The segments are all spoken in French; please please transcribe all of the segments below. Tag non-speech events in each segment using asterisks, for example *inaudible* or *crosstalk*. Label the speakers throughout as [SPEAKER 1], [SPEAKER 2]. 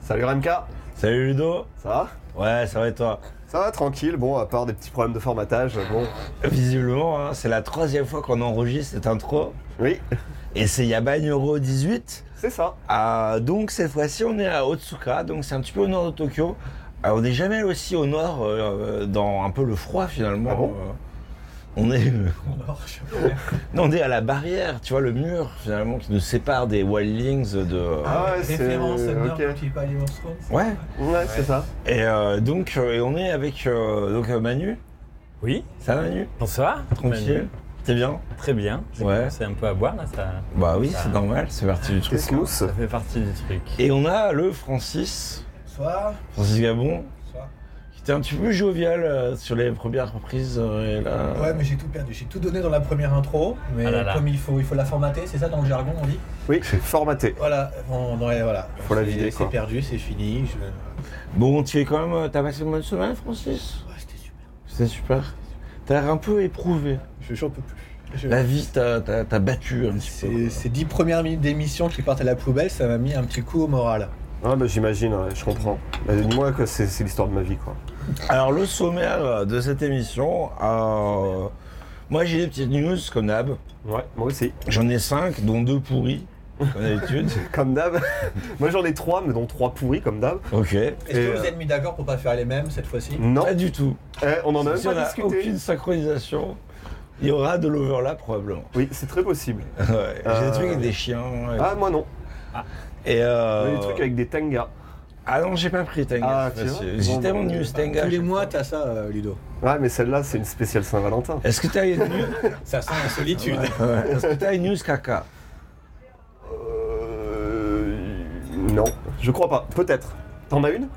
[SPEAKER 1] Salut RMK,
[SPEAKER 2] Salut Ludo
[SPEAKER 1] ça va
[SPEAKER 2] Ouais, ça va et toi
[SPEAKER 1] Ça va, tranquille, bon, à part des petits problèmes de formatage, bon.
[SPEAKER 2] Visiblement, hein, c'est la troisième fois qu'on enregistre cette intro.
[SPEAKER 1] Oui,
[SPEAKER 2] Et c'est Yaban Euro 18.
[SPEAKER 1] c'est ça.
[SPEAKER 2] Ah, donc cette fois-ci, on est à Otsuka, donc c'est un petit peu au nord de Tokyo. Alors, on n'est jamais aussi au nord, euh, dans un peu le froid finalement.
[SPEAKER 1] Ah bon
[SPEAKER 2] Euh, on est, *laughs* non, on est à la barrière, tu vois, le mur finalement qui nous sépare des wildlings de.
[SPEAKER 1] Ah ouais, c'est-
[SPEAKER 3] Référence à Nord,
[SPEAKER 1] ok.
[SPEAKER 3] puis pas les Lance Roll, c'est-
[SPEAKER 2] Ouais.
[SPEAKER 1] Ouais, c'est ça.
[SPEAKER 2] Et euh, donc, euh, et on est avec euh, donc euh, Manu.
[SPEAKER 4] Oui,
[SPEAKER 2] Ça va Manu
[SPEAKER 4] bonsoir.
[SPEAKER 2] Tranquille. T'es bien
[SPEAKER 4] Très bien. J'ai
[SPEAKER 2] Ouais.
[SPEAKER 4] commencé un peu à boire là, ça,
[SPEAKER 2] Bah oui,
[SPEAKER 4] Ça-
[SPEAKER 2] c'est normal, c'est parti du
[SPEAKER 1] T'es
[SPEAKER 2] truc.
[SPEAKER 1] smooth.
[SPEAKER 4] ça fait partie du truc.
[SPEAKER 2] Et on a le Francis,
[SPEAKER 3] Soir.
[SPEAKER 2] Francis Gabon,
[SPEAKER 3] Soir.
[SPEAKER 2] qui était un petit peu jovial euh, sur les premières reprises. euh, et là...
[SPEAKER 3] Ouais, mais j'ai tout perdu. J'ai tout donné dans la première intro, mais
[SPEAKER 4] Ah là là.
[SPEAKER 3] comme il faut, il faut la formater, c'est ça dans le jargon on dit.
[SPEAKER 1] Oui, formaté.
[SPEAKER 3] Voilà, on, dans les- voilà.
[SPEAKER 1] Faut la
[SPEAKER 3] C'est-
[SPEAKER 1] vider, quoi.
[SPEAKER 3] C'est perdu, c'est fini. je- Ouais,
[SPEAKER 2] Bon, tu es quand même. euh, T'as passé une bonne semaine, Francis
[SPEAKER 3] c'était super.
[SPEAKER 2] C'était super. T'as l'air un peu éprouvé.
[SPEAKER 3] Je j'en peux plus. Je-
[SPEAKER 2] La vie t'a t'a- t'a battu un petit peu.
[SPEAKER 3] Ces ces dix premières minutes d'émission qui partent à la poubelle, ça m'a mis un petit coup au moral.
[SPEAKER 1] Ah bah j'imagine, ouais, je comprends. Bah, Dis-moi que c'est c'est l'histoire de ma vie, quoi.
[SPEAKER 2] Alors, le sommaire euh, de cette émission, euh, moi j'ai des petites news comme d'hab.
[SPEAKER 1] Ouais, moi aussi.
[SPEAKER 2] J'en ai cinq, dont deux pourris,
[SPEAKER 1] *laughs*
[SPEAKER 2] comme d'habitude.
[SPEAKER 1] Comme d'hab. moi j'en ai trois, mais dont trois pourris, comme d'hab.
[SPEAKER 2] ok.
[SPEAKER 3] Est-ce
[SPEAKER 1] Et,
[SPEAKER 3] que vous
[SPEAKER 1] euh,
[SPEAKER 3] êtes mis d'accord pour pas faire les mêmes cette fois-ci
[SPEAKER 1] Non,
[SPEAKER 2] Pas du tout.
[SPEAKER 1] Eh, on en a même
[SPEAKER 2] Si on
[SPEAKER 1] pas
[SPEAKER 2] n'a
[SPEAKER 1] discuté.
[SPEAKER 2] aucune synchronisation, il y aura de l'overlap probablement.
[SPEAKER 1] Oui, c'est très possible.
[SPEAKER 2] Ouais, J'ai
[SPEAKER 1] Euh,
[SPEAKER 2] des trucs avec des chiens. ouais.
[SPEAKER 1] Ah, moi non.
[SPEAKER 2] et euh...
[SPEAKER 1] Moi, Des trucs avec des tangas.
[SPEAKER 2] Ah non, j'ai pas pris Tenga.
[SPEAKER 1] Ah,
[SPEAKER 2] cette
[SPEAKER 1] tu
[SPEAKER 2] fois-ci.
[SPEAKER 1] vois.
[SPEAKER 2] J'ai
[SPEAKER 1] Bon,
[SPEAKER 2] tellement
[SPEAKER 1] bon,
[SPEAKER 2] de news Tenga.
[SPEAKER 3] Tous les
[SPEAKER 2] je-
[SPEAKER 3] mois, t'as ça, euh, Ludo.
[SPEAKER 1] Ouais, mais celle-là, c'est une spéciale Saint-Valentin.
[SPEAKER 2] Est-ce que t'as
[SPEAKER 1] *laughs*
[SPEAKER 2] une... news-
[SPEAKER 3] Ça sent la solitude.
[SPEAKER 2] Ouais. Est-ce que t'as une news caca
[SPEAKER 1] Euh... Non, je crois pas. Peut-être. T'en as une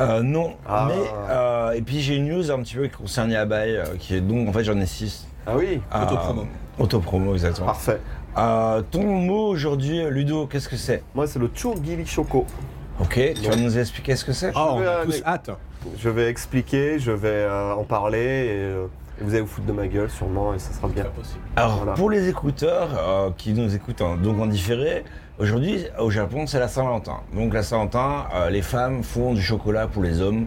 [SPEAKER 2] euh, non,
[SPEAKER 1] Ah.
[SPEAKER 2] mais euh, et puis j'ai une news un petit peu qui concerne Yabai, euh, qui est donc en fait j'en ai 6.
[SPEAKER 1] Ah oui
[SPEAKER 3] Autopromo.
[SPEAKER 2] Autopromo, exactement.
[SPEAKER 1] Parfait. Ah.
[SPEAKER 2] Euh, ton mot aujourd'hui, Ludo, qu'est-ce que c'est
[SPEAKER 1] Moi, c'est le Churgili Choco.
[SPEAKER 2] Ok, tu vas nous expliquer ce que c'est
[SPEAKER 3] Ah, on
[SPEAKER 1] Ouais,
[SPEAKER 3] a tous
[SPEAKER 1] mais-
[SPEAKER 3] hâte.
[SPEAKER 1] Je vais expliquer, je vais euh, en parler et, euh, et vous allez vous foutre de ma gueule sûrement et ça sera bien.
[SPEAKER 2] Alors,
[SPEAKER 1] Voilà.
[SPEAKER 2] pour les écouteurs euh, qui nous écoutent en- donc en différé, aujourd'hui au Japon c'est la Saint-Valentin. Donc la Saint-Valentin, euh, les femmes font du chocolat pour les hommes.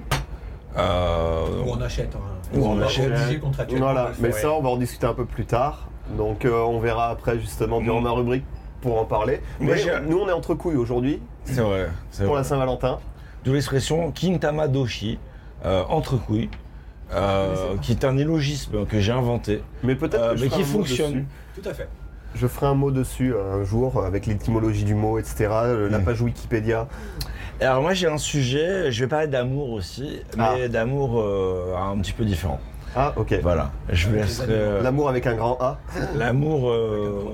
[SPEAKER 2] Euh,
[SPEAKER 3] Ou on achète. Hein.
[SPEAKER 2] Ou on
[SPEAKER 3] Ils sont
[SPEAKER 2] achète.
[SPEAKER 3] obligés contractuellement de
[SPEAKER 1] Voilà,
[SPEAKER 3] le faire.
[SPEAKER 1] mais ça, on va en discuter un peu plus tard. Donc, euh, on verra après justement durant
[SPEAKER 2] Mm.
[SPEAKER 1] ma rubrique pour en parler.
[SPEAKER 2] Moi,
[SPEAKER 1] Mais
[SPEAKER 2] j'ai-
[SPEAKER 1] nous, on est entre couilles aujourd'hui
[SPEAKER 2] c'est vrai. c'est
[SPEAKER 1] pour
[SPEAKER 2] vrai.
[SPEAKER 1] la Saint-Valentin.
[SPEAKER 2] D'où l'expression Kintama Doshi, euh, entre couilles, euh, qui est un élogisme que j'ai inventé.
[SPEAKER 1] Mais peut-être
[SPEAKER 2] Euh,
[SPEAKER 1] que je
[SPEAKER 2] mais
[SPEAKER 1] ferai
[SPEAKER 2] qui
[SPEAKER 1] un mot
[SPEAKER 2] fonctionne.
[SPEAKER 1] dessus.
[SPEAKER 3] Tout à fait.
[SPEAKER 1] Je ferai un mot dessus euh, un jour euh, avec l'étymologie du mot, etc. euh, La
[SPEAKER 2] Mm.
[SPEAKER 1] page Wikipédia.
[SPEAKER 2] Et Alors moi j'ai un sujet, je vais parler d'amour aussi, mais d'amour euh, un petit peu différent.
[SPEAKER 1] Ah, ok.
[SPEAKER 2] Voilà, je vous laisserai euh,
[SPEAKER 1] L'amour avec un grand A.
[SPEAKER 2] l'amour. euh,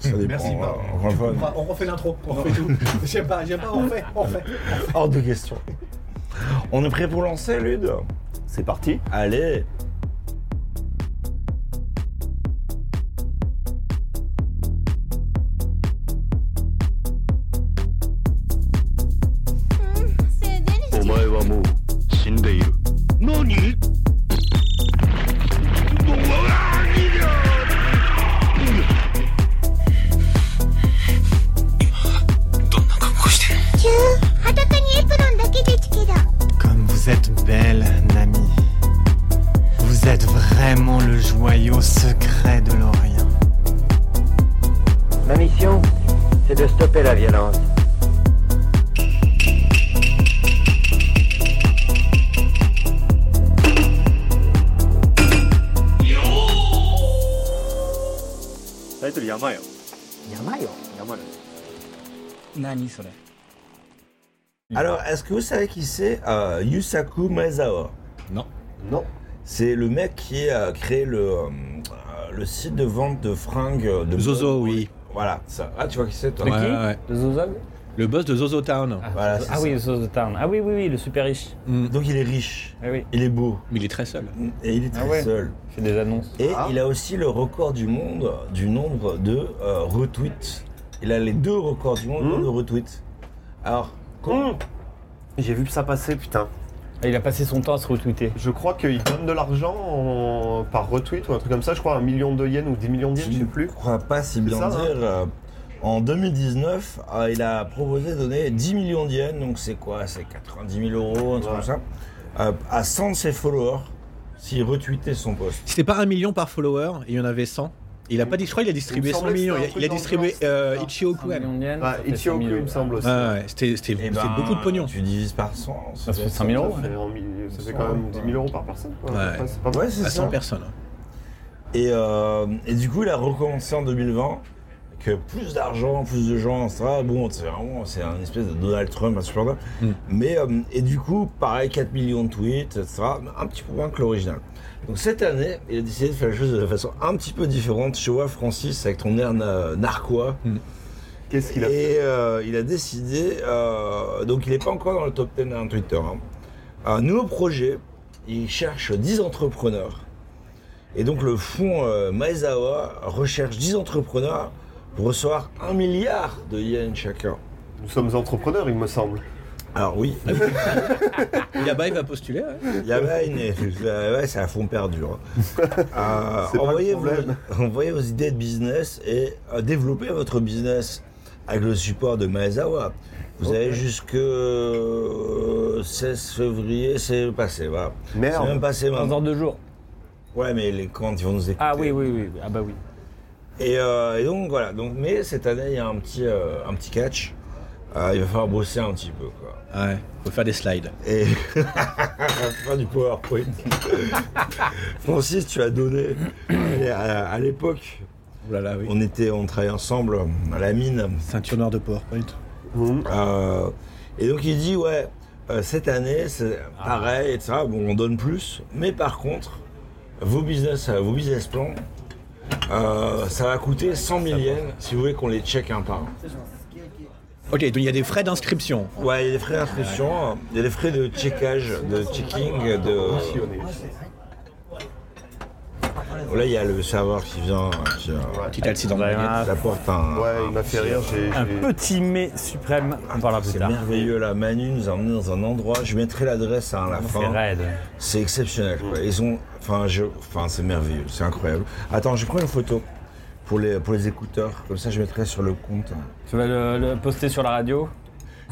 [SPEAKER 2] ça dépend, hein.
[SPEAKER 3] Merci,
[SPEAKER 2] voilà.
[SPEAKER 3] pardon.
[SPEAKER 2] Encore une fois,
[SPEAKER 3] On va- On refait l'intro, on refait
[SPEAKER 1] *laughs*
[SPEAKER 3] tout. J'aime pas, j'aime pas, on refait, on refait.
[SPEAKER 2] Hors de question. On est prêt pour lancer, Lude
[SPEAKER 1] C'est parti.
[SPEAKER 2] Allez
[SPEAKER 5] C'est délicieux.
[SPEAKER 6] お前はもう死んでいる何うわ何だ
[SPEAKER 5] キュー裸にエプロンだけで着けだ
[SPEAKER 7] Comme vous êtes belle, Nami. Vous êtes vraiment le joyau secret de l'Orient.
[SPEAKER 8] Ma mission, c'est de stopper la violence.
[SPEAKER 2] Alors, est-ce que vous savez qui c'est euh, Yusaku Maezawa
[SPEAKER 1] Non.
[SPEAKER 2] C'est le mec qui a créé le, euh, le site de vente de fringues euh, de
[SPEAKER 9] Zozo, oui.
[SPEAKER 2] Voilà, ça. Ah, tu vois qui c'est, toi
[SPEAKER 9] Ouais, ouais.
[SPEAKER 10] Le Zozog
[SPEAKER 9] Le boss de Zozo Town.
[SPEAKER 2] Voilà, c'est
[SPEAKER 10] Ah oui, le Zozog Town. Ah oui, oui, oui, le super riche.
[SPEAKER 9] Mm.
[SPEAKER 2] Donc, il est riche,
[SPEAKER 10] Ah oui.
[SPEAKER 2] il est beau,
[SPEAKER 9] Mais il est très seul.
[SPEAKER 2] et il est très
[SPEAKER 10] Ah ouais.
[SPEAKER 2] seul.
[SPEAKER 10] Il fait des annonces.
[SPEAKER 2] Et
[SPEAKER 1] Ah.
[SPEAKER 2] il a aussi le record du monde du nombre de euh, retweets. Il a les deux records du monde
[SPEAKER 1] Hmm.
[SPEAKER 2] de retweets. Alors,
[SPEAKER 1] Mm. J'ai vu ça passer, putain.
[SPEAKER 10] Ah, il a passé son temps à se retweeter.
[SPEAKER 1] Je crois qu'il donne de l'argent en- par retweet ou un truc comme ça. Je crois un million de yens ou 10 millions de yens, je sais plus.
[SPEAKER 2] Je crois pas si bien
[SPEAKER 1] ça, hein.
[SPEAKER 2] dire. euh, En 2019, euh, il a proposé de donner 10 millions d'yens, donc c'est quoi C'est 90 000 euros, un truc comme ça, euh, à 100 de ses followers s'ils retweetaient son post.
[SPEAKER 3] C'était pas un million par follower, et il y en avait 100. Il a pas dit, je crois, il a distribué
[SPEAKER 1] Il me
[SPEAKER 3] 100
[SPEAKER 1] semblait que
[SPEAKER 3] millions. Il
[SPEAKER 1] c'était
[SPEAKER 3] a,
[SPEAKER 1] un
[SPEAKER 3] il a
[SPEAKER 1] truc
[SPEAKER 3] distribué
[SPEAKER 1] dans le
[SPEAKER 3] euh,
[SPEAKER 1] genre.
[SPEAKER 3] Ichioku.
[SPEAKER 10] Un million de yens,
[SPEAKER 2] Bah,
[SPEAKER 1] Ah,
[SPEAKER 10] ça fait
[SPEAKER 1] Ichioku,
[SPEAKER 10] 100 000
[SPEAKER 1] il me semble aussi.
[SPEAKER 3] Ah ouais, c'était c'était-
[SPEAKER 2] Eh
[SPEAKER 3] c'était
[SPEAKER 2] ben,
[SPEAKER 3] beaucoup de pognon.
[SPEAKER 2] Tu divises par 100.
[SPEAKER 10] Ça fait
[SPEAKER 2] doit être
[SPEAKER 10] 5 000 euros.
[SPEAKER 1] Ça fait, en mi- ça fait quand même 10 000 euros par personne. quoi, à peu
[SPEAKER 3] Ouais.
[SPEAKER 1] près, c'est pas mal.
[SPEAKER 2] Ouais, c'est
[SPEAKER 3] À
[SPEAKER 2] ça.
[SPEAKER 3] 100 personnes. hein.
[SPEAKER 2] Et, euh, et du coup, il a recommencé en 2020 que plus d'argent, plus de gens, etc. Bon, c'est vraiment, c'est un espèce de Donald Trump insupportable.
[SPEAKER 3] Mm.
[SPEAKER 2] Mais, euh, et du coup, pareil, 4 millions de tweets, etc. Un petit peu moins que l'original. Donc cette année, il a décidé de faire les choses de façon un petit peu différente. Tu vois, Francis, avec ton air na- narquois.
[SPEAKER 1] Qu'est-ce qu'il a fait
[SPEAKER 2] Et euh, il a décidé, euh, donc il n'est pas encore dans le top 10 d'un Twitter. hein. Un nouveau projet, il cherche 10 entrepreneurs. Et donc le fonds euh, Maezawa recherche 10 entrepreneurs pour recevoir 1 milliard de yens chacun.
[SPEAKER 1] Nous sommes entrepreneurs, il me semble.
[SPEAKER 2] Alors oui,
[SPEAKER 3] Là-bas, il va postuler. ouais.
[SPEAKER 2] il y avait une...
[SPEAKER 1] *laughs*
[SPEAKER 2] euh, ouais, c'est un fonds perdu. hein. Euh,
[SPEAKER 1] C'est pas le
[SPEAKER 2] envoyez, vos,
[SPEAKER 1] problème.
[SPEAKER 2] *laughs* envoyez vos idées de business et euh, développez votre business avec le support de Maezawa. Vous avez jusque euh, 16 février, c'est passé, voilà. C'est même
[SPEAKER 1] Merde.
[SPEAKER 2] passé
[SPEAKER 10] Dans
[SPEAKER 2] maintenant.
[SPEAKER 10] un deux jours.
[SPEAKER 2] Ouais, mais les comptes, ils vont nous écouter.
[SPEAKER 10] Ah oui, oui, oui. Ah bah oui.
[SPEAKER 2] Et, euh, et donc voilà, donc, mais cette année, il y a un petit, euh, un petit catch. Euh, il va falloir bosser un petit peu, quoi.
[SPEAKER 3] Ouais, faut faire des slides.
[SPEAKER 2] Et *laughs* fin du PowerPoint. *laughs* Francis, tu as donné Et à, à l'époque.
[SPEAKER 3] Oh là là, oui.
[SPEAKER 2] On était, on travaillait ensemble à la mine.
[SPEAKER 3] Ceinture noire de PowerPoint.
[SPEAKER 1] Mmh.
[SPEAKER 2] Euh, et donc il dit ouais, euh, cette année c'est pareil, etc. Bon, on donne plus, mais par contre, vos business, euh, vos business plans, euh, ça va coûter 100 000 yens si vous voulez qu'on les check un par un.
[SPEAKER 3] Ok, donc il y a des frais d'inscription.
[SPEAKER 2] Ouais, il y a des frais d'inscription, il y a des frais de checkage, de checking, de. Bon, Oh, Là, il y a le serveur qui vient, qui, euh,
[SPEAKER 3] Petit accident
[SPEAKER 10] Bah,
[SPEAKER 3] de bagnole.
[SPEAKER 2] qui apporte un.
[SPEAKER 1] Ouais, il m'a fait rire. j'ai-
[SPEAKER 4] Un
[SPEAKER 1] j'ai-
[SPEAKER 4] petit mais suprême. On parlera plus
[SPEAKER 2] C'est
[SPEAKER 4] tard.
[SPEAKER 2] merveilleux là, Manu nous a emmenés dans un endroit, je mettrai l'adresse hein, à la
[SPEAKER 4] C'est
[SPEAKER 2] fin.
[SPEAKER 4] raide.
[SPEAKER 2] C'est exceptionnel. quoi. Ils ont, enfin, je, enfin, c'est merveilleux, c'est incroyable. Attends, je prends une photo pour les, pour les écouteurs. Comme ça, je mettrai sur le compte.
[SPEAKER 10] Tu vas le, le poster sur la radio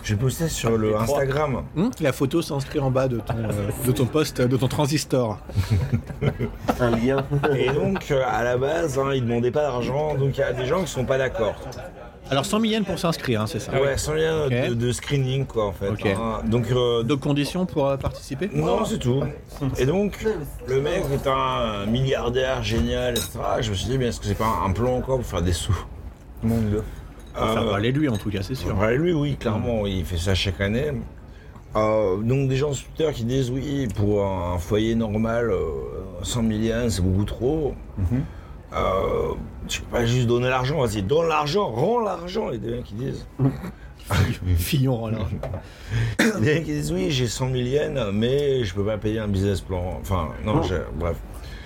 [SPEAKER 2] Je vais poster sur le Instagram.
[SPEAKER 3] Hum, la photo s'inscrit en bas de ton, euh, de ton poste, de ton transistor.
[SPEAKER 1] Un lien.
[SPEAKER 2] Et donc, euh, à la base, hein, ils demandaient pas d'argent, donc il y a des gens qui sont pas d'accord.
[SPEAKER 3] Alors 100 000 yens pour s'inscrire, hein, c'est ça
[SPEAKER 2] Ouais, sans lien
[SPEAKER 3] Ah Ok.
[SPEAKER 2] de, de screening, quoi, en fait.
[SPEAKER 3] Ok.
[SPEAKER 2] hein. Donc, euh,
[SPEAKER 3] D'autres conditions pour euh, participer
[SPEAKER 2] Non, c'est tout. Et donc, le mec est un milliardaire génial, etc. Je me suis dit, mais est-ce que c'est pas un plan encore pour faire des sous
[SPEAKER 10] Mon dieu.
[SPEAKER 3] Ça va aller lui en tout cas, c'est sûr.
[SPEAKER 2] Ouais, lui, oui, clairement, il fait ça chaque année. Euh, donc, des gens sur Twitter qui disent, oui, pour un foyer normal, euh, 100 000 yens, c'est beaucoup trop. Euh, tu peux pas juste donner l'argent, vas-y, donne l'argent, rends l'argent, il y a des mecs qui *laughs* disent.
[SPEAKER 3] Fillon Roland.
[SPEAKER 2] *coughs* Des mecs qui disent oui, j'ai 100 000 yens, mais je peux pas payer un business plan. Enfin, non, j'ai- bref.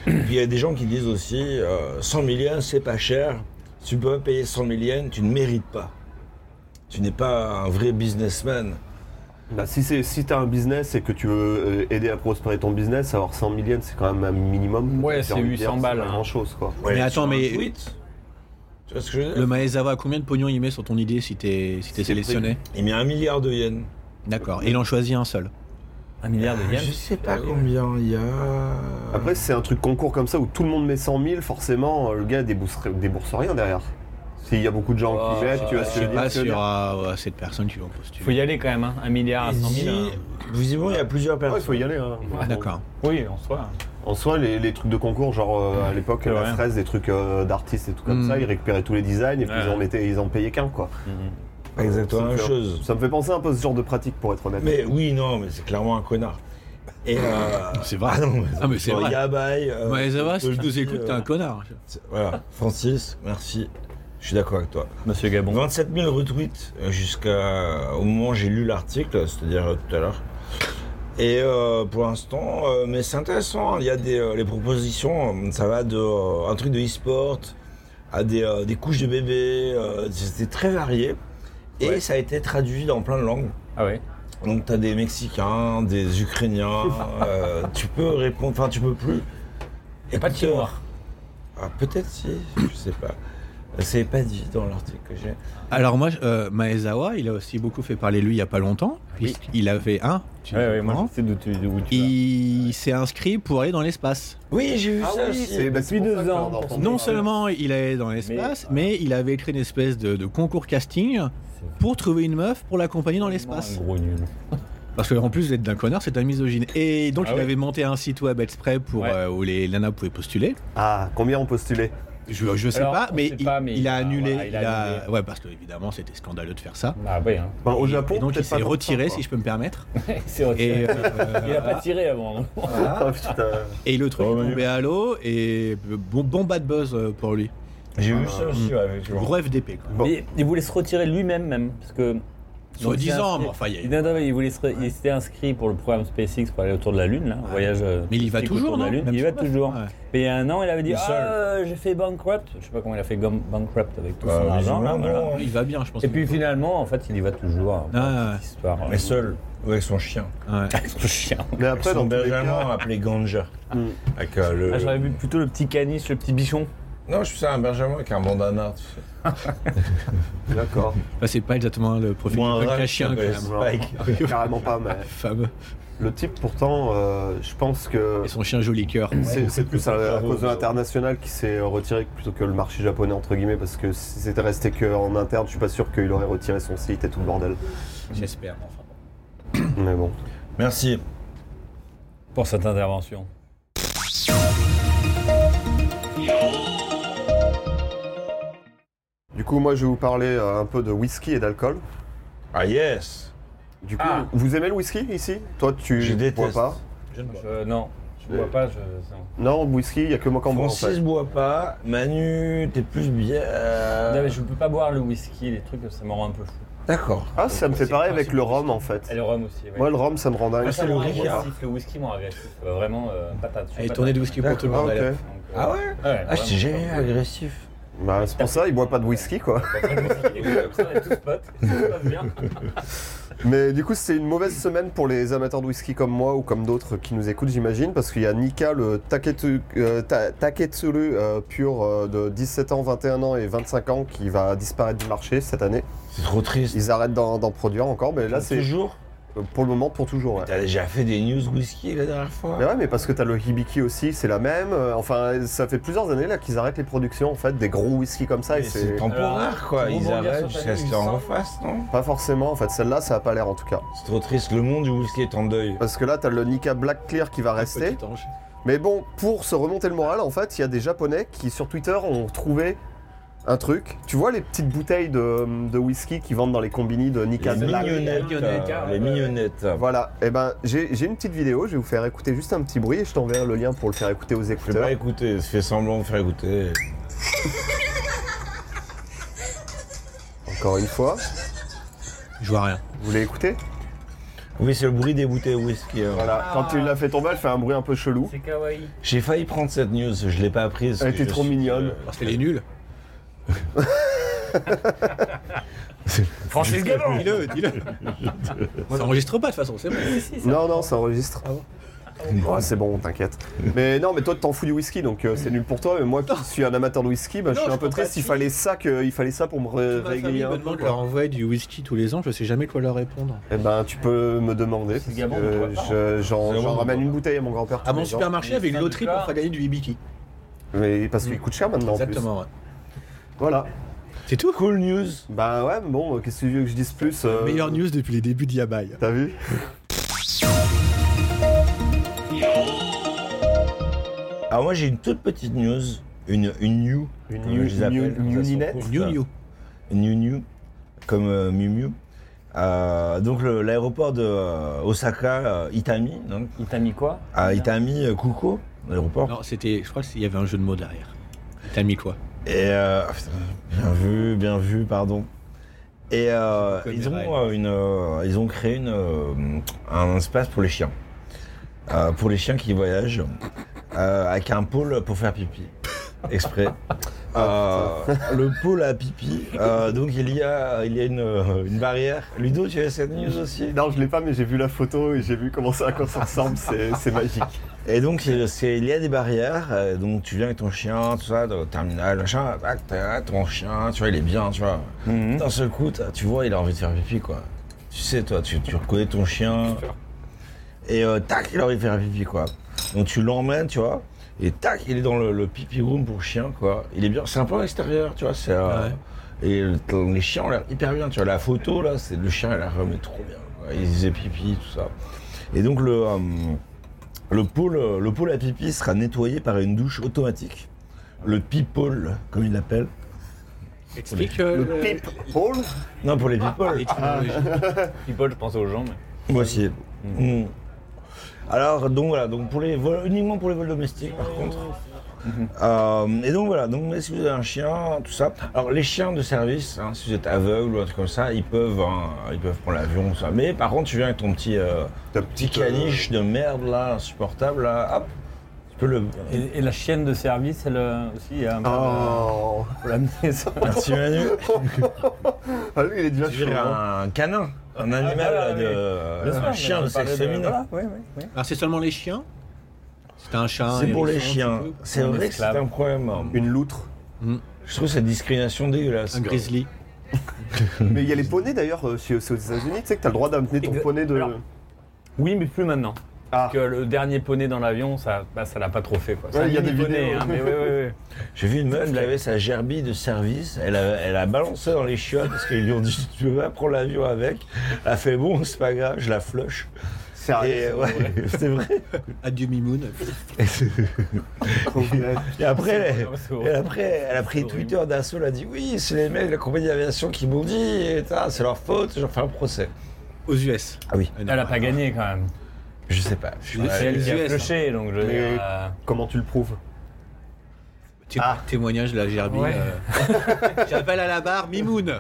[SPEAKER 2] Puis il y a des gens qui disent aussi euh, 100 000 yens, c'est pas cher. Si tu peux pas payer 100 000 yens, tu ne mérites pas. Tu n'es pas un vrai businessman.
[SPEAKER 1] Bah, si c'est si t'as un business et que tu veux euh, aider à prospérer ton business, avoir 100 000 yens, c'est quand même un minimum.
[SPEAKER 10] Ouais,
[SPEAKER 1] J'ai
[SPEAKER 10] c'est
[SPEAKER 1] envie de
[SPEAKER 10] 800
[SPEAKER 1] dire,
[SPEAKER 10] balles,
[SPEAKER 1] C'est
[SPEAKER 10] hein.
[SPEAKER 1] pas grand chose quoi.
[SPEAKER 2] Ouais,
[SPEAKER 3] Mais attends,
[SPEAKER 2] sur un
[SPEAKER 3] mais-
[SPEAKER 2] tweet. Tu vois ce que je veux dire
[SPEAKER 3] Le Maezawa, combien de pognon il met sur ton idée si t'es si t'es sélectionné
[SPEAKER 2] Il met un milliard de yens. Ah,
[SPEAKER 3] D'accord, et il en choisit un seul.
[SPEAKER 4] Un milliard de
[SPEAKER 2] Je
[SPEAKER 4] yens.
[SPEAKER 2] sais
[SPEAKER 10] Ah,
[SPEAKER 2] pas combien il y a.
[SPEAKER 1] Après, c'est un truc concours comme ça où tout le monde met 100 000, forcément, euh, le gars débourse, débourse rien derrière. S'il y a beaucoup de gens
[SPEAKER 10] Oh,
[SPEAKER 1] qui jettent, tu vas
[SPEAKER 10] je
[SPEAKER 1] se
[SPEAKER 10] sais
[SPEAKER 3] Je
[SPEAKER 1] le
[SPEAKER 3] sais
[SPEAKER 1] dire.
[SPEAKER 3] pas
[SPEAKER 1] tu vas
[SPEAKER 3] sur
[SPEAKER 1] dire,
[SPEAKER 3] ah, ouais, cette personne tu vas en postuler.
[SPEAKER 10] Faut y aller quand même, hein. Un milliard à 100
[SPEAKER 2] Si-
[SPEAKER 10] 000. hein.
[SPEAKER 2] Visiblement, il y a plusieurs
[SPEAKER 1] Ouais, il
[SPEAKER 2] personnes.
[SPEAKER 1] faut y aller. hein.
[SPEAKER 3] Ah, D'accord.
[SPEAKER 10] Oui, en soi.
[SPEAKER 1] En soi, les, les trucs de concours, genre euh, à l'époque,
[SPEAKER 10] Ouais.
[SPEAKER 1] la fraise, des trucs euh, d'artistes et tout comme
[SPEAKER 3] Mm.
[SPEAKER 1] ça, ils récupéraient tous les designs et puis
[SPEAKER 4] Ouais.
[SPEAKER 1] ils, en mettaient, ils en payaient qu'un quoi.
[SPEAKER 2] Exactement
[SPEAKER 1] Ça
[SPEAKER 2] la
[SPEAKER 1] me
[SPEAKER 2] même
[SPEAKER 1] fait-
[SPEAKER 2] chose.
[SPEAKER 1] Ça me fait penser un peu à ce genre de pratique pour être honnête.
[SPEAKER 2] Mais oui, non, mais c'est clairement un connard. Et euh,
[SPEAKER 3] C'est vrai.
[SPEAKER 2] Ah non, mais,
[SPEAKER 3] Ah, mais c'est
[SPEAKER 2] Genre,
[SPEAKER 3] vrai.
[SPEAKER 2] Yabai, euh,
[SPEAKER 3] Maezawa, si
[SPEAKER 2] Tolki,
[SPEAKER 3] tu nous écoutes,
[SPEAKER 2] euh,
[SPEAKER 3] t'es un connard.
[SPEAKER 2] c'est- Voilà, Francis, merci. Je suis d'accord avec toi.
[SPEAKER 4] Monsieur Gabon.
[SPEAKER 2] 27 000 retweets euh, jusqu'à au moment où j'ai lu l'article, c'est-à-dire euh, tout à l'heure. Et euh, pour l'instant, euh, mais c'est intéressant. hein, Il y a des euh, les propositions. euh, Ça va de euh, un truc de e-sport à des, euh, des couches de bébés. euh, C'était très varié et ça a été traduit dans plein de langues.
[SPEAKER 10] Ah ouais.
[SPEAKER 2] Donc t'as des Mexicains, des
[SPEAKER 10] *laughs*
[SPEAKER 2] Ukrainiens, euh, tu peux répondre, enfin tu peux plus. euh,
[SPEAKER 10] Y a pas de
[SPEAKER 2] Écouteurs.
[SPEAKER 10] chinois.
[SPEAKER 2] Ah, Peut-être si, je sais pas. C'est pas dit dans l'article que j'ai.
[SPEAKER 11] Alors moi, je- euh, Maezawa, il a aussi beaucoup fait parler de lui il y a pas longtemps.
[SPEAKER 10] Oui.
[SPEAKER 11] Il avait un. tu
[SPEAKER 10] Ouais,
[SPEAKER 11] te
[SPEAKER 10] ouais, moi
[SPEAKER 11] comprends.
[SPEAKER 10] je sais d'où tu, d'où tu vas.
[SPEAKER 11] il s'est inscrit pour aller dans l'espace.
[SPEAKER 2] Oui, j'ai vu
[SPEAKER 1] Ah
[SPEAKER 2] ça
[SPEAKER 1] oui,
[SPEAKER 2] aussi.
[SPEAKER 1] c'est- bah, c'est
[SPEAKER 10] Depuis
[SPEAKER 1] pour ça
[SPEAKER 10] deux
[SPEAKER 1] que
[SPEAKER 10] ans.
[SPEAKER 1] j'en ai entendu
[SPEAKER 11] Non
[SPEAKER 1] parler.
[SPEAKER 11] seulement il allait dans l'espace, mais,
[SPEAKER 10] euh,
[SPEAKER 11] il avait écrit une espèce de, de concours casting pour trouver une meuf pour l'accompagner dans l'espace.
[SPEAKER 10] Un gros nul.
[SPEAKER 11] Parce que en plus d'être d'un connard, c'est un misogyne. Et donc
[SPEAKER 10] Ah
[SPEAKER 11] il
[SPEAKER 10] ouais
[SPEAKER 11] avait monté un site web exprès pour
[SPEAKER 10] Ouais.
[SPEAKER 11] euh, où les nanas pouvaient postuler.
[SPEAKER 1] Ah, combien ont postulé
[SPEAKER 11] Je, je sais
[SPEAKER 10] Alors,
[SPEAKER 11] pas,
[SPEAKER 10] on
[SPEAKER 11] mais,
[SPEAKER 10] sait
[SPEAKER 11] il,
[SPEAKER 10] pas, mais
[SPEAKER 11] il a
[SPEAKER 10] ah,
[SPEAKER 11] annulé.
[SPEAKER 10] voilà, il a
[SPEAKER 11] il a-
[SPEAKER 10] annulé.
[SPEAKER 11] Ouais, parce que évidemment c'était scandaleux de faire ça.
[SPEAKER 10] Ah ouais, hein. *laughs*
[SPEAKER 1] Enfin, Ben, Au
[SPEAKER 11] Et-
[SPEAKER 1] Japon,
[SPEAKER 11] et donc il
[SPEAKER 1] peut-être pas
[SPEAKER 11] s'est
[SPEAKER 1] tant que
[SPEAKER 11] retiré,
[SPEAKER 1] ça,
[SPEAKER 11] si je peux me permettre.
[SPEAKER 10] Il s'est retiré. *laughs*
[SPEAKER 11] Et, euh,
[SPEAKER 10] Il a pas tiré avant. hein.
[SPEAKER 1] quoi. Ah, putain.
[SPEAKER 11] Et le truc
[SPEAKER 2] Oh,
[SPEAKER 11] est
[SPEAKER 2] mais-
[SPEAKER 11] tombé à l'eau et bon, bon bad buzz euh, pour lui.
[SPEAKER 2] J'ai vu ça aussi, ouais, effectivement.
[SPEAKER 11] Gros FDP quoi.
[SPEAKER 1] Bon.
[SPEAKER 10] Il, il voulait se retirer lui-même, même. Parce que.
[SPEAKER 11] Soit
[SPEAKER 10] Donc, il s'est
[SPEAKER 11] disant,
[SPEAKER 10] inscrit-
[SPEAKER 11] mais enfin, il y a-
[SPEAKER 10] il, non, non, mais il voulait se re- il s'était inscrit pour le programme SpaceX pour aller autour de la Lune, là, voyage. euh,
[SPEAKER 11] Mais il y va
[SPEAKER 10] autour
[SPEAKER 11] toujours,
[SPEAKER 10] de la
[SPEAKER 11] non
[SPEAKER 10] Lune.
[SPEAKER 11] Même
[SPEAKER 10] Il y va
[SPEAKER 11] sur Mars.
[SPEAKER 10] toujours.
[SPEAKER 11] Ouais.
[SPEAKER 10] Mais il y a un an, il avait dit
[SPEAKER 2] Le
[SPEAKER 10] Ah,
[SPEAKER 2] seul.
[SPEAKER 10] euh, j'ai fait bankrupt. Je sais pas comment il a fait gum- bankrupt avec tout
[SPEAKER 2] Bah,
[SPEAKER 10] son argent. là,
[SPEAKER 2] visiblement,
[SPEAKER 10] voilà.
[SPEAKER 2] non, hein.
[SPEAKER 11] Il va bien, je pense.
[SPEAKER 10] Et puis finalement, en fait, il y va toujours. hein, pour
[SPEAKER 11] Ah,
[SPEAKER 10] la
[SPEAKER 11] ouais.
[SPEAKER 10] petite histoire.
[SPEAKER 2] Mais seul, ou avec son chien.
[SPEAKER 11] Ouais.
[SPEAKER 10] Avec son chien.
[SPEAKER 1] Mais après,
[SPEAKER 2] son
[SPEAKER 1] dans tous les
[SPEAKER 2] benjamin
[SPEAKER 1] cas,
[SPEAKER 2] appelé Ganja.
[SPEAKER 1] Mm.
[SPEAKER 2] Avec euh, le.
[SPEAKER 10] Ah, J'aurais vu plutôt le petit caniche, le petit bichon.
[SPEAKER 2] Non, je suis un benjamin avec un bandana. tu sais.
[SPEAKER 11] *laughs*
[SPEAKER 1] d'accord.
[SPEAKER 11] Enfin, c'est pas exactement le profil
[SPEAKER 2] Ou un
[SPEAKER 11] du
[SPEAKER 2] rat,
[SPEAKER 11] podcast chien, quand
[SPEAKER 2] ouais,
[SPEAKER 11] même.
[SPEAKER 2] c'est Spike.
[SPEAKER 1] Carrément pas, mais
[SPEAKER 11] Fameux.
[SPEAKER 1] le type, pourtant, euh, je pense que
[SPEAKER 11] Et son chien joli cœur.
[SPEAKER 1] c'est c'est plus à, à cause de l'international qui s'est retiré plutôt que le marché japonais, entre guillemets, parce que si c'était resté qu'en interne, je suis pas sûr qu'il aurait retiré son site et tout le bordel.
[SPEAKER 11] J'espère. enfin.
[SPEAKER 1] Mais bon.
[SPEAKER 2] Merci.
[SPEAKER 10] Pour cette intervention.
[SPEAKER 1] Du coup, moi, je vais vous parler euh, un peu de whisky et d'alcool.
[SPEAKER 2] Ah yes
[SPEAKER 1] Du coup, vous aimez le whisky ici Toi, tu
[SPEAKER 2] Je
[SPEAKER 1] bois
[SPEAKER 2] déteste.
[SPEAKER 1] pas
[SPEAKER 10] Je- non, je vois pas. Je... non.
[SPEAKER 1] Non, whisky, il y a que moi qui en bois. En
[SPEAKER 2] Francis
[SPEAKER 1] fait.
[SPEAKER 2] boit pas, Manu, t'es plus bière.
[SPEAKER 10] Non, mais je peux pas boire le whisky, les trucs, ça me rend un peu fou.
[SPEAKER 2] D'accord.
[SPEAKER 1] Ah, ça me fait pareil avec le rhum, en fait.
[SPEAKER 10] Et le rhum aussi, ouais.
[SPEAKER 1] Moi, le rhum, ça me rend dingue.
[SPEAKER 10] Ah, ça me rend
[SPEAKER 2] Ricard.
[SPEAKER 10] agressif, le whisky me rend agressif. Euh, Vraiment, euh, patate. euh,
[SPEAKER 11] Allez, tournez de whisky pour tout le
[SPEAKER 1] Ah,
[SPEAKER 11] monde. allez.
[SPEAKER 1] ok.
[SPEAKER 2] Ah ouais Ah, c'est jamais agressif.
[SPEAKER 1] Bah, c'est pour ça, il boit pas de whisky, quoi. *laughs*
[SPEAKER 10] On est tous potes, ça se passe bien.
[SPEAKER 1] Mais du coup, c'est une mauvaise semaine pour les amateurs de whisky comme moi ou comme d'autres qui nous écoutent, j'imagine, parce qu'il y a Nika, le Taketu- euh, Ta- Taketsuru euh, pur euh, de 17 ans, 21 ans et 25 ans qui va disparaître du marché cette année.
[SPEAKER 2] C'est trop triste.
[SPEAKER 1] Ils arrêtent d'en d'en produire encore, mais là, c'est
[SPEAKER 2] Toujours
[SPEAKER 1] euh, pour le moment pour toujours. ouais.
[SPEAKER 2] T'as déjà fait des news whisky la dernière fois
[SPEAKER 1] Mais ouais, mais parce que t'as le Hibiki aussi, c'est la même. euh, Enfin, ça fait plusieurs années là qu'ils arrêtent les productions en fait des gros whisky comme ça.
[SPEAKER 2] Mais
[SPEAKER 1] Et
[SPEAKER 2] C'est
[SPEAKER 1] c'est
[SPEAKER 2] temporaire quoi,
[SPEAKER 10] Alors,
[SPEAKER 2] ils
[SPEAKER 10] rebondir
[SPEAKER 2] arrêtent
[SPEAKER 10] sur ta
[SPEAKER 2] jusqu'à ce
[SPEAKER 10] news,
[SPEAKER 2] qu'ils en
[SPEAKER 10] hein.
[SPEAKER 2] refassent, non
[SPEAKER 1] pas forcément en fait. Celle-là, ça a pas l'air en tout cas.
[SPEAKER 2] C'est trop triste, le monde du whisky est en deuil.
[SPEAKER 1] Parce que là, t'as le Nika Black Clear qui va rester.
[SPEAKER 11] Petit ange.
[SPEAKER 1] Mais bon, pour se remonter le moral, en fait, il y a des Japonais qui sur Twitter ont trouvé un truc. Tu vois les petites bouteilles de, de whisky qui vendent dans les combini de Nika
[SPEAKER 2] Les
[SPEAKER 1] Black
[SPEAKER 2] mignonnettes.
[SPEAKER 10] mignonnettes,
[SPEAKER 2] euh,
[SPEAKER 10] ouais.
[SPEAKER 2] Les mignonnettes.
[SPEAKER 1] Voilà, et ben j'ai j'ai une petite vidéo, je vais vous faire écouter juste un petit bruit et je t'enverrai le lien pour le faire écouter aux
[SPEAKER 2] Je vais
[SPEAKER 1] écouteurs.
[SPEAKER 2] pas écouter, je fais semblant de faire écouter.
[SPEAKER 1] Encore une fois,
[SPEAKER 11] Je vois rien.
[SPEAKER 1] vous voulez écouter
[SPEAKER 2] Oui, c'est le bruit des bouteilles de whisky. hein.
[SPEAKER 1] Voilà, quand tu l'as fait tomber, elle fait un bruit un peu chelou.
[SPEAKER 10] C'est kawaii.
[SPEAKER 2] J'ai failli prendre cette news, je l'ai pas prise.
[SPEAKER 1] Elle
[SPEAKER 2] parce que
[SPEAKER 1] était
[SPEAKER 2] je
[SPEAKER 1] trop
[SPEAKER 2] suis,
[SPEAKER 1] mignonne.
[SPEAKER 2] euh,
[SPEAKER 11] Parce qu'elle est nulle.
[SPEAKER 10] Francis Gabon
[SPEAKER 11] Dis-le, dis-le. Ça enregistre pas de toute façon, c'est bon.
[SPEAKER 1] Non, non, ça enregistre. Ouais, c'est bon, t'inquiète. Mais non, mais toi, t'en fous du whisky, donc euh, c'est nul pour toi. Mais moi, qui suis un amateur de whisky, bah, je
[SPEAKER 11] Non,
[SPEAKER 1] suis un
[SPEAKER 11] je
[SPEAKER 1] peu
[SPEAKER 11] prends pas
[SPEAKER 1] triste.
[SPEAKER 11] de
[SPEAKER 1] Il
[SPEAKER 11] suite.
[SPEAKER 1] fallait ça, que, il fallait ça pour me ré-
[SPEAKER 11] Ma famille
[SPEAKER 1] régler
[SPEAKER 11] me
[SPEAKER 1] un peu.
[SPEAKER 11] demande de
[SPEAKER 1] quoi.
[SPEAKER 11] leur envoyer du whisky tous les ans, je sais jamais quoi leur répondre.
[SPEAKER 1] Eh ben, tu peux me demander.
[SPEAKER 10] C'est
[SPEAKER 1] parce
[SPEAKER 10] Gabon,
[SPEAKER 1] que
[SPEAKER 10] on pourrait pas,
[SPEAKER 1] je- J'en
[SPEAKER 2] C'est
[SPEAKER 1] j'en
[SPEAKER 2] bon,
[SPEAKER 1] ramène
[SPEAKER 2] on
[SPEAKER 1] une
[SPEAKER 2] pourrait
[SPEAKER 1] bouteille à mon grand-père.
[SPEAKER 11] À
[SPEAKER 1] tous
[SPEAKER 11] mon
[SPEAKER 1] les ans.
[SPEAKER 11] supermarché, avait une loterie pour faire gagner du Hibiki.
[SPEAKER 1] Mais parce qu'il coûte cher maintenant. en plus.
[SPEAKER 11] Exactement, ouais.
[SPEAKER 1] Voilà.
[SPEAKER 11] C'est tout
[SPEAKER 2] euh, Cool news.
[SPEAKER 1] Bah ouais, mais bon, qu'est-ce que tu veux que je dise plus euh,
[SPEAKER 11] Meilleure news depuis les débuts d'Yabai.
[SPEAKER 1] T'as vu
[SPEAKER 2] Alors moi j'ai une toute petite news, une, une new.
[SPEAKER 1] Une
[SPEAKER 2] comme
[SPEAKER 1] new-
[SPEAKER 2] je les appelle,
[SPEAKER 1] new-
[SPEAKER 2] comme
[SPEAKER 1] new
[SPEAKER 2] ça, elles sont
[SPEAKER 1] ninette
[SPEAKER 2] courtes.
[SPEAKER 11] New New.
[SPEAKER 2] Une new new, comme euh, Miu Miu. Euh, donc le- l'aéroport de euh, Osaka, euh, Itami, donc,
[SPEAKER 10] Il t'a mis quoi
[SPEAKER 2] à Itami euh, Kuko, l'aéroport.
[SPEAKER 11] Non, c'était. Je crois qu'il y avait un jeu de mots derrière. T'as mis quoi
[SPEAKER 2] Et euh, ah, putain, bien vu, bien vu, pardon. Et euh,
[SPEAKER 11] Je
[SPEAKER 2] ils, ont,
[SPEAKER 11] connais,
[SPEAKER 2] euh, une, euh, ils ont créé une, euh, un espace pour les chiens. Euh,
[SPEAKER 11] *laughs*
[SPEAKER 2] pour les chiens qui voyagent, euh, avec un pôle pour faire pipi, exprès. Euh, le pôle à pipi. Euh, donc il y a, il y a une, euh, une barrière. Ludo, tu as cette news aussi
[SPEAKER 1] Non, je l'ai pas, mais j'ai vu la photo et j'ai vu comment ça, à quoi ça ressemble, c'est c'est magique.
[SPEAKER 2] Et donc il c'est- il y a des barrières. euh, donc tu viens avec ton chien, tout ça, de- terminal, machin. Tac, tac, ton chien, tu vois, il est bien, tu vois. D'un seul coup, t'as- tu vois, il a envie de faire pipi, quoi. Tu sais, toi, tu, tu reconnais ton chien. Et euh, tac, il a envie de faire pipi, quoi. Donc tu l'emmènes, tu vois. Et tac, il est dans le, le pipi room pour chien, quoi. Il est bien, c'est un peu à l'extérieur, tu vois. C'est, euh, Et le- les chiens ont l'air hyper bien, tu vois. La photo, là, c'est le chien, il a l'air vraiment trop bien. quoi. Il faisait pipi, tout ça. Et donc le, euh, le, pôle, euh, le pôle à pipi sera nettoyé par une douche automatique. Le pipole, comme il l'appelle.
[SPEAKER 11] Explique euh,
[SPEAKER 1] Le
[SPEAKER 11] le-
[SPEAKER 1] pip hole
[SPEAKER 2] Non, pour les people.
[SPEAKER 3] Ah,
[SPEAKER 10] People, je pense aux gens. Mais...
[SPEAKER 2] Moi aussi. Mm. Alors, donc voilà, donc pour les vols, uniquement pour les vols domestiques par contre. Euh, et donc voilà, donc mais si vous avez un chien, tout ça. Alors les chiens de service, hein, si vous êtes aveugle ou un truc comme ça, ils peuvent, hein, ils peuvent prendre l'avion, tout ça. Mais par contre, tu viens avec ton petit, euh,
[SPEAKER 1] T'as
[SPEAKER 2] petit caniche de merde là, insupportable là, hop, tu peux le.
[SPEAKER 10] Et, et la chienne de service, elle euh, aussi, il y a un peu
[SPEAKER 1] Oh
[SPEAKER 10] de- faut l'amener, ça.
[SPEAKER 2] Merci Manu.
[SPEAKER 1] Ah lui, il est déjà
[SPEAKER 2] Tu
[SPEAKER 1] chaud.
[SPEAKER 2] dirais
[SPEAKER 1] hein.
[SPEAKER 2] un canin, un animal
[SPEAKER 10] Ah, voilà,
[SPEAKER 2] de, euh,
[SPEAKER 10] Bien sûr,
[SPEAKER 2] un
[SPEAKER 10] mais
[SPEAKER 2] chien
[SPEAKER 10] on
[SPEAKER 2] de sexe
[SPEAKER 10] parlait
[SPEAKER 2] féminin.
[SPEAKER 10] voilà, ouais, ouais, ouais.
[SPEAKER 11] Alors c'est seulement les chiens C'est un chat.
[SPEAKER 2] C'est
[SPEAKER 11] un
[SPEAKER 2] pour les
[SPEAKER 11] hérisson,
[SPEAKER 2] chiens.
[SPEAKER 11] tu peux
[SPEAKER 2] C'est
[SPEAKER 10] Un
[SPEAKER 2] vrai que c'est
[SPEAKER 10] esclave.
[SPEAKER 2] un problème. hein.
[SPEAKER 1] Une
[SPEAKER 2] *laughs*
[SPEAKER 1] loutre.
[SPEAKER 2] Je trouve cette discrimination dégueulasse.
[SPEAKER 11] Un grizzly.
[SPEAKER 1] Mais il y a les poneys d'ailleurs, euh, chez- c'est aux États-Unis, tu sais que t'as le droit d'amener ton
[SPEAKER 10] Exa-
[SPEAKER 1] poney de.
[SPEAKER 10] Alors, Oui, mais plus maintenant.
[SPEAKER 1] Ah.
[SPEAKER 10] Parce que le dernier poney dans l'avion, ça bah, ça l'a pas trop fait. quoi. C'est
[SPEAKER 1] Ouais,
[SPEAKER 10] un
[SPEAKER 1] il y a des
[SPEAKER 10] mini-poney,
[SPEAKER 1] vidéos.
[SPEAKER 10] hein, mais ouais, ouais, ouais.
[SPEAKER 2] J'ai vu une meuf qui avait sa gerbille de service, elle a, elle a balancé dans les chiottes parce qu'ils lui ont dit tu veux pas prendre l'avion avec. Elle a fait bon c'est pas grave, je la flush.
[SPEAKER 10] Ah,
[SPEAKER 2] Et
[SPEAKER 1] Sérieux.
[SPEAKER 2] ouais, *laughs* c'est vrai.
[SPEAKER 11] À demi-moon.
[SPEAKER 2] Et après, elle,
[SPEAKER 10] C'est horrible.
[SPEAKER 2] et après, elle a pris Twitter d'assaut, elle a dit oui, c'est les mecs de la compagnie d'aviation qui m'ont dit, et ça, c'est leur faute, je leur fais un procès.
[SPEAKER 11] Aux US.
[SPEAKER 2] Ah oui.
[SPEAKER 10] Elle a pas gagné quand même.
[SPEAKER 2] Je sais pas. je suis
[SPEAKER 11] Oui,
[SPEAKER 2] pas-
[SPEAKER 10] C'est elle qui
[SPEAKER 11] US,
[SPEAKER 10] a
[SPEAKER 11] hein.
[SPEAKER 10] cloché, donc je veux
[SPEAKER 1] Mais-
[SPEAKER 10] dire, euh,
[SPEAKER 1] *laughs* Comment tu le prouves
[SPEAKER 11] Té- Témoignage de la gerbille.
[SPEAKER 10] Ouais.
[SPEAKER 11] euh, J'appelle à la barre Mimoun.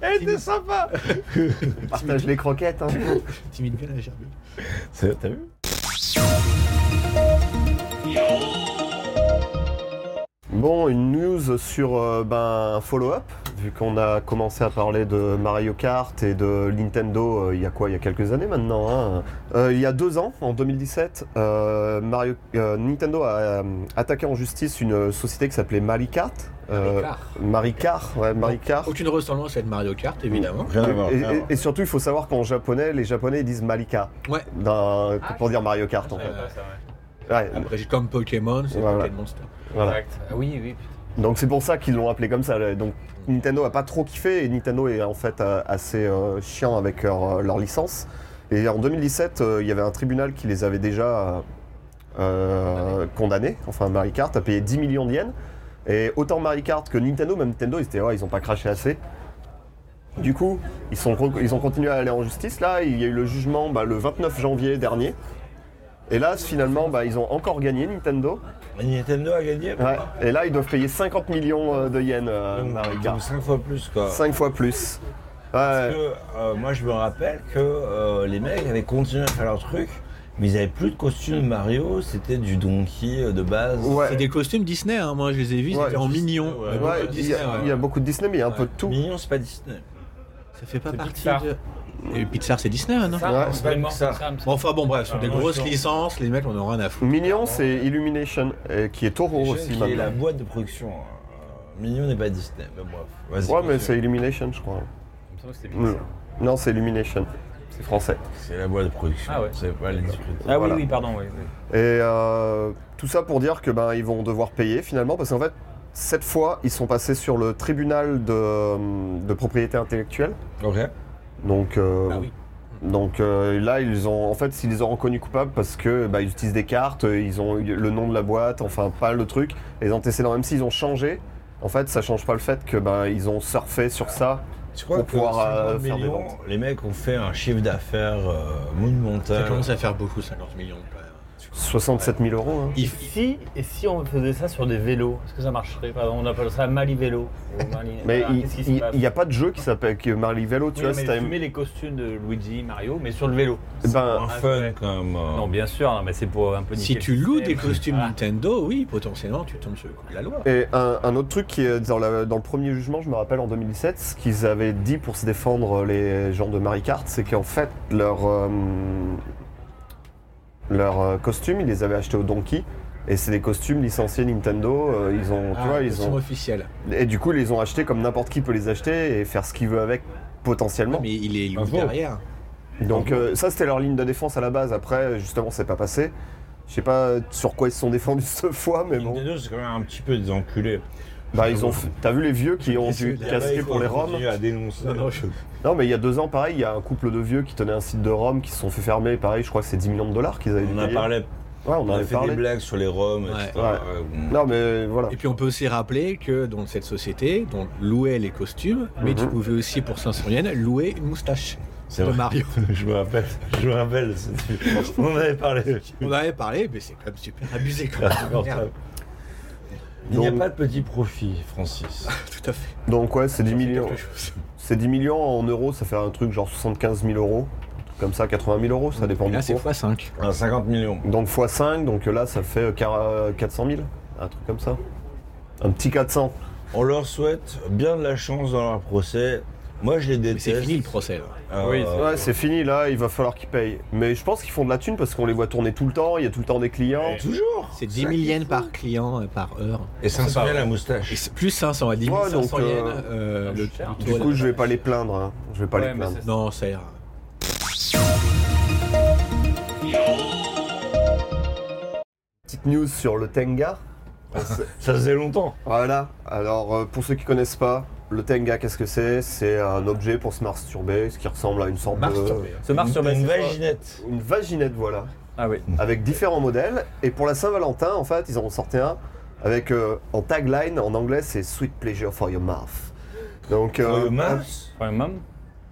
[SPEAKER 2] Elle était sympa
[SPEAKER 1] Partage les croquettes. *laughs* Hein.
[SPEAKER 11] Timide bien la gerbille.
[SPEAKER 2] C'est- T'as vu
[SPEAKER 1] Bon, une news sur euh, ben, un follow-up, vu qu'on a commencé à parler de Mario Kart et de Nintendo euh, il y a quoi, il y a quelques années maintenant. hein. Euh, il y a deux ans, en 2017, euh, Mario, euh, Nintendo a euh, attaqué en justice une société qui s'appelait Maricart. Euh, Maricart, ouais, Maricart.
[SPEAKER 11] Aucune ressemblance avec Mario Kart, évidemment.
[SPEAKER 2] Rien à voir.
[SPEAKER 1] Et,
[SPEAKER 2] rien à
[SPEAKER 1] et-
[SPEAKER 2] voir.
[SPEAKER 1] et surtout, il faut savoir qu'en japonais, les japonais ils disent Malika.
[SPEAKER 11] Ouais.
[SPEAKER 1] D'un- pour dire Mario Kart en
[SPEAKER 10] ouais,
[SPEAKER 1] fait.
[SPEAKER 10] ouais, ça, ouais.
[SPEAKER 1] Ouais,
[SPEAKER 11] Après, j'ai comme Pokémon, c'est
[SPEAKER 1] Voilà.
[SPEAKER 11] Pokémon Monster.
[SPEAKER 1] voilà.
[SPEAKER 10] Exact. Ah oui, oui.
[SPEAKER 1] Donc c'est pour ça qu'ils l'ont appelé comme ça. là. Donc Nintendo a pas trop kiffé et Nintendo est en fait euh, assez euh, chiant avec leur, euh, leur licence. Et en 2017, euh, il y avait un tribunal qui les avait déjà euh, euh, condamnés. Enfin, Mario Kart a payé 10 millions de yens. Et autant Mario Kart que Nintendo, même Nintendo, ils étaient, ouais, ils ont pas craché assez. Du coup, ils, sont, con- ils ont continué à aller en justice. Là, il y a eu le jugement bah, le 29 janvier dernier. Et là, finalement, bah, ils ont encore gagné Nintendo.
[SPEAKER 2] Nintendo a gagné
[SPEAKER 1] Ouais, et là ils doivent payer 50 millions euh, de yens, euh, Mario Kart.
[SPEAKER 2] 5 fois plus quoi.
[SPEAKER 1] 5 fois plus. Ouais,
[SPEAKER 2] Parce que, euh, moi je me rappelle que euh, les mecs avaient continué à faire leur truc, mais ils avaient plus de costume de Mario, c'était du Donkey euh, de base.
[SPEAKER 1] Ouais.
[SPEAKER 11] C'est des costumes Disney, hein. moi je les ai vus,
[SPEAKER 1] Ouais.
[SPEAKER 11] c'était en mignon.
[SPEAKER 2] Ouais.
[SPEAKER 11] Mais bon,
[SPEAKER 1] Ouais,
[SPEAKER 11] le
[SPEAKER 1] il
[SPEAKER 11] Disney,
[SPEAKER 1] y, a-
[SPEAKER 11] ouais.
[SPEAKER 1] il y a beaucoup de Disney, mais il y a un peu de tout.
[SPEAKER 2] Mignon, c'est pas Disney.
[SPEAKER 11] Ça fait pas
[SPEAKER 10] C'est
[SPEAKER 11] partie
[SPEAKER 10] Pixar.
[SPEAKER 11] de. Et Pizza, c'est Disney, hein, non
[SPEAKER 1] Ouais.
[SPEAKER 2] c'est pas Pixar.
[SPEAKER 11] Bon, Enfin bon, bref, ce sont des
[SPEAKER 10] Ah,
[SPEAKER 2] non,
[SPEAKER 11] grosses
[SPEAKER 2] c'est-
[SPEAKER 11] licences, les mecs, on en a rien à foutre.
[SPEAKER 1] Mignon, c'est Illumination, euh, qui est Toro aussi
[SPEAKER 2] qui est la
[SPEAKER 1] maintenant.
[SPEAKER 2] boîte de production. hein. Mignon n'est pas Disney, mais bref. Vas-y,
[SPEAKER 1] Ouais, mais
[SPEAKER 2] continue.
[SPEAKER 1] c'est Illumination, je crois.
[SPEAKER 10] C'était
[SPEAKER 1] Mm. Non, c'est Illumination. C'est français.
[SPEAKER 2] C'est la boîte de production.
[SPEAKER 10] Ah ouais.
[SPEAKER 2] C'est pas les Disney.
[SPEAKER 10] Ah
[SPEAKER 1] Voilà.
[SPEAKER 10] oui, oui, pardon. Oui, oui.
[SPEAKER 1] Et euh, tout ça pour dire que ben ils vont devoir payer finalement parce qu'en fait cette fois ils sont passés sur le tribunal de, de propriété intellectuelle.
[SPEAKER 2] Ok.
[SPEAKER 1] Donc euh,
[SPEAKER 10] Bah
[SPEAKER 11] Ah oui.
[SPEAKER 1] Donc euh, là, ils ont, en fait, ils les ont reconnus coupables parce que bah, ils utilisent des cartes, euh, ils ont eu le nom de la boîte, enfin pas le truc, les antécédents. Même s'ils ont changé, en fait, ça change pas le fait que bah, ils ont surfé sur ça.
[SPEAKER 2] Tu crois
[SPEAKER 1] Pour
[SPEAKER 2] que
[SPEAKER 1] pouvoir, euh,
[SPEAKER 2] 50
[SPEAKER 1] faire des
[SPEAKER 2] millions,
[SPEAKER 1] ventes.
[SPEAKER 2] Les mecs ont fait un chiffre d'affaires euh,
[SPEAKER 11] Ça
[SPEAKER 2] monumental.
[SPEAKER 11] commence à faire beaucoup, 50 millions. quand même.
[SPEAKER 2] Tu
[SPEAKER 1] 67 000 euros. hein.
[SPEAKER 10] Et si, et si on faisait ça sur des vélos, est-ce que ça marcherait Par exemple, On appelle ça Mali Vélo. ou Mali-
[SPEAKER 1] Mais
[SPEAKER 10] voilà, qu'est-ce qui se
[SPEAKER 1] il
[SPEAKER 10] passe
[SPEAKER 1] n'y a pas de jeu qui s'appelle qui est Marley Vélo, tu
[SPEAKER 10] Oui,
[SPEAKER 1] vois.
[SPEAKER 10] mais
[SPEAKER 1] si t'as-
[SPEAKER 10] tu mets les costumes de Luigi, Mario, mais sur le vélo.
[SPEAKER 1] Ben,
[SPEAKER 2] Un fun comme. euh,
[SPEAKER 10] Non, bien sûr, non, mais c'est pour un peu
[SPEAKER 11] Si
[SPEAKER 10] niquer
[SPEAKER 11] tu
[SPEAKER 10] le
[SPEAKER 11] loues
[SPEAKER 10] système.
[SPEAKER 11] des costumes
[SPEAKER 10] Voilà.
[SPEAKER 11] Nintendo, oui, potentiellement, tu tombes sur le coup de la loi.
[SPEAKER 1] Et un, un autre truc qui est dans, la- dans le premier jugement, je me rappelle en 2017, ce qu'ils avaient dit pour se défendre les gens de Marie Kart, c'est qu'en fait leur euh, leur euh, costume, ils les avaient achetés au Donkey. Et c'est des costumes licenciés Nintendo, euh, ils ont, tu
[SPEAKER 11] Ah,
[SPEAKER 1] vois, ils
[SPEAKER 11] version
[SPEAKER 1] ont,
[SPEAKER 11] officielle.
[SPEAKER 1] et du coup, ils les ont achetés comme n'importe qui peut les acheter et faire ce qu'il veut avec potentiellement.
[SPEAKER 11] Mais il est
[SPEAKER 1] Ah,
[SPEAKER 11] loué
[SPEAKER 2] Bravo.
[SPEAKER 11] derrière.
[SPEAKER 1] Donc euh, ça, c'était leur ligne de défense à la base. Après, justement, c'est pas passé. Je sais pas sur quoi ils se sont défendus *laughs* cette fois, mais bon.
[SPEAKER 2] Nintendo, c'est quand même un petit peu des enculés.
[SPEAKER 1] Bah, ils ont. f- T'as vu les vieux qui ont
[SPEAKER 11] Qu'est-ce
[SPEAKER 1] dû
[SPEAKER 11] que-
[SPEAKER 1] casquer pour les Roms
[SPEAKER 2] à dénoncer.
[SPEAKER 1] Non, mais il y a deux ans, pareil, il y a un couple de vieux qui tenaient un site de Rome qui se sont fait fermer. Pareil, je crois que c'est 10 millions de dollars qu'ils avaient dû
[SPEAKER 2] On a
[SPEAKER 1] payer.
[SPEAKER 2] parlé,
[SPEAKER 1] Ouais, on
[SPEAKER 2] on
[SPEAKER 1] en
[SPEAKER 2] a
[SPEAKER 1] avait
[SPEAKER 2] fait des
[SPEAKER 1] parlé.
[SPEAKER 2] blagues sur les Roms, euh,
[SPEAKER 11] Ouais.
[SPEAKER 2] etc.
[SPEAKER 1] Ouais.
[SPEAKER 2] Ouais, bon.
[SPEAKER 1] Non, mais voilà.
[SPEAKER 11] Et puis on peut aussi rappeler que dans cette société, on louait les costumes, mais tu
[SPEAKER 1] Mhm.
[SPEAKER 11] pouvais aussi pour 500 yens louer une moustache
[SPEAKER 2] C'est
[SPEAKER 11] de
[SPEAKER 2] vrai.
[SPEAKER 11] Mario.
[SPEAKER 2] *laughs* je me rappelle, je me rappelle. c'est- On en avait parlé.
[SPEAKER 11] On en avait parlé, mais c'est quand
[SPEAKER 1] *laughs*
[SPEAKER 11] même super abusé quand
[SPEAKER 1] Ah,
[SPEAKER 11] même. Merde,
[SPEAKER 2] Il n'y a
[SPEAKER 1] Donc-
[SPEAKER 2] pas de petit profit, Francis.
[SPEAKER 11] tout à fait.
[SPEAKER 1] Donc, ouais, c'est 10
[SPEAKER 11] Ça, c'est
[SPEAKER 1] millions.
[SPEAKER 11] quelque chose.
[SPEAKER 1] C'est 10 millions en euros, ça fait un truc genre 75 000 euros. Un truc Comme ça, 80 000 euros, ça dépend
[SPEAKER 11] Et là,
[SPEAKER 1] du
[SPEAKER 11] c'est
[SPEAKER 1] cours.
[SPEAKER 11] x5.
[SPEAKER 2] À 50 millions.
[SPEAKER 1] Donc, x 5, donc là, ça fait euh, quar- euh, 400 000. Un truc comme ça. Un petit 400.
[SPEAKER 2] On leur souhaite bien de la chance dans leur procès. Moi, je les
[SPEAKER 11] Mais
[SPEAKER 2] déteste.
[SPEAKER 11] c'est fini le procès. là.
[SPEAKER 2] Euh,
[SPEAKER 10] Oui,
[SPEAKER 1] Ouais, c'est fini là, il va falloir qu'ils payent. Mais je pense qu'ils font de la thune parce qu'on les voit tourner tout le temps, il y a tout le temps des clients.
[SPEAKER 2] toujours.
[SPEAKER 11] C'est 10 000 yens par client, euh, par heure.
[SPEAKER 2] Et 500 yens la moustache.
[SPEAKER 11] Et c'est plus 500 à 10
[SPEAKER 1] Ouais, donc,
[SPEAKER 11] 500 yens.
[SPEAKER 1] euh,
[SPEAKER 11] euh, le-
[SPEAKER 10] cher.
[SPEAKER 11] le
[SPEAKER 1] Du
[SPEAKER 11] tour,
[SPEAKER 1] coup,
[SPEAKER 11] là.
[SPEAKER 1] je vais pas les plaindre. hein. Je vais pas
[SPEAKER 10] Ouais,
[SPEAKER 1] les
[SPEAKER 10] mais
[SPEAKER 1] plaindre.
[SPEAKER 10] c'est-
[SPEAKER 11] Non, ça ira.
[SPEAKER 1] Petite news sur le Tenga.
[SPEAKER 2] Ah, Ça faisait longtemps.
[SPEAKER 1] Voilà, alors euh, pour ceux qui connaissent pas, le Tenga, qu'est-ce que c'est C'est un objet pour se masturber, ce qui ressemble à une sorte de.
[SPEAKER 10] Ce marche sur
[SPEAKER 2] une
[SPEAKER 10] Massif.
[SPEAKER 2] vaginette.
[SPEAKER 1] Une vaginette, voilà.
[SPEAKER 10] Ah oui.
[SPEAKER 2] Mmh.
[SPEAKER 1] Avec différents modèles. Et pour la Saint-Valentin, en fait, ils en ont sorti un avec euh, en tagline, en anglais, c'est Sweet Pleasure for Your Mouth. Donc, euh,
[SPEAKER 2] For your mouth
[SPEAKER 10] Quand même.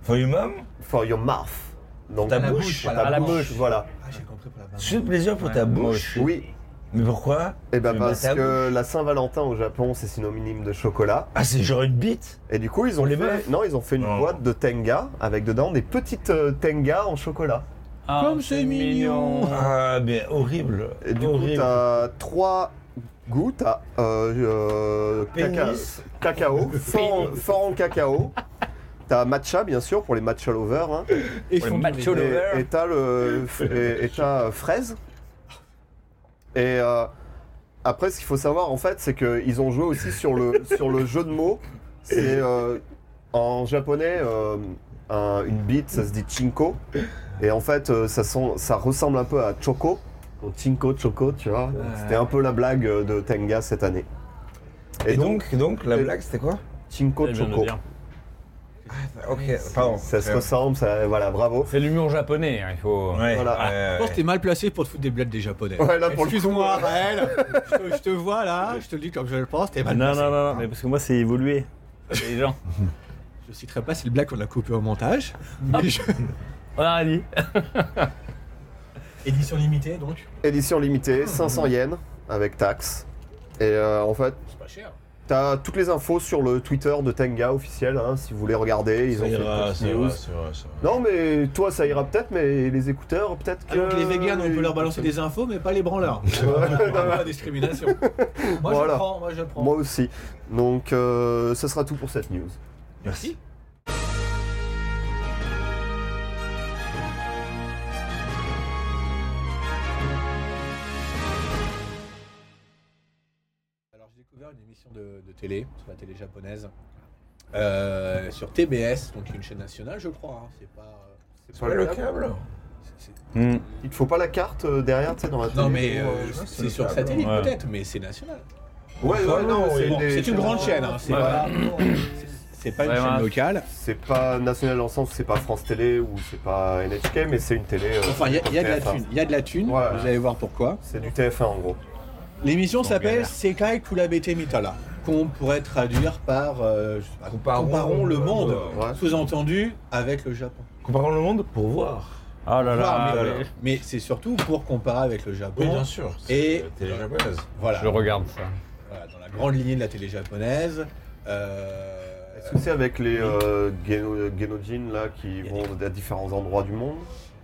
[SPEAKER 2] For your mum
[SPEAKER 1] For Your Mouth. Donc,
[SPEAKER 2] Ta
[SPEAKER 1] ta
[SPEAKER 2] bouche,
[SPEAKER 1] ta
[SPEAKER 11] voilà.
[SPEAKER 10] À la
[SPEAKER 1] bouche,
[SPEAKER 10] bouche.
[SPEAKER 1] voilà.
[SPEAKER 11] Ah, j'ai compris pour la barre.
[SPEAKER 2] C'est de plaisir pour ta
[SPEAKER 10] Ouais, moi
[SPEAKER 2] bouche.
[SPEAKER 1] Oui,
[SPEAKER 2] Mais pourquoi
[SPEAKER 1] et ben
[SPEAKER 2] Tu mets
[SPEAKER 1] parce
[SPEAKER 2] ta
[SPEAKER 1] que la Saint-Valentin au Japon, c'est synonyme de chocolat.
[SPEAKER 2] Ah, c'est genre une bite
[SPEAKER 1] Et du coup, ils ont
[SPEAKER 2] les
[SPEAKER 1] fait,
[SPEAKER 2] meufs
[SPEAKER 1] non, ils ont fait une
[SPEAKER 2] Non.
[SPEAKER 1] boîte de Tenga avec dedans des petites euh, Tenga en chocolat.
[SPEAKER 10] Ah,
[SPEAKER 11] Comme c'est mignon.
[SPEAKER 2] Ah, mais horrible.
[SPEAKER 1] Et du coup,
[SPEAKER 2] horrible.
[SPEAKER 1] t'as trois goûts. T'as euh, euh, caca-
[SPEAKER 2] Pénis.
[SPEAKER 1] cacao, fort, en- fort en cacao. T'as matcha, bien sûr, pour les matcha lovers. hein.
[SPEAKER 11] Et ils
[SPEAKER 10] Pour
[SPEAKER 11] font
[SPEAKER 10] les
[SPEAKER 11] des-
[SPEAKER 10] matchs.
[SPEAKER 1] Et et t'as le, et, et t'as, euh, fraise. Et euh, après, ce qu'il faut savoir, en fait, c'est qu'ils ont joué aussi sur le, sur le jeu de mots. C'est euh, en japonais, euh, un- une bite, ça se dit chinko. Et en fait, euh, ça, sent- ça ressemble un peu à choco. Donc, Chinko, choco, tu vois. Donc, C'était un peu la blague euh, de Tenga cette année.
[SPEAKER 2] Et, donc, Eh donc, la
[SPEAKER 1] et- euh,
[SPEAKER 2] blague, c'était quoi
[SPEAKER 1] Chinko,
[SPEAKER 10] Elle vient de
[SPEAKER 1] choco.
[SPEAKER 10] dire.
[SPEAKER 2] Ok, pardon.
[SPEAKER 1] euh, Ça se ressemble, ça- voilà, bravo.
[SPEAKER 10] C'est l'humour japonais, hein, il faut.
[SPEAKER 2] Ouais,
[SPEAKER 1] Voilà.
[SPEAKER 11] Je
[SPEAKER 2] ouais,
[SPEAKER 11] pense que
[SPEAKER 2] ouais.
[SPEAKER 11] t'es mal placé pour te foutre des blagues des japonais.
[SPEAKER 1] Ouais, là, pour le coup,
[SPEAKER 11] Excuse-moi, Raël. je, te, je te vois là, je te le dis comme je le pense, t'es
[SPEAKER 10] Non,
[SPEAKER 11] mal
[SPEAKER 10] non,
[SPEAKER 11] placé.
[SPEAKER 10] non, non, mais parce que moi, c'est évolué. Les gens.
[SPEAKER 11] Je citerai pas, c'est le blague qu'on a coupé au montage. Mais je-
[SPEAKER 10] On a rien dit.
[SPEAKER 11] Édition limitée donc.
[SPEAKER 1] Édition limitée, 500 yens avec taxe. Et euh, en fait,
[SPEAKER 11] C'est pas cher.
[SPEAKER 1] t'as toutes les infos sur le Twitter de Tenga officiel, hein, si vous voulez regarder. Ils
[SPEAKER 2] Ça
[SPEAKER 1] ont fait une
[SPEAKER 2] ira,
[SPEAKER 1] petite
[SPEAKER 2] ça
[SPEAKER 1] news.
[SPEAKER 2] ira, ça ira, ça ira.
[SPEAKER 1] Non, mais toi, ça ira peut-être, mais les écouteurs, peut-être que.
[SPEAKER 11] Ah, donc les vegans, on peut leur balancer
[SPEAKER 1] Euh,
[SPEAKER 11] des infos, mais pas les branleurs. pas discrimination. Moi
[SPEAKER 1] Voilà.
[SPEAKER 11] je prends, moi je prends.
[SPEAKER 1] Moi aussi. Donc, euh, ça sera tout pour cette news.
[SPEAKER 11] Merci. Alors j'ai découvert une émission de, de télé, sur la télé japonaise, euh, sur TBS, donc une chaîne nationale je crois, hein, c'est pas... euh,
[SPEAKER 1] C'est
[SPEAKER 2] Ouais, le câble
[SPEAKER 11] c'est- c'est-
[SPEAKER 1] Il te faut pas la carte euh, derrière, tu sais, dans la
[SPEAKER 11] Non
[SPEAKER 1] télé
[SPEAKER 11] mais
[SPEAKER 1] pour,
[SPEAKER 11] euh,
[SPEAKER 1] euh,
[SPEAKER 2] ouais, c'est
[SPEAKER 11] c'est sur
[SPEAKER 2] le câble,
[SPEAKER 11] satellite
[SPEAKER 10] ouais.
[SPEAKER 11] peut-être, mais c'est national.
[SPEAKER 1] Ouais, ouais, non, c'est
[SPEAKER 11] Bon,
[SPEAKER 1] des-
[SPEAKER 11] c'est une grande chaîne, hein, c'est
[SPEAKER 10] Ouais.
[SPEAKER 11] pas, c'est- c'est pas une
[SPEAKER 10] Ouais,
[SPEAKER 11] chaîne
[SPEAKER 10] ouais.
[SPEAKER 11] locale.
[SPEAKER 1] C'est pas national dans le sens où c'est pas France Télé ou c'est pas NHK, mais c'est une télé. euh,
[SPEAKER 11] Enfin, il y, a- il y a de la
[SPEAKER 1] TF1.
[SPEAKER 11] thune, il y a de la thune,
[SPEAKER 1] Ouais.
[SPEAKER 11] vous allez voir pourquoi.
[SPEAKER 1] C'est du TF1 en gros.
[SPEAKER 11] L'émission
[SPEAKER 2] Bon,
[SPEAKER 11] s'appelle
[SPEAKER 2] galère.
[SPEAKER 11] Sekai Kulabete Mitala, qu'on pourrait traduire par euh, je sais pas,
[SPEAKER 2] Comparons-
[SPEAKER 11] comparons, le monde,
[SPEAKER 1] Ouais.
[SPEAKER 11] sous-entendu avec le Japon.
[SPEAKER 2] Comparons le monde pour voir.
[SPEAKER 11] Ah
[SPEAKER 4] Oh là là.
[SPEAKER 1] Ah,
[SPEAKER 11] Voir, mais-
[SPEAKER 4] mais-
[SPEAKER 11] Mais c'est surtout pour comparer avec le Japon.
[SPEAKER 2] Oui, bien sûr.
[SPEAKER 11] Et-
[SPEAKER 2] c'est télé japonaise.
[SPEAKER 11] Voilà,
[SPEAKER 10] Je regarde ça.
[SPEAKER 11] voilà, dans la grande lignée de la télé japonaise. euh,
[SPEAKER 1] Est-ce que c'est avec les euh, Geno- Genojin là qui vont à différents endroits du monde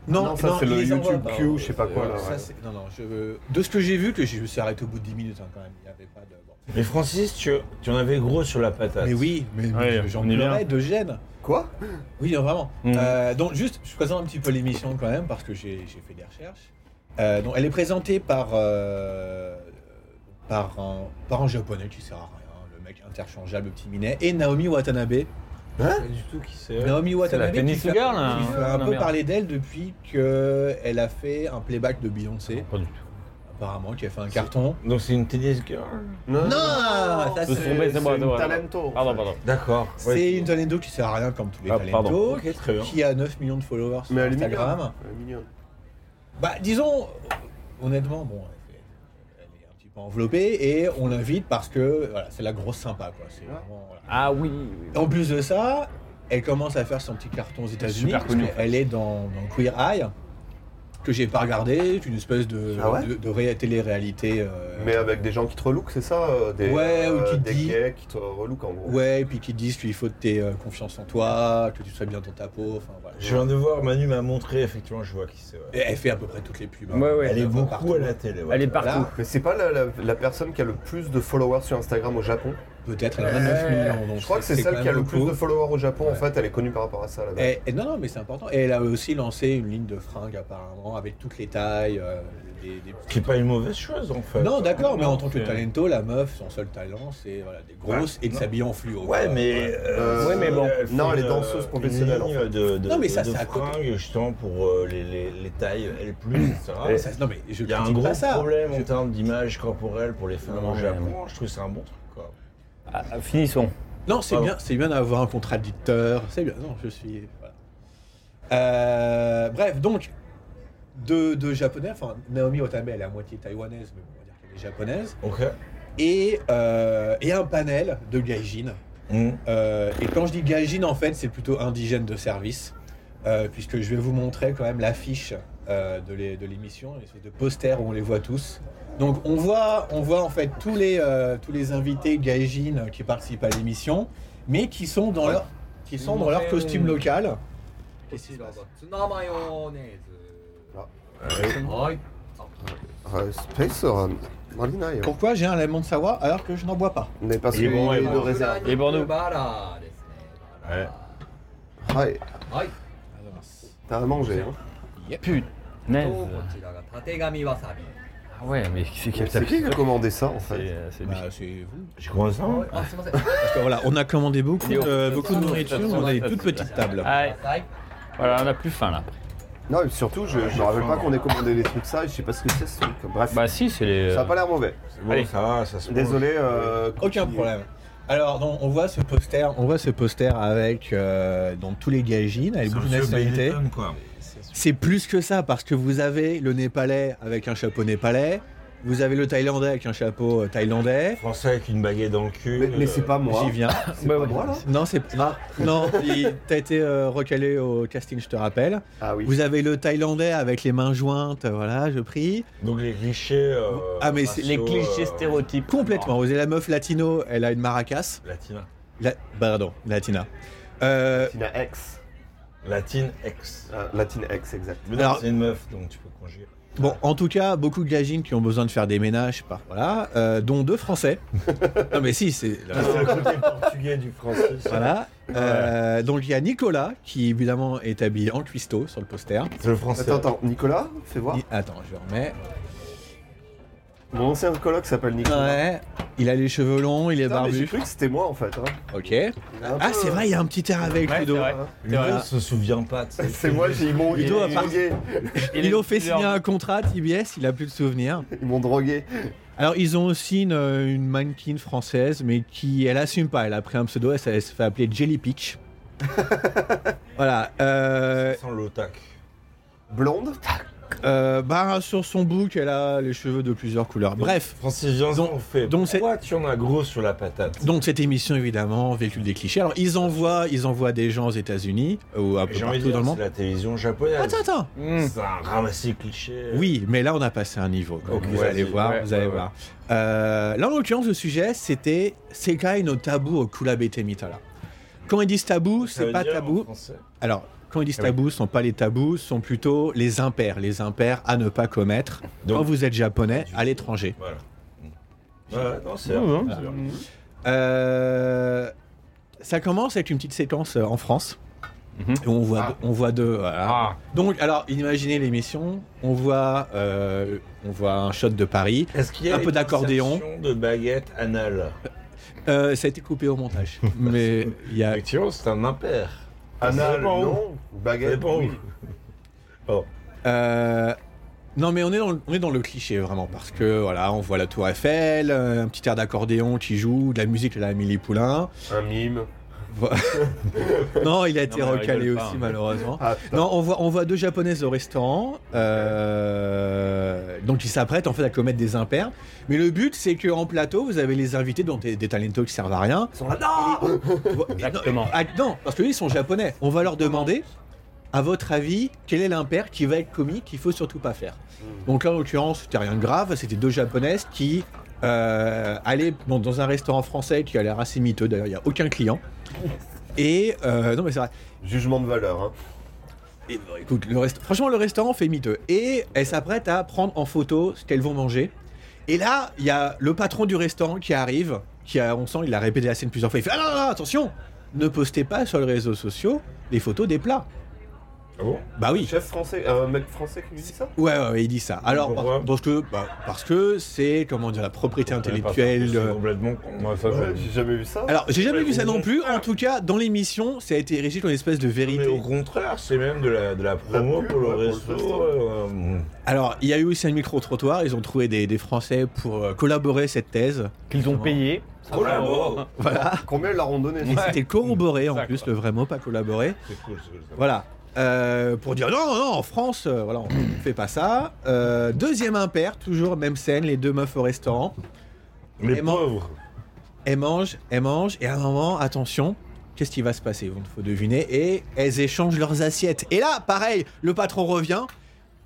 [SPEAKER 11] Non,
[SPEAKER 1] Non, ça, c'est
[SPEAKER 11] il
[SPEAKER 1] le
[SPEAKER 11] les envoie
[SPEAKER 1] YouTube
[SPEAKER 11] pas. hein.
[SPEAKER 1] Q, je sais pas quoi, là,
[SPEAKER 11] Ça,
[SPEAKER 1] ouais.
[SPEAKER 11] c'est- non, non, je veux- De ce que j'ai vu, que je me suis arrêté au bout de 10 minutes hein, quand même. Il y avait pas de. bon.
[SPEAKER 2] Mais Francis, tu, tu en avais gros sur la patate.
[SPEAKER 11] Mais oui, mais, mais
[SPEAKER 4] Ouais,
[SPEAKER 11] j'en
[SPEAKER 4] on est
[SPEAKER 11] pleurais de gêne.
[SPEAKER 1] Quoi
[SPEAKER 11] Oui, non, vraiment.
[SPEAKER 4] Mhm.
[SPEAKER 11] Euh, donc, juste, je présente un petit peu l'émission quand même parce que j'ai j'ai fait des recherches. Euh, donc, elle est présentée par, euh, par, un, par un japonais qui sert à rien, le mec interchangeable, le petit minet, et Naomi Watanabe.
[SPEAKER 2] Pas du tout qui c'est.
[SPEAKER 11] Naomi Watanabe.
[SPEAKER 10] la
[SPEAKER 11] qui
[SPEAKER 10] Penny
[SPEAKER 11] fait-
[SPEAKER 10] Sugar, là,
[SPEAKER 11] qui
[SPEAKER 10] hein.
[SPEAKER 11] fait un
[SPEAKER 10] Non,
[SPEAKER 11] peu
[SPEAKER 10] merde.
[SPEAKER 11] parler d'elle depuis qu'elle a fait un playback de Beyoncé,
[SPEAKER 10] Pas du tout.
[SPEAKER 11] apparemment, qui a fait un carton.
[SPEAKER 2] Donc c'est une tennis girl.
[SPEAKER 11] Non, ça, c'est-
[SPEAKER 10] Ce sont mes- c'est moi,
[SPEAKER 1] une
[SPEAKER 10] c'est moi,
[SPEAKER 1] talento.
[SPEAKER 10] Pardon, pardon.
[SPEAKER 2] D'accord.
[SPEAKER 11] C'est une Talento qui sert à rien comme tous les
[SPEAKER 10] Ah,
[SPEAKER 11] Talentos,
[SPEAKER 10] pardon.
[SPEAKER 2] Ok, très bien.
[SPEAKER 11] qui a 9 millions de followers sur
[SPEAKER 1] Mais elle est mignonne.
[SPEAKER 11] Instagram.
[SPEAKER 1] Elle est mignonne.
[SPEAKER 11] Bah, disons, honnêtement, bon, elle est un petit peu enveloppée et on l'invite parce que voilà, c'est la grosse sympa, quoi. C'est vraiment, voilà.
[SPEAKER 10] Ah oui, oui.
[SPEAKER 11] En plus de ça, elle commence à faire son petit carton aux États-Unis.
[SPEAKER 10] Super
[SPEAKER 11] parce
[SPEAKER 10] connue,
[SPEAKER 11] que Elle est dans, dans Queer Eye, que j'ai pas regardé, c'est une espèce de,
[SPEAKER 1] Ah ouais
[SPEAKER 11] de, de ré- télé-réalité. euh,
[SPEAKER 1] Mais avec des gens qui te relookent, c'est ça euh, des,
[SPEAKER 11] Ouais, ou qui te
[SPEAKER 1] des
[SPEAKER 11] dit-
[SPEAKER 1] gays qui te relookent en gros.
[SPEAKER 11] Ouais, et puis qui disent qu'il faut que tu confiance en toi, que tu sois bien dans ta peau. Enfin, voilà.
[SPEAKER 2] Je viens de voir, Manu m'a montré, effectivement, je vois qui c'est. ouais.
[SPEAKER 11] Et Elle fait à peu près toutes les pubs. hein.
[SPEAKER 10] Ouais, ouais.
[SPEAKER 2] Elle est
[SPEAKER 11] Un peu
[SPEAKER 2] beaucoup
[SPEAKER 11] partout. hein.
[SPEAKER 2] à la télé. ouais.
[SPEAKER 10] Elle est partout.
[SPEAKER 11] Voilà,
[SPEAKER 1] Mais c'est pas la, la- la personne qui a le plus de followers sur Instagram au Japon
[SPEAKER 11] peut-être, elle en a 9 millions. donc
[SPEAKER 1] Je crois que c'est
[SPEAKER 11] quand
[SPEAKER 1] celle qui a
[SPEAKER 11] même
[SPEAKER 1] le plus
[SPEAKER 11] beaucoup.
[SPEAKER 1] de followers au Japon en
[SPEAKER 11] Ouais. Eh.
[SPEAKER 1] fait, elle est connue par rapport à ça là-bas.
[SPEAKER 11] Et, et non, non, mais c'est important. Et elle a aussi lancé une ligne de fringues, apparemment, avec toutes les tailles. euh, des- des-
[SPEAKER 2] Ce qui est pas une mauvaise chose en fait.
[SPEAKER 11] Non, d'accord, mais en tant que
[SPEAKER 4] c'est-
[SPEAKER 11] talento, la meuf, son seul talent, c'est voilà, des grosses et de
[SPEAKER 2] Non.
[SPEAKER 11] s'habiller en fluo.
[SPEAKER 2] Ouais,
[SPEAKER 11] quoi.
[SPEAKER 2] mais.
[SPEAKER 11] Voilà.
[SPEAKER 1] Euh,
[SPEAKER 2] si
[SPEAKER 1] ouais, mais bon.
[SPEAKER 2] fait
[SPEAKER 1] Non, elle est
[SPEAKER 2] une,
[SPEAKER 1] danseuse
[SPEAKER 2] euh,
[SPEAKER 1] professionnelle,
[SPEAKER 2] une ligne
[SPEAKER 1] en fait.
[SPEAKER 2] de, de-
[SPEAKER 11] Non, mais ça,
[SPEAKER 2] de
[SPEAKER 11] c'est à côté.
[SPEAKER 2] fringues, justement, pour euh, les, les, les tailles L, etc.
[SPEAKER 11] Ah, ça- non, mais je
[SPEAKER 2] Il y a un
[SPEAKER 11] critique
[SPEAKER 2] gros
[SPEAKER 11] pas ça.
[SPEAKER 2] problème en
[SPEAKER 11] Je-
[SPEAKER 2] termes d'image corporelle pour les femmes
[SPEAKER 4] Non,
[SPEAKER 2] au
[SPEAKER 4] mais-
[SPEAKER 2] Japon. Je trouve que c'est un bon truc, quoi.
[SPEAKER 4] Ah, ah, finissons.
[SPEAKER 11] Non, c'est
[SPEAKER 2] Pardon.
[SPEAKER 11] bien, c'est bien d'avoir un contradicteur. C'est bien. Non, je suis. voilà. Euh, bref, donc de, de japonais. Enfin, Naomi Watanabe, elle est à moitié taïwanaise, mais bon, on va dire qu'elle est japonaise.
[SPEAKER 2] Ok.
[SPEAKER 11] Et, euh, et un panel de gaijin.
[SPEAKER 2] Mmh.
[SPEAKER 11] Euh, et quand je dis gaijin, en fait, c'est plutôt indigène de service, euh, puisque je vais vous montrer quand même l'affiche euh, de l'é- de l'émission, une espèce de poster où on les voit tous. Donc on voit, on voit en fait tous les, euh, tous les invités gaijin qui participent à l'émission, mais qui sont dans leur, qui sont dans leur costume local.
[SPEAKER 1] Euh, Space euh, Marina, euh,
[SPEAKER 11] Pourquoi j'ai un lemon de sawa alors que je n'en bois pas
[SPEAKER 1] mais parce
[SPEAKER 2] Il est
[SPEAKER 1] qu'il
[SPEAKER 2] bon, il est
[SPEAKER 1] est de
[SPEAKER 2] bon.
[SPEAKER 1] réserve.
[SPEAKER 10] Et pour nous Ah,
[SPEAKER 2] Ouais.
[SPEAKER 1] Ouais, t'as à manger. Hein.
[SPEAKER 4] Naise. Ah ouais, mais c'est qui
[SPEAKER 1] C'est qui qui a commandé ça en fait
[SPEAKER 4] C'est c'est lui.
[SPEAKER 11] Bah, c'est vous.
[SPEAKER 2] J'ai commencé ça
[SPEAKER 10] *laughs*
[SPEAKER 11] Parce que voilà, on a commandé beaucoup de, beaucoup de nourriture, mais on a des toutes petites tables.
[SPEAKER 10] Ah
[SPEAKER 4] Ouais. Voilà, on a plus faim là.
[SPEAKER 1] Non, et surtout, je, je me rappelle pas qu'on ait commandé des trucs ça, et je sais pas ce que c'est ce truc. Bref,
[SPEAKER 4] Bah si, c'est
[SPEAKER 11] euh,
[SPEAKER 4] les.
[SPEAKER 1] ça a pas l'air mauvais.
[SPEAKER 2] C'est bon,
[SPEAKER 4] Allez.
[SPEAKER 2] ça va, ça se mange.
[SPEAKER 1] Désolé. euh,
[SPEAKER 11] Aucun
[SPEAKER 1] continue.
[SPEAKER 11] problème. Alors, donc, on voit ce poster, on voit ce poster avec euh, donc, tous les gaijins, avec
[SPEAKER 2] C'est
[SPEAKER 11] beaucoup de
[SPEAKER 2] un vieux
[SPEAKER 11] nationalités.
[SPEAKER 2] Benetton, quoi.
[SPEAKER 11] C'est plus que ça parce que vous avez le népalais avec un chapeau népalais, vous avez le thaïlandais avec un chapeau euh, thaïlandais.
[SPEAKER 2] Français avec une baguette dans le cul. euh,
[SPEAKER 1] Mais, mais c'est pas moi.
[SPEAKER 11] J'y viens. Bah
[SPEAKER 1] C'est pas moi là
[SPEAKER 11] Non, c'est non, non, il- t'as été euh, recalé au casting, je te rappelle.
[SPEAKER 1] Ah oui.
[SPEAKER 11] Vous avez le thaïlandais avec les mains jointes, euh, voilà, je prie.
[SPEAKER 2] Donc les clichés. euh,
[SPEAKER 11] Ah, mais c'est-
[SPEAKER 4] Les
[SPEAKER 2] raciaux,
[SPEAKER 4] clichés
[SPEAKER 2] euh,
[SPEAKER 4] stéréotypes.
[SPEAKER 11] Complètement. Vous avez la meuf latino, elle a une maracas.
[SPEAKER 2] Latina.
[SPEAKER 11] La- pardon, latina. Euh,
[SPEAKER 1] Latina X.
[SPEAKER 2] Latine ex.
[SPEAKER 1] Euh, Latina X, exact.
[SPEAKER 2] Mais non,
[SPEAKER 11] Alors-
[SPEAKER 2] c'est une meuf, donc tu peux conjuguer.
[SPEAKER 11] Bon, en tout cas, beaucoup de gagines qui ont besoin de faire des ménages, par, voilà, euh, dont deux Français. non mais si, c'est
[SPEAKER 2] Ah, C'est le *laughs* côté portugais du Francis.
[SPEAKER 11] voilà. Euh, donc il y a Nicolas qui évidemment est habillé en cuistot sur le poster.
[SPEAKER 2] C'est le français.
[SPEAKER 1] Attends, attends, Nicolas, fais voir.
[SPEAKER 11] Il- attends, je remets.
[SPEAKER 1] Mon ancien coloc s'appelle Nicolas.
[SPEAKER 11] Ouais. Il a les cheveux longs, il est
[SPEAKER 1] Putain, mais J'ai
[SPEAKER 11] barbu.
[SPEAKER 1] cru que c'était moi en fait. hein.
[SPEAKER 11] Ok.
[SPEAKER 1] Il a un
[SPEAKER 11] Ah
[SPEAKER 1] peu- euh,
[SPEAKER 11] c'est vrai, il y a un petit air avec
[SPEAKER 4] Ouais,
[SPEAKER 11] Ludo.
[SPEAKER 4] c'est vrai.
[SPEAKER 2] Lui,
[SPEAKER 11] Voilà.
[SPEAKER 2] il se souvient pas. tu
[SPEAKER 1] *laughs*
[SPEAKER 2] sais.
[SPEAKER 1] C'est moi, j'ai- ils m'ont ils
[SPEAKER 11] Ludo
[SPEAKER 1] m'ont
[SPEAKER 11] a parti-
[SPEAKER 1] drogué.
[SPEAKER 4] Et
[SPEAKER 11] Ils
[SPEAKER 4] les
[SPEAKER 11] l'ont fait
[SPEAKER 4] couleurs-
[SPEAKER 11] signer un contrat à TBS, il a plus de souvenirs.
[SPEAKER 1] Ils m'ont drogué.
[SPEAKER 11] Alors ils ont aussi une, euh, une mannequin française, mais qui elle assume pas. Elle a pris un pseudo, elle, s'est- elle se fait appeler Jelly Peach. voilà. Euh,
[SPEAKER 2] Sans l'otac.
[SPEAKER 1] Blonde
[SPEAKER 11] Euh, bah, sur son bouc, elle a les cheveux de plusieurs couleurs. Bref,
[SPEAKER 2] Francis Janson, on fait.
[SPEAKER 11] donc c'est-
[SPEAKER 2] Pourquoi tu en as gros sur la patate
[SPEAKER 11] donc cette émission, évidemment, véhicule des clichés. Alors, ils envoient, ils envoient des gens aux États-Unis, euh, ou un peu
[SPEAKER 2] J'ai envie de
[SPEAKER 11] partout
[SPEAKER 2] dire,
[SPEAKER 11] dans le
[SPEAKER 2] c'est
[SPEAKER 11] monde.
[SPEAKER 2] la télévision japonaise.
[SPEAKER 11] Attends, attends.
[SPEAKER 2] C'est un ramassis cliché.
[SPEAKER 11] Oui, mais là, on a passé un niveau. quoi.
[SPEAKER 2] Ok,
[SPEAKER 11] vous
[SPEAKER 2] vas-y.
[SPEAKER 11] allez voir,
[SPEAKER 2] Ouais,
[SPEAKER 11] vous allez
[SPEAKER 2] ouais,
[SPEAKER 11] voir. Euh, là, en l'occurrence, le sujet, c'était Sekai no tabu au Kurabete Mitara. Quand ils disent tabou,
[SPEAKER 2] Ça
[SPEAKER 11] c'est
[SPEAKER 2] veut
[SPEAKER 11] pas
[SPEAKER 2] dire en
[SPEAKER 11] tabou.
[SPEAKER 2] français
[SPEAKER 11] Alors, quand ils disent
[SPEAKER 2] Ah oui.
[SPEAKER 11] tabou, ce sont pas les tabous, ce sont plutôt les impairs, les impairs à ne pas commettre
[SPEAKER 2] Donc-
[SPEAKER 11] quand vous êtes japonais à l'étranger.
[SPEAKER 2] Voilà. Voilà, non, c'est
[SPEAKER 9] Non,
[SPEAKER 11] hein.
[SPEAKER 2] c'est vrai.
[SPEAKER 11] Euh, ça commence avec une petite séquence euh, en France.
[SPEAKER 4] Mhm. Ah.
[SPEAKER 11] Où on voit, deux- on voit deux. voilà. Donc, alors, imaginez l'émission. On voit, euh, on voit un shot de Paris.
[SPEAKER 2] Est-ce qu'il y a
[SPEAKER 11] Un peu
[SPEAKER 2] une
[SPEAKER 11] d'accordéon.
[SPEAKER 2] insertion de baguette anale
[SPEAKER 11] Euh, ça a été coupé
[SPEAKER 4] *laughs*
[SPEAKER 11] au montage. Mais il y a.
[SPEAKER 2] Effectivement, c'est un impair.
[SPEAKER 1] Anal,
[SPEAKER 2] dépend où.
[SPEAKER 1] non.
[SPEAKER 2] Ça
[SPEAKER 1] Baguette,
[SPEAKER 2] dépend où.
[SPEAKER 1] oui.
[SPEAKER 11] euh, non, mais on est, dans, le- on est dans le cliché vraiment parce que voilà, on voit la Tour Eiffel, euh, un petit air d'accordéon qui joue, de la musique de la
[SPEAKER 4] *laughs*
[SPEAKER 11] Amélie Poulain.
[SPEAKER 1] Un mime.
[SPEAKER 11] Non, il a été
[SPEAKER 4] mais elle
[SPEAKER 11] recalé
[SPEAKER 4] rigole pas,
[SPEAKER 11] aussi
[SPEAKER 4] hein.
[SPEAKER 11] malheureusement.
[SPEAKER 1] Ah,
[SPEAKER 11] Non, on voit, on voit deux japonaises au restaurant, euh, donc ils s'apprêtent en fait à commettre des impairs. Mais le but, c'est que en plateau, vous avez les invités, dont des, des talentos qui servent à rien. Ils sont là, non
[SPEAKER 4] Exactement.
[SPEAKER 11] Ah, non, parce que eux, ils sont japonais. On va leur demander, à votre avis, quel est l'impair qui va être commis, qu'il faut surtout pas faire. Donc là, en l'occurrence, c'était rien de grave. C'était deux japonaises qui euh, allaient dans, dans un restaurant français qui a l'air assez miteux. D'ailleurs, il n'y a aucun client. Et euh, non, mais c'est vrai.
[SPEAKER 1] Jugement de valeur. Hein.
[SPEAKER 11] Et, bah, écoute, le rest- franchement, le restaurant fait miteux. Et elle s'apprête à prendre en photo ce qu'elles vont manger. Et là, il y a le patron du restaurant qui arrive, qui a, on sent, il a répété la scène plusieurs fois. Il fait Ah non, non, non, attention Ne postez pas sur les réseaux sociaux les photos des plats.
[SPEAKER 2] Ah bon
[SPEAKER 11] Bah oui.
[SPEAKER 1] Chef français, un mec français qui lui dit ça
[SPEAKER 11] Ouais, ouais, ouais, il dit ça. Alors,
[SPEAKER 2] Pourquoi
[SPEAKER 11] par- parce que, bah, parce que c'est, comment dire, la propriété
[SPEAKER 2] C'est
[SPEAKER 11] intellectuelle. euh,
[SPEAKER 2] complètement con. Moi, ça,
[SPEAKER 1] Ouais,
[SPEAKER 2] je-
[SPEAKER 1] j'ai jamais vu ça.
[SPEAKER 11] Alors, j'ai jamais
[SPEAKER 2] Mais
[SPEAKER 11] vu ça
[SPEAKER 2] au
[SPEAKER 11] non plus.
[SPEAKER 2] contraire.
[SPEAKER 11] En tout cas, dans l'émission, ça a été érigé comme une espèce de
[SPEAKER 2] Mais au
[SPEAKER 11] vérité.
[SPEAKER 2] contraire, c'est même de la, de la
[SPEAKER 1] La
[SPEAKER 2] promo
[SPEAKER 1] pub,
[SPEAKER 2] pour le
[SPEAKER 1] ouais, pour le
[SPEAKER 2] resto.
[SPEAKER 1] resto.
[SPEAKER 2] euh,
[SPEAKER 11] Alors, il y a eu aussi un micro-trottoir. Ils ont trouvé des, des Français pour euh, collaborer cette thèse.
[SPEAKER 4] Qu'ils ont payé.
[SPEAKER 11] Ah,
[SPEAKER 4] Ça
[SPEAKER 2] Collabore.
[SPEAKER 4] va,
[SPEAKER 11] Voilà.
[SPEAKER 1] Combien ils leur ont donné
[SPEAKER 11] Et C'était corroboré en
[SPEAKER 4] Exact.
[SPEAKER 11] plus, le vrai mot, pas collaboré.
[SPEAKER 2] C'est cool, c'est cool. ça.
[SPEAKER 11] Voilà. Euh, pour dire non, non, en France, euh, voilà, on fait pas ça. Euh, deuxième impair, toujours même scène, les deux meufs au restaurant.
[SPEAKER 2] Les
[SPEAKER 11] Vraiment.
[SPEAKER 2] pauvres.
[SPEAKER 11] Elles mangent, elles mangent, et à un moment, attention, qu'est-ce qui va se passer Il faut deviner. Et elles échangent leurs assiettes. Et là, pareil, le patron revient,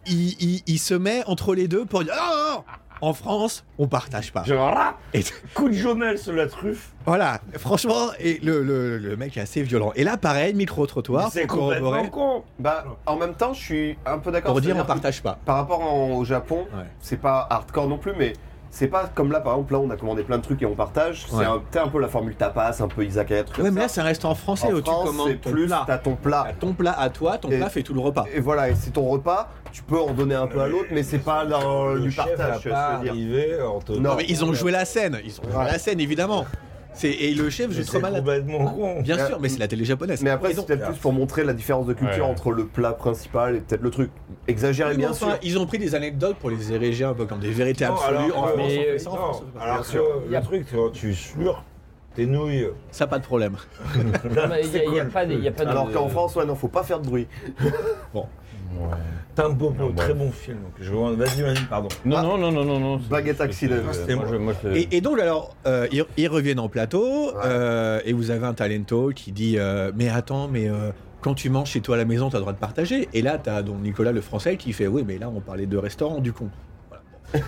[SPEAKER 11] il, il- il se met entre les deux pour dire non, non, non, en France, on partage pas.
[SPEAKER 2] Genre, ah,
[SPEAKER 11] Et-
[SPEAKER 2] coup de journal sur la truffe.
[SPEAKER 11] voilà, franchement, et le, le- le mec est assez violent. Et là, pareil, micro-trottoir,
[SPEAKER 2] C'est
[SPEAKER 11] pour corroborer,
[SPEAKER 2] complètement con.
[SPEAKER 1] Bah, en même temps, je suis un peu d'accord.
[SPEAKER 11] pour dire on
[SPEAKER 1] c'est-à-dire que
[SPEAKER 11] partage pas.
[SPEAKER 1] Par rapport en- au Japon,
[SPEAKER 11] Ouais.
[SPEAKER 1] c'est pas hardcore non plus, mais c'est pas comme là, par exemple, là, on a commandé plein de trucs et on partage.
[SPEAKER 11] Ouais.
[SPEAKER 1] C'est un, t'as un peu la formule tapas, un peu izakaya, truc
[SPEAKER 11] Ouais,
[SPEAKER 1] comme
[SPEAKER 11] mais là,
[SPEAKER 1] ça.
[SPEAKER 11] c'est un restaurant français
[SPEAKER 1] en
[SPEAKER 11] où
[SPEAKER 1] France,
[SPEAKER 11] tu
[SPEAKER 1] c'est
[SPEAKER 11] commandes ton
[SPEAKER 1] plus,
[SPEAKER 11] plat.
[SPEAKER 1] t'as ton plat.
[SPEAKER 11] Ton plat à toi, ton
[SPEAKER 1] Et-
[SPEAKER 11] plat fait tout le repas.
[SPEAKER 1] Et voilà, et c'est ton repas, tu peux en donner un peu à l'autre, mais c'est pas dans
[SPEAKER 2] Le
[SPEAKER 1] du
[SPEAKER 2] chef
[SPEAKER 1] partage,
[SPEAKER 2] va
[SPEAKER 1] je
[SPEAKER 2] pas
[SPEAKER 1] veux dire.
[SPEAKER 2] arriver en te-
[SPEAKER 1] Non.
[SPEAKER 11] Non, mais ils ont joué la scène, ils ont joué
[SPEAKER 1] Ouais.
[SPEAKER 11] la scène évidemment. C'est et le chef joue
[SPEAKER 2] Mais
[SPEAKER 11] trop
[SPEAKER 2] C'est
[SPEAKER 11] mal. à-
[SPEAKER 2] complètement con.
[SPEAKER 11] Bien
[SPEAKER 1] Mais-
[SPEAKER 11] sûr, mais c'est la télé japonaise.
[SPEAKER 1] Mais après,
[SPEAKER 11] Ils ont-
[SPEAKER 1] c'est peut-être plus pour montrer la différence de culture
[SPEAKER 4] Ouais.
[SPEAKER 1] entre le plat principal et peut-être le truc. Exagéré,
[SPEAKER 11] Oui,
[SPEAKER 1] bien
[SPEAKER 11] mais enfin,
[SPEAKER 1] sûr.
[SPEAKER 11] ils ont pris des anecdotes pour les ériger un peu comme des vérités
[SPEAKER 2] Non,
[SPEAKER 11] absolues.
[SPEAKER 2] alors
[SPEAKER 11] en
[SPEAKER 2] que-
[SPEAKER 11] France, euh, on
[SPEAKER 4] mais-
[SPEAKER 11] fait ça, en France, on fait
[SPEAKER 2] Non,
[SPEAKER 11] pas ça.
[SPEAKER 2] alors que le truc, tu, tu sures tes nouilles.
[SPEAKER 11] Ça, pas de problème.
[SPEAKER 10] Non, mais il Ah, bah, y a- il y a pas de- il y a pas de-
[SPEAKER 1] Alors qu'en France, ouais, non, faut pas faire de bruit.
[SPEAKER 2] Tampopo, très bon film. donc Je... vous- Vas-y, vas-y, pardent.
[SPEAKER 4] Non, non, non, non, non, non. c'est-
[SPEAKER 1] Baguette
[SPEAKER 4] c'est-
[SPEAKER 1] accident.
[SPEAKER 4] c'est-
[SPEAKER 1] Ah,
[SPEAKER 2] c'était
[SPEAKER 4] moi,
[SPEAKER 2] moi.
[SPEAKER 4] je- moi, je-
[SPEAKER 11] Et, et donc, alors, euh, ils, ils reviennent en plateau euh, et vous avez un talento qui dit euh, Mais attends, mais euh, quand tu manges chez toi à la maison, tu as le droit de partager. Et là, tu as donc Nicolas le français qui fait Oui, mais là, on parlait de restaurant, du con.
[SPEAKER 1] Ah,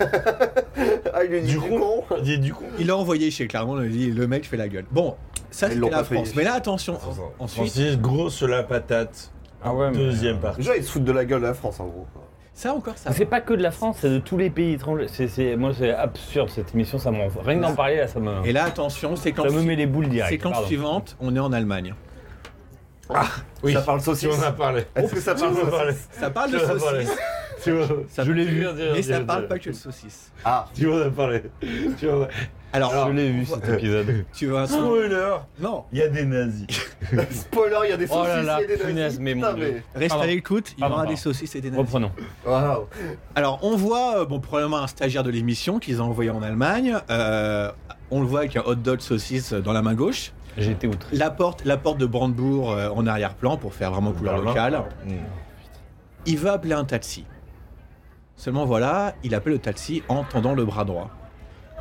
[SPEAKER 1] il lui dit
[SPEAKER 2] Du
[SPEAKER 1] du con.
[SPEAKER 2] con, dis du con.
[SPEAKER 11] Il l'a envoyé chez Clermont, il a dit Le mec fait la gueule. Bon, ça,
[SPEAKER 1] Ils
[SPEAKER 11] c'était
[SPEAKER 1] l'ont
[SPEAKER 11] la
[SPEAKER 1] pas payé.
[SPEAKER 11] France. Mais là, attention, ensuite,
[SPEAKER 2] Francis, grosse la patate.
[SPEAKER 4] Ah ouais, mais-
[SPEAKER 2] Deuxième partie.
[SPEAKER 1] Déjà, ils se foutent de la gueule de la France, en gros.
[SPEAKER 11] ça encore, ça. va.
[SPEAKER 10] C'est pas que de la France, c'est de tous les pays étrangers. C'est, c'est- moi, c'est absurde cette émission, ça m'en Rien que d'en parler, là, ça me,
[SPEAKER 11] Et là, attention, c'est quand.
[SPEAKER 10] ça me met les boules
[SPEAKER 11] C'est
[SPEAKER 10] direct.
[SPEAKER 11] quand
[SPEAKER 10] pardon.
[SPEAKER 11] suivante, on est en Allemagne.
[SPEAKER 2] Oui.
[SPEAKER 1] Ça parle saucisse.
[SPEAKER 2] Tu en as parlé.
[SPEAKER 1] Est-ce que ça
[SPEAKER 2] Tu en
[SPEAKER 1] parle
[SPEAKER 2] as parlé.
[SPEAKER 11] Ça parle de
[SPEAKER 2] Tu en as parlé.
[SPEAKER 11] saucisse,
[SPEAKER 2] Tu en-
[SPEAKER 11] Ça-
[SPEAKER 2] Je l'ai vu.
[SPEAKER 11] mais ça parle pas que de saucisse.
[SPEAKER 1] Ah,
[SPEAKER 2] Tu en as parlé. Tu en as-
[SPEAKER 11] Alors,
[SPEAKER 2] Alors,
[SPEAKER 4] Je l'ai vu cet épisode.
[SPEAKER 11] tu veux un son
[SPEAKER 2] Spoiler,
[SPEAKER 11] Non,
[SPEAKER 2] il y a des nazis.
[SPEAKER 1] spoiler, il y a des
[SPEAKER 4] Oh
[SPEAKER 1] saucisses
[SPEAKER 4] là là,
[SPEAKER 1] et des nazis.
[SPEAKER 4] punaise, mais mon
[SPEAKER 1] Putain,
[SPEAKER 4] Dieu.
[SPEAKER 11] reste
[SPEAKER 4] Pardon.
[SPEAKER 11] à l'écoute, il y
[SPEAKER 4] Pardon,
[SPEAKER 11] aura des
[SPEAKER 4] pardon.
[SPEAKER 11] saucisses et des nazis.
[SPEAKER 4] Reprenons.
[SPEAKER 1] Waouh.
[SPEAKER 11] Alors, on voit, euh, bon, probablement un stagiaire de l'émission qu'ils ont envoyé en Allemagne. Euh, on le voit avec un hot dog saucisse dans la main gauche.
[SPEAKER 4] J'ai été outré.
[SPEAKER 11] La porte, la porte de Brandebourg Mm. euh, en arrière-plan pour faire vraiment couleur locale.
[SPEAKER 2] Mm.
[SPEAKER 11] Il va appeler un taxi. Seulement voilà, il appelle le taxi en tendant le bras droit.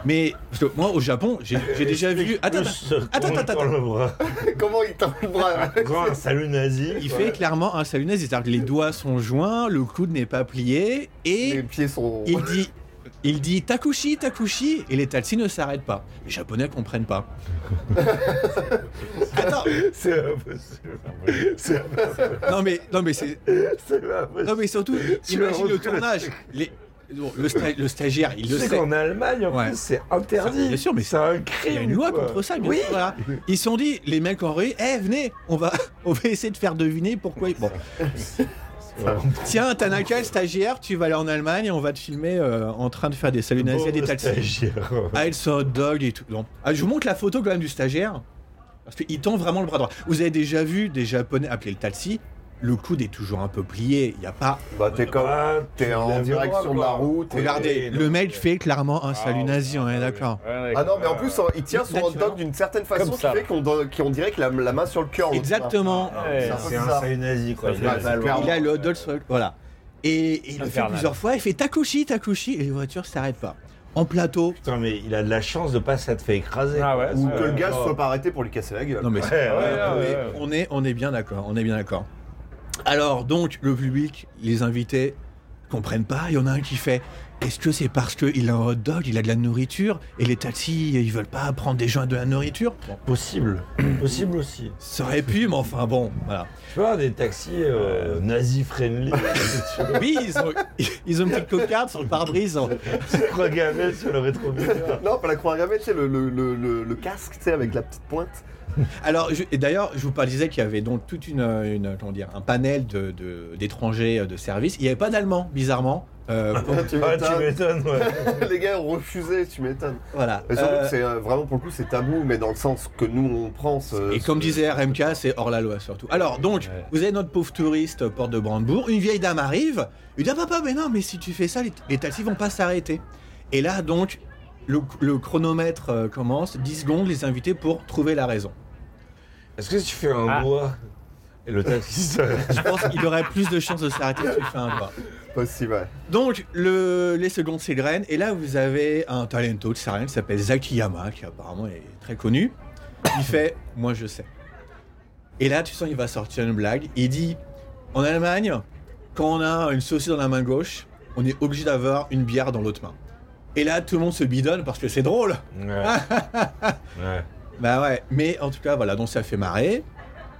[SPEAKER 11] Mais parce que moi au Japon, j'ai j'ai déjà vu. Attends,
[SPEAKER 2] Plus,
[SPEAKER 11] attends,
[SPEAKER 2] on
[SPEAKER 11] attends,
[SPEAKER 2] tend
[SPEAKER 11] attends.
[SPEAKER 2] le
[SPEAKER 11] *laughs*
[SPEAKER 2] bras.
[SPEAKER 1] Comment il tend le
[SPEAKER 2] *laughs*
[SPEAKER 1] bras
[SPEAKER 2] Grand, un salut nazi.
[SPEAKER 11] il fait clairement un salut nazi, c'est-à-dire que les doigts sont joints, le coude n'est pas plié et
[SPEAKER 1] Les pieds sont.
[SPEAKER 11] Il dit, il dit Takushi, Takushi, et les taxis ne s'arrêtent pas. Les Japonais comprennent pas. Attends,
[SPEAKER 2] C'est impossible.
[SPEAKER 11] Ah,
[SPEAKER 2] C'est
[SPEAKER 11] non mais, non mais c'est,
[SPEAKER 2] c'est pas possible.
[SPEAKER 11] non mais surtout,
[SPEAKER 2] *laughs* Tu as
[SPEAKER 11] imagine
[SPEAKER 2] revu
[SPEAKER 11] le
[SPEAKER 2] le
[SPEAKER 11] tournage. Les- bon, le, sta- le stagiaire, il
[SPEAKER 2] Tu
[SPEAKER 11] le
[SPEAKER 2] sais
[SPEAKER 11] sait.
[SPEAKER 2] qu'en Allemagne, en
[SPEAKER 11] Ouais.
[SPEAKER 2] plus, c'est interdit.
[SPEAKER 11] Bien sûr, mais
[SPEAKER 2] c'est un
[SPEAKER 11] Il
[SPEAKER 2] crime.
[SPEAKER 11] y a une loi
[SPEAKER 2] quoi.
[SPEAKER 11] contre ça, bien
[SPEAKER 2] Oui.
[SPEAKER 11] sûr, voilà. Ils se sont dit, les mecs en rue, eh venez, on va, *laughs* on va essayer de faire deviner
[SPEAKER 2] *laughs*
[SPEAKER 11] pourquoi. ils- Bon. Tiens, Tanaka, le stagiaire, tu vas aller en Allemagne et on va te filmer euh, en train de faire des saluts nazis à des
[SPEAKER 2] Pauvre
[SPEAKER 11] taxis.
[SPEAKER 2] stagiaire.
[SPEAKER 11] Ah, il sort dog et tout. Non. Ah, je vous montre la photo quand même du stagiaire. Parce qu'il tend vraiment le bras droit. Vous avez déjà vu des Japonais appeler le taxi. Le coude est toujours un peu plié. Il n'y a pas.
[SPEAKER 1] Bah, t'es comme.
[SPEAKER 2] Ah,
[SPEAKER 1] T'es en
[SPEAKER 2] lèves le
[SPEAKER 1] direction
[SPEAKER 2] bras,
[SPEAKER 1] de la
[SPEAKER 2] quoi.
[SPEAKER 1] route. et- euh,
[SPEAKER 11] Regardez, le mec fait clairement
[SPEAKER 2] Ah,
[SPEAKER 11] un salut nazi, on est d'accord.
[SPEAKER 1] Ah non, mais en plus, hein, il tient son hot dog d'une certaine façon
[SPEAKER 10] Comme
[SPEAKER 1] qui
[SPEAKER 10] ça.
[SPEAKER 1] fait qu'on don- qu'on dirait que la, la main sur le cœur. l'autre
[SPEAKER 11] Exactement.
[SPEAKER 10] Ouais.
[SPEAKER 1] Ça,
[SPEAKER 2] C'est un
[SPEAKER 1] ça.
[SPEAKER 2] salut nazi, quoi.
[SPEAKER 1] Ça,
[SPEAKER 2] Il a-
[SPEAKER 1] c'est clair.
[SPEAKER 9] hein.
[SPEAKER 11] Il a le hot dog sur le- Voilà. Et il le fait
[SPEAKER 10] Infernal.
[SPEAKER 11] plusieurs fois. Il fait Takushi, Takushi. Et les voitures s'arrêtent pas. En plateau.
[SPEAKER 2] Putain, mais il a de la chance de pas s'être fait écraser.
[SPEAKER 10] Ah ouais,
[SPEAKER 2] quoi.
[SPEAKER 1] main. Ou
[SPEAKER 10] Ouais,
[SPEAKER 1] que le gars
[SPEAKER 2] ouais.
[SPEAKER 1] se soit pas arrêté pour lui casser la gueule.
[SPEAKER 11] Non, mais
[SPEAKER 2] Ouais,
[SPEAKER 11] c'est-
[SPEAKER 2] ouais.
[SPEAKER 10] ouais,
[SPEAKER 11] Mais
[SPEAKER 10] ouais.
[SPEAKER 11] on est, on est bien d'accord, on est bien d'accord. Alors donc le public, les invités comprennent pas. Il y en a un qui fait Est-ce que c'est parce qu'il a un hot dog, il a de la nourriture et les taxis ils veulent pas prendre des gens de la nourriture Bon,
[SPEAKER 2] Possible. Possible aussi.
[SPEAKER 11] Ça aurait pu, mais enfin bon, voilà.
[SPEAKER 2] Tu vois, des taxis euh, nazi-friendly.
[SPEAKER 11] Oui, ils ont, *laughs* ils ont une petite cocarde sur le pare-brise. hein.
[SPEAKER 2] tu crois Gamel sur le rétroviseur.
[SPEAKER 1] Non, pas la croix gammée, tu sais, le, le, le, le, le casque, tu sais, avec la petite pointe.
[SPEAKER 11] Alors, je- et d'ailleurs, je vous parlais disais qu'il y avait donc toute une, euh, une- comment dire, un panel de- de- d'étrangers euh, de, service. Il n'y avait pas d'allemand, bizarrement. Euh, pour-
[SPEAKER 1] tu
[SPEAKER 2] Ah,
[SPEAKER 1] m'étonnes.
[SPEAKER 2] tu m'étonnes, ouais.
[SPEAKER 1] Les gars ont refusé, tu m'étonnes.
[SPEAKER 11] voilà.
[SPEAKER 1] Et surtout
[SPEAKER 11] Euh,
[SPEAKER 1] que c'est euh, vraiment pour le coup, c'est tabou, mais dans le sens que nous on prend. ce-
[SPEAKER 11] Et
[SPEAKER 1] ce- *laughs*
[SPEAKER 11] comme disait RMK, c'est hors la loi surtout. Alors donc, vous avez notre pauvre touriste euh, porte de Brandebourg, une vieille dame arrive, il dit ah, papa mais non mais si tu fais ça les, les taxis vont pas s'arrêter. Et là donc le, le chronomètre euh, commence, 10 secondes les invités pour trouver la raison.
[SPEAKER 2] Est-ce que tu fais un
[SPEAKER 10] Ah.
[SPEAKER 2] doigt et le taxi
[SPEAKER 11] Je pense qu'il aurait plus de chances de s'arrêter si tu fais un doigt.
[SPEAKER 1] Possible, ouais.
[SPEAKER 11] Donc le, les secondes s'égrènent et là vous avez un talento de rien qui s'appelle Zakiyama qui apparemment est très connu. Il fait moi je sais. Et là tu sens il va sortir une blague. Il dit en Allemagne quand on a une saucisse dans la main gauche on est obligé d'avoir une bière dans l'autre main. Et là tout le monde se bidonne parce que c'est drôle.
[SPEAKER 2] *laughs* Ouais. ouais.
[SPEAKER 11] Bah ouais mais en tout cas voilà donc ça fait marrer.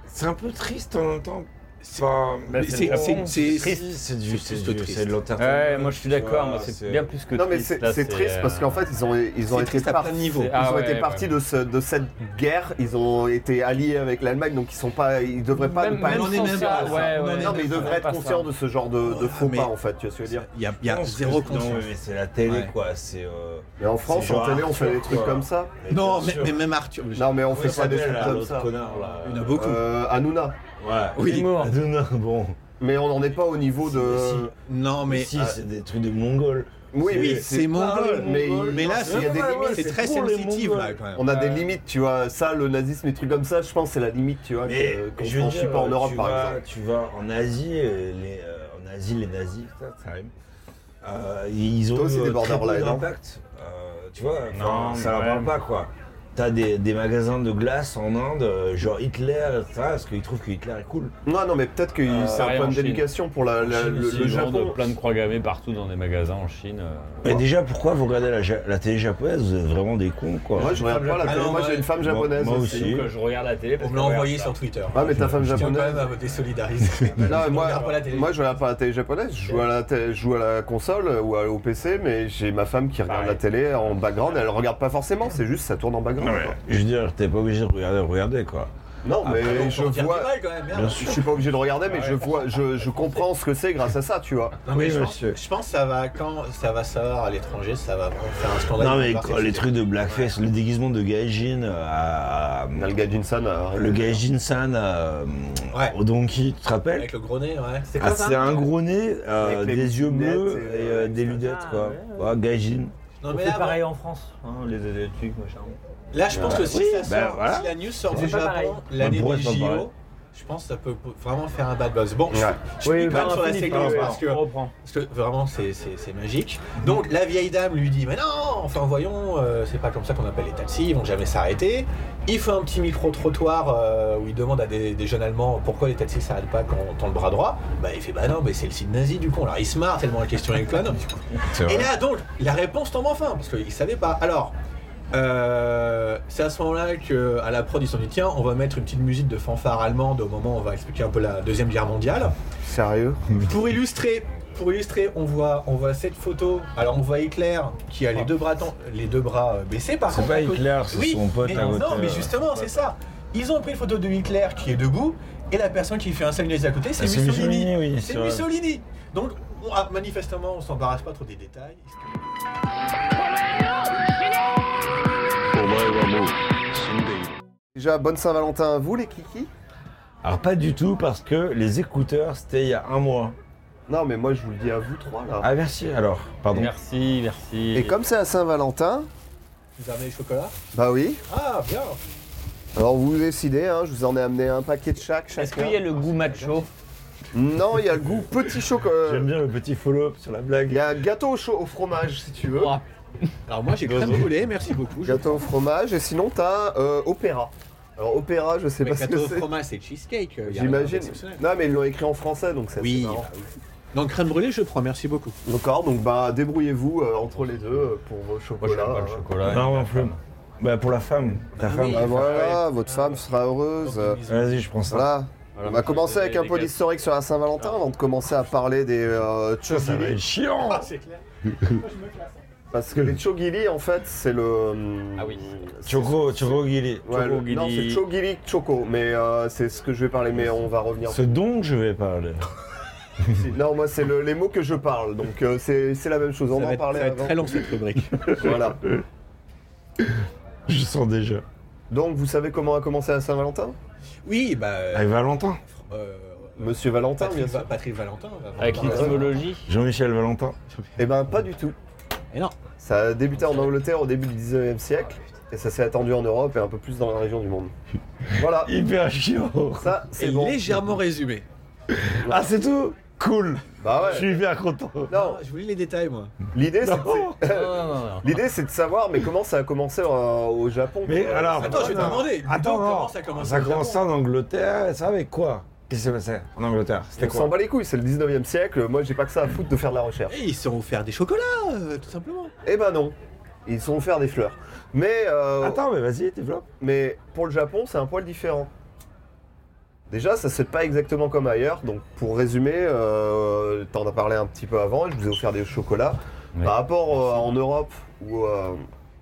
[SPEAKER 2] C'est un peu triste en même temps. Enfin,
[SPEAKER 10] Mais
[SPEAKER 11] Mais c'est-
[SPEAKER 10] c'est-
[SPEAKER 11] c'est-
[SPEAKER 2] triste. C'est du, c'est
[SPEAKER 11] juste
[SPEAKER 2] du-
[SPEAKER 11] triste.
[SPEAKER 2] c'est de l'entertainment.
[SPEAKER 10] Ouais, moi je suis d'accord,
[SPEAKER 2] tu
[SPEAKER 10] moi
[SPEAKER 2] vois,
[SPEAKER 10] c'est bien plus que
[SPEAKER 1] Non, mais
[SPEAKER 10] triste.
[SPEAKER 1] c'est
[SPEAKER 10] là, euh,
[SPEAKER 1] c'est triste parce qu'en fait, ils ont, ils ont été
[SPEAKER 11] C'est triste à plein de
[SPEAKER 1] partis-
[SPEAKER 11] niveaux.
[SPEAKER 1] Ils
[SPEAKER 10] Ah
[SPEAKER 1] ont
[SPEAKER 10] ouais,
[SPEAKER 1] été
[SPEAKER 10] ouais,
[SPEAKER 1] partis
[SPEAKER 10] ouais.
[SPEAKER 1] De, ce- de cette guerre, ils ont été alliés avec l'Allemagne, donc ils sont pas, ils devraient pas
[SPEAKER 10] Même-
[SPEAKER 1] ne pas
[SPEAKER 10] même
[SPEAKER 1] être-
[SPEAKER 11] sans ça,
[SPEAKER 1] à ça.
[SPEAKER 11] ouais,
[SPEAKER 1] Non,
[SPEAKER 11] ouais,
[SPEAKER 1] non, mais ils
[SPEAKER 11] même
[SPEAKER 1] devraient
[SPEAKER 10] pas
[SPEAKER 1] être
[SPEAKER 10] ça.
[SPEAKER 1] conscients de ce genre de, de faux
[SPEAKER 11] mais-
[SPEAKER 1] pas en fait, tu vois ce que je veux dire.
[SPEAKER 11] Il y a, il y a
[SPEAKER 2] Je pense
[SPEAKER 11] zéro
[SPEAKER 2] que- non,
[SPEAKER 11] conscience.
[SPEAKER 2] mais c'est la télé
[SPEAKER 11] Ouais.
[SPEAKER 2] quoi. C'est. euh,
[SPEAKER 1] Mais en France,
[SPEAKER 2] genre
[SPEAKER 1] en télé, on fait
[SPEAKER 2] Arthur,
[SPEAKER 1] des trucs
[SPEAKER 2] quoi.
[SPEAKER 1] comme ça.
[SPEAKER 11] Non
[SPEAKER 2] bien
[SPEAKER 11] mais,
[SPEAKER 2] sûr.
[SPEAKER 11] mais même Arthur.
[SPEAKER 1] Non, mais on
[SPEAKER 2] Comment
[SPEAKER 1] fait
[SPEAKER 2] il
[SPEAKER 1] pas des
[SPEAKER 2] s'appelle,
[SPEAKER 1] trucs
[SPEAKER 2] là,
[SPEAKER 1] comme
[SPEAKER 2] l'autre
[SPEAKER 1] ça.
[SPEAKER 2] connard là.
[SPEAKER 11] Il y en a beaucoup.
[SPEAKER 1] Euh, Hanouna.
[SPEAKER 2] Ouais.
[SPEAKER 11] Oui.
[SPEAKER 10] Humour.
[SPEAKER 2] Adouna, Ah, bon. Ah,
[SPEAKER 1] Mais on n'en est pas au niveau de.
[SPEAKER 2] Si,
[SPEAKER 11] Non mais
[SPEAKER 2] Si, c'est des trucs de mongols.
[SPEAKER 1] Oui,
[SPEAKER 11] Oui,
[SPEAKER 1] mais
[SPEAKER 11] c'est
[SPEAKER 2] Ah,
[SPEAKER 11] mongol,
[SPEAKER 1] mais-
[SPEAKER 11] mais là,
[SPEAKER 1] il y a des limites.
[SPEAKER 11] c'est très sensitif là quand même.
[SPEAKER 1] On a des limites, tu vois. Ça, le nazisme, les trucs comme ça, je pense, c'est la limite, tu vois,
[SPEAKER 2] Mais
[SPEAKER 1] que- euh, qu'on
[SPEAKER 2] je veux
[SPEAKER 1] franchit
[SPEAKER 2] dire,
[SPEAKER 1] pas en Europe,
[SPEAKER 2] tu
[SPEAKER 1] par
[SPEAKER 2] vas,
[SPEAKER 1] exemple.
[SPEAKER 2] Tu vas en Asie, euh, les, euh, en Asie, les nazis, putain, ça rime. Euh, ils ont
[SPEAKER 1] Toi, c'est
[SPEAKER 2] eu,
[SPEAKER 1] des
[SPEAKER 2] euh, très peu
[SPEAKER 1] borderline, hein.
[SPEAKER 2] d'impact. Euh, tu vois, enfin,
[SPEAKER 10] Non,
[SPEAKER 2] ça
[SPEAKER 10] mais
[SPEAKER 2] leur parle
[SPEAKER 10] ouais.
[SPEAKER 2] pas quoi. T'as des, des magasins de glace en Inde, euh, genre Hitler, etc., parce qu'ils trouvent que Hitler est cool.
[SPEAKER 1] Non, non, mais peut-être que
[SPEAKER 10] Euh,
[SPEAKER 1] c'est un
[SPEAKER 10] rien en
[SPEAKER 1] problème
[SPEAKER 10] Chine.
[SPEAKER 1] d'éducation pour la- la- le, le Japon.
[SPEAKER 10] plein de croix gammées partout dans des magasins en Chine. euh,
[SPEAKER 2] Mais déjà, pourquoi vous regardez la, ja- la télé japonaise Vous êtes vraiment des cons quoi.
[SPEAKER 1] Moi, je regarde pas la
[SPEAKER 11] Ah
[SPEAKER 1] télé.
[SPEAKER 11] non,
[SPEAKER 1] Moi,
[SPEAKER 11] ouais.
[SPEAKER 1] j'ai une femme
[SPEAKER 2] Moi-
[SPEAKER 1] japonaise
[SPEAKER 2] moi
[SPEAKER 1] aussi.
[SPEAKER 2] aussi.
[SPEAKER 10] donc, euh, je regarde la télé parce
[SPEAKER 11] On me
[SPEAKER 10] que
[SPEAKER 11] l'a
[SPEAKER 10] regarde
[SPEAKER 2] bah.
[SPEAKER 11] envoyé
[SPEAKER 10] ça.
[SPEAKER 11] sur Twitter.
[SPEAKER 1] Ouais, mais ta femme
[SPEAKER 11] Je tiens quand
[SPEAKER 1] japonaise.
[SPEAKER 11] même euh, à voter solidariste.
[SPEAKER 1] Non, mais
[SPEAKER 11] Je
[SPEAKER 1] moi,
[SPEAKER 11] regarde pas la télé.
[SPEAKER 1] moi, je regarde pas la télé japonaise. Je joue à la, télé- je joue à la console ou à- au PC, mais j'ai ma femme qui regarde
[SPEAKER 10] Pareil.
[SPEAKER 1] la télé en background. Elle regarde pas forcément, c'est juste ça tourne en
[SPEAKER 2] Non,
[SPEAKER 1] background.
[SPEAKER 2] mais,
[SPEAKER 1] quoi.
[SPEAKER 2] je veux dire, t'es pas obligé de regarder, regarder quoi.
[SPEAKER 1] Non, mais,
[SPEAKER 11] Après, on
[SPEAKER 1] je
[SPEAKER 11] peut en dire
[SPEAKER 1] vois.
[SPEAKER 11] du mal, quand même, merde.
[SPEAKER 2] Bien
[SPEAKER 1] Ah, bah, Je suis pas obligé de regarder, mais je vois, je, je comprends ce que c'est grâce à ça, tu vois.
[SPEAKER 11] Non, mais
[SPEAKER 2] Oui,
[SPEAKER 11] je, pense,
[SPEAKER 2] monsieur.
[SPEAKER 11] je pense que ça va quand ça va savoir à l'étranger, ça va vraiment faire un scandale.
[SPEAKER 2] Non mais
[SPEAKER 11] Parce
[SPEAKER 2] quoi,
[SPEAKER 11] que
[SPEAKER 2] les trucs de blackface, le déguisement de Gaijin euh, à, à-
[SPEAKER 1] Nalga Jinsan a
[SPEAKER 2] le Gaijin San euh,
[SPEAKER 11] Ouais.
[SPEAKER 2] au Donkey, tu te rappelles
[SPEAKER 11] avec le gros nez, ouais. C'est
[SPEAKER 2] Ah, C'est un gros nez, euh,
[SPEAKER 1] Avec les
[SPEAKER 2] des yeux
[SPEAKER 1] lunettes
[SPEAKER 2] bleus
[SPEAKER 1] et-
[SPEAKER 2] et, euh, des lunettes quoi. Ouais, Gaijin.
[SPEAKER 11] Non
[SPEAKER 10] On
[SPEAKER 11] mais
[SPEAKER 10] fait
[SPEAKER 11] là,
[SPEAKER 10] pareil en France, hein, les les trucs machin.
[SPEAKER 11] là, je pense que si ça
[SPEAKER 2] bah,
[SPEAKER 11] sort,
[SPEAKER 2] voilà.
[SPEAKER 11] si la news sort
[SPEAKER 10] C'est
[SPEAKER 11] du
[SPEAKER 10] pas
[SPEAKER 11] Japon
[SPEAKER 10] pareil.
[SPEAKER 2] Bah,
[SPEAKER 11] l'année
[SPEAKER 2] pourquoi
[SPEAKER 11] des
[SPEAKER 2] c'est pas pareil
[SPEAKER 11] JO, je pense que ça peut po- vraiment faire un bad buzz. Bon, je-
[SPEAKER 1] Ouais.
[SPEAKER 11] je suis pas
[SPEAKER 10] bah,
[SPEAKER 11] sur la
[SPEAKER 10] finit,
[SPEAKER 11] séquence
[SPEAKER 10] finit,
[SPEAKER 11] parce que,
[SPEAKER 10] On reprend.
[SPEAKER 11] parce que vraiment c'est- c'est c'est magique. Donc la vieille dame lui dit Mais non, enfin voyons, euh, c'est pas comme ça qu'on appelle les taxis, ils vont jamais s'arrêter. Il fait un petit micro-trottoir euh, où il demande à des, des jeunes Allemands pourquoi les taxis s'arrêtent pas quand on tend le bras droit. Bah il fait Bah non, mais c'est le signe nazi du con. Alors il se marre tellement la question est conne.
[SPEAKER 4] *laughs* C'est
[SPEAKER 11] Et
[SPEAKER 4] vrai.
[SPEAKER 11] là, donc, la réponse tombe enfin, parce qu'il savait pas. Alors, euh, c'est à ce moment-là que à la prod, ils se sont dit tiens, on va mettre une petite musique de fanfare allemande au moment où on va expliquer un peu la Deuxième Guerre mondiale.
[SPEAKER 1] Sérieux
[SPEAKER 11] Pour illustrer, pour illustrer on, voit, on voit cette photo. Alors, on voit Hitler qui a les deux bras, ten- les deux bras euh, baissés, par
[SPEAKER 2] C'est
[SPEAKER 11] contre.
[SPEAKER 2] pas
[SPEAKER 11] à côté-
[SPEAKER 2] Hitler, c'est
[SPEAKER 11] Oui,
[SPEAKER 2] son pote
[SPEAKER 11] mais,
[SPEAKER 2] à
[SPEAKER 11] Non,
[SPEAKER 2] côté,
[SPEAKER 11] mais
[SPEAKER 2] euh,
[SPEAKER 11] justement, c'est ça. Ils ont pris une photo de Hitler qui est debout, et la personne qui fait un salut à côté, c'est
[SPEAKER 2] Ah, c'est
[SPEAKER 11] Mussolini.
[SPEAKER 2] Mussolini, oui, c'est
[SPEAKER 11] c'est
[SPEAKER 2] vrai.
[SPEAKER 11] Mussolini. Donc, on- ah, manifestement, on s'embarrasse pas trop des détails.
[SPEAKER 6] お前はもう死んでいる
[SPEAKER 1] Déjà, bonne Saint-Valentin à vous, les kikis
[SPEAKER 2] Alors pas du tout parce que les écouteurs c'était il y a un mois.
[SPEAKER 1] Non, mais moi, je vous le dis à vous trois, là.
[SPEAKER 2] Ah merci alors, pardon.
[SPEAKER 4] Merci, merci.
[SPEAKER 1] Et comme c'est à Saint-Valentin,
[SPEAKER 11] Vous avez les chocolats
[SPEAKER 1] bah oui.
[SPEAKER 11] Ah, bien
[SPEAKER 1] Alors, vous décidez, hein, je vous en ai amené un paquet de chaque.
[SPEAKER 10] Est-ce
[SPEAKER 1] chacun.
[SPEAKER 10] qu'il y a le goût macho
[SPEAKER 1] Non, il y a le goût petit chocolat.
[SPEAKER 2] J'aime bien le petit follow-up sur la
[SPEAKER 1] Il
[SPEAKER 2] blague.
[SPEAKER 1] y a un gâteau au, cho- au fromage, si tu veux.
[SPEAKER 10] Oh,
[SPEAKER 11] Alors moi j'ai crème brûlée, merci beaucoup. Je-
[SPEAKER 1] Gâteau au fromage, et sinon, t'as euh, opéra. Alors, opéra, je sais
[SPEAKER 11] Mais
[SPEAKER 1] pas ce
[SPEAKER 11] gâteau
[SPEAKER 1] que
[SPEAKER 11] au
[SPEAKER 1] c'est.
[SPEAKER 11] fromage c'est cheesecake. euh, y a rien
[SPEAKER 1] J'imagine.
[SPEAKER 11] d'exceptionnel.
[SPEAKER 1] Non, mais ils l'ont écrit en français, donc c'est
[SPEAKER 11] Oui,
[SPEAKER 1] assez marrant.
[SPEAKER 11] bah Donc crème brûlée je prends, merci beaucoup.
[SPEAKER 1] D'accord, donc bah débrouillez-vous euh, entre les deux euh, pour vos
[SPEAKER 4] Moi, j'aime
[SPEAKER 1] chocolats.
[SPEAKER 4] pas le
[SPEAKER 1] hein.
[SPEAKER 4] chocolat.
[SPEAKER 2] Non, non, flemme. Bah pour la femme, ta femme. Ah,
[SPEAKER 1] Bah voilà, votre femme sera heureuse. euh,
[SPEAKER 2] Vas-y, je prends ça.
[SPEAKER 1] Voilà.
[SPEAKER 10] Voilà,
[SPEAKER 1] on va
[SPEAKER 10] moi,
[SPEAKER 1] commencer
[SPEAKER 10] je-
[SPEAKER 1] avec un
[SPEAKER 10] les
[SPEAKER 1] peu
[SPEAKER 10] gars-
[SPEAKER 1] d'historique sur la Saint-Valentin avant de commencer à parler des euh,
[SPEAKER 2] Ça, ça va
[SPEAKER 1] tchogili.
[SPEAKER 2] être chiant.
[SPEAKER 1] Parce que les chogili, en fait, c'est le. euh,
[SPEAKER 10] Ah oui.
[SPEAKER 1] c'est-
[SPEAKER 2] Choco, Choco Guili.
[SPEAKER 1] Ouais, le-
[SPEAKER 2] Choco
[SPEAKER 1] non, c'est
[SPEAKER 2] Guili.
[SPEAKER 1] chogili choco, mais euh, c'est ce que je vais parler, mais on va revenir.
[SPEAKER 2] Ce dont je vais parler.
[SPEAKER 1] Non, moi, c'est le- les mots que je parle, donc euh, c'est c'est la même chose. On
[SPEAKER 11] ça va
[SPEAKER 1] en
[SPEAKER 11] être, ça
[SPEAKER 1] parlait
[SPEAKER 11] va être
[SPEAKER 1] avant.
[SPEAKER 11] très long cette rubrique.
[SPEAKER 1] Voilà.
[SPEAKER 2] *laughs* Je sens déjà.
[SPEAKER 1] Donc, vous savez comment a commencé la Saint-Valentin
[SPEAKER 11] oui, bah... euh,
[SPEAKER 2] Avec Valentin.
[SPEAKER 11] euh,
[SPEAKER 1] Monsieur Valentin,
[SPEAKER 11] Patrick,
[SPEAKER 1] bien sûr.
[SPEAKER 11] Va- bah, Patrick Valentin. va-
[SPEAKER 10] Avec
[SPEAKER 11] Valentin.
[SPEAKER 10] l'étymologie
[SPEAKER 2] Jean-Michel Valentin.
[SPEAKER 1] Eh ben, pas du tout.
[SPEAKER 11] Et non.
[SPEAKER 1] Ça a débuté en Angleterre au début du 19e siècle et ça s'est attendu en Europe et un peu plus dans la région du monde. Voilà,
[SPEAKER 2] Hyper chiant.
[SPEAKER 1] ça c'est
[SPEAKER 11] Et
[SPEAKER 1] bon.
[SPEAKER 11] légèrement résumé.
[SPEAKER 2] Ah, c'est tout Cool.
[SPEAKER 1] Bah
[SPEAKER 2] Je
[SPEAKER 1] ouais.
[SPEAKER 2] suis hyper content.
[SPEAKER 1] Non,
[SPEAKER 11] Ah, je voulais les détails moi.
[SPEAKER 1] l'idée c'est
[SPEAKER 2] Non.
[SPEAKER 1] c'est-
[SPEAKER 10] Non, non, non.
[SPEAKER 1] l'idée c'est de savoir mais comment ça a commencé euh, au Japon. Ah,
[SPEAKER 2] Mais
[SPEAKER 1] quoi.
[SPEAKER 2] alors.
[SPEAKER 11] Attends, je vais te
[SPEAKER 2] attends,
[SPEAKER 11] demander.
[SPEAKER 2] Attends,
[SPEAKER 11] Donc,
[SPEAKER 2] non.
[SPEAKER 11] comment ça commence
[SPEAKER 2] Ça
[SPEAKER 11] au
[SPEAKER 2] commence en Angleterre. Ça avec quoi Qu'est-ce qui s'est passé en Angleterre C'était
[SPEAKER 1] on s'en
[SPEAKER 2] quoi
[SPEAKER 1] bat les couilles, c'est le 19e siècle, moi j'ai pas que ça à foutre de faire de la recherche.
[SPEAKER 11] Et Eh, ils se sont offerts des chocolats, euh, tout simplement.
[SPEAKER 1] Eh ben non, ils sont faire des fleurs. Mais euh,
[SPEAKER 2] Attends, mais vas-y, développe.
[SPEAKER 1] mais pour le Japon c'est un poil différent. Déjà, ça se fait pas exactement comme ailleurs. Donc, pour résumer, euh, t'en as parlé un petit peu avant. Je vous ai offert des chocolats.
[SPEAKER 4] Ouais.
[SPEAKER 1] Par rapport euh, en Europe, où euh,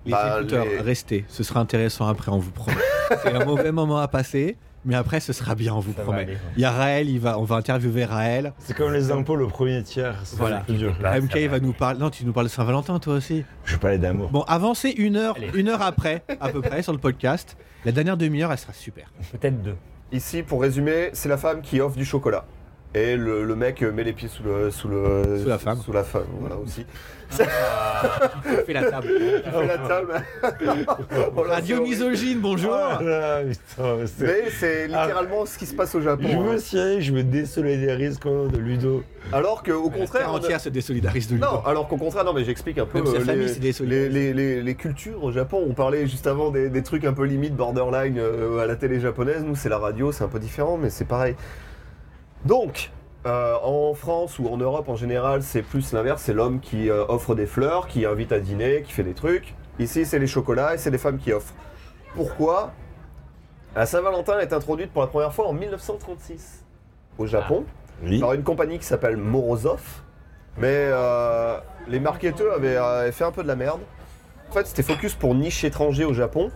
[SPEAKER 11] Les
[SPEAKER 1] Bah,
[SPEAKER 11] écouteurs,
[SPEAKER 1] les-
[SPEAKER 11] restez, ce sera intéressant après, on vous promet. C'est un mauvais moment à passer, mais après ce sera bien, on vous
[SPEAKER 2] Ça va
[SPEAKER 11] promet.
[SPEAKER 2] aller.
[SPEAKER 11] Il y a Raël, il va, on va interviewer Raël.
[SPEAKER 2] C'est comme les impôts, le premier tiers. C'est
[SPEAKER 11] Voilà. Bah.
[SPEAKER 2] le plus dur.
[SPEAKER 11] MK va nous parler. Non, tu nous parles de Saint-Valentin, toi aussi.
[SPEAKER 2] Je vais parler
[SPEAKER 11] *laughs*
[SPEAKER 2] d'amour.
[SPEAKER 11] Bon, avancez une heure, une heure après, à peu près, sur le podcast. La dernière demi-heure, elle sera super.
[SPEAKER 10] Peut-être deux.
[SPEAKER 1] Ici, pour résumer, c'est la femme qui offre du chocolat. Et le, le mec met les pieds sous le. Sous, le,
[SPEAKER 11] Sous la femme.
[SPEAKER 1] Sous la femme, voilà
[SPEAKER 11] *laughs*
[SPEAKER 1] aussi.
[SPEAKER 11] Fais la table.
[SPEAKER 1] Il fait la
[SPEAKER 11] *laughs*
[SPEAKER 1] table. *laughs* Oh là, c'est
[SPEAKER 11] Radio
[SPEAKER 1] horrible.
[SPEAKER 11] misogyne, bonjour.
[SPEAKER 2] Ah là, putain, mais c'est-
[SPEAKER 1] Mais c'est littéralement ce qui se passe au Japon.
[SPEAKER 2] Je
[SPEAKER 11] Ah.
[SPEAKER 2] me
[SPEAKER 1] hein.
[SPEAKER 2] suis allé, je me désolidarise quand même de Ludo.
[SPEAKER 1] Alors qu'au contraire.
[SPEAKER 11] Terre
[SPEAKER 1] on a-
[SPEAKER 11] entière se désolidarise de lui.
[SPEAKER 1] Non, alors qu'au contraire, non, mais j'explique un peu.
[SPEAKER 11] Même sa
[SPEAKER 1] euh,
[SPEAKER 11] famille,
[SPEAKER 1] les,
[SPEAKER 11] c'est des
[SPEAKER 1] les,
[SPEAKER 11] solidaires.
[SPEAKER 1] les- les- les cultures au Japon, on parlait juste avant des, des trucs un peu limite, borderline euh, à la télé japonaise. Nous, c'est la radio, c'est un peu différent, mais c'est pareil. Donc, euh, en France ou en Europe en général, c'est plus l'inverse c'est l'homme qui euh, offre des fleurs, qui invite à dîner, qui fait des trucs. Ici, c'est les chocolats et c'est les femmes qui offrent. Pourquoi La Saint-Valentin est introduite pour la première fois en 1936 au Japon
[SPEAKER 2] Oui.
[SPEAKER 1] par une compagnie qui s'appelle Morozov. Mais euh, les marketeurs avaient euh, fait un peu de la merde. En fait, c'était focus pour niche étranger au Japon.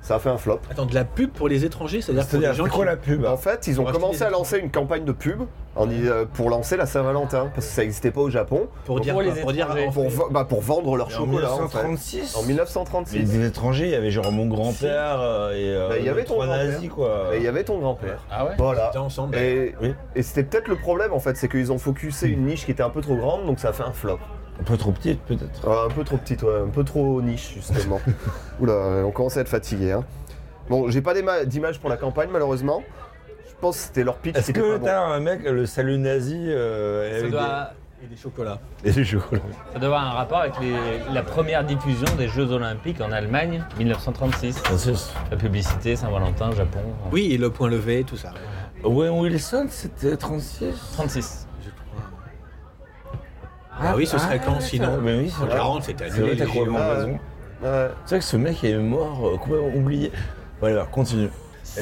[SPEAKER 1] Ça a fait un flop.
[SPEAKER 11] Attends, de la pub pour les étrangers, c'est-à-dire pour
[SPEAKER 2] C'est-à-dire,
[SPEAKER 11] les gens
[SPEAKER 2] c'est
[SPEAKER 11] qui...
[SPEAKER 2] quoi la pub
[SPEAKER 1] En fait, ils ont
[SPEAKER 11] Pour acheter
[SPEAKER 1] commencé
[SPEAKER 11] des
[SPEAKER 1] à lancer une campagne de pub en, euh, pour lancer la Saint-Valentin, parce que ça n'existait pas au Japon.
[SPEAKER 11] Pour
[SPEAKER 1] Donc,
[SPEAKER 11] dire
[SPEAKER 10] Pour
[SPEAKER 11] quoi
[SPEAKER 10] les
[SPEAKER 11] Pour dire...
[SPEAKER 10] étrangers.
[SPEAKER 1] pour, v- bah, pour vendre leur
[SPEAKER 2] Et En
[SPEAKER 1] chocolat, en fait.
[SPEAKER 2] 1936
[SPEAKER 1] En
[SPEAKER 2] Mais
[SPEAKER 1] 1936.
[SPEAKER 2] des étrangers, il y avait genre mon grand-père euh, et euh,
[SPEAKER 1] Bah, il y avait ton
[SPEAKER 2] trois
[SPEAKER 1] grand-père.
[SPEAKER 2] nazis, quoi.
[SPEAKER 1] Et il y avait ton grand-père.
[SPEAKER 4] Ah ouais
[SPEAKER 1] Voilà.
[SPEAKER 11] Putain, ensemble.
[SPEAKER 1] Et,
[SPEAKER 2] Oui. Hmm.
[SPEAKER 1] et c'était peut-être le problème en fait, c'est qu'ils ont focusé une niche qui était un peu trop grande, donc ça a fait un flop.
[SPEAKER 2] Un peu trop petite, peut-être.
[SPEAKER 1] Ah, un peu trop petite, ouais, un peu trop niche justement. *laughs* Oula, on commence à être fatigué. hein. Bon, j'ai pas d'éma- d'image pour la campagne malheureusement. pense que c'était leur pitch.
[SPEAKER 2] Est-ce
[SPEAKER 1] qui était
[SPEAKER 2] que
[SPEAKER 1] pas bon.
[SPEAKER 2] t'as un mec, le salut nazi euh,
[SPEAKER 10] Ça
[SPEAKER 2] avec
[SPEAKER 10] doit,
[SPEAKER 11] Et des chocolats.
[SPEAKER 2] des... *laughs* des chocolats
[SPEAKER 10] ça doit avoir un rapport avec les- la première diffusion des Jeux Olympiques en Allemagne 1936.
[SPEAKER 2] Ah,
[SPEAKER 10] La publicité, Saint-Valentin, Japon.
[SPEAKER 11] Oui, et le point levé, tout ça.
[SPEAKER 2] Owen Wilson, c'était 36
[SPEAKER 10] 36.
[SPEAKER 11] Ah oui, ce serait quand, sinon Ah,
[SPEAKER 2] Mais oui, c'est vrai.
[SPEAKER 11] 40, c'était
[SPEAKER 2] C'est vrai,
[SPEAKER 11] annulé.
[SPEAKER 2] t'as
[SPEAKER 11] les JO.
[SPEAKER 2] complètement
[SPEAKER 1] JO.
[SPEAKER 2] raison.
[SPEAKER 1] Ouais.
[SPEAKER 2] C'est vrai que ce mec est mort, euh, complètement oublié. Voilà, continue.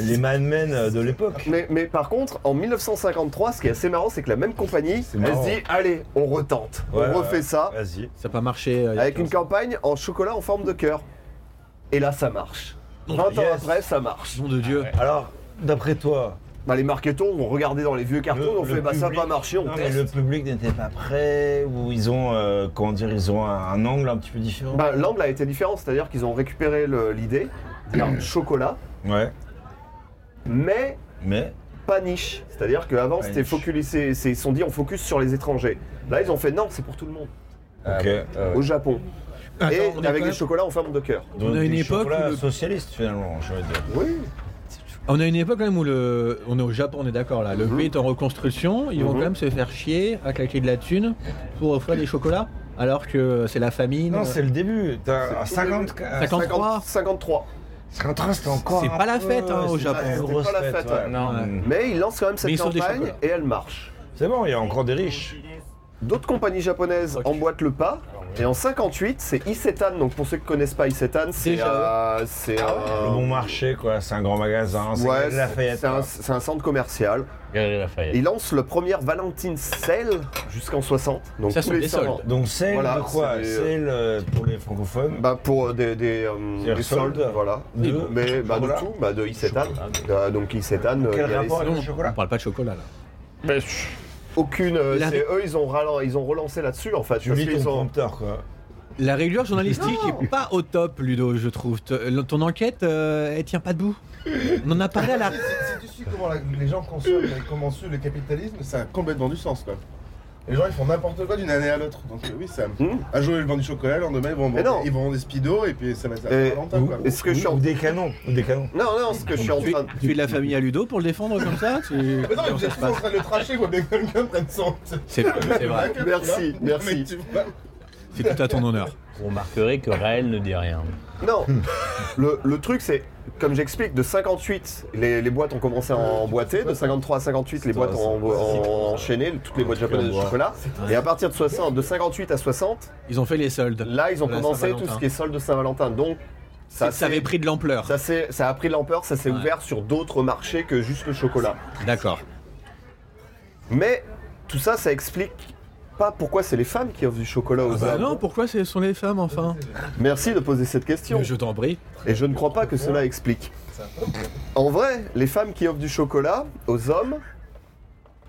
[SPEAKER 2] Les madmen euh, de l'époque.
[SPEAKER 1] Mais, mais par contre, en 1953, ce qui est assez marrant, c'est que la même compagnie,
[SPEAKER 2] C'est
[SPEAKER 1] elle
[SPEAKER 2] marrant.
[SPEAKER 1] se dit allez, on retente,
[SPEAKER 2] Ouais,
[SPEAKER 1] on refait ça,
[SPEAKER 2] Vas-y.
[SPEAKER 9] Ça n'a pas marché. euh, il y a
[SPEAKER 1] avec une
[SPEAKER 9] 15 ans.
[SPEAKER 1] campagne en chocolat en forme de cœur. Et là, ça marche. 20 ans
[SPEAKER 2] Oh, yes.
[SPEAKER 1] après, ça marche.
[SPEAKER 9] Nom de Dieu.
[SPEAKER 2] Alors, d'après toi,
[SPEAKER 1] Bah, les marketons ont regardé dans les vieux cartons,
[SPEAKER 2] Le-
[SPEAKER 1] on
[SPEAKER 2] le
[SPEAKER 1] fait bah ça va
[SPEAKER 2] public-
[SPEAKER 1] pas marcher, on
[SPEAKER 2] non, mais
[SPEAKER 1] teste.
[SPEAKER 2] le public n'était pas prêt ou ils ont, euh, comment dire, ils ont un, un angle un petit peu différent.
[SPEAKER 1] Bah, l'angle a été différent, c'est-à-dire qu'ils ont récupéré le- l'idée, d'un chocolat,
[SPEAKER 2] Ouais,
[SPEAKER 1] mais
[SPEAKER 2] mais
[SPEAKER 1] pas niche. C'est-à-dire qu'avant,
[SPEAKER 2] Pas
[SPEAKER 1] c'était
[SPEAKER 2] niche.
[SPEAKER 1] focusé, c'est- ils se sont dit on focus sur les étrangers. Là, ils ont fait non, c'est pour tout le monde,
[SPEAKER 2] ok.
[SPEAKER 1] au Japon.
[SPEAKER 11] Attends,
[SPEAKER 1] Et
[SPEAKER 11] on est
[SPEAKER 1] avec
[SPEAKER 11] quand
[SPEAKER 1] des
[SPEAKER 11] même-
[SPEAKER 1] chocolats en forme de cœur.
[SPEAKER 2] Donc,
[SPEAKER 9] On a une
[SPEAKER 2] des
[SPEAKER 9] époque
[SPEAKER 2] chocolats
[SPEAKER 9] où le-
[SPEAKER 2] socialistes finalement, je veux dire.
[SPEAKER 1] Oui.
[SPEAKER 9] On a une époque quand même où le... on est au Japon, on est d'accord là. Le
[SPEAKER 1] Mhm.
[SPEAKER 9] pays est en reconstruction, ils vont
[SPEAKER 1] Mhm.
[SPEAKER 9] quand même se faire chier à claquer de la thune pour offrir des chocolats, alors que c'est la famine.
[SPEAKER 2] Non, c'est le début. T'as
[SPEAKER 1] C'est tout le
[SPEAKER 2] 50.
[SPEAKER 1] début.
[SPEAKER 9] 53.
[SPEAKER 1] 53
[SPEAKER 2] 53, c'était encore.
[SPEAKER 9] C'est
[SPEAKER 2] un
[SPEAKER 9] pas la
[SPEAKER 2] peu-
[SPEAKER 9] fête, hein, au
[SPEAKER 2] c'est pas
[SPEAKER 9] Japon.
[SPEAKER 2] une
[SPEAKER 1] C'est
[SPEAKER 2] grosse
[SPEAKER 1] pas la fête,
[SPEAKER 2] ouais.
[SPEAKER 1] ouais.
[SPEAKER 10] Non.
[SPEAKER 2] Mm.
[SPEAKER 1] Mais ils lancent quand même
[SPEAKER 9] Mais
[SPEAKER 1] cette
[SPEAKER 9] ils sont des
[SPEAKER 1] campagne
[SPEAKER 9] chocolats.
[SPEAKER 1] et elle marche.
[SPEAKER 2] C'est bon, il y a encore des riches.
[SPEAKER 1] D'autres compagnies japonaises emboîtent le pas. Et en 58, c'est Isetan. Donc pour ceux qui connaissent pas Isetan, c'est
[SPEAKER 9] Déjà.
[SPEAKER 1] euh, c'est
[SPEAKER 2] Le
[SPEAKER 1] un-
[SPEAKER 2] bon marché, quoi. C'est un grand magasin. C'est
[SPEAKER 1] Ouais,
[SPEAKER 2] de la
[SPEAKER 1] c'est
[SPEAKER 2] fête.
[SPEAKER 1] c'est un, c'est un centre commercial.
[SPEAKER 10] Galerie
[SPEAKER 1] Et
[SPEAKER 10] Lafayette.
[SPEAKER 1] Ils lancent le premier Valentine Sale jusqu'en 60. Donc
[SPEAKER 9] Ça,
[SPEAKER 1] tous
[SPEAKER 9] sont
[SPEAKER 1] les
[SPEAKER 9] des
[SPEAKER 1] 100 ans.
[SPEAKER 9] soldes.
[SPEAKER 2] Donc, c'est
[SPEAKER 1] Voilà,
[SPEAKER 2] de quoi
[SPEAKER 1] c'est des- euh,
[SPEAKER 2] C'est le- pour les francophones.
[SPEAKER 1] Bah pour euh, des, des, euh,
[SPEAKER 2] C'est-à-dire
[SPEAKER 1] des soldes,
[SPEAKER 2] soldes.
[SPEAKER 1] voilà.
[SPEAKER 2] De-
[SPEAKER 1] Mais bah, de
[SPEAKER 2] chocolat.
[SPEAKER 1] tout, bah, de Isetan. Euh, donc Isetan, euh, il y a
[SPEAKER 2] hein, Quel
[SPEAKER 1] les-
[SPEAKER 2] rapport avec le
[SPEAKER 9] Non,
[SPEAKER 2] chocolat
[SPEAKER 9] On parle pas de chocolat là.
[SPEAKER 1] aucune. euh,
[SPEAKER 9] La-
[SPEAKER 1] c'est eux, ils ont, ralan- ils ont relancé là-dessus en fait.
[SPEAKER 2] Tu
[SPEAKER 1] parce
[SPEAKER 2] lis
[SPEAKER 1] qu'ils
[SPEAKER 2] ton
[SPEAKER 1] ont-
[SPEAKER 2] prompteur, quoi.
[SPEAKER 9] La rigueur journalistique est pas au top, Ludo, je trouve. Te- le- Ton enquête, euh, elle tient pas debout. On en a parlé
[SPEAKER 2] *laughs*
[SPEAKER 9] à la.
[SPEAKER 12] Si tu suis comment la- les gens consomment et comment suit le capitalisme, ça a complètement du sens quoi. Les gens ils font n'importe quoi d'une année à l'autre. Donc euh, oui, ça.
[SPEAKER 1] Hmm.
[SPEAKER 12] Un jour ils vendent du chocolat, le lendemain ils vont
[SPEAKER 1] Mais non.
[SPEAKER 12] vendre, ils vont vendre des speedos et puis ça va ça va
[SPEAKER 1] Et-
[SPEAKER 12] faire longtemps quoi.
[SPEAKER 1] Est-ce que je suis en...
[SPEAKER 2] Ou des canons. Ou des canons.
[SPEAKER 1] Non, non, ce que je suis en
[SPEAKER 9] Tu,
[SPEAKER 1] train de...
[SPEAKER 9] tu es de la famille à Ludo pour le défendre comme ça tu...
[SPEAKER 12] Mais non, mais
[SPEAKER 9] Comment
[SPEAKER 12] vous
[SPEAKER 9] ça
[SPEAKER 12] êtes
[SPEAKER 9] se
[SPEAKER 12] tous en
[SPEAKER 9] passe
[SPEAKER 12] train de le tracher quoi, dès que quelqu'un prenne son.
[SPEAKER 9] C'est c'est vrai,
[SPEAKER 1] Merci, merci.
[SPEAKER 9] c'est tout à ton honneur.
[SPEAKER 10] Vous remarquerez que Raël ne dit rien.
[SPEAKER 1] Non, le, le truc c'est, comme j'explique, de 58, les, les boîtes ont commencé à emboîter, de 53 à 58, les boîtes ont, en- en- enchaîné, toutes les boîtes japonaises
[SPEAKER 2] euh,
[SPEAKER 1] de chocolat, et à partir de 60, de 58 à 60,
[SPEAKER 9] Ils ont fait les soldes.
[SPEAKER 1] là ils ont
[SPEAKER 9] Voilà,
[SPEAKER 1] commencé tout
[SPEAKER 9] Saint-Valentin.
[SPEAKER 1] ce qui est solde de Saint-Valentin, donc ça,
[SPEAKER 9] Ça, ça
[SPEAKER 1] s'est-
[SPEAKER 9] avait pris de l'ampleur.
[SPEAKER 1] ça, s'est- ça a pris de l'ampleur, ça s'est
[SPEAKER 9] Ouais.
[SPEAKER 1] ouvert sur d'autres marchés que juste le chocolat.
[SPEAKER 9] D'accord.
[SPEAKER 1] Mais tout ça, ça explique pas pourquoi c'est les femmes qui offrent du chocolat aux
[SPEAKER 9] Bah
[SPEAKER 1] hommes.
[SPEAKER 9] non, pourquoi ce sont les femmes enfin
[SPEAKER 1] Merci de poser cette question.
[SPEAKER 9] Je t'en prie.
[SPEAKER 1] Et je ne crois pas que cela explique. En vrai, les femmes qui offrent du chocolat aux hommes,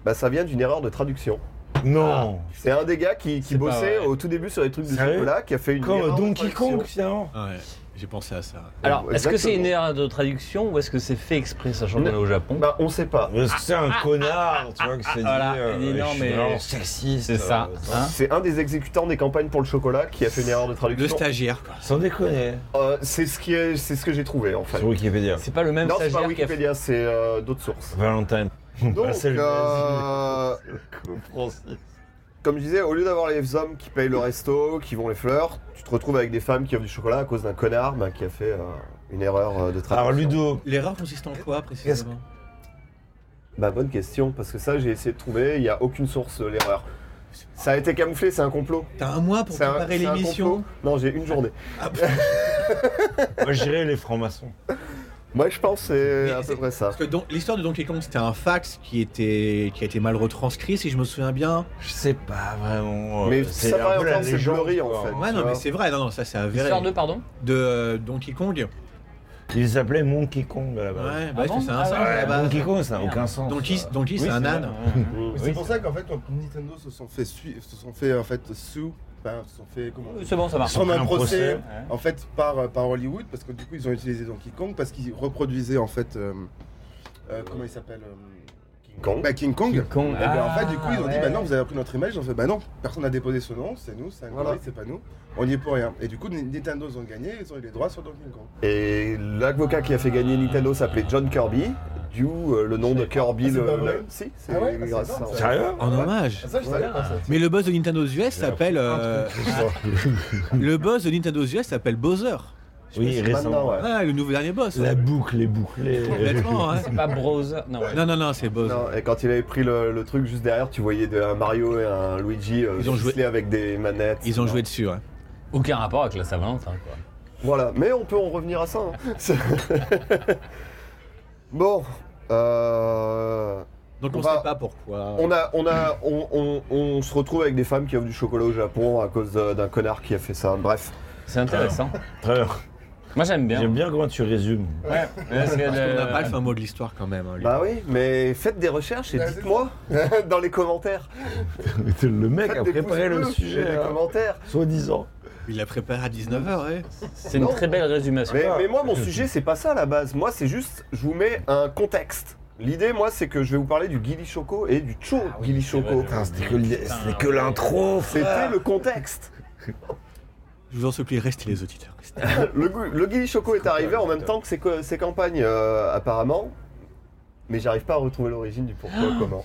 [SPEAKER 1] bah, ça vient d'une erreur de traduction.
[SPEAKER 2] Non.
[SPEAKER 1] C'est un des gars qui, qui
[SPEAKER 9] pas
[SPEAKER 1] bossait
[SPEAKER 9] vrai.
[SPEAKER 1] au tout début sur les trucs de
[SPEAKER 2] Sérieux
[SPEAKER 1] chocolat qui a fait une
[SPEAKER 2] Comme
[SPEAKER 1] erreur de
[SPEAKER 2] Donkey
[SPEAKER 1] traduction.
[SPEAKER 2] Kong, finalement.
[SPEAKER 9] Ouais, j'ai pensé à ça.
[SPEAKER 10] Alors, est-ce que c'est une
[SPEAKER 1] Exactement.
[SPEAKER 10] erreur de traduction ou est-ce que c'est fait exprès, sachant qu'on
[SPEAKER 1] Non.
[SPEAKER 10] est au Japon
[SPEAKER 1] Bah, on sait pas.
[SPEAKER 2] Parce que c'est un connard, tu vois, que c'est dit,
[SPEAKER 10] Voilà,
[SPEAKER 2] euh,
[SPEAKER 10] il dit non,
[SPEAKER 2] je suis
[SPEAKER 10] mais-
[SPEAKER 2] vraiment sexiste.
[SPEAKER 10] C'est ça.
[SPEAKER 2] euh,
[SPEAKER 10] hein
[SPEAKER 1] C'est un des exécutants des campagnes pour le chocolat qui a fait une erreur de
[SPEAKER 9] Le
[SPEAKER 1] traduction.
[SPEAKER 9] stagiaire, quoi.
[SPEAKER 2] Sans déconner.
[SPEAKER 1] Euh, c'est ce qui est, c'est ce que j'ai trouvé en fait.
[SPEAKER 2] Sur Wikipédia.
[SPEAKER 10] c'est pas le même
[SPEAKER 1] Non, c'est pas
[SPEAKER 10] stagiaire qui a fait.
[SPEAKER 1] Wikipédia, c'est euh, d'autres sources.
[SPEAKER 2] Valentine.
[SPEAKER 1] Donc,
[SPEAKER 2] Bah, c'est le
[SPEAKER 1] euh,
[SPEAKER 2] Francis.
[SPEAKER 1] comme je disais, au lieu d'avoir les hommes qui payent le resto, qui vont les fleurs, tu te retrouves avec des femmes qui offrent du chocolat à cause d'un connard bah, qui a fait euh, une erreur euh, de traduction.
[SPEAKER 2] Alors Ludo,
[SPEAKER 9] L'erreur consiste en quoi précisément
[SPEAKER 1] Bah bonne question, parce que ça j'ai essayé de trouver, il n'y a aucune source de l'erreur. Ça a été camouflé, c'est un complot.
[SPEAKER 9] T'as un mois pour
[SPEAKER 1] C'est un-
[SPEAKER 9] préparer
[SPEAKER 1] c'est un
[SPEAKER 9] l'émission.
[SPEAKER 1] complot. Non, j'ai une journée.
[SPEAKER 2] moi j'irais les francs-maçons.
[SPEAKER 1] Moi je pense que c'est
[SPEAKER 9] Mais
[SPEAKER 1] à
[SPEAKER 9] c'est-
[SPEAKER 1] peu près ça.
[SPEAKER 9] Parce que donc, l'histoire de Donkey Kong, c'était un fax qui, était, qui a été mal retranscrit, si je me souviens bien.
[SPEAKER 2] Je sais pas vraiment. euh,
[SPEAKER 1] Mais
[SPEAKER 2] c'est
[SPEAKER 1] ça
[SPEAKER 2] un
[SPEAKER 1] paraît
[SPEAKER 2] peu la
[SPEAKER 1] encore, c'est
[SPEAKER 2] légende,
[SPEAKER 1] fleuri, en
[SPEAKER 2] quoi.
[SPEAKER 1] fait.
[SPEAKER 9] Ouais, non, mais c'est vrai, non, non, ça c'est avéré.
[SPEAKER 10] Histoire de, pardon
[SPEAKER 9] De euh, Donkey Kong.
[SPEAKER 2] Il s'appelait Monkey Kong à la base.
[SPEAKER 9] Ouais, bah,
[SPEAKER 10] bon
[SPEAKER 9] c'est un
[SPEAKER 10] Ah
[SPEAKER 9] singe
[SPEAKER 10] ouais,
[SPEAKER 9] à la base.
[SPEAKER 2] Donkey Kong, ça n'a aucun sens.
[SPEAKER 9] Donkey,
[SPEAKER 2] ça.
[SPEAKER 9] Donkey, c'est un âne.
[SPEAKER 12] Mais C'est pour ça qu'en fait, quand Nintendo se sont fait, su- se sont fait en fait sous, enfin, se sont fait comment
[SPEAKER 10] Euh, C'est bon, ça marche.
[SPEAKER 12] prendre
[SPEAKER 2] Un
[SPEAKER 12] un
[SPEAKER 2] procès,
[SPEAKER 12] procès,
[SPEAKER 2] ouais.
[SPEAKER 12] en fait par, euh, par Hollywood parce que du coup ils ont utilisé Donkey Kong parce qu'ils reproduisaient en fait euh, euh, comment il s'appelle euh, King
[SPEAKER 1] Kong.
[SPEAKER 12] Bah, King Kong.
[SPEAKER 10] Con-
[SPEAKER 12] Et ben, en
[SPEAKER 10] Ah,
[SPEAKER 12] fait du coup ils ont dit
[SPEAKER 10] ouais.
[SPEAKER 12] bah non vous avez pris notre image ils ont fait bah non personne n'a déposé ce nom c'est nous c'est un
[SPEAKER 1] Voilà.
[SPEAKER 12] voilà. c'est pas nous on n'y est pour rien et du coup Ni- Nintendo ils ont gagné ils ont eu les droits sur Donkey Kong
[SPEAKER 1] Et l'avocat qui a fait gagner Nintendo s'appelait John Kirby. Dew, euh, le nom de Kirby.
[SPEAKER 12] Ah, c'est
[SPEAKER 1] le-
[SPEAKER 12] pas vrai
[SPEAKER 1] le- Si, c'est
[SPEAKER 12] Ah ouais Ah,
[SPEAKER 1] grâce
[SPEAKER 12] c'est
[SPEAKER 1] à
[SPEAKER 12] énorme,
[SPEAKER 1] ça.
[SPEAKER 12] ça. Sérieux
[SPEAKER 9] En hommage.
[SPEAKER 12] Ah, ça, je savais pas, ça.
[SPEAKER 9] Mais le boss de Nintendo US s'appelle. euh, *laughs* le boss de Nintendo US s'appelle Bowser. Je
[SPEAKER 2] Oui,
[SPEAKER 9] sais pas si-
[SPEAKER 2] récemment, ouais.
[SPEAKER 9] Ouais, le nouveau dernier boss.
[SPEAKER 2] La
[SPEAKER 9] ouais.
[SPEAKER 2] boucle est bouclée.
[SPEAKER 9] *laughs* Complètement, hein.
[SPEAKER 10] C'est pas Browser. Non, ouais.
[SPEAKER 9] Non, non, non, c'est Bowser.
[SPEAKER 1] Non, et quand il avait pris le, le truc juste derrière, tu voyais de- un Mario et un Luigi euh,
[SPEAKER 9] Ils ont joué-
[SPEAKER 1] ficelés avec des manettes.
[SPEAKER 9] Ils ont joué dessus, hein. ouais.
[SPEAKER 10] Aucun rapport avec la Saint-Valentin, quoi.
[SPEAKER 1] Voilà, mais on peut en revenir à ça. hein. *laughs* C'est- bon. euh,
[SPEAKER 9] Donc on,
[SPEAKER 1] va-
[SPEAKER 9] sait pas Ah, pourquoi.
[SPEAKER 1] On, a, on, a, on, on- on se retrouve avec des femmes qui offrent du chocolat au Japon à cause de- d'un connard qui a fait ça. Bref.
[SPEAKER 10] C'est intéressant.
[SPEAKER 2] Très bien.
[SPEAKER 10] Moi, j'aime bien.
[SPEAKER 2] J'aime bien comment tu résumes.
[SPEAKER 10] Ouais, parce que
[SPEAKER 9] Parce qu'on n'a
[SPEAKER 10] le-
[SPEAKER 9] pas le fin mot de l'histoire quand même. hein, lui.
[SPEAKER 1] Bah oui, mais faites des recherches et
[SPEAKER 12] Ouais,
[SPEAKER 1] dites-moi *laughs* dans les commentaires.
[SPEAKER 2] Le mec
[SPEAKER 1] Faites
[SPEAKER 2] a
[SPEAKER 1] des pouces
[SPEAKER 2] préparé le
[SPEAKER 1] bleus et
[SPEAKER 2] sujet,
[SPEAKER 1] des
[SPEAKER 2] hein,
[SPEAKER 1] commentaires.
[SPEAKER 2] soi-disant.
[SPEAKER 9] Il l'a préparé à 19h, ouais.
[SPEAKER 10] C'est une
[SPEAKER 1] Non.
[SPEAKER 10] très belle résumation.
[SPEAKER 1] Mais, mais moi, mon sujet, c'est pas ça à la base. Moi, c'est juste, je vous mets un contexte. L'idée, moi, c'est que je vais vous parler du Gili Choco et du Cho
[SPEAKER 2] Ah
[SPEAKER 1] Gili Choco.
[SPEAKER 2] Putain, C'était que, li- c'était que l'intro,
[SPEAKER 1] C'était
[SPEAKER 2] frère.
[SPEAKER 1] le contexte.
[SPEAKER 9] Je vous en supplie, restez les auditeurs. restez.
[SPEAKER 1] Le, gu- le Gili Choco est arrivé en même temps que ses, co- ses campagnes, euh, apparemment. Mais j'arrive pas à retrouver l'origine du pourquoi,
[SPEAKER 2] *gasps*
[SPEAKER 1] comment.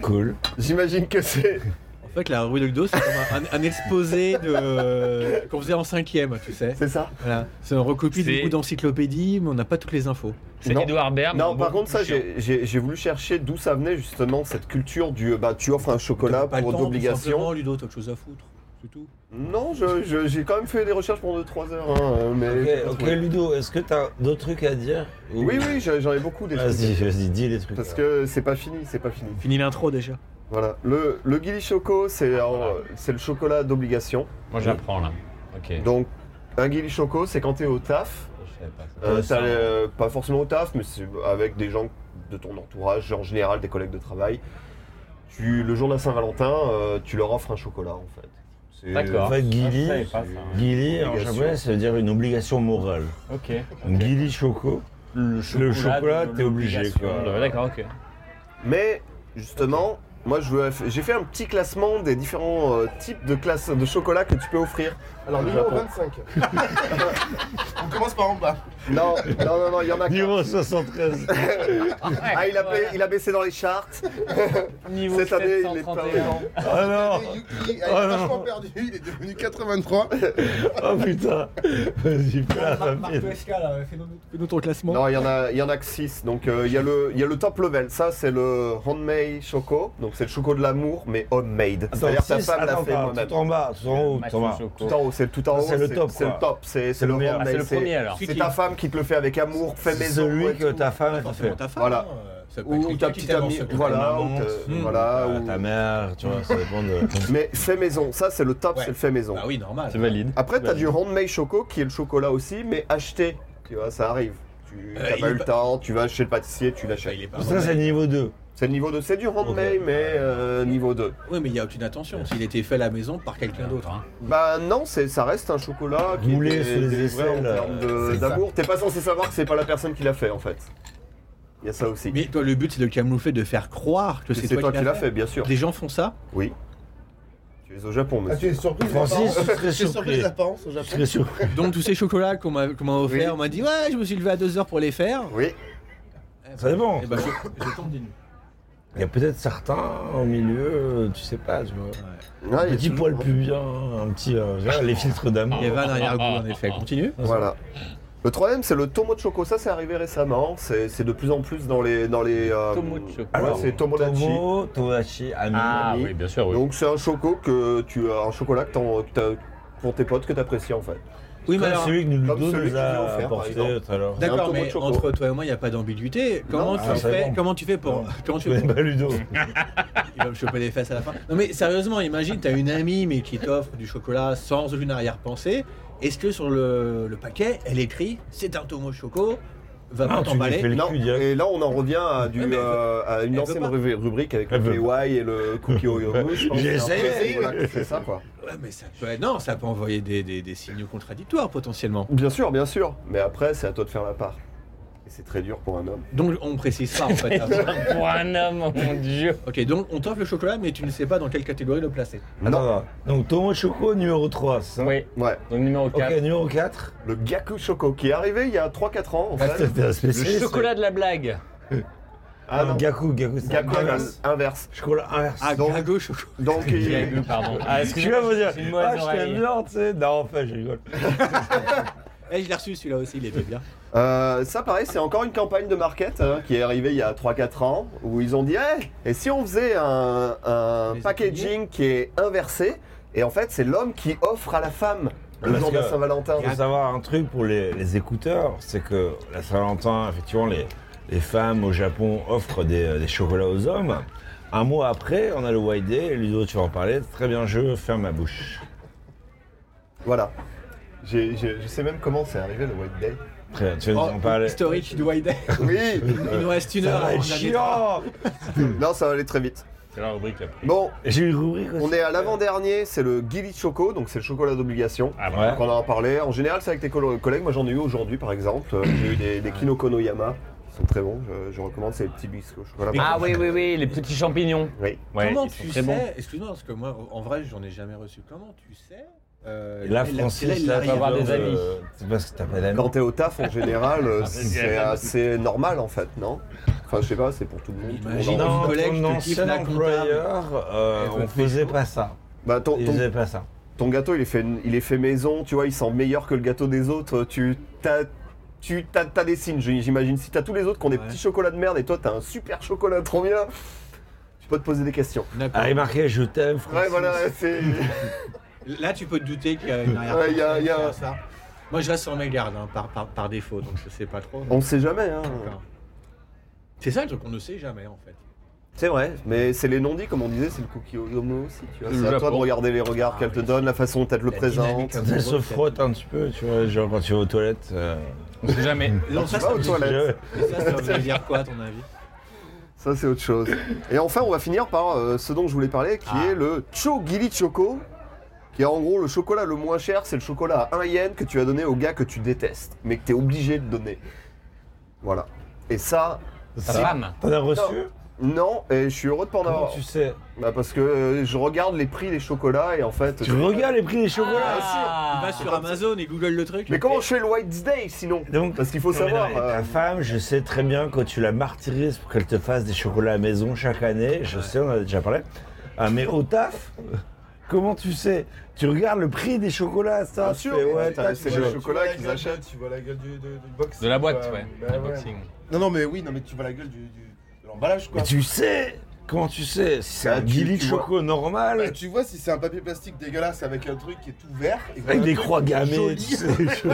[SPEAKER 2] Cool.
[SPEAKER 1] J'imagine que c'est.
[SPEAKER 9] *laughs* En fait, la rue de Ludo, c'est comme un, un exposé de... qu'on faisait en cinquième, tu sais.
[SPEAKER 1] C'est ça
[SPEAKER 9] Voilà. C'est un recopie du
[SPEAKER 10] C'est-
[SPEAKER 9] coup d'encyclopédie, mais on n'a pas toutes les infos.
[SPEAKER 10] C'est
[SPEAKER 1] Non.
[SPEAKER 10] Edouard Baird.
[SPEAKER 1] Non, par contre, ça, j'ai- j'ai j'ai voulu chercher d'où ça venait justement cette culture du. Bah, tu offres un chocolat
[SPEAKER 9] T'as pas le
[SPEAKER 1] pour
[SPEAKER 9] temps, tout
[SPEAKER 1] d'obligation.
[SPEAKER 9] simplement, Ludo, t'as autre chose à foutre. C'est tout.
[SPEAKER 1] Non, je- je- j'ai quand même fait des recherches pendant 2-3 heures, hein, euh, mais. j'ai pas
[SPEAKER 2] Ok, ok,
[SPEAKER 1] trouvé.
[SPEAKER 2] Ludo, est-ce que t'as d'autres trucs à dire Ou-
[SPEAKER 1] Oui, oui, j'en j'en ai beaucoup des trucs.
[SPEAKER 2] Vas-y, vas-y, dis les trucs.
[SPEAKER 1] Parce que c'est pas fini, c'est pas fini.
[SPEAKER 9] Fini l'intro déjà.
[SPEAKER 1] Voilà. Le, le Gili Choco, c'est en- c'est le chocolat d'obligation.
[SPEAKER 10] Moi, j'apprends là. Ok.
[SPEAKER 1] Donc, un Gili Choco, c'est quand t'es au taf.
[SPEAKER 10] Je savais pas ça.
[SPEAKER 1] Euh,
[SPEAKER 2] Ouais,
[SPEAKER 1] t'as
[SPEAKER 2] ça.
[SPEAKER 1] le- pas forcément au taf, mais c'est avec des gens de ton entourage, en général des collègues de travail. Tu, le jour de la Saint-Valentin, euh, tu leur offres un chocolat en fait. C'est-
[SPEAKER 10] D'accord.
[SPEAKER 2] En fait, Guili,
[SPEAKER 10] Je savais pas ça.
[SPEAKER 2] Guili, en
[SPEAKER 1] Obligation.
[SPEAKER 2] japonais, ça veut dire une obligation morale.
[SPEAKER 10] Ok.
[SPEAKER 2] Guili Choco.
[SPEAKER 10] Le
[SPEAKER 2] chocolat,
[SPEAKER 10] de
[SPEAKER 2] t'es obligé,
[SPEAKER 10] l'obligation.
[SPEAKER 2] quoi.
[SPEAKER 10] Ouais, D'accord, ok.
[SPEAKER 1] Mais justement, moi je veux- j'ai fait un petit classement des différents euh, types de classes de chocolat que tu peux offrir.
[SPEAKER 12] Alors,
[SPEAKER 1] au
[SPEAKER 12] numéro
[SPEAKER 1] Japon.
[SPEAKER 12] 25. *laughs* On commence par en bas.
[SPEAKER 1] Non, non, non, non, il y en a qu'un.
[SPEAKER 2] Niveau 73.
[SPEAKER 1] *laughs* Ah, il a, ba- il a baissé dans les charts.
[SPEAKER 10] Niveau
[SPEAKER 1] Cette année, il est pas
[SPEAKER 10] 731.
[SPEAKER 1] bon.
[SPEAKER 2] Oh non
[SPEAKER 12] Et Yuki
[SPEAKER 2] Oh non.
[SPEAKER 12] a été Ah, vachement perdu, il est devenu 83.
[SPEAKER 2] Oh putain Vas-y, fais la rapide.
[SPEAKER 9] Fais-nous ton classement.
[SPEAKER 1] Non, il y en a, il y en a que 6. Donc euh, il y a le, il y a le top level. Ça, c'est le handmade choco. Donc c'est le choco de l'amour, mais homemade. C'est-à-dire ta
[SPEAKER 2] six,
[SPEAKER 1] femme l'a
[SPEAKER 2] attends,
[SPEAKER 1] fait
[SPEAKER 2] attends,
[SPEAKER 1] moi-même.
[SPEAKER 2] Tout en bas, tout en haut, tout en bas.
[SPEAKER 1] Tout en haut, c'est tout en haut.
[SPEAKER 2] Ça, c'est le top,
[SPEAKER 1] C'est le
[SPEAKER 2] quoi.
[SPEAKER 1] top. C'est c'est
[SPEAKER 2] le
[SPEAKER 1] le
[SPEAKER 2] meilleur.
[SPEAKER 10] Ah,
[SPEAKER 1] handmade.
[SPEAKER 10] c'est le
[SPEAKER 1] c'est-
[SPEAKER 10] premier alors.
[SPEAKER 1] C'est ta femme qui te le fait avec amour, fait
[SPEAKER 2] C'est
[SPEAKER 1] maison.
[SPEAKER 2] celui
[SPEAKER 1] et
[SPEAKER 2] que
[SPEAKER 1] tout.
[SPEAKER 2] ta femme t'a
[SPEAKER 9] Forcément
[SPEAKER 2] fait.
[SPEAKER 9] ta femme.
[SPEAKER 1] Voilà.
[SPEAKER 9] hein, euh, ça peut être
[SPEAKER 1] Ou
[SPEAKER 9] quelqu'un
[SPEAKER 1] ta
[SPEAKER 9] qui
[SPEAKER 1] petite
[SPEAKER 9] t'aime en
[SPEAKER 1] amie,
[SPEAKER 9] secret.
[SPEAKER 1] voilà,
[SPEAKER 2] maman,
[SPEAKER 1] ou te-
[SPEAKER 2] hmm.
[SPEAKER 1] voilà,
[SPEAKER 2] Euh,
[SPEAKER 1] ou-
[SPEAKER 2] Ta mère, tu vois, ça dépend de.
[SPEAKER 1] Mais fait maison, ça c'est le top,
[SPEAKER 11] Ouais.
[SPEAKER 1] c'est le fait maison.
[SPEAKER 11] Bah oui, normal.
[SPEAKER 4] C'est valide.
[SPEAKER 1] Après,
[SPEAKER 2] Bah
[SPEAKER 1] t'as du handmade choco qui est le chocolat aussi, mais acheté. Tu vois, ça arrive. Tu
[SPEAKER 11] Euh,
[SPEAKER 1] t'as
[SPEAKER 11] il
[SPEAKER 1] pas
[SPEAKER 11] est
[SPEAKER 1] eu le
[SPEAKER 11] pas-
[SPEAKER 1] temps, tu vas chez le pâtissier, tu
[SPEAKER 11] Bah,
[SPEAKER 1] l'achètes.
[SPEAKER 11] il est pas
[SPEAKER 2] Ça, c'est le niveau 2.
[SPEAKER 1] C'est le niveau 2, c'est du handmade,
[SPEAKER 2] Ok.
[SPEAKER 1] mais euh, niveau 2.
[SPEAKER 9] Oui, mais il y a aucune attention. S'il était fait à la maison par quelqu'un d'autre. hein.
[SPEAKER 1] Bah non, c'est- ça reste un chocolat qui
[SPEAKER 2] Moulé
[SPEAKER 1] est
[SPEAKER 2] sous les
[SPEAKER 1] délivré en
[SPEAKER 2] aisselles, euh,
[SPEAKER 1] termes de-
[SPEAKER 2] c'est ça.
[SPEAKER 1] d'amour. T'es pas censé savoir que c'est pas la personne qui l'a fait en fait. Il y a ça aussi.
[SPEAKER 9] Mais toi, le but, c'est de camoufler, de faire croire que
[SPEAKER 1] Mais
[SPEAKER 9] c'est toi,
[SPEAKER 1] qui l'as fait, bien sûr.
[SPEAKER 9] Des gens font ça.
[SPEAKER 1] Oui. Tu es au Japon,
[SPEAKER 12] Ah, tu
[SPEAKER 1] monsieur.
[SPEAKER 12] es surpris
[SPEAKER 2] Francis, tu serais
[SPEAKER 12] Tu es surpris de
[SPEAKER 2] surpris.
[SPEAKER 12] la parence au
[SPEAKER 2] Je
[SPEAKER 12] Japon
[SPEAKER 2] serais surpris.
[SPEAKER 9] Donc tous ces chocolats qu'on m'a qu'on m'a offert, on m'a dit ouais, je me suis levé à 2 heures pour les faire.
[SPEAKER 1] Oui.
[SPEAKER 2] Ça dépend.
[SPEAKER 9] Et bah, je, je tombe des nues.
[SPEAKER 2] Il y a peut-être certains au milieu, tu sais pas, tu vois.
[SPEAKER 1] Ouais,
[SPEAKER 2] Un petit poil pubien, un petit. euh, genre, les filtres d'amour.
[SPEAKER 9] Il y avait un
[SPEAKER 11] Ah.
[SPEAKER 10] Ah,
[SPEAKER 9] arrière-goût en effet. Continue.
[SPEAKER 1] Voilà. Le troisième, c'est le tomo de choco. Ça, c'est arrivé récemment. C'est c'est de plus en plus dans les. Dans les euh,
[SPEAKER 10] Tomo de choco.
[SPEAKER 1] ouais, c'est tomodachi.
[SPEAKER 2] Tomo, Tomodachi, ami.
[SPEAKER 10] Ah
[SPEAKER 1] oui.
[SPEAKER 10] oui,
[SPEAKER 1] *laughs*
[SPEAKER 10] bien sûr, oui.
[SPEAKER 1] Donc, c'est un choco que tu as. Un chocolat que t'en- que t'as pour tes potes que t'apprécies en fait.
[SPEAKER 9] Oui, mais
[SPEAKER 2] Comme
[SPEAKER 9] alors.
[SPEAKER 2] celui que nous
[SPEAKER 1] Comme
[SPEAKER 2] Ludo
[SPEAKER 1] celui
[SPEAKER 2] nous
[SPEAKER 1] qui nous a
[SPEAKER 2] a
[SPEAKER 1] offert,
[SPEAKER 2] apporté
[SPEAKER 1] par exemple.
[SPEAKER 2] tout à l'heure.
[SPEAKER 1] Il y a un
[SPEAKER 9] D'accord,
[SPEAKER 1] tomo de
[SPEAKER 9] mais
[SPEAKER 1] choco.
[SPEAKER 9] entre toi et moi, il n'y a pas d'ambiguïté. Comment,
[SPEAKER 1] Non,
[SPEAKER 9] tu
[SPEAKER 2] ah, ça
[SPEAKER 9] fais
[SPEAKER 2] dépend.
[SPEAKER 9] Comment tu fais pour.
[SPEAKER 2] Non.
[SPEAKER 9] *laughs* Comment tu
[SPEAKER 2] Tu
[SPEAKER 9] fais
[SPEAKER 2] connais
[SPEAKER 9] pour-
[SPEAKER 2] pas Ludo.
[SPEAKER 9] Il va me choper les fesses à la fin. Non, mais sérieusement, imagine, t'as une amie, mais qui t'offre du chocolat sans aucune arrière-pensée. Est-ce que sur le, le paquet, elle écrit c'est un tomo choco, va
[SPEAKER 2] Ah,
[SPEAKER 9] pas
[SPEAKER 2] tu lui fais
[SPEAKER 9] t'emballer
[SPEAKER 2] le
[SPEAKER 1] Non,
[SPEAKER 2] cul direct.
[SPEAKER 1] et là on en revient à, du,
[SPEAKER 9] Ouais, mais elle
[SPEAKER 1] euh, à une
[SPEAKER 9] elle
[SPEAKER 1] ancienne
[SPEAKER 9] veut pas.
[SPEAKER 1] rubri- rubrique avec le
[SPEAKER 2] Elle veut
[SPEAKER 1] PY et le cookie
[SPEAKER 2] *laughs*
[SPEAKER 1] au yogourt. je pense.
[SPEAKER 2] J'ai essayé.
[SPEAKER 1] Voilà, C'est ça quoi.
[SPEAKER 9] Ouais, mais ça peut être- Non, ça peut envoyer des, des- des signaux contradictoires potentiellement.
[SPEAKER 1] Bien sûr, bien sûr. Mais après, c'est à toi de faire la part. Et c'est très dur pour un homme.
[SPEAKER 9] Donc on précise pas en
[SPEAKER 1] *laughs*
[SPEAKER 9] fait. avant.
[SPEAKER 10] Pour un homme, oh mon dieu.
[SPEAKER 9] ok, donc on t'offre le chocolat, mais tu ne sais pas dans quelle catégorie le placer.
[SPEAKER 1] euh,
[SPEAKER 2] Attends, attends. Donc Tomo Choco numéro 3, c'est ça
[SPEAKER 10] Oui,
[SPEAKER 1] Ouais.
[SPEAKER 10] donc numéro 4.
[SPEAKER 2] Ok, numéro 4.
[SPEAKER 1] Le Gaku Choco qui est arrivé il y a 3-4 ans en fait.
[SPEAKER 2] Ah, C'était un
[SPEAKER 10] Le
[SPEAKER 2] spécialiste.
[SPEAKER 10] chocolat de la blague.
[SPEAKER 1] Ah non.
[SPEAKER 2] Gaku, Gaku, c'est
[SPEAKER 1] Gaku
[SPEAKER 2] inverse.
[SPEAKER 1] inverse. inverse.
[SPEAKER 2] Chocolat inverse.
[SPEAKER 9] Ah,
[SPEAKER 1] Donc-
[SPEAKER 9] Gago, Choco.
[SPEAKER 1] Donc, il-
[SPEAKER 10] Gaku, pardon. Ah,
[SPEAKER 2] tu vas
[SPEAKER 10] excusez-moi,
[SPEAKER 2] me dire,
[SPEAKER 10] j'ai une mauvaise
[SPEAKER 2] ah, je t'aime
[SPEAKER 10] oreille.
[SPEAKER 2] bien, tu sais. Non, enfin, je rigole.
[SPEAKER 9] Eh, je l'ai reçu celui-là aussi, il était bien.
[SPEAKER 1] Euh, ça, pareil, c'est encore une campagne de market hein, qui est arrivée il y a 3-4 ans où ils ont dit hey, et si on faisait un, un
[SPEAKER 9] Les
[SPEAKER 1] packaging qui est inversé Et en fait, c'est l'homme qui offre à la femme le
[SPEAKER 2] Parce
[SPEAKER 1] jour de la
[SPEAKER 2] que-
[SPEAKER 1] Saint-Valentin.
[SPEAKER 2] Il faut savoir un truc pour les, les écouteurs, c'est que la Saint-Valentin, effectivement, les, les femmes au Japon offrent des, des chocolats aux hommes. Un mois après, on a le White Day, et Ludo, tu vas en parler, très bien je ferme ma bouche.
[SPEAKER 1] Voilà. J'ai- j'ai- je sais même comment c'est arrivé le White Day.
[SPEAKER 2] Très bien, tu vas nous en parler.
[SPEAKER 9] historique, du Wide.
[SPEAKER 1] Oui
[SPEAKER 9] Il
[SPEAKER 1] *laughs*
[SPEAKER 9] nous reste une
[SPEAKER 2] Ça
[SPEAKER 9] heure.
[SPEAKER 2] va
[SPEAKER 9] avant
[SPEAKER 2] être
[SPEAKER 9] Oh, de la
[SPEAKER 2] chiant
[SPEAKER 1] Non, ça va aller très vite.
[SPEAKER 10] C'est la rubrique après.
[SPEAKER 1] Bon,
[SPEAKER 2] J'ai une rubrique aussi.
[SPEAKER 1] on est à l'avant-dernier, c'est le Gili Choco, donc c'est le chocolat d'obligation.
[SPEAKER 10] Ah
[SPEAKER 2] Ouais.
[SPEAKER 1] Donc on en a parlé. En général, c'est avec tes colo- collègues. Moi, j'en ai eu aujourd'hui, par exemple. Euh, J'ai eu des, des Kinoko no Yama. Ils sont très bons. Je, je recommande. C'est les petits biscuits au chocolat.
[SPEAKER 10] Ah oui, oui, oui, les petits champignons.
[SPEAKER 1] Oui.
[SPEAKER 10] Ouais,
[SPEAKER 9] Comment
[SPEAKER 10] ils sont
[SPEAKER 9] tu
[SPEAKER 10] très
[SPEAKER 9] sais
[SPEAKER 10] bons.
[SPEAKER 9] Excuse-moi, parce que moi, en vrai, j'en ai jamais reçu. Comment tu sais euh,
[SPEAKER 2] Là,
[SPEAKER 9] la-
[SPEAKER 2] Francis,
[SPEAKER 9] la-
[SPEAKER 2] là,
[SPEAKER 9] la-
[SPEAKER 2] t'as
[SPEAKER 10] avoir
[SPEAKER 2] peur
[SPEAKER 10] des
[SPEAKER 2] de-
[SPEAKER 10] amis.
[SPEAKER 2] C'est parce que t'as pas d'amis.
[SPEAKER 1] Quand t'es au taf, en général, euh, c'est assez normal, en fait, non Enfin, je sais pas, c'est pour tout le monde. tout le monde
[SPEAKER 9] Imagine.
[SPEAKER 1] en-
[SPEAKER 9] Non,
[SPEAKER 2] ton
[SPEAKER 9] collègue, je te kiffe,
[SPEAKER 2] ancien
[SPEAKER 9] la comptable.
[SPEAKER 2] employeur, euh,
[SPEAKER 9] Elle
[SPEAKER 2] on
[SPEAKER 9] me fait
[SPEAKER 2] faisait
[SPEAKER 9] chaud.
[SPEAKER 2] pas ça.
[SPEAKER 1] Bah, ton,
[SPEAKER 2] Il
[SPEAKER 1] ton-
[SPEAKER 2] faisait pas ça.
[SPEAKER 1] ton gâteau, il est, fait, il est fait maison, tu vois, il sent meilleur que le gâteau des autres. Tu t'as, tu, t'as, t'as des signes, j'imagine. Si t'as tous les autres qui ont des
[SPEAKER 9] Ouais.
[SPEAKER 1] petits chocolats de merde et toi, t'as un super chocolat trop bien, tu peux te poser des questions.
[SPEAKER 9] D'accord.
[SPEAKER 2] Ah, il marquait je t'aime, Francis.
[SPEAKER 1] Ouais, voilà, c'est.
[SPEAKER 9] Là, tu peux te douter qu'il y a une arrière
[SPEAKER 1] Ouais, il y a- il y a-
[SPEAKER 9] ça. Moi, je reste sur mes gardes hein, par, par, par défaut, donc je sais pas trop.
[SPEAKER 1] On sait jamais, hein.
[SPEAKER 9] D'accord. C'est ça le truc qu'on ne sait jamais en fait.
[SPEAKER 1] C'est vrai, mais c'est les non-dits, comme on disait, c'est le cookie homo aussi, tu vois.
[SPEAKER 10] Le
[SPEAKER 1] C'est à toi de
[SPEAKER 10] Japon.
[SPEAKER 1] regarder les regards
[SPEAKER 9] Ah,
[SPEAKER 1] qu'elle te
[SPEAKER 9] oui.
[SPEAKER 1] donne, la façon dont elle te le
[SPEAKER 9] La
[SPEAKER 1] présente.
[SPEAKER 9] dynamique.
[SPEAKER 2] Quand elle se frotte un petit peu, tu vois, genre quand tu vas aux toilettes. euh,
[SPEAKER 10] On sait jamais.
[SPEAKER 9] Non, ça,
[SPEAKER 1] vas
[SPEAKER 9] ça
[SPEAKER 1] aux
[SPEAKER 9] veut-
[SPEAKER 1] toilettes.
[SPEAKER 9] mais ça, ça veut dire quoi à ton avis
[SPEAKER 1] Ça, c'est autre chose. Et enfin, on va finir par euh, ce dont je voulais parler, qui
[SPEAKER 9] Ah.
[SPEAKER 1] est le Chogili Choco, qui est en gros le chocolat le moins cher, c'est le chocolat à 1 yen que tu as donné au gars que tu détestes, mais que tu es obligé de donner. Voilà. Et ça,
[SPEAKER 10] Ta
[SPEAKER 2] ça-
[SPEAKER 10] femme.
[SPEAKER 2] T'en as reçu
[SPEAKER 1] Non. non, et je suis heureux de pas en
[SPEAKER 2] Comment
[SPEAKER 1] avoir.
[SPEAKER 2] tu sais
[SPEAKER 1] Bah, parce que euh, je regarde les prix des chocolats et en fait.
[SPEAKER 2] Tu regardes les prix des chocolats
[SPEAKER 1] Ah,
[SPEAKER 9] Il
[SPEAKER 10] Ah,
[SPEAKER 9] va sur Amazon et Google le truc.
[SPEAKER 1] Mais comment je fais le White Day sinon
[SPEAKER 2] Donc,
[SPEAKER 1] Parce qu'il faut
[SPEAKER 2] non, mais
[SPEAKER 1] savoir.
[SPEAKER 2] non, mais
[SPEAKER 1] euh,
[SPEAKER 2] Ta femme, je sais très bien que tu la martyrises pour qu'elle te fasse des chocolats à maison chaque année. Je sais, on en a déjà parlé. Ah, mais au taf, comment tu sais Tu regardes le prix des chocolats, ça
[SPEAKER 1] Bien
[SPEAKER 2] tu
[SPEAKER 1] sûr, Ah,
[SPEAKER 2] fais, ouais,
[SPEAKER 1] t'as-
[SPEAKER 2] tac,
[SPEAKER 1] c'est
[SPEAKER 2] tu
[SPEAKER 1] le
[SPEAKER 2] vois.
[SPEAKER 1] chocolat. qu'ils achètent.
[SPEAKER 12] Tu vois la gueule du, du- du box.
[SPEAKER 10] De la boîte,
[SPEAKER 12] quoi.
[SPEAKER 10] ouais.
[SPEAKER 12] Bah
[SPEAKER 10] Le
[SPEAKER 12] ouais.
[SPEAKER 10] boxing.
[SPEAKER 12] Non, non, mais oui, non, mais tu vois la gueule du, du- de l'emballage, quoi.
[SPEAKER 2] Mais tu sais Comment tu sais Si c'est
[SPEAKER 1] Bah,
[SPEAKER 2] un
[SPEAKER 1] tu-
[SPEAKER 2] guilly de
[SPEAKER 1] tu vois.
[SPEAKER 2] choco
[SPEAKER 12] Bah,
[SPEAKER 2] normal,
[SPEAKER 12] tu vois si c'est un papier plastique dégueulasse avec un truc qui est tout vert. et
[SPEAKER 2] avec
[SPEAKER 12] un
[SPEAKER 2] des
[SPEAKER 12] truc
[SPEAKER 1] Ah,
[SPEAKER 2] croix gammées,
[SPEAKER 12] joli,
[SPEAKER 2] tu sais, des choses-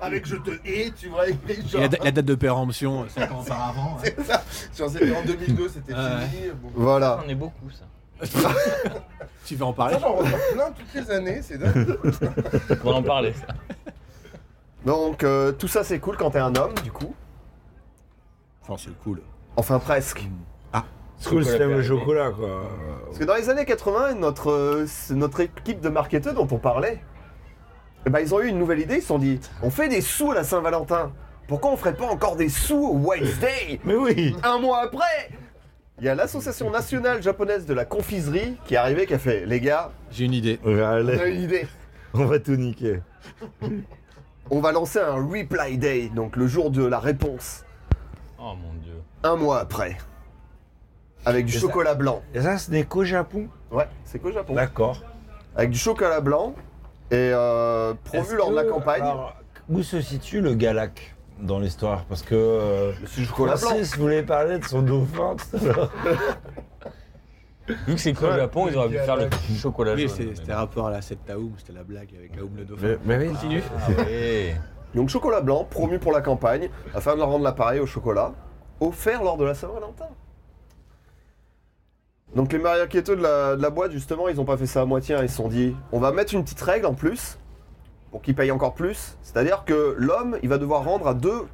[SPEAKER 12] avec je te hais, tu vois. *laughs* Et genre,
[SPEAKER 9] date de péremption, 5 ans auparavant.
[SPEAKER 12] c'est ça. Genre, c'était en 2002, c'était
[SPEAKER 9] Ouais.
[SPEAKER 12] fini. Bon.
[SPEAKER 1] Voilà.
[SPEAKER 10] On est beaucoup, ça.
[SPEAKER 9] Tu veux en
[SPEAKER 12] Ça,
[SPEAKER 9] parler
[SPEAKER 12] j'en reçois plein toutes les années, c'est dingue.
[SPEAKER 10] On en *laughs* parlait, ça.
[SPEAKER 1] Donc, euh, tout ça, c'est cool quand t'es un homme, du coup.
[SPEAKER 9] Enfin, c'est cool. Bah
[SPEAKER 1] Enfin, presque.
[SPEAKER 2] C'est cool, c'est le chocolat, quoi.
[SPEAKER 1] Parce que dans les années 80, notre, euh, c- notre équipe de marketeurs dont on parlait, eh ben, ils ont eu une nouvelle idée. Ils se sont dit on fait des sous à la Saint-Valentin. Pourquoi on ferait pas encore des sous au
[SPEAKER 9] *laughs*
[SPEAKER 1] Wednesday
[SPEAKER 2] Mais oui
[SPEAKER 1] Un mois après Il y a l'Association nationale japonaise de la confiserie qui est arrivée, qui a fait les gars,
[SPEAKER 9] J'ai une idée.
[SPEAKER 2] On va,
[SPEAKER 1] on a une idée.
[SPEAKER 2] *laughs* tout niquer.
[SPEAKER 1] On va lancer un Reply Day, donc le jour de la réponse,
[SPEAKER 10] Oh mon dieu.
[SPEAKER 1] un mois après. Avec du
[SPEAKER 2] C'est ça.
[SPEAKER 1] chocolat blanc.
[SPEAKER 2] Et ça, ce n'est qu'au Japon.
[SPEAKER 1] Ouais, c'est qu'au Japon.
[SPEAKER 2] D'accord.
[SPEAKER 1] Avec du chocolat blanc et euh,
[SPEAKER 2] Est-ce
[SPEAKER 1] promu lors de la
[SPEAKER 2] que-
[SPEAKER 1] campagne.
[SPEAKER 2] alors, où se situe le Galak dans l'histoire Parce que euh,
[SPEAKER 1] le chocolat blanc.
[SPEAKER 2] Francis voulait parler de son dauphin tout à l'heure.
[SPEAKER 10] Vu que c'est que au Japon, ils auraient pu faire le chocolat
[SPEAKER 9] Oui,
[SPEAKER 10] jaune.
[SPEAKER 9] c'est- c'était rapport à la 7 Taoum, c'était la blague avec Taoum le dauphin.
[SPEAKER 2] Mais, mais oui.
[SPEAKER 9] Continue.
[SPEAKER 10] Ah ouais.
[SPEAKER 1] Donc chocolat blanc, promu pour la campagne, afin de rendre l'appareil au chocolat, offert lors de la Saint-Valentin. Donc les mariaqueteux de la, de la boîte, justement, ils ont pas fait ça à moitié, hein, ils se sont dit, on va mettre une petite règle en plus, pour qu'ils payent encore plus, c'est-à-dire que l'homme, il va devoir rendre à deux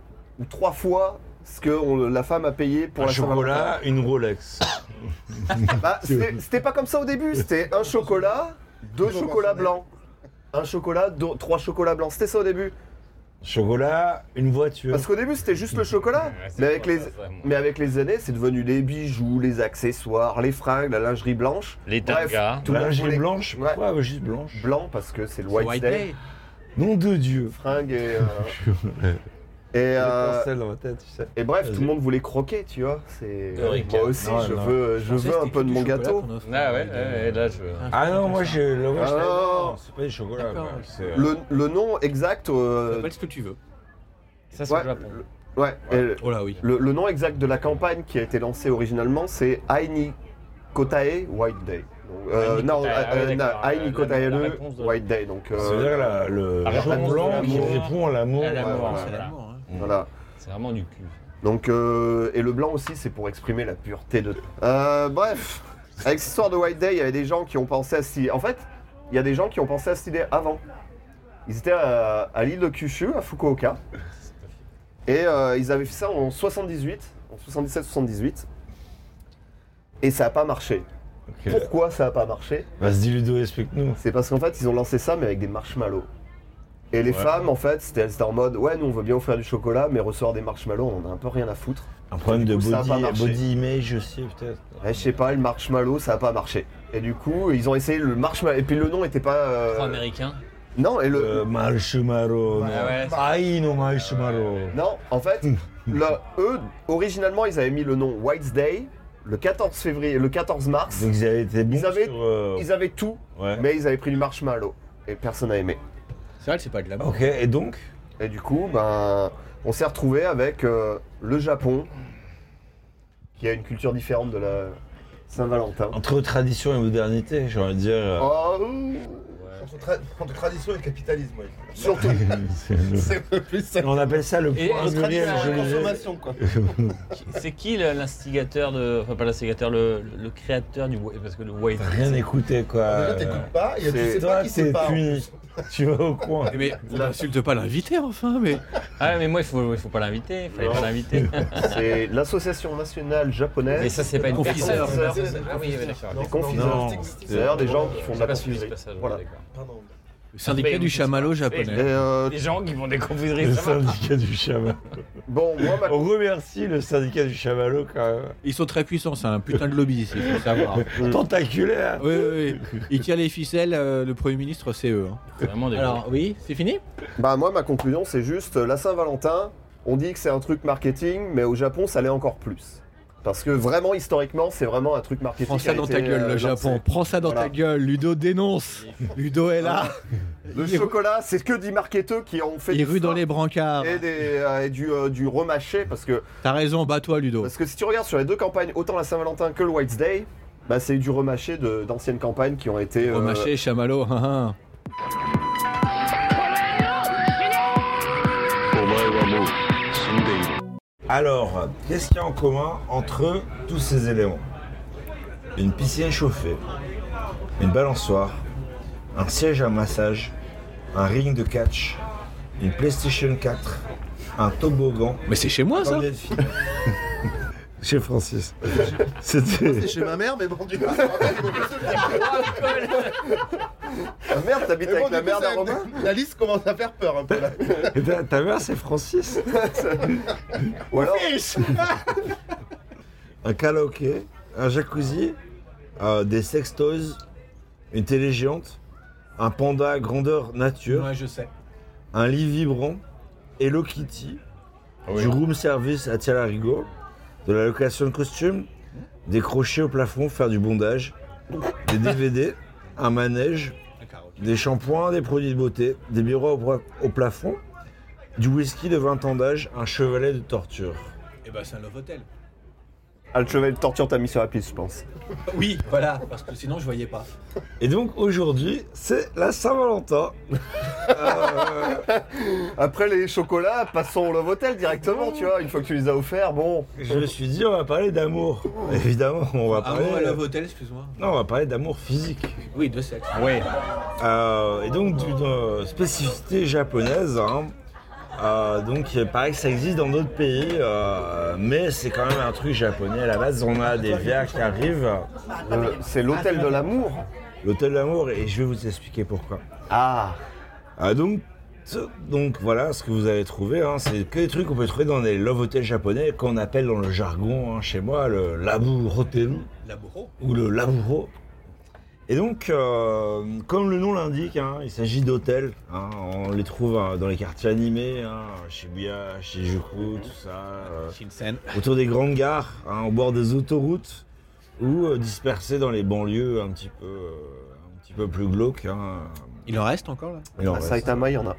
[SPEAKER 1] ou trois fois ce que on- la femme a payé pour
[SPEAKER 2] un
[SPEAKER 1] la Saint-Valentin.
[SPEAKER 2] chocolat, une
[SPEAKER 1] *coughs*
[SPEAKER 2] Rolex.
[SPEAKER 1] Bah, c'était c'était pas comme ça au début, c'était un chocolat, deux
[SPEAKER 12] Ils ont
[SPEAKER 1] chocolats
[SPEAKER 12] mentionné.
[SPEAKER 1] blancs. Un chocolat, deux- trois chocolats blancs, c'était ça au début.
[SPEAKER 2] chocolat, une voiture.
[SPEAKER 1] Parce qu'au début, c'était juste le chocolat.
[SPEAKER 10] Ouais, c'est
[SPEAKER 1] mais, avec
[SPEAKER 10] quoi,
[SPEAKER 1] les...
[SPEAKER 10] ça, ça, moi
[SPEAKER 1] mais avec les années, c'est devenu les bijoux, les accessoires, les fringues, la lingerie blanche.
[SPEAKER 10] Les
[SPEAKER 1] Bref.
[SPEAKER 10] tangas.
[SPEAKER 1] tout le monde
[SPEAKER 2] Lingerie
[SPEAKER 1] voulait-
[SPEAKER 2] blanche,
[SPEAKER 1] Ouais.
[SPEAKER 2] pourquoi juste blanche
[SPEAKER 1] Blanc parce que c'est le
[SPEAKER 9] C'est
[SPEAKER 1] White, Day.
[SPEAKER 2] *laughs* Nom de Dieu.
[SPEAKER 1] Fringues et. euh, Et,
[SPEAKER 13] Des
[SPEAKER 1] euh,
[SPEAKER 13] étincelles dans ma tête, tu sais.
[SPEAKER 1] et bref,
[SPEAKER 13] Vas-y.
[SPEAKER 1] tout le monde voulait croquer, tu vois. C'est
[SPEAKER 13] Eric,
[SPEAKER 1] moi aussi,
[SPEAKER 13] non,
[SPEAKER 1] je
[SPEAKER 13] non.
[SPEAKER 1] veux, je
[SPEAKER 13] pensais
[SPEAKER 1] veux
[SPEAKER 13] que
[SPEAKER 1] un peu de
[SPEAKER 13] c'était du
[SPEAKER 1] mon
[SPEAKER 13] chocolat
[SPEAKER 1] gâteau.
[SPEAKER 13] qu'on offrait.
[SPEAKER 10] Ah ouais, ouais, là je.
[SPEAKER 2] Ah non, moi j'ai le moi, je
[SPEAKER 1] Ah
[SPEAKER 2] l'ai-
[SPEAKER 1] non.
[SPEAKER 2] non, c'est pas du chocolat.
[SPEAKER 1] D'accord.
[SPEAKER 2] quoi, c'est- euh,
[SPEAKER 1] Le, le nom exact. euh,
[SPEAKER 9] ce que tu veux.
[SPEAKER 10] Ça,
[SPEAKER 1] ouais, le- Ouais. et le-
[SPEAKER 9] Oh
[SPEAKER 1] Le, le nom exact de la campagne qui a été lancée originalement, c'est Aini Kotae White Day. Donc, euh,
[SPEAKER 2] Aini
[SPEAKER 1] non,
[SPEAKER 2] Kotae, ah ouais, d'accord,
[SPEAKER 1] euh, Aini
[SPEAKER 2] la-
[SPEAKER 1] Kotae
[SPEAKER 2] la
[SPEAKER 1] le
[SPEAKER 2] réponse de-
[SPEAKER 1] White Day. Donc, euh,
[SPEAKER 2] C'est-à-dire la- le
[SPEAKER 1] la
[SPEAKER 2] jaune
[SPEAKER 1] réponse de
[SPEAKER 2] blanc qui
[SPEAKER 1] l'amour.
[SPEAKER 2] répond à l'amour.
[SPEAKER 10] À Ah, l'amour,
[SPEAKER 1] Ouais,
[SPEAKER 10] voilà.
[SPEAKER 9] hein.
[SPEAKER 1] Voilà.
[SPEAKER 10] C'est vraiment du cul.
[SPEAKER 1] Donc, euh, et le blanc aussi, c'est pour exprimer la pureté de. Euh, bref, avec cette histoire de White Day, il y avait des gens qui ont pensé à s'y. En fait, il y a des gens qui ont pensé à cette idée avant. Ils étaient à, à l'île de Kyushu, à Fukuoka. Et euh, ils avaient fait ça en 78, en 77-78. Et ça n'a pas marché. Pourquoi ça n'a pas marché
[SPEAKER 2] Vas-y, Ludo, explique-nous.
[SPEAKER 1] C'est parce qu'en fait, ils ont lancé ça, mais avec des marshmallows. Et les
[SPEAKER 2] Ouais.
[SPEAKER 1] femmes, en fait, c'était elles étaient en mode Ouais, nous on veut bien offrir du chocolat, mais recevoir des marshmallows, on en a un peu rien à foutre.
[SPEAKER 2] Un problème
[SPEAKER 1] Du
[SPEAKER 2] de
[SPEAKER 1] coup, ça a pas
[SPEAKER 2] body,
[SPEAKER 1] marché.
[SPEAKER 2] body image aussi, peut-être.
[SPEAKER 1] Ouais, je sais pas, le marshmallow, ça a pas marché. Et du coup, ils ont essayé le marshmallow. Et puis le nom était pas. euh,
[SPEAKER 10] Trop américain.
[SPEAKER 1] Non, et le.
[SPEAKER 2] Euh, marshmallow.
[SPEAKER 1] Bah
[SPEAKER 2] non.
[SPEAKER 1] ouais.
[SPEAKER 2] Aïe, non, marshmallow.
[SPEAKER 1] Non, en
[SPEAKER 2] *laughs*
[SPEAKER 1] fait, le- eux, originalement, ils avaient mis le nom White's Day le 14 février, le 14 mars.
[SPEAKER 2] Donc ils avaient été bons
[SPEAKER 1] Ils avaient,
[SPEAKER 2] sur, euh,
[SPEAKER 1] ils avaient tout,
[SPEAKER 2] Ouais.
[SPEAKER 1] mais ils avaient pris du marshmallow. Et personne n'a aimé.
[SPEAKER 9] C'est vrai que c'est pas de la
[SPEAKER 2] Ok, et donc
[SPEAKER 1] Et du coup, ben, on s'est retrouvé avec euh, le Japon, qui a une culture différente de la Saint-Valentin.
[SPEAKER 2] Entre tradition et modernité, j'ai envie de dire. euh,
[SPEAKER 1] Oh,
[SPEAKER 12] Entre, tra- entre tradition et capitalisme, ouais. *laughs*
[SPEAKER 1] Surtout.
[SPEAKER 2] c'est le-
[SPEAKER 12] C'est plus ça.
[SPEAKER 2] *laughs* On appelle ça le
[SPEAKER 10] Et
[SPEAKER 2] point
[SPEAKER 10] entre
[SPEAKER 2] de lièvre,
[SPEAKER 10] tradition et
[SPEAKER 2] je le disais.
[SPEAKER 12] consommation, quoi.
[SPEAKER 10] C'est qui le- l'instigateur de. Enfin, pas l'instigateur, le, le créateur du. wa- Parce que le white.
[SPEAKER 2] T'as rien écouté,
[SPEAKER 1] Ah,
[SPEAKER 2] quoi.
[SPEAKER 12] Déjà, t'écoutes
[SPEAKER 1] Bah,
[SPEAKER 12] pas, et tu
[SPEAKER 2] C'est-
[SPEAKER 12] sais
[SPEAKER 2] Toi,
[SPEAKER 12] pas qui
[SPEAKER 2] t'es
[SPEAKER 12] c'est pas.
[SPEAKER 2] puni. Tu vas au coin.
[SPEAKER 9] Mais on n'insulte pas l'invité enfin, mais.
[SPEAKER 10] Ah, mais moi, il faut, il faut pas l'inviter. Il fallait
[SPEAKER 1] Non.
[SPEAKER 10] pas *laughs* l'inviter.
[SPEAKER 1] C'est l'Association nationale japonaise.
[SPEAKER 10] Mais ça, c'est pas une personne.
[SPEAKER 1] Confiseurs.
[SPEAKER 10] Ah oui, oui, d'accord.
[SPEAKER 1] Des confiseurs.
[SPEAKER 2] Non,
[SPEAKER 1] C'est-à-dire des gens qui font de la
[SPEAKER 10] J'ai pas suivi ce
[SPEAKER 1] confiserie.
[SPEAKER 10] passage.
[SPEAKER 1] Voilà.
[SPEAKER 10] d'accord.
[SPEAKER 9] Le syndicat du chamallow japonais.
[SPEAKER 1] Et, euh,
[SPEAKER 10] Des gens qui font des confiseries.
[SPEAKER 2] Le
[SPEAKER 10] ça va.
[SPEAKER 2] syndicat du chamallow.
[SPEAKER 1] bon, moi, ma-
[SPEAKER 2] On remercie le syndicat du chamallow quand même.
[SPEAKER 9] Ils sont très puissants, c'est un putain de lobby ici, faut savoir.
[SPEAKER 2] Tentaculaire.
[SPEAKER 9] Oui, oui, oui. Ils tirent les ficelles, euh, le Premier ministre, c'est eux. hein.
[SPEAKER 10] C'est vraiment des
[SPEAKER 9] Alors, oui, c'est fini
[SPEAKER 1] bah, moi, ma conclusion, c'est juste euh, la Saint-Valentin. On dit que c'est un truc marketing, mais au Japon, ça l'est encore plus. Parce que vraiment, historiquement, c'est vraiment un truc marketing.
[SPEAKER 9] Prends
[SPEAKER 1] qui a
[SPEAKER 9] ça dans
[SPEAKER 1] été,
[SPEAKER 9] ta gueule,
[SPEAKER 1] euh,
[SPEAKER 9] le
[SPEAKER 1] lancé.
[SPEAKER 9] Japon. Prends ça dans
[SPEAKER 1] Voilà.
[SPEAKER 9] ta gueule. Ludo dénonce. Ludo est là.
[SPEAKER 1] Ah. Le chocolat, c'est que des marketeux qui ont fait
[SPEAKER 9] Il
[SPEAKER 1] des
[SPEAKER 9] rue dans
[SPEAKER 1] sortes
[SPEAKER 9] les brancards.
[SPEAKER 1] et, des, euh, et du, euh, du remâché parce que
[SPEAKER 9] Ah T'as raison, bats-toi, Ludo.
[SPEAKER 1] Parce que si tu regardes sur les deux campagnes, autant la Saint-Valentin que le White's Day, bah c'est du remâché de- d'anciennes campagnes qui ont été. euh,
[SPEAKER 9] Remâché, chamallow. hein, hein.
[SPEAKER 6] お前はもう死んでいる
[SPEAKER 2] Alors, qu'est-ce qu'il y a en commun entre tous ces éléments Une piscine chauffée, une balançoire, un siège à massage, un ring de catch, une PlayStation 4, un toboggan.
[SPEAKER 9] Mais c'est chez moi, ça
[SPEAKER 2] Dans des films. *laughs* Chez Francis. C'était.
[SPEAKER 12] C'est chez ma mère, mais bon, du coup.
[SPEAKER 1] Ah merde, t'habites
[SPEAKER 12] Mais bon,
[SPEAKER 1] avec
[SPEAKER 12] du
[SPEAKER 1] la
[SPEAKER 12] coup,
[SPEAKER 1] merde à
[SPEAKER 12] ça-
[SPEAKER 1] Romain
[SPEAKER 12] La liste commence à faire peur un peu là.
[SPEAKER 2] Et Ta, ta mère, c'est Francis
[SPEAKER 1] Ou alors,
[SPEAKER 2] *laughs* Un karaoké, un jacuzzi, euh, des sextoys, une télé géante, un panda grandeur nature.
[SPEAKER 11] Ouais, je sais.
[SPEAKER 2] un lit vibrant, Hello Kitty, du room service à Tialarigo, de la location de costumes, des crochets au plafond, faire du bondage, des DVD, un manège,
[SPEAKER 11] Ah,
[SPEAKER 2] des shampoings, des produits de beauté, des bureaux au, pla- au plafond, du whisky de 20 ans d'âge, un chevalet de torture.
[SPEAKER 11] Et bah, c'est un love hotel.
[SPEAKER 1] ah, le cheval de torture t'a mis sur la piste, je pense.
[SPEAKER 11] Oui, voilà, parce que sinon, je voyais pas.
[SPEAKER 2] Et donc aujourd'hui, c'est la Saint-Valentin.
[SPEAKER 1] Après les chocolats, passons au Love Hotel directement, tu vois. Une fois que tu les as offerts, bon.
[SPEAKER 2] Je me suis dit, on va parler d'amour. Évidemment, on va
[SPEAKER 11] Oh. Ah
[SPEAKER 2] parler.
[SPEAKER 11] bon, à love hotel, excuse-moi.
[SPEAKER 2] Non, on va parler d'amour physique.
[SPEAKER 11] Oui, de sexe.
[SPEAKER 10] Oui.
[SPEAKER 2] Euh, et donc d'une euh, spécificité japonaise. hein. Euh, donc il paraît que ça existe dans d'autres pays, euh, mais c'est quand même un truc japonais à la base. On a des verres qui arrivent,
[SPEAKER 1] euh, c'est l'hôtel de l'amour.
[SPEAKER 2] l'hôtel d'amour, et je vais vous expliquer pourquoi.
[SPEAKER 1] Ah,
[SPEAKER 2] Ah, donc, ce- donc voilà ce que vous allez trouver, hein, c'est que des trucs qu'on peut trouver dans les love hotels japonais qu'on appelle dans le jargon hein, chez moi le labu hotelu
[SPEAKER 11] Laboro.
[SPEAKER 2] ou le laburo. Et donc, euh, comme le nom l'indique, hein, il s'agit d'hôtels. hein, on les trouve euh, dans les quartiers animés, hein, Shibuya, Shinjuku, tout ça. euh, autour des grandes gares, hein, au bord des autoroutes, ou euh, dispersés dans les banlieues un petit peu, euh, un petit peu plus glauques. hein.
[SPEAKER 9] Il en reste encore là
[SPEAKER 2] Il en
[SPEAKER 1] à
[SPEAKER 2] reste.
[SPEAKER 1] Saitama, il y en a.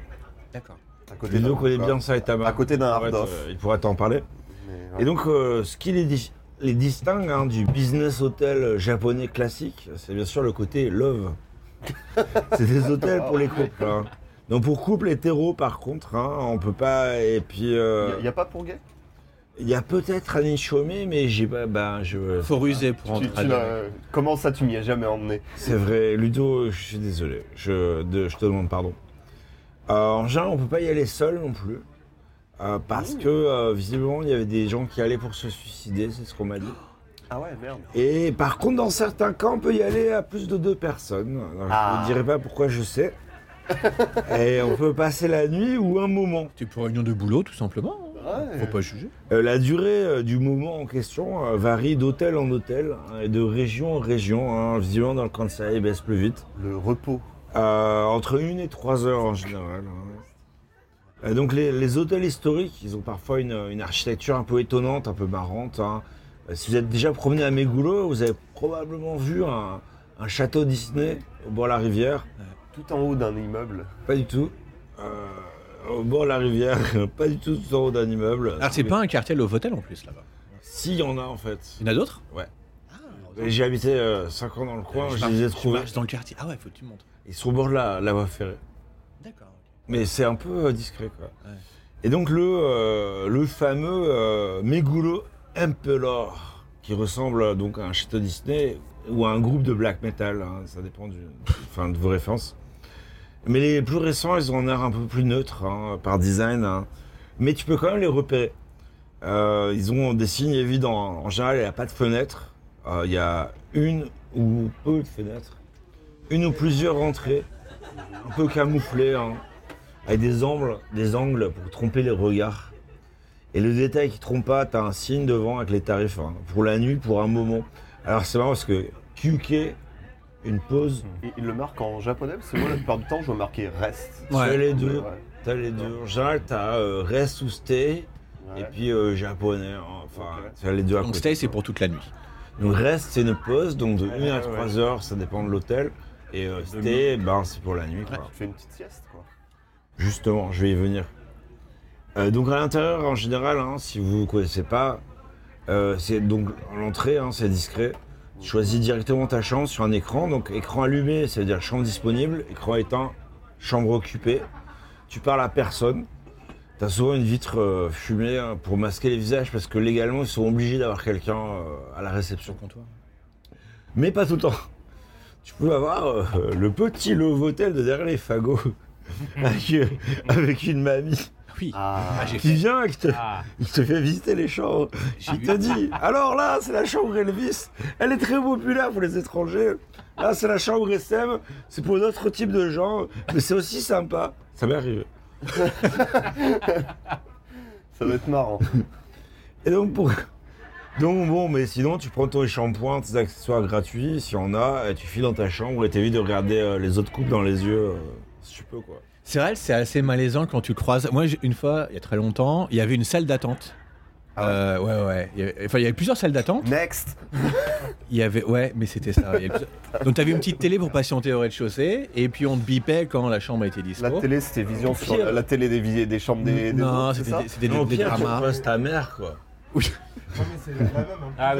[SPEAKER 9] D'accord.
[SPEAKER 1] À côté
[SPEAKER 2] Ludo
[SPEAKER 1] d'un-
[SPEAKER 2] connaît bien Saitama.
[SPEAKER 1] À côté d'un
[SPEAKER 2] Il pourrait
[SPEAKER 1] hard
[SPEAKER 2] te-
[SPEAKER 1] off.
[SPEAKER 2] euh, Il pourrait t'en parler. Et donc, euh, ce qui les, di- les distingue hein, du business hôtel japonais classique, c'est bien sûr le
[SPEAKER 1] *laughs*
[SPEAKER 2] côté love. c'est des hôtels pour les couples. hein. Donc, pour couple hétéro, par contre, hein, on peut pas. Et puis. euh,
[SPEAKER 1] Il n'y a, pas pour gay
[SPEAKER 2] il y a peut-être un chômée, mais j'ai pas. Ben, je.
[SPEAKER 9] Faut ruser pour
[SPEAKER 1] Tu-
[SPEAKER 9] entrer.
[SPEAKER 1] tu n'as- Comment ça, tu m'y as jamais emmené
[SPEAKER 2] C'est vrai, Ludo, je suis désolé. Je, de- je te demande pardon. Euh, en général, on peut pas y aller seul non plus. euh, parce que euh, visiblement, il y avait des gens qui allaient pour se suicider, c'est ce qu'on m'a dit.
[SPEAKER 1] Ah ouais, merde.
[SPEAKER 2] Et par contre, dans certains cas, on peut y aller à plus de deux personnes. Alors,
[SPEAKER 1] Ah.
[SPEAKER 2] Je ne dirai pas pourquoi je sais. Et on peut passer la nuit ou un moment.
[SPEAKER 9] Tu pour réunion de boulot, tout simplement. hein.
[SPEAKER 1] Ouais.
[SPEAKER 9] Faut pas juger.
[SPEAKER 2] Euh, la durée euh, du moment en question euh, varie d'hôtel en hôtel hein, et de région en région. hein. Visiblement, dans le Kansai, il baisse plus vite.
[SPEAKER 1] Le repos.
[SPEAKER 2] Euh, entre une et trois heures en général. hein. Euh, donc les, les hôtels historiques, ils ont parfois une, une architecture un peu étonnante, un peu marrante. hein. Euh, Si vous êtes déjà promené à Meguro, vous avez probablement vu un, un château Disney au bord de la rivière.
[SPEAKER 1] Tout en haut d'un immeuble.
[SPEAKER 2] Pas du tout. Euh, au bord de la rivière, *laughs* pas du tout tout en haut d'un immeuble.
[SPEAKER 9] Alors, Ah, c'est pas un quartier Love Hotel en plus là-bas.
[SPEAKER 2] S'il y en a en fait.
[SPEAKER 9] Il y en a d'autres
[SPEAKER 2] Ouais. Et J'ai habité 5 ans dans le coin, je les ai trouvés.
[SPEAKER 9] dans le quartier. Ah ouais, faut que tu montres.
[SPEAKER 2] Ils sont au bord de la, la voie ferrée.
[SPEAKER 9] D'accord.
[SPEAKER 2] Mais c'est un peu euh, discret, quoi.
[SPEAKER 9] Ouais.
[SPEAKER 2] Et donc, le, euh, le fameux euh, Meguro Emperor, qui ressemble euh, donc à un château Disney ou à un groupe de black metal, hein, ça dépend du, enfin, de vos références. Mais les plus récents, ils ont un air un peu plus neutre, hein, par design. hein. Mais tu peux quand même les repérer. Euh, ils ont des signes évidents. En général, il n'y a pas de fenêtre. Euh, Il y a une ou peu de fenêtres. Une ou plusieurs entrées. Un peu camouflées. hein avec des angles, des angles pour tromper les regards. Et le détail qui trompe pas, t'as un signe devant avec les tarifs hein, pour la nuit, pour un moment. Alors c'est marrant parce que QK, une pause,
[SPEAKER 1] Il, il le marque en japonais parce que moi, la plupart du temps, je vois marquer reste.
[SPEAKER 9] Ouais.
[SPEAKER 2] t'as les deux,
[SPEAKER 1] Ouais.
[SPEAKER 2] t'as les deux. En général, t'as euh, rest ou stay, et puis euh, japonais, hein, enfin,
[SPEAKER 1] Ok.
[SPEAKER 2] t'as les deux à
[SPEAKER 9] Donc
[SPEAKER 2] côté,
[SPEAKER 9] stay, c'est
[SPEAKER 2] quoi.
[SPEAKER 9] pour toute la nuit.
[SPEAKER 2] Donc rest, c'est une pause, donc de 1
[SPEAKER 1] ouais.
[SPEAKER 2] à 3 heures, ça dépend de l'hôtel. Et euh, stay, ben c'est pour la nuit, quoi.
[SPEAKER 1] Tu fais une petite sieste, quoi.
[SPEAKER 2] Justement, je vais y venir. Euh, donc à l'intérieur, en général, hein, si vous ne connaissez pas, euh, c'est donc l'entrée, hein, c'est discret. Tu choisis directement ta chambre sur un écran. Donc écran allumé, ça veut dire chambre disponible. Écran éteint, chambre occupée. Tu parles à personne. T'as souvent une vitre euh, fumée hein, pour masquer les visages parce que légalement ils sont obligés d'avoir quelqu'un euh, à la réception.
[SPEAKER 9] comptoir.
[SPEAKER 2] Mais pas tout le temps. Tu peux avoir euh, le petit Lovotel de derrière les fagots avec, euh, avec une mamie
[SPEAKER 9] Oui.
[SPEAKER 1] Ah,
[SPEAKER 9] Ah, j'ai
[SPEAKER 2] qui
[SPEAKER 9] fait.
[SPEAKER 2] vient et qui te,
[SPEAKER 10] Ah,
[SPEAKER 2] qui te fait visiter les chambres.
[SPEAKER 9] J'ai
[SPEAKER 2] Qui
[SPEAKER 9] vu.
[SPEAKER 2] te dit Alors là, c'est la chambre Elvis. Elle est très populaire pour les étrangers. Là, c'est la chambre SM. C'est pour d'autres types de gens. Mais c'est aussi sympa. Ça m'est arrivé.
[SPEAKER 1] ça doit être marrant.
[SPEAKER 2] Et donc, pour... donc bon, mais sinon, tu prends ton shampoing, tes accessoires gratuits, s'il y en a, et tu files dans ta chambre et t'évites de regarder euh, les autres couples dans les yeux, euh, si tu peux, quoi.
[SPEAKER 9] C'est vrai, c'est assez malaisant quand tu croises. Moi, j'ai- une fois, il y a très longtemps, il y avait une salle d'attente. Euh, ouais, ouais. Il y avait- Enfin, il y avait plusieurs salles d'attente.
[SPEAKER 1] Next
[SPEAKER 9] Il y avait, ouais, mais c'était ça. Il y avait plusieurs- Donc, t'avais une petite télé pour patienter au rez-de-chaussée, et puis on te bipait quand la chambre était dispo.
[SPEAKER 1] La télé, c'était vision sur euh,
[SPEAKER 2] Pire.
[SPEAKER 1] la télé des, vi- des chambres des, des
[SPEAKER 9] Oh. non,
[SPEAKER 1] autres, c'est ça
[SPEAKER 9] c'était c'était des,
[SPEAKER 2] Non,
[SPEAKER 9] des
[SPEAKER 2] pire, tu
[SPEAKER 9] dramas.
[SPEAKER 2] croises ta mère, quoi.
[SPEAKER 10] ah oui,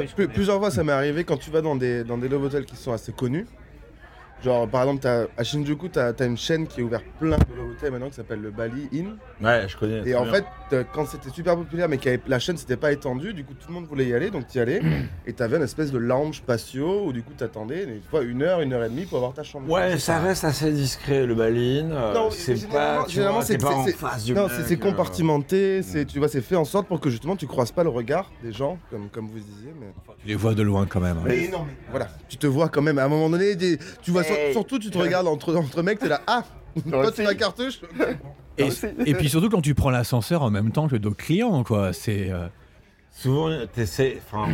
[SPEAKER 10] je
[SPEAKER 12] Plus-
[SPEAKER 10] connais.
[SPEAKER 12] Plusieurs fois, ça m'est arrivé quand tu vas dans des, dans des love hotels qui sont assez connus. Genre, par exemple, t'as- à Shinjuku, t'as as une chaîne qui est ouverte plein de love hotels maintenant qui s'appelle le Bali Inn.
[SPEAKER 2] Ouais, je connais. Bah,
[SPEAKER 12] Et
[SPEAKER 2] très
[SPEAKER 12] en
[SPEAKER 2] bien.
[SPEAKER 12] fait, euh, quand c'était super populaire, mais que la chaîne s'était pas étendue, du coup tout le monde voulait y aller, donc
[SPEAKER 2] *clears throat*
[SPEAKER 12] t'y allais. et t'avais une espèce de lounge patio où du coup t'attendais, des fois une heure, une heure et demie pour avoir ta chambre.
[SPEAKER 2] Ouais, mais ça reste assez discret, le baline. euh,
[SPEAKER 12] Non,
[SPEAKER 2] c'est
[SPEAKER 12] généralement-
[SPEAKER 2] pas. tu
[SPEAKER 12] généralement,
[SPEAKER 2] vois,
[SPEAKER 12] c'est-
[SPEAKER 2] t'es pas
[SPEAKER 12] c'est-
[SPEAKER 2] en
[SPEAKER 12] c'est-
[SPEAKER 2] face du
[SPEAKER 12] Non,
[SPEAKER 2] mec,
[SPEAKER 12] c'est c'est
[SPEAKER 2] euh,
[SPEAKER 12] compartimenté, c'est tu vois, c'est fait en sorte pour que justement tu croises pas le regard des gens, comme, comme vous disiez. Mais...
[SPEAKER 9] Tu les vois de loin quand même. hein.
[SPEAKER 12] Mais non, mais voilà, tu te vois quand même. À un moment donné, des- tu vois sur-
[SPEAKER 1] Hey.
[SPEAKER 12] surtout, tu te regardes entre entre mecs, t'es là, ah, toi tu as la cartouche.
[SPEAKER 9] Et,
[SPEAKER 1] aussi.
[SPEAKER 9] et puis surtout quand tu prends l'ascenseur en même temps que d'autres clients, quoi. C'est. euh,
[SPEAKER 2] *clears throat* Souvent, t'essaies, enfin,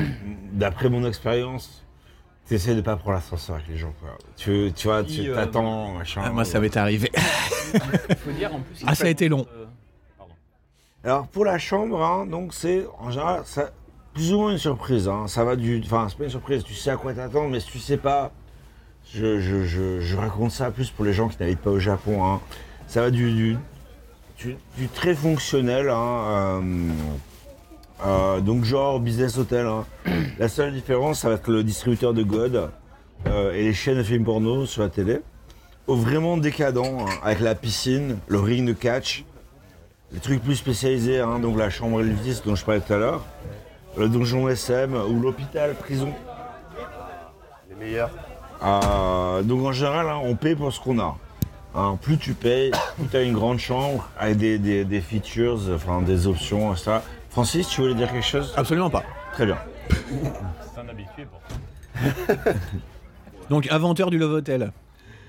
[SPEAKER 2] d'après mon expérience, T'essaies de pas prendre l'ascenseur avec les gens, quoi. Tu, tu vois,
[SPEAKER 4] Qui,
[SPEAKER 2] tu
[SPEAKER 4] euh,
[SPEAKER 2] t'attends, machin.
[SPEAKER 11] Ah, moi, ça m'est arrivé.
[SPEAKER 4] Faut dire en plus.
[SPEAKER 11] Ah, ça a été long.
[SPEAKER 10] euh,
[SPEAKER 2] Alors pour la chambre, hein, donc c'est en général ça, plus ou moins une surprise. hein. Ça va du, enfin c'est pas une surprise. Tu sais à quoi t'attends, mais si tu sais pas, je, je- je- je raconte ça plus pour les gens qui n'habitent pas au Japon. hein. Ça va du, du, du- du très fonctionnel. hein, euh, euh, donc genre business hotel. hein. La seule différence, ça va être le distributeur de God euh, et les chaînes de films porno sur la télé. Au vraiment décadent, hein, avec la piscine, le ring de catch, les trucs plus spécialisés, hein, donc la chambre Elvis dont je parlais tout à l'heure, le donjon SM ou l'hôpital prison.
[SPEAKER 1] Les meilleurs.
[SPEAKER 2] Euh, donc en général, hein, on paye pour ce qu'on a. Hein, plus tu payes, plus tu as une grande chambre avec des, des- des features, enfin des options, etc. Francis, tu voulais dire quelque chose
[SPEAKER 11] Absolument pas.
[SPEAKER 2] Très bien.
[SPEAKER 10] C'est un habitué pour
[SPEAKER 11] Donc, inventeur du Love Hotel.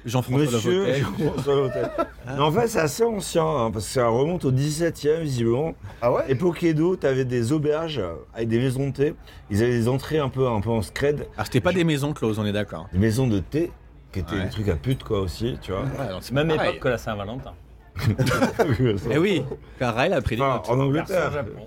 [SPEAKER 11] Jean-François Love
[SPEAKER 2] Monsieur
[SPEAKER 11] Hotel.
[SPEAKER 2] Jean-François Lovotel.
[SPEAKER 1] *laughs*
[SPEAKER 2] Mais en fait, c'est assez ancien, hein, parce que ça remonte au 17e, visiblement.
[SPEAKER 1] Ah ouais
[SPEAKER 2] Époque Edo, t'avais des auberges avec des maisons de thé. Ils avaient des entrées un peu, un peu en scred.
[SPEAKER 11] Ah, c'était pas des maisons closes, on est d'accord.
[SPEAKER 2] Des maisons de thé, qui étaient
[SPEAKER 11] Ouais.
[SPEAKER 2] des trucs à pute, quoi, aussi, tu vois. *laughs*
[SPEAKER 11] Ouais, alors, c'est
[SPEAKER 10] Même
[SPEAKER 11] pareil.
[SPEAKER 10] époque que la Saint-Valentin.
[SPEAKER 11] Eh oui, Karel a pris des
[SPEAKER 2] Enfin,
[SPEAKER 11] notes.
[SPEAKER 2] en
[SPEAKER 10] Version
[SPEAKER 2] Angleterre.
[SPEAKER 10] Japon.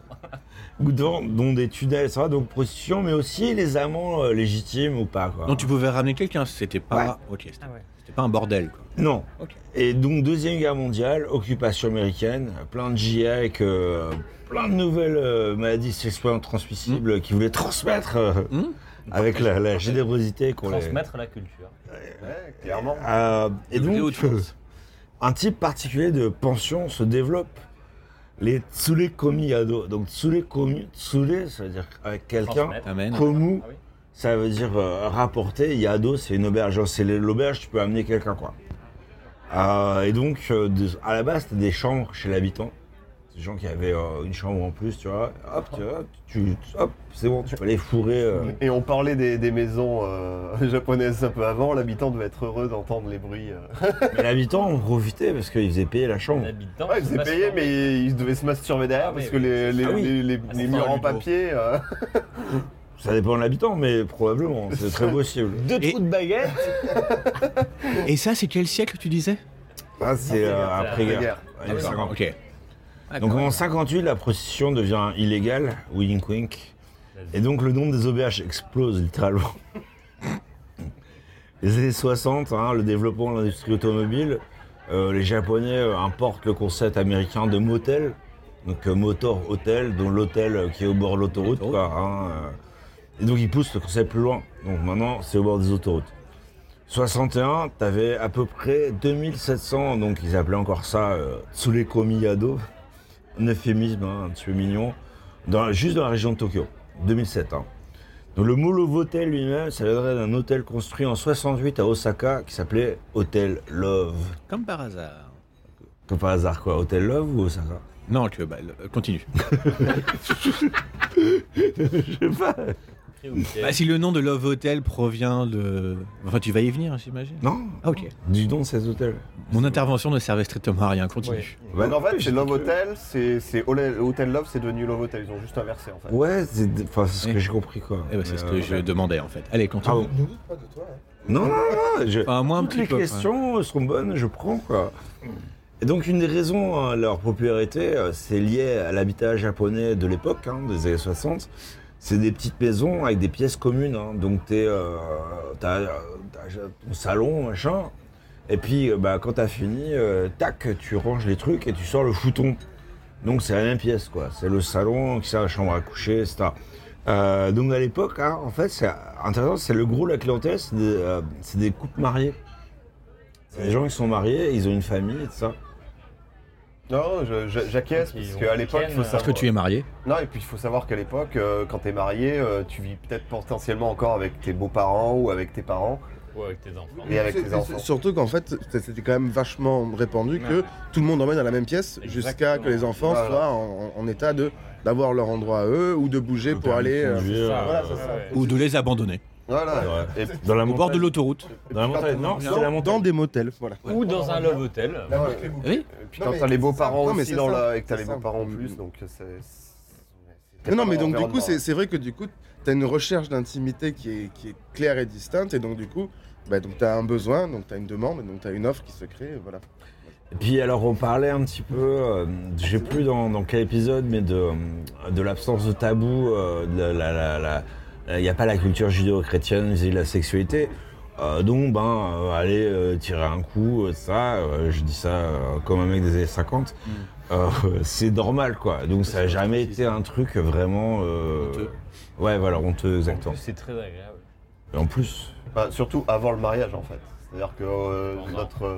[SPEAKER 2] Ou dans, dans des tunnels, ça va, donc prostitution, mais aussi les amants euh, légitimes ou pas, quoi.
[SPEAKER 11] Donc, tu pouvais ramener quelqu'un, c'était pas. Ok, c'était
[SPEAKER 10] Ah ouais.
[SPEAKER 11] c'était pas un bordel, quoi.
[SPEAKER 2] Non.
[SPEAKER 11] Ok.
[SPEAKER 2] Et donc, Deuxième Guerre mondiale, occupation américaine, plein de GIEC, euh, plein de nouvelles euh, maladies sexuellement
[SPEAKER 11] Hmm.
[SPEAKER 2] transmissibles qui voulaient transmettre euh,
[SPEAKER 11] Mm.
[SPEAKER 2] avec la, la générosité qu'on les...
[SPEAKER 10] Transmettre la culture.
[SPEAKER 1] Ouais, clairement.
[SPEAKER 2] Euh, et
[SPEAKER 11] Des
[SPEAKER 2] donc, euh,
[SPEAKER 11] hautes choses.
[SPEAKER 2] un type particulier de pension se développe. Les tsulekomiyado. Donc, tsulekomi, tsule, ça veut dire avec quelqu'un.
[SPEAKER 10] Transmettre.
[SPEAKER 11] Amen.
[SPEAKER 2] Komu,
[SPEAKER 10] Ah oui.
[SPEAKER 2] ça veut dire euh, rapporter. Yado, c'est une auberge. Genre, c'est l'auberge, tu peux amener quelqu'un, quoi. Euh, et donc, euh, de- à la base, c'était des chambres chez l'habitant. Des gens qui avaient euh, une chambre en plus, tu vois. Hop, tu vois, tu- hop, c'est bon, tu peux aller fourrer.
[SPEAKER 10] *laughs*
[SPEAKER 2] euh.
[SPEAKER 1] Et on parlait des, des maisons euh, *laughs* japonaises un peu avant, l'habitant devait être heureux d'entendre les bruits. euh.
[SPEAKER 2] Mais l'habitant en profitait parce qu'il faisait payer la chambre.
[SPEAKER 10] L'habitant.
[SPEAKER 1] Ouais, il faisait payer, mais il devait se masturber derrière
[SPEAKER 10] Ah
[SPEAKER 1] parce
[SPEAKER 10] oui,
[SPEAKER 1] que
[SPEAKER 10] oui.
[SPEAKER 1] les, les,
[SPEAKER 2] Ah oui.
[SPEAKER 1] les, les- les
[SPEAKER 10] c'est
[SPEAKER 1] murs
[SPEAKER 10] pas
[SPEAKER 1] en
[SPEAKER 10] Ludo.
[SPEAKER 1] papier. euh,
[SPEAKER 2] Ça dépend de l'habitant, mais probablement, c'est très possible.
[SPEAKER 10] Deux
[SPEAKER 11] Et-
[SPEAKER 10] trous de baguette.
[SPEAKER 11] Et ça, c'est quel siècle tu disais
[SPEAKER 2] Ah, c'est euh, après-guerre.
[SPEAKER 1] Après-guerre.
[SPEAKER 2] Ouais, les 50.
[SPEAKER 11] Ok.
[SPEAKER 2] Donc en 58, la prostitution devient illégale, wink wink. Et donc le nombre des auberges explose littéralement. Les années 60, hein, le développement de l'industrie automobile, euh, les Japonais euh, importent le concept américain de motel, donc euh, motor hôtel, dont l'hôtel euh, qui est au bord de l'autoroute.
[SPEAKER 11] L'autoroute.
[SPEAKER 2] quoi, hein, euh. et donc ils poussent le concept plus loin. Donc maintenant, c'est au bord des autoroutes. 61, t'avais à peu près 2700, donc ils appelaient encore ça euh, Tsulekomiyado, un euphémisme hein, un petit peu mignon, dans- juste dans la région de Tokyo, 2007. hein. Donc le mot Love Hotel lui-même, ça viendrait d'un hôtel construit en 68 à Osaka qui s'appelait Hôtel Love.
[SPEAKER 11] Comme par hasard.
[SPEAKER 2] Comme par hasard quoi, Hôtel Love ou Osaka
[SPEAKER 11] Non, que, bah, le- continue.
[SPEAKER 2] Je sais pas.
[SPEAKER 11] Bah, si le nom de Love Hotel provient de. Enfin, tu vas y venir, j'imagine.
[SPEAKER 2] Non
[SPEAKER 11] Ah, ok.
[SPEAKER 2] Du don de ces hôtels.
[SPEAKER 11] Mon intervention ne servait strictement à rien, continue.
[SPEAKER 2] Bah,
[SPEAKER 1] Donc en fait,
[SPEAKER 2] je
[SPEAKER 1] c'est
[SPEAKER 2] dis
[SPEAKER 1] Love
[SPEAKER 2] que-
[SPEAKER 1] Hotel, c'est c'est Hotel Hotel Love, c'est devenu Love Hotel. Ils ont juste inversé en fait.
[SPEAKER 2] Ouais, c'est enfin, c'est ce que
[SPEAKER 11] Eh.
[SPEAKER 2] j'ai compris quoi.
[SPEAKER 11] Eh ben, c'est ce
[SPEAKER 2] Mais,
[SPEAKER 11] que
[SPEAKER 2] euh,
[SPEAKER 11] je demandais en fait. Allez,
[SPEAKER 2] Ah
[SPEAKER 11] continue.
[SPEAKER 2] bon Non, non, non, je-
[SPEAKER 11] Enfin, moi, un
[SPEAKER 2] Toutes
[SPEAKER 11] petit
[SPEAKER 2] les
[SPEAKER 11] peu.
[SPEAKER 2] questions sont bonnes, je prends quoi. Et donc une des raisons hein, de leur popularité, euh, c'est lié à l'habitat japonais de l'époque, hein, des années 60. C'est des petites maisons avec des pièces communes. hein. Donc t'es, euh, t'as, euh, t'as ton salon, machin. Et puis euh, bah, quand t'as fini, euh, tac, tu ranges les trucs et tu sors le fouton. Donc c'est la même pièce, quoi. C'est le salon qui sert à la chambre à coucher, etc. Euh, donc à l'époque, hein, en fait, c'est intéressant, c'est le gros de la clientèle, c'est des, euh, c'est des couples mariés. C'est des gens qui sont mariés, ils ont une famille et tout ça.
[SPEAKER 1] Non, je- je- j'acquiesce
[SPEAKER 10] Qui
[SPEAKER 1] parce
[SPEAKER 10] ont
[SPEAKER 1] qu'à l'époque,
[SPEAKER 10] ken,
[SPEAKER 1] faut
[SPEAKER 10] euh,
[SPEAKER 1] savoir.
[SPEAKER 11] Parce que tu es marié.
[SPEAKER 1] Non, et puis il faut savoir qu'à l'époque, euh, quand t'es marié, euh, tu vis peut-être potentiellement encore avec tes beaux-parents ou avec tes parents
[SPEAKER 10] Ou avec tes enfants.
[SPEAKER 1] et avec
[SPEAKER 12] C'est-
[SPEAKER 1] tes
[SPEAKER 12] c'est-
[SPEAKER 1] enfants.
[SPEAKER 12] Surtout qu'en fait, c'est- c'était quand même vachement répandu que
[SPEAKER 10] Ouais.
[SPEAKER 12] tout le monde emmène dans la même pièce jusqu'à que les enfants
[SPEAKER 1] Voilà.
[SPEAKER 12] soient en, en- en état de d'avoir leur endroit à eux ou de bouger
[SPEAKER 2] Le
[SPEAKER 12] pour
[SPEAKER 2] permis
[SPEAKER 12] aller.
[SPEAKER 2] de
[SPEAKER 12] euh,
[SPEAKER 2] conduire,
[SPEAKER 1] voilà,
[SPEAKER 2] euh,
[SPEAKER 1] c'est ça.
[SPEAKER 10] ouais.
[SPEAKER 11] Ou de les abandonner.
[SPEAKER 1] Voilà.
[SPEAKER 2] Ouais.
[SPEAKER 1] Et-
[SPEAKER 2] Dans la
[SPEAKER 11] Au bord de
[SPEAKER 2] montagne.
[SPEAKER 11] l'autoroute.
[SPEAKER 2] Dans la montagne, non, c'est la montagne.
[SPEAKER 12] Dans des motels, voilà.
[SPEAKER 10] Ou dans un love hotel.
[SPEAKER 11] Oui.
[SPEAKER 1] Et puis
[SPEAKER 12] Non,
[SPEAKER 1] quand
[SPEAKER 12] mais
[SPEAKER 1] t'as les
[SPEAKER 12] c'est
[SPEAKER 1] beaux-parents
[SPEAKER 12] ça. Non, mais
[SPEAKER 1] aussi
[SPEAKER 12] c'est
[SPEAKER 1] dans
[SPEAKER 12] ça.
[SPEAKER 1] la... et que t'as
[SPEAKER 12] C'est
[SPEAKER 1] les
[SPEAKER 12] ça.
[SPEAKER 1] beaux-parents en
[SPEAKER 12] Mm.
[SPEAKER 1] plus, donc c'est. c'est-
[SPEAKER 12] Non, non,
[SPEAKER 1] pas
[SPEAKER 12] mais
[SPEAKER 1] dans
[SPEAKER 12] donc du coup,
[SPEAKER 1] l'environnement.
[SPEAKER 12] c'est c'est vrai que du coup, t'as une recherche d'intimité qui est, qui est claire et distincte, et donc du coup, bah, donc t'as un besoin, donc t'as une demande, et donc t'as une offre qui se crée, et voilà.
[SPEAKER 2] Et puis alors on parlait un petit peu, euh, je sais plus dans, dans quel épisode, mais de, de l'absence de tabou, euh, de la- la- la- la- il n'y a pas la culture judéo-chrétienne vis-à-vis de la sexualité. Euh, donc, ben, euh, aller euh, tirer un coup, euh, ça, euh, je dis ça euh, comme un mec des années 50,
[SPEAKER 1] Mm.
[SPEAKER 2] euh, *laughs* c'est normal, quoi. Donc, ça n'a jamais été un truc vraiment. euh, Ouais, voilà, honteux, exactement.
[SPEAKER 10] C'est très agréable.
[SPEAKER 2] Et en plus.
[SPEAKER 1] Bah, surtout avant le mariage, en fait. C'est-à-dire que euh, notre.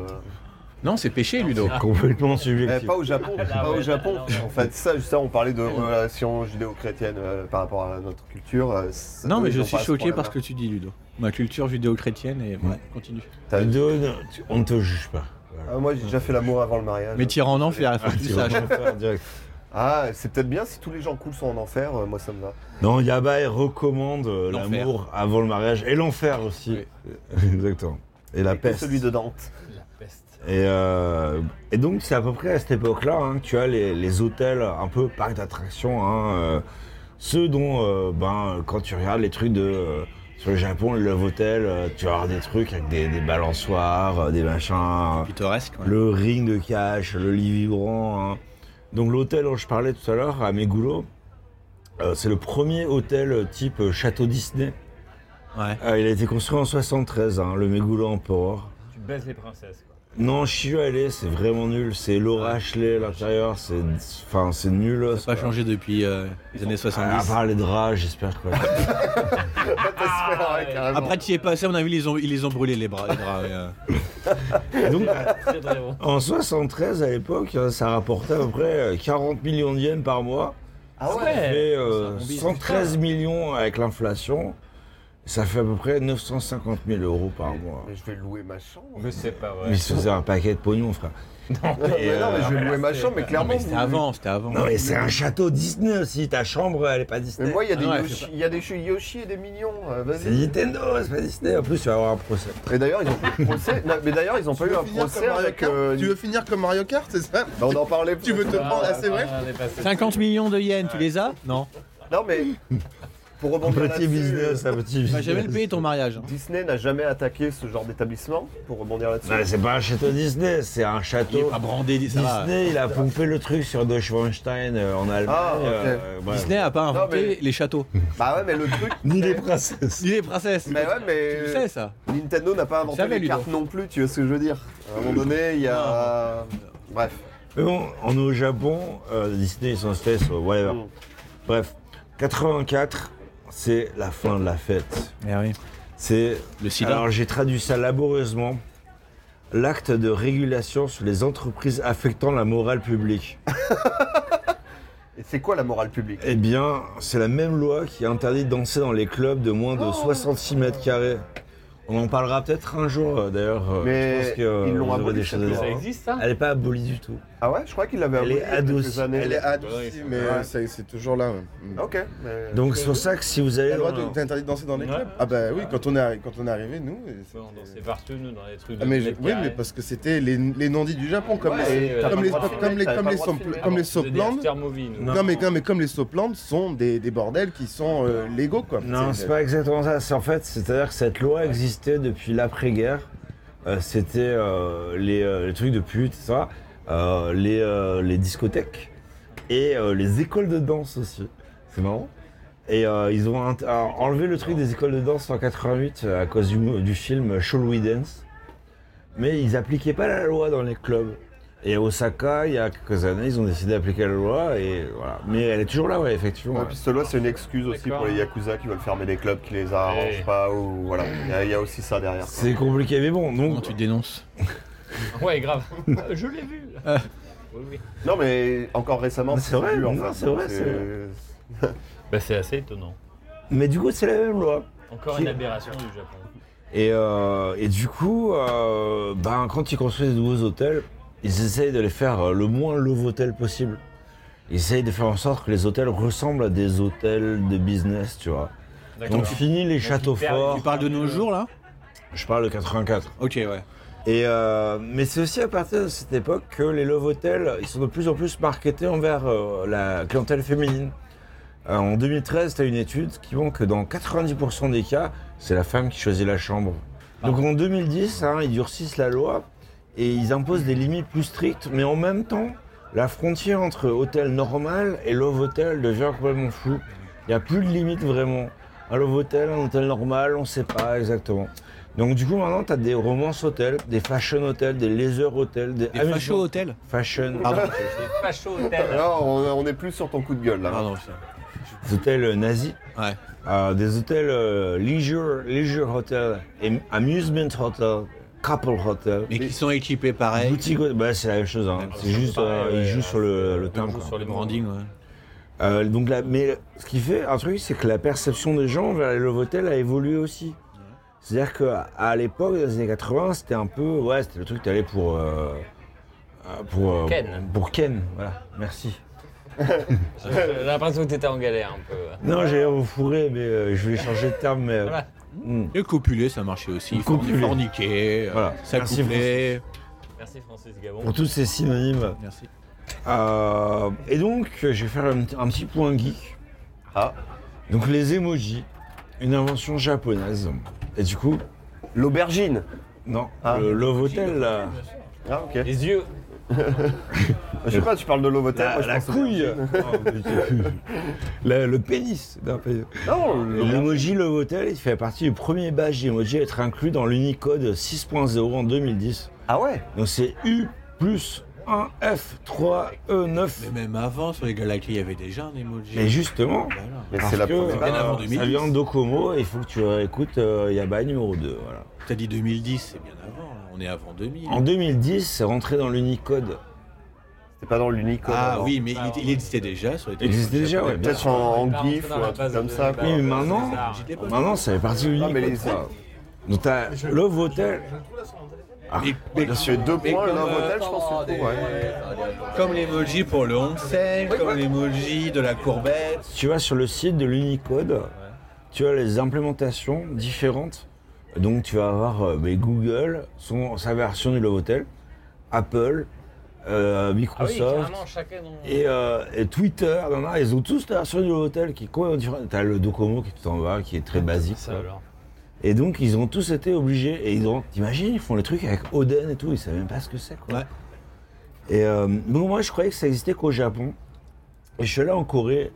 [SPEAKER 9] Non, c'est péché, Ludo.
[SPEAKER 2] *laughs* Complètement
[SPEAKER 1] Eh, pas au Japon, pas au Japon. En fait, ça, justement, on parlait de relations judéo-chrétiennes euh, par rapport à notre culture. euh, c'est-
[SPEAKER 9] Non, mais
[SPEAKER 1] ils
[SPEAKER 9] je
[SPEAKER 1] ont
[SPEAKER 9] suis
[SPEAKER 1] pas ce
[SPEAKER 9] choqué par
[SPEAKER 1] problème-là.
[SPEAKER 9] ce que tu dis, Ludo. Ma culture judéo-chrétienne et ouais, continue.
[SPEAKER 1] T'as-
[SPEAKER 2] Ludo, on ne te juge pas.
[SPEAKER 1] Ah, moi, j'ai déjà fait l'amour avant le mariage.
[SPEAKER 9] Mais tire en enfer, faut
[SPEAKER 1] Ah,
[SPEAKER 9] que tu
[SPEAKER 1] tire en
[SPEAKER 9] saches.
[SPEAKER 2] enfer, direct.
[SPEAKER 1] Ah, c'est peut-être bien si tous les gens cool sont en enfer, euh, moi ça me va.
[SPEAKER 2] Non, Yaba il recommande euh,
[SPEAKER 1] L'enfer.
[SPEAKER 2] l'amour avant le mariage et l'enfer aussi. *laughs* Exactement. Et la
[SPEAKER 1] Et que
[SPEAKER 2] peste.
[SPEAKER 1] Celui de Dante.
[SPEAKER 2] Et, euh, et donc, c'est à peu près à cette époque-là hein, que tu as les, les hôtels un peu parcs d'attractions. hein, euh, ceux dont, euh, ben, quand tu regardes les trucs de. euh, sur le Japon, le Love Hotel, euh, tu vas avoir des trucs avec des, des balançoires, euh, des machins.
[SPEAKER 9] Pittoresque,
[SPEAKER 2] Le ring de cash, le lit vibrant. hein. Donc, l'hôtel dont je parlais tout à l'heure, à Meguro, euh, c'est le premier hôtel euh, type euh, château Disney. Euh, il a été construit en 73, hein, le Meguro Emperor.
[SPEAKER 10] Tu baises les princesses. quoi.
[SPEAKER 2] Non, je suis allé, c'est vraiment nul. C'est Laura Ashley à l'intérieur, c'est enfin c'est nul. Ça
[SPEAKER 9] n'a pas changé depuis euh, les années 70.
[SPEAKER 2] À part les draps, j'espère quoi.
[SPEAKER 1] *laughs*
[SPEAKER 9] Après, tu y es passé, on a vu, ils ont, ils les ont brûlés les bras. Les bras ouais, euh.
[SPEAKER 2] Donc, en 73 à l'époque, euh, ça rapportait à peu près euh, 40 millions de yens par mois.
[SPEAKER 1] Ah
[SPEAKER 2] Ça
[SPEAKER 1] ouais
[SPEAKER 2] fait euh,
[SPEAKER 1] C'est un bon business,
[SPEAKER 2] 113 millions avec l'inflation. Ça fait à peu près 950 000 euros par mois.
[SPEAKER 1] Mais je vais louer ma chambre.
[SPEAKER 10] Mais c'est
[SPEAKER 1] Ah
[SPEAKER 10] pas vrai.
[SPEAKER 2] Mais ça faisait un paquet de pognon, frère.
[SPEAKER 1] Non, *laughs* mais non, mais je vais louer ma chambre, mais clairement. vous-
[SPEAKER 2] Non, mais c'est un château Disney aussi. Ta chambre, elle est pas Disney.
[SPEAKER 1] Mais moi, il y a des Yoshi- il y a des Yoshi et des mignons. euh, vas-y.
[SPEAKER 2] C'est Nintendo, c'est pas Disney. En plus, tu vas avoir un procès.
[SPEAKER 1] Et d'ailleurs, ils ont pas eu de procès. Non, mais d'ailleurs, ils ont pas eu un procès avec. euh,
[SPEAKER 12] Tu veux finir comme Mario Kart, c'est ça
[SPEAKER 1] Bah, on en parlait
[SPEAKER 12] Tu veux te prendre, ah, c'est vrai
[SPEAKER 9] 50 millions de yens, tu les as Non.
[SPEAKER 1] Non, mais pour rebondir
[SPEAKER 9] Un petit
[SPEAKER 1] là-dessus, euh,
[SPEAKER 9] business,
[SPEAKER 2] un petit
[SPEAKER 9] Tu vas jamais le payer ton mariage. hein.
[SPEAKER 1] Disney n'a jamais attaqué ce genre d'établissement, pour rebondir là-dessus.
[SPEAKER 2] Non, mais c'est pas un château Disney, c'est un château.
[SPEAKER 1] Il est pas brandé,
[SPEAKER 9] ça
[SPEAKER 2] Disney.
[SPEAKER 9] va.
[SPEAKER 2] il a pompé le truc sur Neuschwanstein euh, en Allemagne. euh,
[SPEAKER 1] Ah, ok.
[SPEAKER 2] bref.
[SPEAKER 9] Disney a pas inventé
[SPEAKER 1] mais-
[SPEAKER 9] les châteaux.
[SPEAKER 1] Bah ouais, mais le truc.
[SPEAKER 2] *laughs* Ni les princesses.
[SPEAKER 9] Ni les princesses.
[SPEAKER 1] Mais ouais, euh, mais.
[SPEAKER 9] Tu le sais, ça.
[SPEAKER 1] Nintendo n'a pas inventé
[SPEAKER 9] savais,
[SPEAKER 1] les
[SPEAKER 9] Ludo.
[SPEAKER 1] cartes non plus, tu vois ce que je veux dire. À un moment donné, il y a. Bref.
[SPEAKER 2] Mais bon, on est au Japon, euh, Disney, ils sont aux States, euh, whatever.
[SPEAKER 1] Mm.
[SPEAKER 2] Bref, 84, c'est la fin de la fête. C'est.
[SPEAKER 9] Le sida.
[SPEAKER 2] Alors j'ai traduit ça laborieusement. L'acte de régulation sur les entreprises affectant la morale publique.
[SPEAKER 1] Et c'est quoi la morale publique
[SPEAKER 2] Eh bien, c'est la même loi qui interdit de danser dans les clubs de moins de
[SPEAKER 1] Oh.
[SPEAKER 2] 66 mètres carrés. On en parlera peut-être un jour euh, d'ailleurs. euh,
[SPEAKER 1] Mais
[SPEAKER 2] je pense que, euh,
[SPEAKER 1] ils l'ont
[SPEAKER 2] vous aurez
[SPEAKER 1] aboli,
[SPEAKER 2] des
[SPEAKER 1] cette
[SPEAKER 2] choses à
[SPEAKER 1] loi,
[SPEAKER 2] dire.
[SPEAKER 1] hein. Ça existe, ça
[SPEAKER 2] Elle n'est pas abolie du tout.
[SPEAKER 1] Ah ouais, je crois qu'il l'avait
[SPEAKER 2] Elle
[SPEAKER 1] aboli
[SPEAKER 2] est
[SPEAKER 1] il y a
[SPEAKER 2] adoucie.
[SPEAKER 1] quelques années.
[SPEAKER 12] Elle est adoucie, mais
[SPEAKER 1] Ouais.
[SPEAKER 12] euh, c'est c'est toujours là. ouais. Mm.
[SPEAKER 1] Ok. mais-
[SPEAKER 2] Donc c'est pour ça que si vous allez.
[SPEAKER 12] T'as le droit de-
[SPEAKER 2] dans-
[SPEAKER 12] t'es interdit de danser dans les
[SPEAKER 10] Ouais.
[SPEAKER 12] clubs Ah bah oui, quand on est, arri- quand on est arrivé, nous... et c'était- euh,
[SPEAKER 10] On dansait partout, nous, dans les trucs de
[SPEAKER 12] Ah, mais je-
[SPEAKER 10] mètres
[SPEAKER 12] oui,
[SPEAKER 10] carrés.
[SPEAKER 12] mais parce que c'était les, les non-dits du Japon, comme
[SPEAKER 10] Ouais,
[SPEAKER 12] les,
[SPEAKER 10] et, euh,
[SPEAKER 12] comme
[SPEAKER 10] t'avais
[SPEAKER 12] les,
[SPEAKER 10] pas le droit de
[SPEAKER 12] comme les,
[SPEAKER 10] filmer, t'avais
[SPEAKER 12] comme les,
[SPEAKER 10] pas le droit de
[SPEAKER 12] sopl-
[SPEAKER 10] filmer.
[SPEAKER 12] comme les
[SPEAKER 10] On faisait des
[SPEAKER 12] Soplandes.
[SPEAKER 10] after movies, nous.
[SPEAKER 12] Non, mais comme, mais comme les Soplandes sont des, des bordels qui sont euh, légaux, quoi.
[SPEAKER 2] Non, c'est pas exactement ça. C'est en fait, c'est-à-dire que cette loi existait depuis l'après-guerre. Euh, C'était euh, les, euh, les trucs de pute, ça, euh, les, euh, les discothèques et euh, les écoles de danse aussi. C'est marrant. Et euh, ils ont int- euh, enlevé le truc des écoles de danse en 88 à cause du, du film Shall We Dance. Mais ils appliquaient pas la loi dans les clubs. Et à Osaka, il y a quelques années, ils ont décidé d'appliquer la loi et voilà. Mais elle est toujours là, ouais, effectivement.
[SPEAKER 1] Ouais, puis cette loi, c'est une excuse aussi pour les Yakuza qui veulent fermer des clubs qui les arrangent pas ou voilà. Il y a- il y, a aussi ça derrière.
[SPEAKER 2] C'est compliqué, mais bon, donc.
[SPEAKER 9] tu dénonces
[SPEAKER 10] Ouais, grave. *laughs* je l'ai vu. Oui, oui.
[SPEAKER 1] Non, mais encore récemment,
[SPEAKER 2] Bah, C'est vrai,
[SPEAKER 1] plus, en
[SPEAKER 2] non,
[SPEAKER 1] fait.
[SPEAKER 2] c'est vrai, c'est
[SPEAKER 10] Bah, c'est assez étonnant.
[SPEAKER 2] Mais du coup, c'est la même loi.
[SPEAKER 10] Encore
[SPEAKER 2] Qui-
[SPEAKER 10] une aberration du Japon.
[SPEAKER 2] Et, euh, et du coup, euh, ben, quand ils construisent de nouveaux hôtels, ils essayent de les faire euh, le moins love hôtel possible. Ils essayent de faire en sorte que les hôtels ressemblent à des hôtels de business, tu vois.
[SPEAKER 9] D'accord.
[SPEAKER 2] Donc fini les
[SPEAKER 9] Donc,
[SPEAKER 2] châteaux
[SPEAKER 9] ils perdent-
[SPEAKER 2] forts.
[SPEAKER 9] tu parles de nos jours, là
[SPEAKER 2] Je parle de 84.
[SPEAKER 9] Ok, ouais.
[SPEAKER 2] Et euh, mais c'est aussi à partir de cette époque que les love hotels, ils sont de plus en plus marketés envers euh, la clientèle féminine. Euh, en 2013, tu as une étude qui montre que dans 90% des cas, c'est la femme qui choisit la chambre. Donc en 2010, hein, ils durcissent la loi et ils imposent des limites plus strictes, mais en même temps, la frontière entre hôtel normal et love hotel devient complètement floue. Il n'y a plus de limite vraiment. Un love hotel, un hôtel normal, on ne sait pas exactement. Donc du coup maintenant tu as des romances hôtels, des fashion hôtels, des laser hôtels, des,
[SPEAKER 13] Des facho hôtels
[SPEAKER 2] fashion.
[SPEAKER 13] Pardon.
[SPEAKER 10] Facho
[SPEAKER 1] Alors, on, on est plus sur ton coup de gueule là.
[SPEAKER 2] Des hôtels euh, nazis.
[SPEAKER 13] Ouais.
[SPEAKER 2] Euh, des hôtels euh, leisure, leisure hotel, am- amusement hotel, couple hotel.
[SPEAKER 11] Mais qui sont équipés pareil.
[SPEAKER 2] Boutique, bah, c'est la même chose. hein. C'est juste, euh, ils jouent sur le, le terme. quoi.
[SPEAKER 10] sur les
[SPEAKER 11] branding, ouais.
[SPEAKER 2] Euh, donc là, mais ce qui fait un truc, c'est que la perception des gens vers les Love Hotel a évolué aussi. C'est-à-dire qu'à à l'époque, dans les années 80, c'était un peu. Ouais, c'était le truc que t'allais pour. euh, euh, pour. euh,
[SPEAKER 10] Ken.
[SPEAKER 2] Pour Ken, voilà. Merci.
[SPEAKER 10] J'ai l'impression que t'étais en galère un peu.
[SPEAKER 2] Non, j'ai refourré, mais euh, je vais changer de terme, mais. euh,
[SPEAKER 10] Voilà.
[SPEAKER 2] hmm.
[SPEAKER 11] Et copuler, ça marchait aussi.
[SPEAKER 2] Copuler.
[SPEAKER 11] Forniquer,
[SPEAKER 2] Voilà.
[SPEAKER 11] ça
[SPEAKER 2] Merci,
[SPEAKER 11] couplait.
[SPEAKER 10] Merci Francis Gabon.
[SPEAKER 2] Pour tous ces synonymes.
[SPEAKER 11] Merci.
[SPEAKER 2] Euh, et donc, euh, je vais faire un, un petit point geek.
[SPEAKER 1] Ah.
[SPEAKER 2] Donc, les emojis, une invention japonaise. Et du coup.
[SPEAKER 1] L'aubergine
[SPEAKER 2] Non, le Love Hotel, là.
[SPEAKER 1] Ah, ok.
[SPEAKER 10] Les yeux.
[SPEAKER 1] Je sais pas, tu parles de l'ovotel.
[SPEAKER 2] La, la couille *laughs* Oh, putain. Le- Le pénis d'un pays.
[SPEAKER 1] Non,
[SPEAKER 2] Et L'emoji Love Hotel, il fait partie du premier badge d'emoji à être inclus dans l'Unicode 6.0 en 2010.
[SPEAKER 1] Ah ouais
[SPEAKER 2] Donc c'est U plus 1F3E9.
[SPEAKER 11] Mais même avant, sur les Galacti, il y avait déjà un emoji.
[SPEAKER 2] Mais justement,
[SPEAKER 11] Voilà.
[SPEAKER 1] Mais
[SPEAKER 2] parce
[SPEAKER 1] c'est la
[SPEAKER 2] que,
[SPEAKER 1] première.
[SPEAKER 11] Bien avant
[SPEAKER 2] euh, ça
[SPEAKER 11] 2010.
[SPEAKER 2] vient d'Okomo et il faut que tu écoutes euh, Yaba numéro 2. Voilà.
[SPEAKER 11] T'as dit 2010, c'est bien avant. là. On est avant 2000.
[SPEAKER 2] En 2010, c'est rentré dans l'Unicode.
[SPEAKER 1] C'est pas dans l'Unicode.
[SPEAKER 11] Ah
[SPEAKER 1] alors.
[SPEAKER 11] oui, mais il, il existait déjà sur les
[SPEAKER 2] Il existait déjà, ouais. bien
[SPEAKER 1] Peut-être
[SPEAKER 2] sûr.
[SPEAKER 1] en, en
[SPEAKER 10] On est pas rentré
[SPEAKER 1] GIF ou
[SPEAKER 10] dans la
[SPEAKER 1] un truc
[SPEAKER 10] phase
[SPEAKER 1] comme
[SPEAKER 10] de-
[SPEAKER 1] Ah, ça.
[SPEAKER 10] de-
[SPEAKER 1] quoi.
[SPEAKER 2] Oui, mais maintenant,
[SPEAKER 10] bizarre.
[SPEAKER 2] maintenant, ça fait partie de
[SPEAKER 1] Ah, mais les-
[SPEAKER 2] l'Unicode. ça. Donc t'as Love Hotel. Ah,
[SPEAKER 1] Monsieur, deux
[SPEAKER 11] mais
[SPEAKER 1] points,
[SPEAKER 11] comme,
[SPEAKER 1] Love
[SPEAKER 11] euh,
[SPEAKER 1] Hotel, je pense que
[SPEAKER 9] attendez.
[SPEAKER 1] c'est ouais.
[SPEAKER 11] Comme l'emoji pour le onsen, comme l'emoji de la courbette.
[SPEAKER 2] tu vas sur le site de l'Unicode, tu as les implémentations différentes. Donc tu vas avoir euh, mais Google, son, sa version du Lovotel, Apple, euh,
[SPEAKER 10] Ah oui,
[SPEAKER 2] Microsoft
[SPEAKER 10] carrément, chacun dans...
[SPEAKER 2] et, euh, et Twitter. nan, nan, ils ont tous la version du Lovotel qui est complètement différente. Tu as le Docomo qui est tout en bas, qui est
[SPEAKER 11] Ah,
[SPEAKER 2] très basique.
[SPEAKER 10] Ça, alors.
[SPEAKER 2] Et donc ils ont tous été obligés. Et ils ont, t'imagines, ils font les trucs avec Oden et tout, ils savent même pas ce que c'est quoi.
[SPEAKER 11] Ouais.
[SPEAKER 2] Et euh, bon, moi je croyais que ça existait qu'au Japon. Et je suis allé en Corée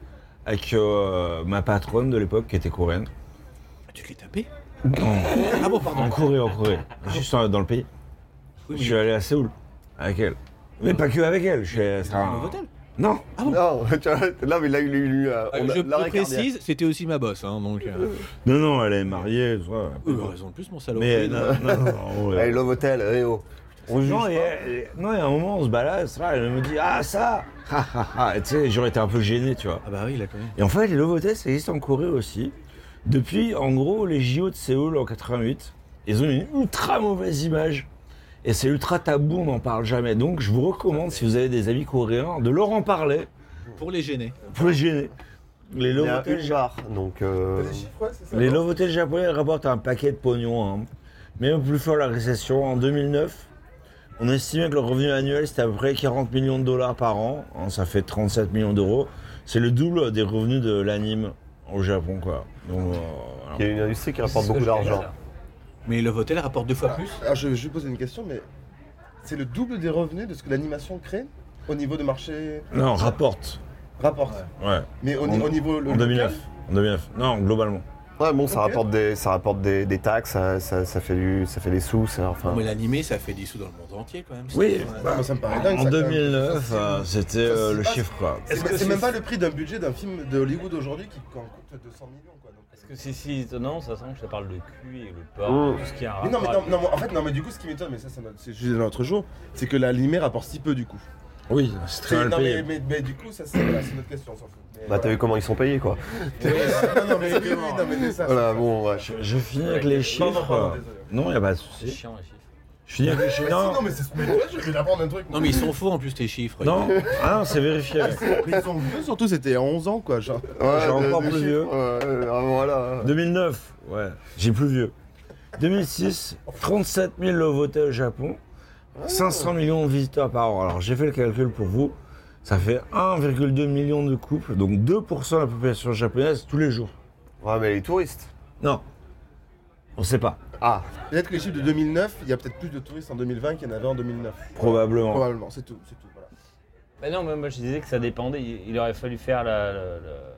[SPEAKER 2] avec euh, ma patronne de l'époque qui était coréenne.
[SPEAKER 11] Tu l'es tapé
[SPEAKER 2] En,
[SPEAKER 11] Ah bon, pardon.
[SPEAKER 2] en Corée, en
[SPEAKER 11] *laughs*
[SPEAKER 2] Corée. Juste dans, dans le pays.
[SPEAKER 11] Oui,
[SPEAKER 2] Je suis allé à Séoul avec elle. Mais pas que avec elle. Je suis allé à
[SPEAKER 11] Dans le hôtel
[SPEAKER 2] Non.
[SPEAKER 1] Non, *laughs* tu vois, là, mais là, il a eu. euh,
[SPEAKER 11] Euh,
[SPEAKER 1] on a-
[SPEAKER 11] Ah je
[SPEAKER 1] l'arrêt
[SPEAKER 11] je précise, c'était aussi ma bosse, hein, donc. Euh,
[SPEAKER 2] Non, non, elle est mariée. tout ça.
[SPEAKER 11] oui, bah, raison de plus, mon
[SPEAKER 2] Euh,
[SPEAKER 11] salaud.
[SPEAKER 2] Mais euh, non, non, non,
[SPEAKER 1] cardiaque.
[SPEAKER 2] *laughs* ouais.
[SPEAKER 1] Hey, Love Hotel, eh oh. On juge
[SPEAKER 2] Non,
[SPEAKER 1] pas.
[SPEAKER 2] et, et- non, et à un moment, on se balade, ça, elle me dit Ah, ça Ha ha ha Et Tu sais, j'aurais été un peu gêné, tu vois.
[SPEAKER 11] Ah bah oui, il a quand même.
[SPEAKER 2] Et en fait, les Lovotel, ça existe en Corée aussi. Depuis, en gros, les JO de Séoul en 88, ils ont une ultra mauvaise image. Et c'est ultra tabou, on n'en parle jamais. Donc, je vous recommande, si vous avez des amis coréens, de leur en parler
[SPEAKER 11] Pour les gêner.
[SPEAKER 2] pour les gêner.
[SPEAKER 1] Il y
[SPEAKER 2] Les
[SPEAKER 1] a
[SPEAKER 2] Lovotel
[SPEAKER 1] une barre, donc. euh,
[SPEAKER 2] les Love Hotel japonais rapportent un paquet de pognon. hein. Mais au plus fort de la récession, en 2009, on estimait que le revenu annuel c'était à peu près 40 millions de dollars par an. Hein, ça fait 37 millions d'euros. C'est le double des revenus de l'anime au Japon, quoi. Donc, euh, voilà.
[SPEAKER 1] Il y a une industrie qui rapporte beaucoup d'argent.
[SPEAKER 11] Mais le hôtel rapporte deux fois plus.
[SPEAKER 12] Alors, Ah, je, je vais poser une question, mais c'est le double des revenus de ce que l'animation crée au niveau de marché
[SPEAKER 2] Non, rapporte.
[SPEAKER 12] rapporte.
[SPEAKER 2] Ouais.
[SPEAKER 12] Mais au,
[SPEAKER 2] En-
[SPEAKER 12] au niveau le-
[SPEAKER 2] En 2009. En 2009. Non, globalement.
[SPEAKER 1] Ouais, bon, ça
[SPEAKER 12] Ok.
[SPEAKER 1] rapporte des, ça rapporte des, des taxes, ça, ça- ça fait du, ça fait des sous, ça, enfin.
[SPEAKER 11] Non, mais l'animé, ça fait des sous dans le monde entier quand même.
[SPEAKER 2] Ah. Oui,
[SPEAKER 11] C'est-
[SPEAKER 12] bah, ça me paraît dingue,
[SPEAKER 2] En
[SPEAKER 12] ça, quand même.
[SPEAKER 2] 2009, euh, c'était euh,
[SPEAKER 12] Ça,
[SPEAKER 2] le
[SPEAKER 12] c'est-
[SPEAKER 2] chiffre, quoi.
[SPEAKER 12] C'est c'est même pas le prix d'un budget d'un film de Hollywood aujourd'hui qui en coûte 200 millions. Quoi, donc, euh.
[SPEAKER 10] Est-ce que c'est si étonnant Ça sent que je te parle de cul et le porc,
[SPEAKER 1] Oh.
[SPEAKER 10] tout ce qui a un
[SPEAKER 12] Mais non, mais,
[SPEAKER 10] rapport
[SPEAKER 12] non, non, en fait, non, mais du coup, ce qui m'étonne, mais ça, ça m'a- c'est juste un autre jour, c'est que l'animé rapporte si peu du coup.
[SPEAKER 2] Oui, c'est très
[SPEAKER 12] C'est-
[SPEAKER 2] mal
[SPEAKER 12] non,
[SPEAKER 2] payé.
[SPEAKER 12] mais, mais- mais du coup, ça, c'est voilà, c'est notre question, on s'en fout. Mais
[SPEAKER 1] Bah, t'as
[SPEAKER 12] voilà.
[SPEAKER 1] vu comment ils sont payés, quoi.
[SPEAKER 12] Non, non, mais oui, oui, non, mais c'est ça.
[SPEAKER 1] Voilà, bon, ouais.
[SPEAKER 12] euh,
[SPEAKER 2] Je, je finis avec les
[SPEAKER 12] Pardon, pardon,
[SPEAKER 2] chiffres.
[SPEAKER 12] désolé.
[SPEAKER 2] Non, il n'y a pas de
[SPEAKER 10] C'est
[SPEAKER 2] souci.
[SPEAKER 10] chiant les chiffres.
[SPEAKER 2] Je finis avec les
[SPEAKER 12] Mais
[SPEAKER 2] chiffres.
[SPEAKER 12] si,
[SPEAKER 2] Non,
[SPEAKER 12] non, mais c'est mais toi, je vais t'apprendre un truc.
[SPEAKER 11] Non, mais ils sont faux en plus, tes chiffres.
[SPEAKER 2] Non, ah non, c'est vérifié.
[SPEAKER 12] Mais ils sont vieux, surtout, c'était à 11 ans, quoi. Genre.
[SPEAKER 1] Ouais,
[SPEAKER 2] J'ai
[SPEAKER 1] des-
[SPEAKER 2] encore
[SPEAKER 1] des
[SPEAKER 2] plus
[SPEAKER 1] chiffres,
[SPEAKER 2] vieux.
[SPEAKER 1] ouais, ah, voilà.
[SPEAKER 2] 2009, ouais, j'ai plus vieux. 2006, 37 000 love hotels au Japon, 500 millions de visiteurs par an. Alors j'ai fait le calcul pour vous. Ça fait 1,2 million de couples, donc 2% de la population japonaise tous les jours.
[SPEAKER 1] Ouais, mais les touristes.
[SPEAKER 2] Non. On sait pas.
[SPEAKER 1] Ah.
[SPEAKER 12] Peut-être que les chiffres de 2009, il y a peut-être plus de touristes en 2020 qu'il y en avait en 2009.
[SPEAKER 2] Probablement.
[SPEAKER 12] Probablement, c'est tout. C'est tout voilà.
[SPEAKER 10] Bah non, mais moi je disais que ça dépendait. Il il aurait fallu faire la. la- la-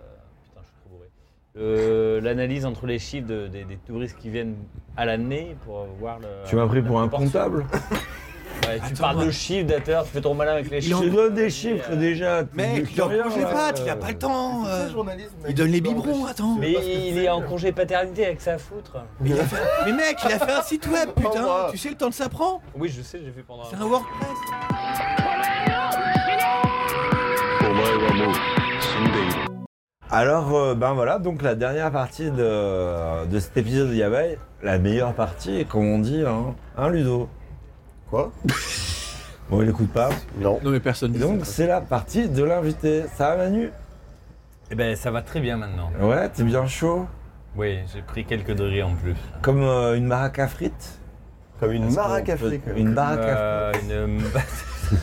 [SPEAKER 10] Putain, je suis trop bourré. Le- L'analyse entre les chiffres de- des, des touristes qui viennent à l'année pour voir le.
[SPEAKER 2] Tu m'as pris
[SPEAKER 10] la
[SPEAKER 2] pour un
[SPEAKER 10] proportion.
[SPEAKER 2] comptable
[SPEAKER 10] Ouais, tu parles de chiffres, d'ailleurs, tu fais ton malin avec les
[SPEAKER 2] Je
[SPEAKER 10] chiffres. euh,
[SPEAKER 2] te donne des chiffres déjà. t'es
[SPEAKER 10] Mec,
[SPEAKER 2] de
[SPEAKER 10] il est en
[SPEAKER 2] curieux,
[SPEAKER 10] congé
[SPEAKER 2] là.
[SPEAKER 10] mat, il a
[SPEAKER 7] pas le temps. euh,
[SPEAKER 12] il
[SPEAKER 7] donne les biberons, attends.
[SPEAKER 10] Mais il est en congé paternité avec sa foutre.
[SPEAKER 7] Mais, il a fait- mais mec, il a fait un site web, putain. Tu sais le temps que ça prend
[SPEAKER 10] Oui, je sais, j'ai fait pendant.
[SPEAKER 7] C'est un WordPress.
[SPEAKER 6] お前はもう死んでいる
[SPEAKER 2] Alors, euh, ben voilà, donc la dernière partie de, de cet épisode de Yabai, la meilleure partie, comme on dit, hein, hein Ludo
[SPEAKER 1] Quoi
[SPEAKER 2] Bon, il écoute pas.
[SPEAKER 1] Non.
[SPEAKER 9] Non, mais personne
[SPEAKER 2] Et donc, c'est la partie de l'invité. Ça va, Manu
[SPEAKER 10] Eh ben, ça va très bien maintenant.
[SPEAKER 2] Ouais, t'es bien chaud
[SPEAKER 10] Oui, j'ai pris quelques degrés en plus.
[SPEAKER 2] Comme euh, une maraque à frites
[SPEAKER 1] Comme une
[SPEAKER 2] Est-ce qu'on
[SPEAKER 1] maraque à
[SPEAKER 2] peut-
[SPEAKER 1] frites.
[SPEAKER 2] Une baraque à frites.
[SPEAKER 10] Euh, une...
[SPEAKER 2] *laughs*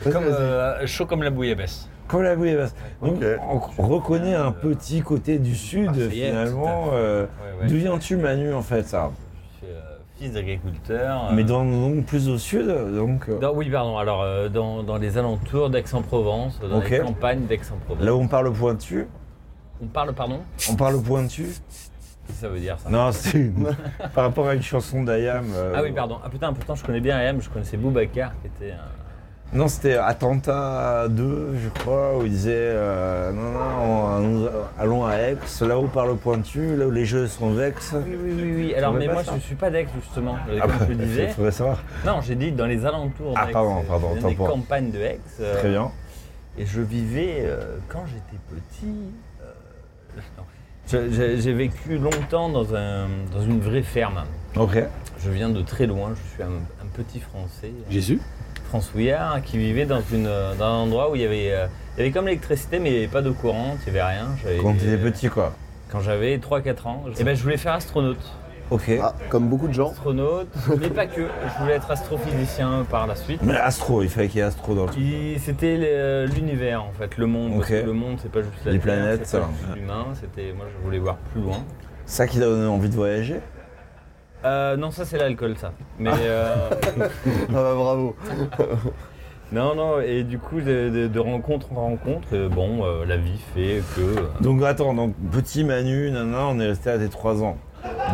[SPEAKER 12] Vas-y,
[SPEAKER 10] comme,
[SPEAKER 12] vas-y.
[SPEAKER 10] euh, chaud comme la bouillabaisse.
[SPEAKER 2] Comme la bouillabaisse. Donc,
[SPEAKER 1] Ok.
[SPEAKER 2] on reconnaît un petit côté du Sud,
[SPEAKER 9] Marseillaise,
[SPEAKER 2] finalement. euh,
[SPEAKER 10] Ouais, ouais.
[SPEAKER 2] D'où viens-tu, Manu, en fait, ça
[SPEAKER 10] Je suis, euh, fils d'agriculteur. euh,
[SPEAKER 2] Mais dans, donc plus au Sud, donc... euh,
[SPEAKER 10] dans- oui, pardon. Alors, euh, dans, dans les alentours d'Aix-en-Provence, dans les
[SPEAKER 2] Ok.
[SPEAKER 10] campagnes d'Aix-en-Provence.
[SPEAKER 2] Là où on parle au pointu,
[SPEAKER 10] On parle, pardon
[SPEAKER 2] on parle au pointu.
[SPEAKER 10] Qu'est-ce que ça veut dire ça
[SPEAKER 2] Non, c'est *laughs* une- par rapport à une chanson d'Ayam. euh,
[SPEAKER 10] Ah oui, pardon. Ah putain, pourtant, je connais bien AM, je connaissais Boubacar qui était un.
[SPEAKER 2] Non, c'était Attentat 2, je crois, où il disait euh, non, non, on- nous allons à Aix, là où parle au pointu, là où les jeux sont vex.
[SPEAKER 10] Oui, oui, oui, oui. Alors,
[SPEAKER 2] savais
[SPEAKER 10] mais
[SPEAKER 2] pas
[SPEAKER 10] moi,
[SPEAKER 2] ça Ah
[SPEAKER 10] je ne suis pas d'Aix, justement. Comme je le
[SPEAKER 2] *laughs*
[SPEAKER 10] disais.
[SPEAKER 2] Il faudrait savoir.
[SPEAKER 10] Non, j'ai dit dans les alentours
[SPEAKER 2] Ah,
[SPEAKER 10] d'Aix,
[SPEAKER 2] pardon,
[SPEAKER 10] euh,
[SPEAKER 2] pardon,
[SPEAKER 10] dans les
[SPEAKER 2] autant pour-
[SPEAKER 10] campagnes de Aix. euh,
[SPEAKER 2] Très bien.
[SPEAKER 10] Et je vivais, euh, quand j'étais petit, euh, non. Je- j'ai j'ai vécu longtemps dans, un, dans une vraie ferme.
[SPEAKER 2] Ok.
[SPEAKER 10] Je viens de très loin, je suis un, un petit Français,
[SPEAKER 9] Jésus
[SPEAKER 10] Françouillard, qui vivait dans, une, euh, dans un endroit où il y avait, euh, il y avait comme l'électricité, mais il n'y avait pas de courant, il n'y avait rien. J'avais- euh,
[SPEAKER 2] Quand il est petit, quoi.
[SPEAKER 10] Quand j'avais 3-4 ans, je, eh ben, je voulais faire astronaute.
[SPEAKER 2] Ok.
[SPEAKER 1] Ah, comme beaucoup de gens.
[SPEAKER 10] Astronaute, mais pas que. Je voulais être astrophysicien par la suite.
[SPEAKER 2] Mais Astro, il fallait qu'il y ait Astro dans le truc.
[SPEAKER 10] Il- C'était le- l'univers en fait, le monde. parce
[SPEAKER 2] Ok.
[SPEAKER 10] que Le monde, c'est pas juste la
[SPEAKER 2] Les
[SPEAKER 10] Terre,
[SPEAKER 2] planètes,
[SPEAKER 10] c'est pas
[SPEAKER 2] ça.
[SPEAKER 10] juste l'humain. C'était, moi, je voulais voir plus loin.
[SPEAKER 2] Ça qui t'a donné envie de voyager
[SPEAKER 10] Euh, non, ça c'est l'alcool, ça. Mais euh,
[SPEAKER 1] Ah bah bravo.
[SPEAKER 10] non, non. Et du coup, de, de- de rencontre en rencontre, euh, bon, euh, la vie fait que. euh,
[SPEAKER 2] Donc attends, donc petit Manu, nanana, on est resté à tes 3 ans.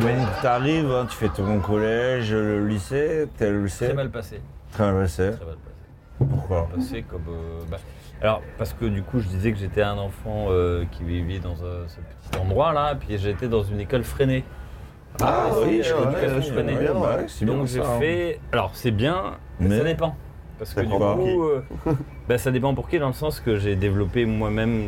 [SPEAKER 2] Manu, t'arrives, hein, tu fais ton collège, le lycée, t'es le lycée.
[SPEAKER 10] Très mal passé.
[SPEAKER 2] Très mal passé.
[SPEAKER 10] Très mal passé.
[SPEAKER 2] Pourquoi
[SPEAKER 10] passé comme. euh, bah, alors, parce que du coup, je disais que j'étais un enfant euh, qui vivait dans euh, ce petit endroit là, puis j'étais dans une école freinée.
[SPEAKER 2] Ah oui,
[SPEAKER 1] je connais,
[SPEAKER 10] école
[SPEAKER 1] je
[SPEAKER 10] freinée.
[SPEAKER 1] connais,
[SPEAKER 2] ouais, c'est bien
[SPEAKER 10] Donc j'ai
[SPEAKER 2] ça, hein.
[SPEAKER 10] fait. Alors, c'est bien, mais,
[SPEAKER 2] Mais-
[SPEAKER 10] ça dépend. Parce que
[SPEAKER 1] Ça
[SPEAKER 10] du
[SPEAKER 1] dépend pour qui.
[SPEAKER 10] coup, euh, bah, ça dépend pour qui, dans le sens que j'ai développé moi-même,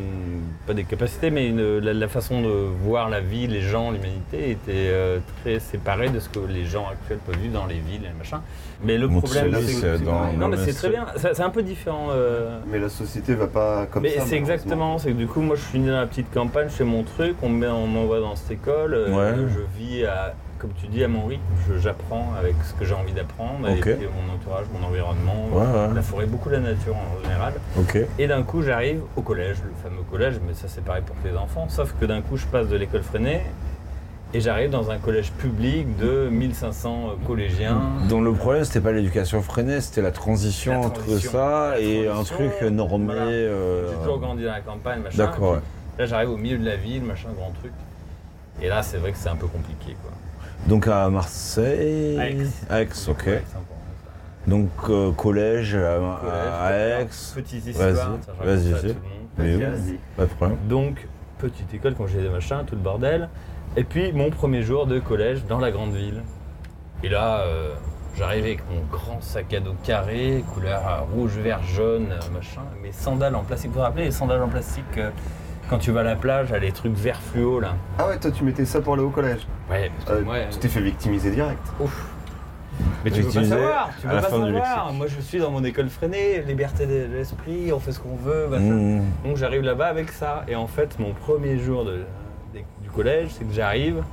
[SPEAKER 10] pas des capacités, mais une- la, la façon de voir la vie, les gens, l'humanité était euh, très séparée de ce que les gens actuels peuvent vivre dans les villes et machin. Mais le
[SPEAKER 2] Mon
[SPEAKER 10] problème,
[SPEAKER 2] petit
[SPEAKER 10] c'est
[SPEAKER 2] Alice,
[SPEAKER 10] que.
[SPEAKER 2] euh, dans-
[SPEAKER 10] non,
[SPEAKER 2] dans
[SPEAKER 10] mais
[SPEAKER 2] le
[SPEAKER 10] c'est très
[SPEAKER 2] sol.
[SPEAKER 10] bien, Ça- c'est un peu différent. euh,
[SPEAKER 1] Mais la société va pas comme
[SPEAKER 10] mais
[SPEAKER 1] ça.
[SPEAKER 10] c'est exactement, c'est que du coup, moi je suis né dans la petite campagne, je fais mon truc, on me met- on m'envoie dans cette école, euh,
[SPEAKER 2] Ouais.
[SPEAKER 10] je vis à, comme tu dis, à mon rythme, je- j'apprends avec ce que j'ai envie d'apprendre,
[SPEAKER 2] Ok.
[SPEAKER 10] et puis mon entourage, mon environnement,
[SPEAKER 2] Ouais, ouais.
[SPEAKER 10] la forêt, beaucoup la nature en général.
[SPEAKER 2] Ok.
[SPEAKER 10] Et d'un coup, j'arrive au collège, le fameux collège, mais ça c'est pareil pour tous les enfants, sauf que d'un coup, je passe de l'école freinée et j'arrive dans un collège public de 1500 collégiens.
[SPEAKER 2] Donc le problème, c'était pas l'éducation freinée, c'était la transition,
[SPEAKER 10] La
[SPEAKER 2] entre
[SPEAKER 10] transition.
[SPEAKER 2] ça
[SPEAKER 10] La
[SPEAKER 2] et un
[SPEAKER 10] transition,
[SPEAKER 2] truc normé.
[SPEAKER 10] voilà.
[SPEAKER 2] euh,
[SPEAKER 10] J'ai toujours grandi dans la campagne, machin.
[SPEAKER 2] D'accord, ouais.
[SPEAKER 10] Là, j'arrive au milieu de la ville, machin, grand truc. Et là, c'est vrai que c'est un peu compliqué, quoi.
[SPEAKER 2] Donc à Marseille.
[SPEAKER 10] Aix.
[SPEAKER 2] Aix, ok.
[SPEAKER 10] Ouais, c'est important, ça.
[SPEAKER 2] Donc euh, collège, à,
[SPEAKER 10] Collège,
[SPEAKER 2] à Aix.
[SPEAKER 10] Petite
[SPEAKER 2] Vas-y,
[SPEAKER 10] histoire, ça, je raconte
[SPEAKER 2] vas-y,
[SPEAKER 10] ça
[SPEAKER 2] vas-y.
[SPEAKER 10] à tout le monde.
[SPEAKER 2] Mais
[SPEAKER 10] Vas-y,
[SPEAKER 2] oui,
[SPEAKER 10] vas-y.
[SPEAKER 2] Pas de problème.
[SPEAKER 10] Donc, petite école, quand j'ai des machins, tout le bordel. Et puis, mon premier jour de collège dans la grande ville. Et là, euh, j'arrive avec mon grand sac à dos carré, couleur euh, rouge, vert, jaune, euh, machin. Mes sandales en plastique. Vous vous rappelez les sandales en plastique euh, quand tu vas à la plage, à les trucs vert fluo, là
[SPEAKER 1] Ah ouais, toi tu mettais ça pour aller au collège.
[SPEAKER 10] Ouais, parce que
[SPEAKER 1] Euh,
[SPEAKER 10] moi,
[SPEAKER 1] Tu t'es fait victimiser direct.
[SPEAKER 10] Ouf. Mais tu veux pas
[SPEAKER 2] Victimisé
[SPEAKER 10] savoir, tu
[SPEAKER 2] à
[SPEAKER 10] veux
[SPEAKER 2] la
[SPEAKER 10] pas
[SPEAKER 2] fin du
[SPEAKER 10] savoir. Moi je suis dans mon école freinée, liberté de l'esprit, on fait ce qu'on veut. machin.
[SPEAKER 2] Mmh.
[SPEAKER 10] Donc j'arrive là-bas avec ça. Et en fait, mon premier jour de- des- du collège, c'est que j'arrive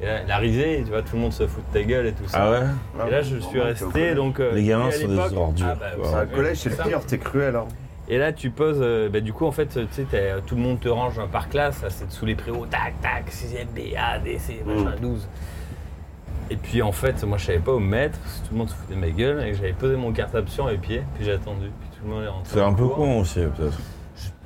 [SPEAKER 10] Et là, la risée, tu vois, tout le monde se fout de ta gueule et tout ça.
[SPEAKER 2] Ah ouais
[SPEAKER 10] Et là, je
[SPEAKER 1] Ah,
[SPEAKER 10] suis resté, donc. euh,
[SPEAKER 2] Les gamins
[SPEAKER 10] et à
[SPEAKER 2] sont des
[SPEAKER 10] l'époque-
[SPEAKER 2] ordures.
[SPEAKER 10] Ah, bah,
[SPEAKER 2] Ouais.
[SPEAKER 10] ça,
[SPEAKER 2] Ah,
[SPEAKER 10] ouais,
[SPEAKER 1] collège, c'est le
[SPEAKER 10] ça.
[SPEAKER 1] pire, t'es cruel. Hein.
[SPEAKER 10] Et là, tu poses, euh, bah, du coup, en fait, tu sais, t'as- euh, tout le monde te range par classe, là, c'est sous les préaux, tac, tac, 6ème B, A, D, C,
[SPEAKER 2] Mm.
[SPEAKER 10] machin, 12. Et puis, en fait, moi, je savais pas où me mettre, parce que tout le monde se foutait de ma gueule, et que j'avais posé mon cartable sur mes pieds, puis j'ai attendu, puis tout le monde est rentré.
[SPEAKER 2] C'est un peu
[SPEAKER 10] au cours.
[SPEAKER 2] con aussi, peut-être.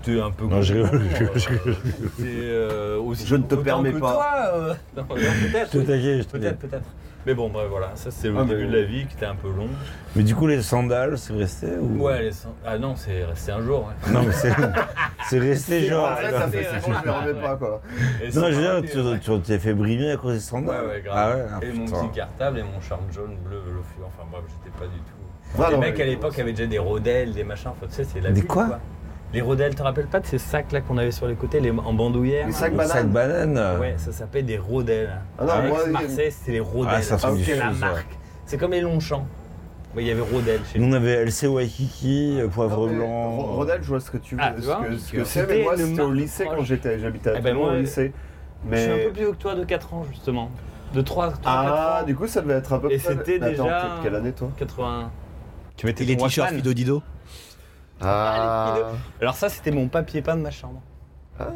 [SPEAKER 10] T'es un peu euh,
[SPEAKER 2] Non, je rigole, je rigole, je rigole.
[SPEAKER 10] Je
[SPEAKER 1] Je ne te permets pas.
[SPEAKER 10] euh. non, non, peut-être,
[SPEAKER 2] Tout
[SPEAKER 10] oui.
[SPEAKER 2] à fait, je te
[SPEAKER 10] peut-être, peut-être. Mais bon, bref, voilà, ça, c'est le
[SPEAKER 1] Ah, mais
[SPEAKER 10] début
[SPEAKER 1] bon.
[SPEAKER 10] de la vie qui était un peu long.
[SPEAKER 2] Mais du coup, les sandales, c'est resté ou...
[SPEAKER 10] Ouais, les cent- Ah non, c'est resté un jour, ouais.
[SPEAKER 2] Non, mais c'est
[SPEAKER 10] *laughs*
[SPEAKER 2] c'est resté genre.
[SPEAKER 1] En fait, Ah, ça fait six ans que je le remets pas, quoi.
[SPEAKER 10] Et
[SPEAKER 2] Non,
[SPEAKER 10] sans euh.
[SPEAKER 2] je veux
[SPEAKER 10] arrêter, ouais.
[SPEAKER 2] dire, tu- tu t'es fait brimer à cause des
[SPEAKER 10] Ouais,
[SPEAKER 2] sandales.
[SPEAKER 10] ouais, grave.
[SPEAKER 2] Ah ouais, ah,
[SPEAKER 10] et mon
[SPEAKER 2] putain.
[SPEAKER 10] petit cartable et mon charme jaune bleu velours fluo. Enfin bref, j'étais pas du tout.
[SPEAKER 1] Ah,
[SPEAKER 10] les
[SPEAKER 1] non,
[SPEAKER 10] mecs
[SPEAKER 1] mais-
[SPEAKER 10] à l'époque avaient déjà des rodelles, des machins. Enfin, tu sais, c'est la
[SPEAKER 2] Des
[SPEAKER 10] pub,
[SPEAKER 2] quoi
[SPEAKER 10] Les rodelles, te rappelles pas de ces sacs là qu'on avait sur les côtés, les en bandoulière
[SPEAKER 1] Les
[SPEAKER 10] là
[SPEAKER 1] sacs
[SPEAKER 2] Le sac
[SPEAKER 1] bananes.
[SPEAKER 2] banane.
[SPEAKER 10] Ouais, ça s'appelait des rodelles.
[SPEAKER 1] Ah non,
[SPEAKER 10] Avec
[SPEAKER 1] moi, il y a une-
[SPEAKER 10] Marseille, c'était les rodelles.
[SPEAKER 2] Ah, ça, c'est
[SPEAKER 1] du
[SPEAKER 10] la
[SPEAKER 2] chose,
[SPEAKER 10] marque. C'est comme les Longchamps. Ouais, Il y avait rodelles chez
[SPEAKER 2] Nous, on avait LC Waikiki, euh, poivre
[SPEAKER 1] Non, mais
[SPEAKER 2] blanc.
[SPEAKER 1] Ro- Rodel, je vois ce que tu veux,
[SPEAKER 10] Ah, tu
[SPEAKER 1] ce
[SPEAKER 10] vois,
[SPEAKER 1] que, ce que
[SPEAKER 10] parce que
[SPEAKER 1] c'est, mais moi
[SPEAKER 10] c'était une
[SPEAKER 1] c'était au
[SPEAKER 10] marque
[SPEAKER 1] lycée quand
[SPEAKER 10] proche.
[SPEAKER 1] j'étais, j'habitais
[SPEAKER 10] Eh
[SPEAKER 1] à
[SPEAKER 10] ben,
[SPEAKER 1] Toulon
[SPEAKER 10] moi,
[SPEAKER 1] au lycée.
[SPEAKER 10] Je suis un
[SPEAKER 1] Mais
[SPEAKER 10] peu plus haut que toi de 4 ans justement. De 3, 3
[SPEAKER 1] ah,
[SPEAKER 10] 4 ans.
[SPEAKER 1] du coup ça devait être à peu
[SPEAKER 10] Et
[SPEAKER 1] près.
[SPEAKER 10] c'était
[SPEAKER 1] Attends,
[SPEAKER 10] déjà-
[SPEAKER 1] t'es de quelle année toi
[SPEAKER 10] 80. Tu mettais
[SPEAKER 11] Il est
[SPEAKER 10] ton
[SPEAKER 11] t-shirt
[SPEAKER 10] Walkman.
[SPEAKER 11] Fido Dido.
[SPEAKER 10] Ah, les Alors ça, c'était mon papier peint de ma chambre.
[SPEAKER 1] Ah,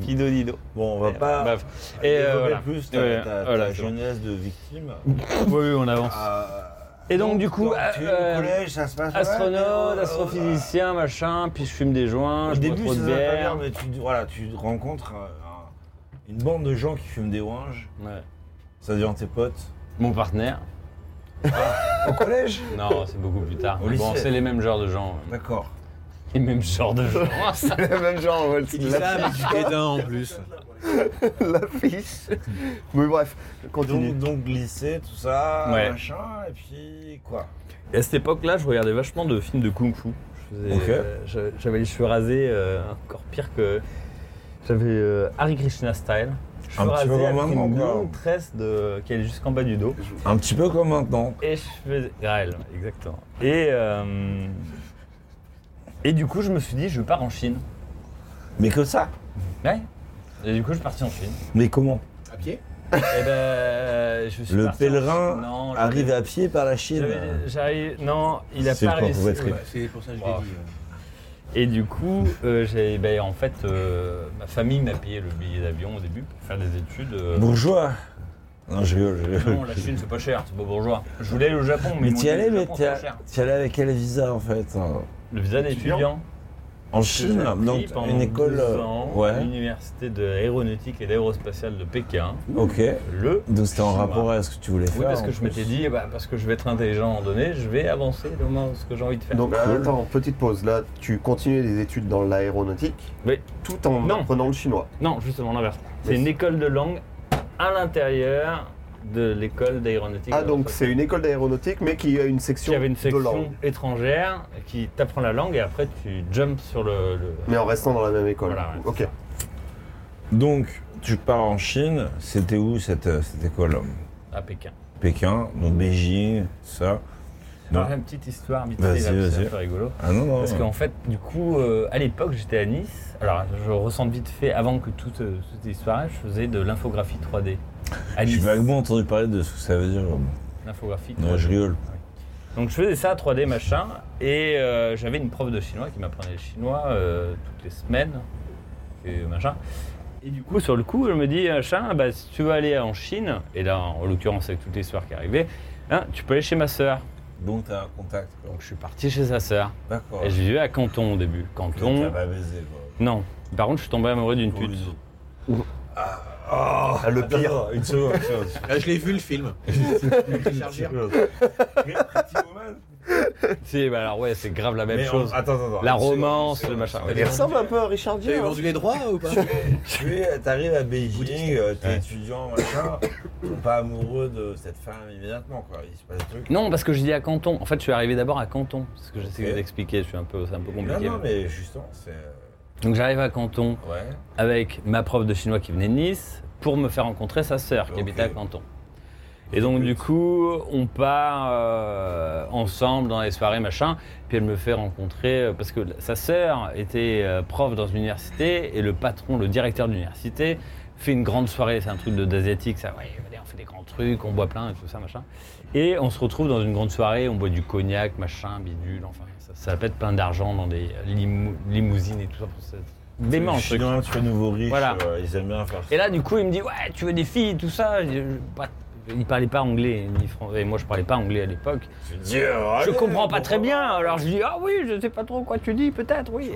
[SPEAKER 10] Fido Dido.
[SPEAKER 2] Bon, on va
[SPEAKER 10] Et,
[SPEAKER 2] pas.
[SPEAKER 10] bref. Et,
[SPEAKER 2] Et
[SPEAKER 10] euh, voilà.
[SPEAKER 2] plus
[SPEAKER 10] Ouais,
[SPEAKER 2] ta- ta
[SPEAKER 10] voilà,
[SPEAKER 2] ta
[SPEAKER 10] je-
[SPEAKER 2] jeunesse de victime. Ah,
[SPEAKER 10] Oui, on avance. Et donc, du coup, euh,
[SPEAKER 2] tu es
[SPEAKER 10] euh,
[SPEAKER 2] au collège, ça se passe mal, mais, euh,
[SPEAKER 10] Astronaute,
[SPEAKER 2] euh,
[SPEAKER 10] astrophysicien, machin, puis je fume des joints,
[SPEAKER 2] Au
[SPEAKER 10] je bois
[SPEAKER 2] début,
[SPEAKER 10] trop
[SPEAKER 2] ça
[SPEAKER 10] de
[SPEAKER 2] se passe pas bien,
[SPEAKER 10] bière.
[SPEAKER 2] mais tu, voilà, tu rencontres euh, un- une bande de gens qui fument des oranges.
[SPEAKER 10] Ouais.
[SPEAKER 2] Ça devient tes potes.
[SPEAKER 10] Mon partenaire.
[SPEAKER 2] Ah, Au collège
[SPEAKER 10] *laughs* Non, c'est beaucoup plus tard.
[SPEAKER 2] Au
[SPEAKER 10] Mais Bon,
[SPEAKER 2] lycée.
[SPEAKER 10] c'est les mêmes genres de gens. ouais.
[SPEAKER 2] D'accord.
[SPEAKER 10] Les mêmes genres de
[SPEAKER 2] *laughs*
[SPEAKER 10] gens.
[SPEAKER 1] *laughs* même genre, ouais,
[SPEAKER 11] Il dit ça avec Ah, du dédain en plus.
[SPEAKER 1] l'affiche. *laughs* Mais bref, continue.
[SPEAKER 2] Donc, donc lycée, tout ça,
[SPEAKER 10] Ouais.
[SPEAKER 2] machin, et puis quoi
[SPEAKER 10] Et à cette époque-là, je regardais vachement de films de kung-fu. Je faisais,
[SPEAKER 2] Ok.
[SPEAKER 10] euh, je- J'avais les cheveux rasés, euh, encore pire que. J'avais euh, Hare Krishna style.
[SPEAKER 2] Un
[SPEAKER 10] Cheveux
[SPEAKER 2] petit peu
[SPEAKER 10] rasés
[SPEAKER 2] comme
[SPEAKER 10] avec
[SPEAKER 2] maintenant,
[SPEAKER 10] une
[SPEAKER 2] quoi.
[SPEAKER 10] longue tresse de, qui allait jusqu'en bas du dos.
[SPEAKER 2] Un petit peu comme maintenant.
[SPEAKER 10] Et je faisais. Graël, exactement. Et. euh, et du coup, je me suis dit, je pars en Chine.
[SPEAKER 2] Mais que ça
[SPEAKER 10] Ouais. Et du coup, je suis parti en Chine.
[SPEAKER 2] Mais comment
[SPEAKER 11] À pied
[SPEAKER 10] Et Eh ben, je suis
[SPEAKER 2] Le
[SPEAKER 10] parti en
[SPEAKER 2] pèlerin
[SPEAKER 10] Chine. Non, j'avais-
[SPEAKER 2] Arrive à pied par la Chine.
[SPEAKER 10] j'avais- J'arrive. Non, il a
[SPEAKER 2] C'est
[SPEAKER 10] pas
[SPEAKER 2] le
[SPEAKER 10] réussi.
[SPEAKER 2] pauvre
[SPEAKER 10] ouais.
[SPEAKER 11] C'est pour ça que je
[SPEAKER 10] Oh.
[SPEAKER 11] l'ai dit. euh.
[SPEAKER 10] Et du coup, euh, j'ai, ben, en fait, euh, ma famille m'a payé le billet d'avion au début pour faire des études. euh,
[SPEAKER 2] Bourgeois Non, je rigole, je rigole.
[SPEAKER 10] non, la Chine, c'est pas cher, c'est pas bourgeois. Je voulais le Japon, mais,
[SPEAKER 2] Mais
[SPEAKER 10] ils m'ont
[SPEAKER 2] t'y
[SPEAKER 10] dit,
[SPEAKER 2] allais,
[SPEAKER 10] le
[SPEAKER 2] mais
[SPEAKER 10] Japon,
[SPEAKER 2] t'y
[SPEAKER 10] c'est pas
[SPEAKER 2] allais
[SPEAKER 10] cher.
[SPEAKER 2] t'y allais avec quel visa en fait hein
[SPEAKER 10] Le visa d'étudiant.
[SPEAKER 2] En
[SPEAKER 10] J'ai
[SPEAKER 2] Chine
[SPEAKER 10] appris
[SPEAKER 2] Donc
[SPEAKER 10] pendant
[SPEAKER 2] une école.
[SPEAKER 10] deux
[SPEAKER 2] euh,
[SPEAKER 10] ans à
[SPEAKER 2] Ouais.
[SPEAKER 10] l'université de aéronautique et d'aérospatiale de Pékin.
[SPEAKER 2] Ok.
[SPEAKER 10] Le.
[SPEAKER 2] Donc c'était en
[SPEAKER 10] Chinois.
[SPEAKER 2] rapport à ce que tu voulais faire.
[SPEAKER 10] Oui, parce
[SPEAKER 2] en
[SPEAKER 10] que je m'étais
[SPEAKER 2] plus.
[SPEAKER 10] dit, bah, parce que je vais être intelligent à un moment donné, je vais avancer dans mon- ce que j'ai envie de faire.
[SPEAKER 1] Donc euh, attends, petite pause. Là, tu continues les études dans l'aéronautique
[SPEAKER 10] Oui.
[SPEAKER 1] tout en
[SPEAKER 10] Non.
[SPEAKER 1] apprenant le chinois. Ah,
[SPEAKER 10] Non, justement l'inverse. C'est une école de langue à l'intérieur de l'école d'aéronautique.
[SPEAKER 1] Ah, donc c'est une école d'aéronautique, mais qui a une section
[SPEAKER 10] qui avait une
[SPEAKER 1] de langue.
[SPEAKER 10] section étrangère qui t'apprend la langue et après tu jumps sur le. le-
[SPEAKER 1] Mais en restant dans la même école.
[SPEAKER 10] Voilà, ouais,
[SPEAKER 1] ok.
[SPEAKER 10] c'est ça.
[SPEAKER 2] Donc tu pars en Chine, c'était où cette, euh, cette école
[SPEAKER 10] à Pékin.
[SPEAKER 2] Pékin, donc Beijing, ça. Non.
[SPEAKER 10] Alors, j'ai Ah, une petite histoire vite
[SPEAKER 2] Vas-y,
[SPEAKER 10] fait, là, parce que c'est
[SPEAKER 2] vas-y.
[SPEAKER 10] un peu rigolo.
[SPEAKER 2] Ah non, non.
[SPEAKER 10] Parce qu'en fait, du coup, euh, à l'époque, j'étais à Nice. Alors, je ressens vite fait, avant que toute, euh, toute histoire, je faisais de l'infographie 3D. À
[SPEAKER 2] J'ai
[SPEAKER 10] Nice.
[SPEAKER 2] vaguement entendu parler de ce que ça veut dire. euh,
[SPEAKER 10] L'infographie 3D.
[SPEAKER 2] Non, je rigole.
[SPEAKER 10] Donc je faisais ça 3D machin et euh, j'avais une prof de chinois qui m'apprenait le chinois euh, toutes les semaines et machin. Et du coup sur le coup je me dis machin bah, si tu veux aller en Chine et là en l'occurrence avec toutes les histoires qui arrivaient hein, tu peux aller chez ma sœur.
[SPEAKER 2] Donc t'as un contact. quoi.
[SPEAKER 10] Donc je suis parti chez sa sœur
[SPEAKER 2] D'accord.
[SPEAKER 10] et je vivais à Canton au début.
[SPEAKER 2] Donc, t'as
[SPEAKER 10] Canton
[SPEAKER 2] pas baisé quoi.
[SPEAKER 10] non. Par contre je suis tombé amoureux d'une pute.
[SPEAKER 2] Ah, le pire, une seconde. une seconde. *laughs*
[SPEAKER 11] Là, je l'ai vu le film.
[SPEAKER 2] hein
[SPEAKER 11] Chargeur.
[SPEAKER 10] Si bah alors ouais c'est grave la même
[SPEAKER 2] Mais en-
[SPEAKER 10] chose.
[SPEAKER 2] Attends, attends, attends.
[SPEAKER 10] La
[SPEAKER 2] Une seconde,
[SPEAKER 10] romance,
[SPEAKER 2] une
[SPEAKER 10] le machin.
[SPEAKER 2] seconde.
[SPEAKER 1] Il ressemble un peu à Richard
[SPEAKER 11] T'avais
[SPEAKER 1] Gere. hein.
[SPEAKER 11] vendu les droits
[SPEAKER 7] *laughs*
[SPEAKER 11] ou pas
[SPEAKER 2] Tu es- t'arrives à Beijing, euh, t'es étudiant, machin, t'es pas amoureux de cette femme immédiatement, quoi. Il se passe des trucs.
[SPEAKER 10] Non parce que je dis à Canton. En fait je suis arrivé d'abord à Canton. C'est ce que j'essayais
[SPEAKER 2] Ok.
[SPEAKER 10] d'expliquer. Je suis un peu c'est un peu
[SPEAKER 2] Non,
[SPEAKER 10] compliqué.
[SPEAKER 2] non, mais justement, c'est. euh,
[SPEAKER 10] Donc j'arrive à Canton
[SPEAKER 2] Ouais.
[SPEAKER 10] avec ma prof de chinois qui venait de Nice pour me faire rencontrer sa sœur qui
[SPEAKER 2] Ok.
[SPEAKER 10] habitait à Canton. Et donc du coup, on part euh, ensemble dans les soirées machin, puis elle me fait rencontrer euh, parce que la- sa sœur était euh, prof dans une université et le patron, le directeur de l'université fait une grande soirée, c'est un truc de- d'asiatique, ça, ouais, allez, on fait des grands trucs, on boit plein et tout ça, machin. Et on se retrouve dans une grande soirée, on boit du cognac, machin, bidule, enfin, ça, ça pète plein d'argent dans des limou- limousines et tout ça. pour ça. Dément,
[SPEAKER 2] Les
[SPEAKER 10] ce truc.
[SPEAKER 2] Chinois, tu fais nouveau riche,
[SPEAKER 10] Voilà.
[SPEAKER 2] euh, ils aiment bien faire ça.
[SPEAKER 10] Et là, du coup, il me dit Ouais, tu veux des filles, tout ça. Je- je- bah, il parlait pas anglais ni français. Moi, je parlais pas anglais à l'époque.
[SPEAKER 2] dis, euh,
[SPEAKER 10] je
[SPEAKER 2] allez,
[SPEAKER 10] comprends pas
[SPEAKER 2] pourquoi
[SPEAKER 10] très bien. Alors, je dis Ah oui, je sais pas trop quoi tu dis, peut-être,
[SPEAKER 2] *laughs*
[SPEAKER 10] oui.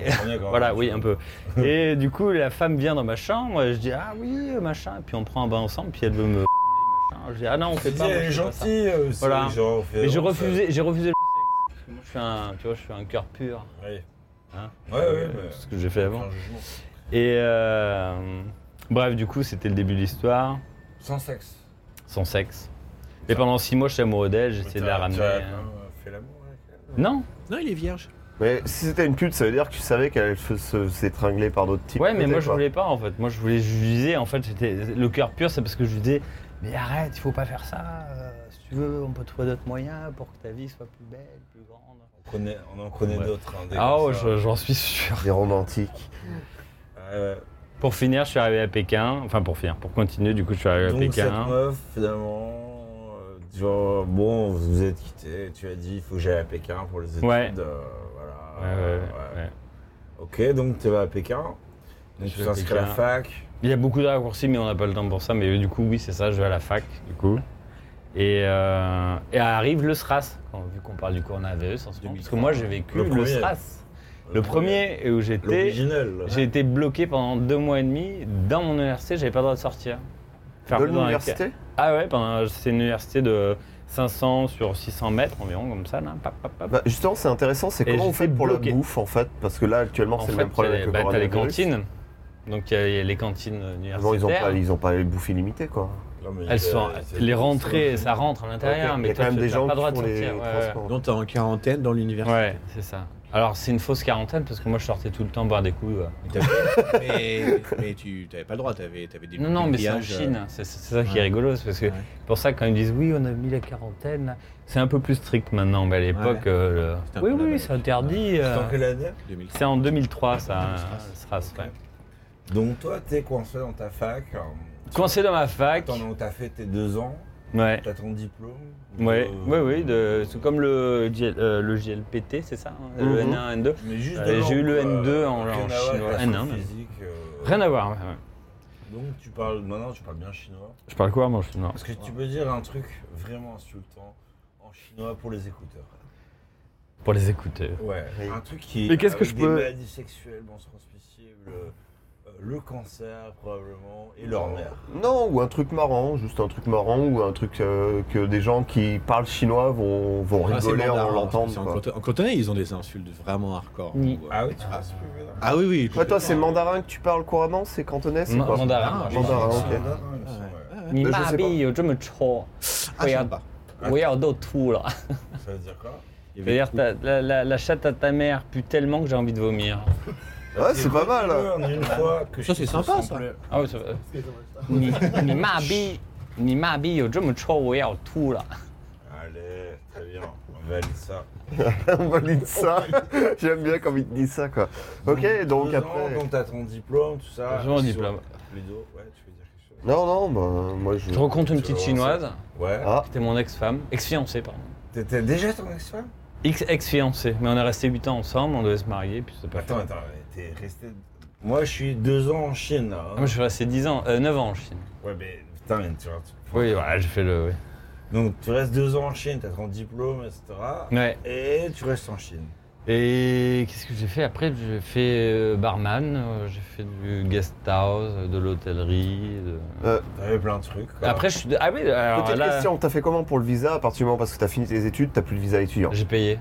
[SPEAKER 10] voilà, oui, un peu. Et du coup, la femme vient dans ma chambre. Je dis Ah oui, machin. Puis on prend un bain ensemble. Puis elle veut me. *laughs* machin. Je dis Ah non, on fait
[SPEAKER 2] Je
[SPEAKER 10] pas.
[SPEAKER 2] dis,
[SPEAKER 10] moi,
[SPEAKER 2] elle
[SPEAKER 10] je
[SPEAKER 2] est
[SPEAKER 10] fais pas ça.
[SPEAKER 2] gentille, euh, c'est
[SPEAKER 10] Voilà.
[SPEAKER 2] genre, on fait-
[SPEAKER 10] Mais j'ai
[SPEAKER 2] on fait-
[SPEAKER 10] refusé, j'ai refusé le sexe. Parce que moi, je suis un, tu vois, je suis un cœur pur.
[SPEAKER 2] Oui.
[SPEAKER 10] Hein
[SPEAKER 2] Ouais,
[SPEAKER 10] Euh,
[SPEAKER 2] ouais, mais-
[SPEAKER 10] Ce que j'ai fait avant.
[SPEAKER 2] Aucun jugement.
[SPEAKER 10] Et euh, bref, du coup, c'était le début de l'histoire,
[SPEAKER 2] Sans sexe.
[SPEAKER 10] sans sexe. Et pendant six mois, je suis amoureux d'elle, j'essayais de la
[SPEAKER 2] T'as-
[SPEAKER 10] ramener.
[SPEAKER 2] t'as,
[SPEAKER 10] hein.
[SPEAKER 2] euh, fait l'amour avec elle
[SPEAKER 10] Non
[SPEAKER 9] Non, il est vierge.
[SPEAKER 1] Mais si c'était une pute, ça veut dire que tu savais qu'elle allait se- se- s'étrangler par d'autres types.
[SPEAKER 10] Ouais, mais moi, je
[SPEAKER 1] peut-être,
[SPEAKER 10] voulais pas, en fait. Moi, je voulais, je lui disais, en fait, j'étais le cœur pur, c'est parce que je lui disais, mais arrête, il faut pas faire ça. euh, si tu veux, on peut trouver d'autres moyens pour que ta vie soit plus belle, plus grande.
[SPEAKER 2] On, connaît- on en connaît
[SPEAKER 10] Ouais.
[SPEAKER 2] d'autres. hein, des
[SPEAKER 10] Ah
[SPEAKER 2] comme
[SPEAKER 10] ouais,
[SPEAKER 2] ça.
[SPEAKER 10] je- j'en suis sûr.
[SPEAKER 1] quoi. Des romantiques.
[SPEAKER 2] Ouais, ouais.
[SPEAKER 10] Pour finir, je suis arrivé à Pékin. Enfin, pour finir, pour continuer, du coup, je suis arrivé à
[SPEAKER 2] Donc cette
[SPEAKER 10] Pékin.
[SPEAKER 2] meuf, finalement, euh, genre, bon, vous vous êtes quittés, tu as dit, il faut que j'aille à Pékin pour les études.
[SPEAKER 10] Ouais.
[SPEAKER 2] euh, voilà.
[SPEAKER 10] Ouais, ouais, ouais, ouais.
[SPEAKER 2] Ok, donc tu vas à Pékin, donc
[SPEAKER 10] Je
[SPEAKER 2] tu
[SPEAKER 10] vais à
[SPEAKER 2] t'inscris à la
[SPEAKER 10] Pékin.
[SPEAKER 2] fac.
[SPEAKER 10] Il y a beaucoup de raccourcis, mais on n'a pas le temps pour ça. Mais euh, du coup, oui, c'est ça, je vais à la fac, du coup. Et, euh, et arrive le SRAS, quand- vu qu'on parle du coronavirus en ce moment. Parce que moi, j'ai vécu
[SPEAKER 2] Le
[SPEAKER 10] le,
[SPEAKER 2] premier.
[SPEAKER 10] SRAS. Le premier, où j'étais.
[SPEAKER 2] Euh, L'original.
[SPEAKER 10] J'ai été bloqué pendant deux mois et demi dans mon université, j'avais pas le droit de sortir.
[SPEAKER 1] De
[SPEAKER 10] Fermé dans un
[SPEAKER 1] l'université
[SPEAKER 10] ca- Ah ouais, pendant- c'est une université de 500 sur 600 mètres environ, comme ça, là. Pap, pap, pap.
[SPEAKER 1] Bah, justement, c'est intéressant, c'est
[SPEAKER 10] Et
[SPEAKER 1] comment vous
[SPEAKER 10] j'étais
[SPEAKER 1] faites pour
[SPEAKER 10] bloqué.
[SPEAKER 1] la bouffe en fait Parce que là, actuellement,
[SPEAKER 10] En
[SPEAKER 1] c'est le
[SPEAKER 10] fait,
[SPEAKER 1] même problème
[SPEAKER 10] t'as
[SPEAKER 1] que
[SPEAKER 10] les- bah, t'as les
[SPEAKER 1] coronavirus.
[SPEAKER 10] cantines. Donc il y a- il y a les cantines universitaires.
[SPEAKER 1] Avant, ils ont pas, ils ont pas les bouffes illimitées quoi.
[SPEAKER 2] Non, mais
[SPEAKER 10] Elles
[SPEAKER 2] il y a-
[SPEAKER 10] sont
[SPEAKER 1] Euh,
[SPEAKER 2] c'est-
[SPEAKER 10] les rentrées, ça rentre à l'intérieur,
[SPEAKER 1] Ok, il y
[SPEAKER 10] mais
[SPEAKER 1] a quand
[SPEAKER 10] toi,
[SPEAKER 1] même
[SPEAKER 10] tu
[SPEAKER 1] des
[SPEAKER 10] n'as
[SPEAKER 1] gens
[SPEAKER 10] pas le droit
[SPEAKER 1] qui
[SPEAKER 10] de
[SPEAKER 1] font les
[SPEAKER 10] sortir. Ouais, ouais.
[SPEAKER 1] transports.
[SPEAKER 9] Donc t'es en quarantaine dans l'univers.
[SPEAKER 10] Ouais, c'est ça. Alors c'est une fausse quarantaine parce que moi je sortais tout le temps boire des coups. euh. ouais.
[SPEAKER 9] mais, mais tu t'avais pas le droit, t'avais avais des
[SPEAKER 10] Non, non,
[SPEAKER 9] des
[SPEAKER 10] mais c'est en
[SPEAKER 9] grillages, euh,
[SPEAKER 10] Chine. C'est c'est ça qui
[SPEAKER 9] ouais.
[SPEAKER 10] est rigolo, c'est parce que
[SPEAKER 9] Ouais.
[SPEAKER 10] c'est pour ça que quand ils disent oui, on a mis la quarantaine, là, c'est un peu plus strict maintenant. Mais à l'époque,
[SPEAKER 9] Ouais.
[SPEAKER 10] euh, le-
[SPEAKER 9] C'était un
[SPEAKER 10] oui,
[SPEAKER 9] peu la
[SPEAKER 10] oui,
[SPEAKER 9] balle.
[SPEAKER 10] c'est interdit. euh,
[SPEAKER 2] Dans quelle année
[SPEAKER 9] 2000.
[SPEAKER 10] C'est en 2003 ça, hein, le SRAS, ouais.
[SPEAKER 2] Donc toi, t'es coincé dans ta fac. euh,
[SPEAKER 10] Coincé dans ma fac.
[SPEAKER 2] Attends, donc, t'as fait tes deux ans,
[SPEAKER 10] Ouais.
[SPEAKER 2] t'as ton diplôme.
[SPEAKER 10] Ouais,
[SPEAKER 2] Euh,
[SPEAKER 10] ouais, oui, c'est comme le, GL euh, le JLPT, c'est ça, hein, le
[SPEAKER 1] Mhm.
[SPEAKER 10] N1, N2.
[SPEAKER 2] Mais juste
[SPEAKER 10] Euh,
[SPEAKER 2] de
[SPEAKER 10] j'ai eu le
[SPEAKER 2] langue,
[SPEAKER 10] N2
[SPEAKER 2] euh,
[SPEAKER 10] en-
[SPEAKER 2] rien
[SPEAKER 10] en
[SPEAKER 2] à voir avec
[SPEAKER 10] chinois.
[SPEAKER 2] la
[SPEAKER 10] Ah, non, mais-
[SPEAKER 2] physique, euh,
[SPEAKER 10] Rien à voir. ouais, ouais.
[SPEAKER 2] Donc tu parles maintenant, tu parles bien chinois.
[SPEAKER 10] Je parle couramment chinois.
[SPEAKER 2] Parce que tu peux dire un truc vraiment insultant en chinois pour les écouteurs.
[SPEAKER 10] Pour les écouteurs.
[SPEAKER 2] Ouais. Un truc qui.
[SPEAKER 10] Mais qu'est-ce que
[SPEAKER 2] avec
[SPEAKER 10] je
[SPEAKER 2] des
[SPEAKER 10] peux-
[SPEAKER 2] maladies sexuellement transmissibles, euh, le cancer probablement et leur mère.
[SPEAKER 1] Non, ou un truc marrant, juste un truc marrant, ou un truc euh, que des gens qui parlent chinois vont, vont
[SPEAKER 9] Ah, c'est
[SPEAKER 1] rigoler
[SPEAKER 9] mandarin,
[SPEAKER 1] en
[SPEAKER 9] hein,
[SPEAKER 1] l'entendre.
[SPEAKER 9] c'est En
[SPEAKER 1] quoi.
[SPEAKER 9] canton- en cantonais, ils ont des insultes vraiment hardcore.
[SPEAKER 10] Oui.
[SPEAKER 9] Ou, euh,
[SPEAKER 2] Ah oui, tu vois ce que je veux dire.
[SPEAKER 9] Ah oui, oui.
[SPEAKER 1] Ouais, toi, c'est
[SPEAKER 9] complètement.
[SPEAKER 1] mandarin que tu parles couramment, c'est cantonais, c'est
[SPEAKER 10] Ma-
[SPEAKER 1] quoi
[SPEAKER 10] Mandarin.
[SPEAKER 2] Ah,
[SPEAKER 1] Mandarin,
[SPEAKER 2] oui,
[SPEAKER 1] ok.
[SPEAKER 2] c'est mandarin, il me semble, ouais.
[SPEAKER 10] ni
[SPEAKER 1] je sais
[SPEAKER 10] ma
[SPEAKER 1] pas.
[SPEAKER 10] bille, Bah, euh, je me chou.
[SPEAKER 9] Ah, je sais pas.
[SPEAKER 10] Oui, tout là.
[SPEAKER 2] Ça veut dire quoi
[SPEAKER 9] Il y avait
[SPEAKER 10] C'est-à-dire, ta- la, la- la chatte à ta mère pue tellement que j'ai envie de vomir.
[SPEAKER 1] Ouais, c'est pas mal. hein.
[SPEAKER 2] On a une fois que
[SPEAKER 9] Ça, c'est sympa, ça.
[SPEAKER 10] Ah oui, ça va. Ni, ni ma bille, ni ma bille, je me chou, oui, tout là.
[SPEAKER 2] Allez, très bien, on valide ça.
[SPEAKER 1] On valide
[SPEAKER 2] *laughs*
[SPEAKER 1] ça. *laughs* J'aime bien quand ils te disent ça, quoi. Ok, donc
[SPEAKER 2] Deux ans,
[SPEAKER 1] après.
[SPEAKER 2] donc t'as ton diplôme, tout ça.
[SPEAKER 10] J'ai mon
[SPEAKER 2] Sur-
[SPEAKER 10] diplôme.
[SPEAKER 2] Ludo, ouais, tu veux dire quelque chose
[SPEAKER 1] Non, non, bah, moi je.
[SPEAKER 10] Je rencontre une petite chinoise,
[SPEAKER 2] Ouais.
[SPEAKER 1] Ah,
[SPEAKER 10] qui était mon ex-femme, ex-fiancée, pardon.
[SPEAKER 2] T'étais déjà ton ex-femme
[SPEAKER 10] Ex- Ex-fiancée, mais on est resté 8 ans ensemble, on devait se marier, puis c'est pas
[SPEAKER 2] Attends,
[SPEAKER 10] fait.
[SPEAKER 2] attends, t'es resté. Moi, je suis deux ans en Chine. là, hein.
[SPEAKER 10] Ah, Moi, je suis resté 10 ans, euh, 9 ans en Chine.
[SPEAKER 2] Ouais, mais putain, mais tu vois. tu-
[SPEAKER 10] Oui, voilà, j'ai fait le. oui.
[SPEAKER 2] Donc, tu restes deux ans en Chine, t'as ton diplôme, etc.
[SPEAKER 10] Ouais.
[SPEAKER 2] Et tu restes en Chine.
[SPEAKER 10] Et qu'est-ce que j'ai fait après J'ai fait euh, barman, euh, j'ai fait du guest house, euh, de l'hôtellerie. de-
[SPEAKER 2] T'avais plein de trucs. quoi.
[SPEAKER 10] Après, je suis. Ah oui, alors
[SPEAKER 1] petite
[SPEAKER 10] là,
[SPEAKER 1] question, t'as fait comment pour le visa à partir du moment parce que t'as fini tes études, t'as plus de visa étudiant
[SPEAKER 10] j'ai payé.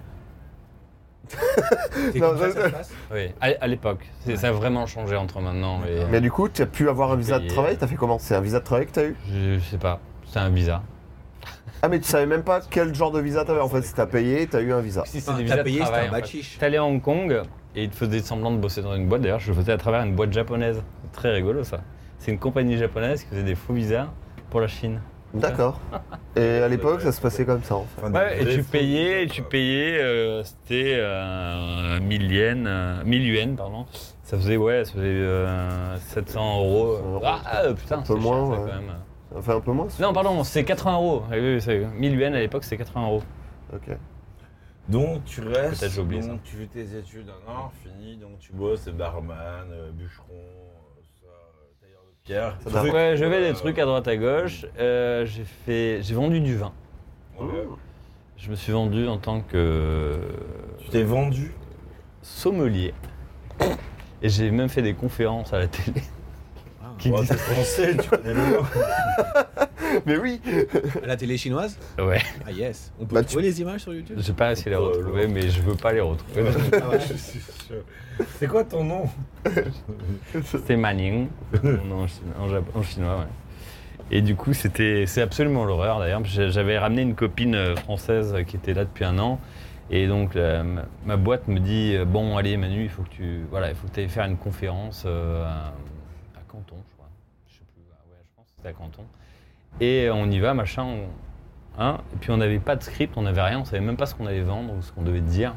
[SPEAKER 9] T'es
[SPEAKER 1] Non,
[SPEAKER 9] comme ça,
[SPEAKER 1] ça,
[SPEAKER 9] ça
[SPEAKER 1] ça-
[SPEAKER 9] se passe
[SPEAKER 10] Oui, à, à l'époque. C'est- Ça a vraiment changé entre maintenant et.
[SPEAKER 1] Mais du coup, t'as pu avoir un visa de
[SPEAKER 10] Payé.
[SPEAKER 1] travail, t'as fait comment C'est un visa de travail que t'as eu
[SPEAKER 10] Je, je sais pas, c'est un visa.
[SPEAKER 1] Ah, mais tu savais même pas quel genre de visa t'avais en fait. Si t'as payé, t'as eu un visa.
[SPEAKER 10] Si
[SPEAKER 9] Enfin, Ah, T'as payé, c'était un bac chiche.
[SPEAKER 10] T'allais à Hong Kong et ils te faisaient semblant de bosser dans une boîte. D'ailleurs, je le faisais à travers une boîte japonaise. C'est Très rigolo ça. C'est une compagnie japonaise qui faisait des faux visas pour la Chine.
[SPEAKER 1] D'accord.
[SPEAKER 10] *laughs*
[SPEAKER 1] Et à l'époque, ça se passait comme ça en fait. *laughs*
[SPEAKER 10] Ouais, et tu payais, et tu payais, euh, c'était euh, 1000 yens, euh, 1000 yens, pardon. Ça faisait, ouais, ça faisait euh, 700 euros.
[SPEAKER 1] 700 euros,
[SPEAKER 10] Ah, euh, putain,
[SPEAKER 1] un
[SPEAKER 10] c'est
[SPEAKER 1] peu
[SPEAKER 10] cher,
[SPEAKER 1] moins,
[SPEAKER 10] ça,
[SPEAKER 1] ouais.
[SPEAKER 10] quand même.
[SPEAKER 1] Enfin, un peu moins. c'est-
[SPEAKER 10] Non, pardon, c'est 80 euros. Ah oui, oui, c'est- 1000 yens à l'époque, c'est 80 euros.
[SPEAKER 1] Ok.
[SPEAKER 2] Donc tu restes,
[SPEAKER 10] Peut-être j'ai oublié
[SPEAKER 2] donc tu fais tes études un an, fini, donc tu bosses, barman, euh, bûcheron, euh, ça, euh, tailleur de pierre.
[SPEAKER 1] Ça marche.
[SPEAKER 10] Ouais, je vais
[SPEAKER 2] Euh,
[SPEAKER 10] des trucs à droite à gauche. Euh, j'ai fait, j'ai vendu du vin.
[SPEAKER 2] ouais.
[SPEAKER 10] Je me suis vendu en tant que
[SPEAKER 2] Tu t'es vendu
[SPEAKER 10] sommelier. Et j'ai même fait des conférences à la télé. *laughs* Qui
[SPEAKER 2] Ouais,
[SPEAKER 10] disaient-
[SPEAKER 2] T'es français, tu connais le nom.
[SPEAKER 1] Mais oui
[SPEAKER 9] À la télé chinoise
[SPEAKER 10] Ouais,
[SPEAKER 9] Ah yes. On peut
[SPEAKER 1] Bah, tu-
[SPEAKER 9] trouver les images sur YouTube
[SPEAKER 10] j'ai pas essayé de les
[SPEAKER 1] Oh
[SPEAKER 10] retrouver, mais je veux pas les retrouver.
[SPEAKER 2] Je suis sûr. *laughs* C'est quoi ton nom
[SPEAKER 10] C'était Manning, en, chinois- en jap- en chinois, ouais. Et du coup, c'était, c'est absolument l'horreur d'ailleurs. parce que J'avais ramené une copine euh, française qui était là depuis un an. Et donc, la- ma- ma boîte me dit euh, Bon, allez, Manu, il faut que tu voilà, il faut que ailles faire une conférence euh, à, à Canton, je crois. Je sais plus, ah ouais, je pense que c'était à Canton. Et on y va, machin. on- hein, et puis, on n'avait pas de script, on n'avait rien, on savait même pas ce qu'on allait vendre ou ce qu'on devait dire.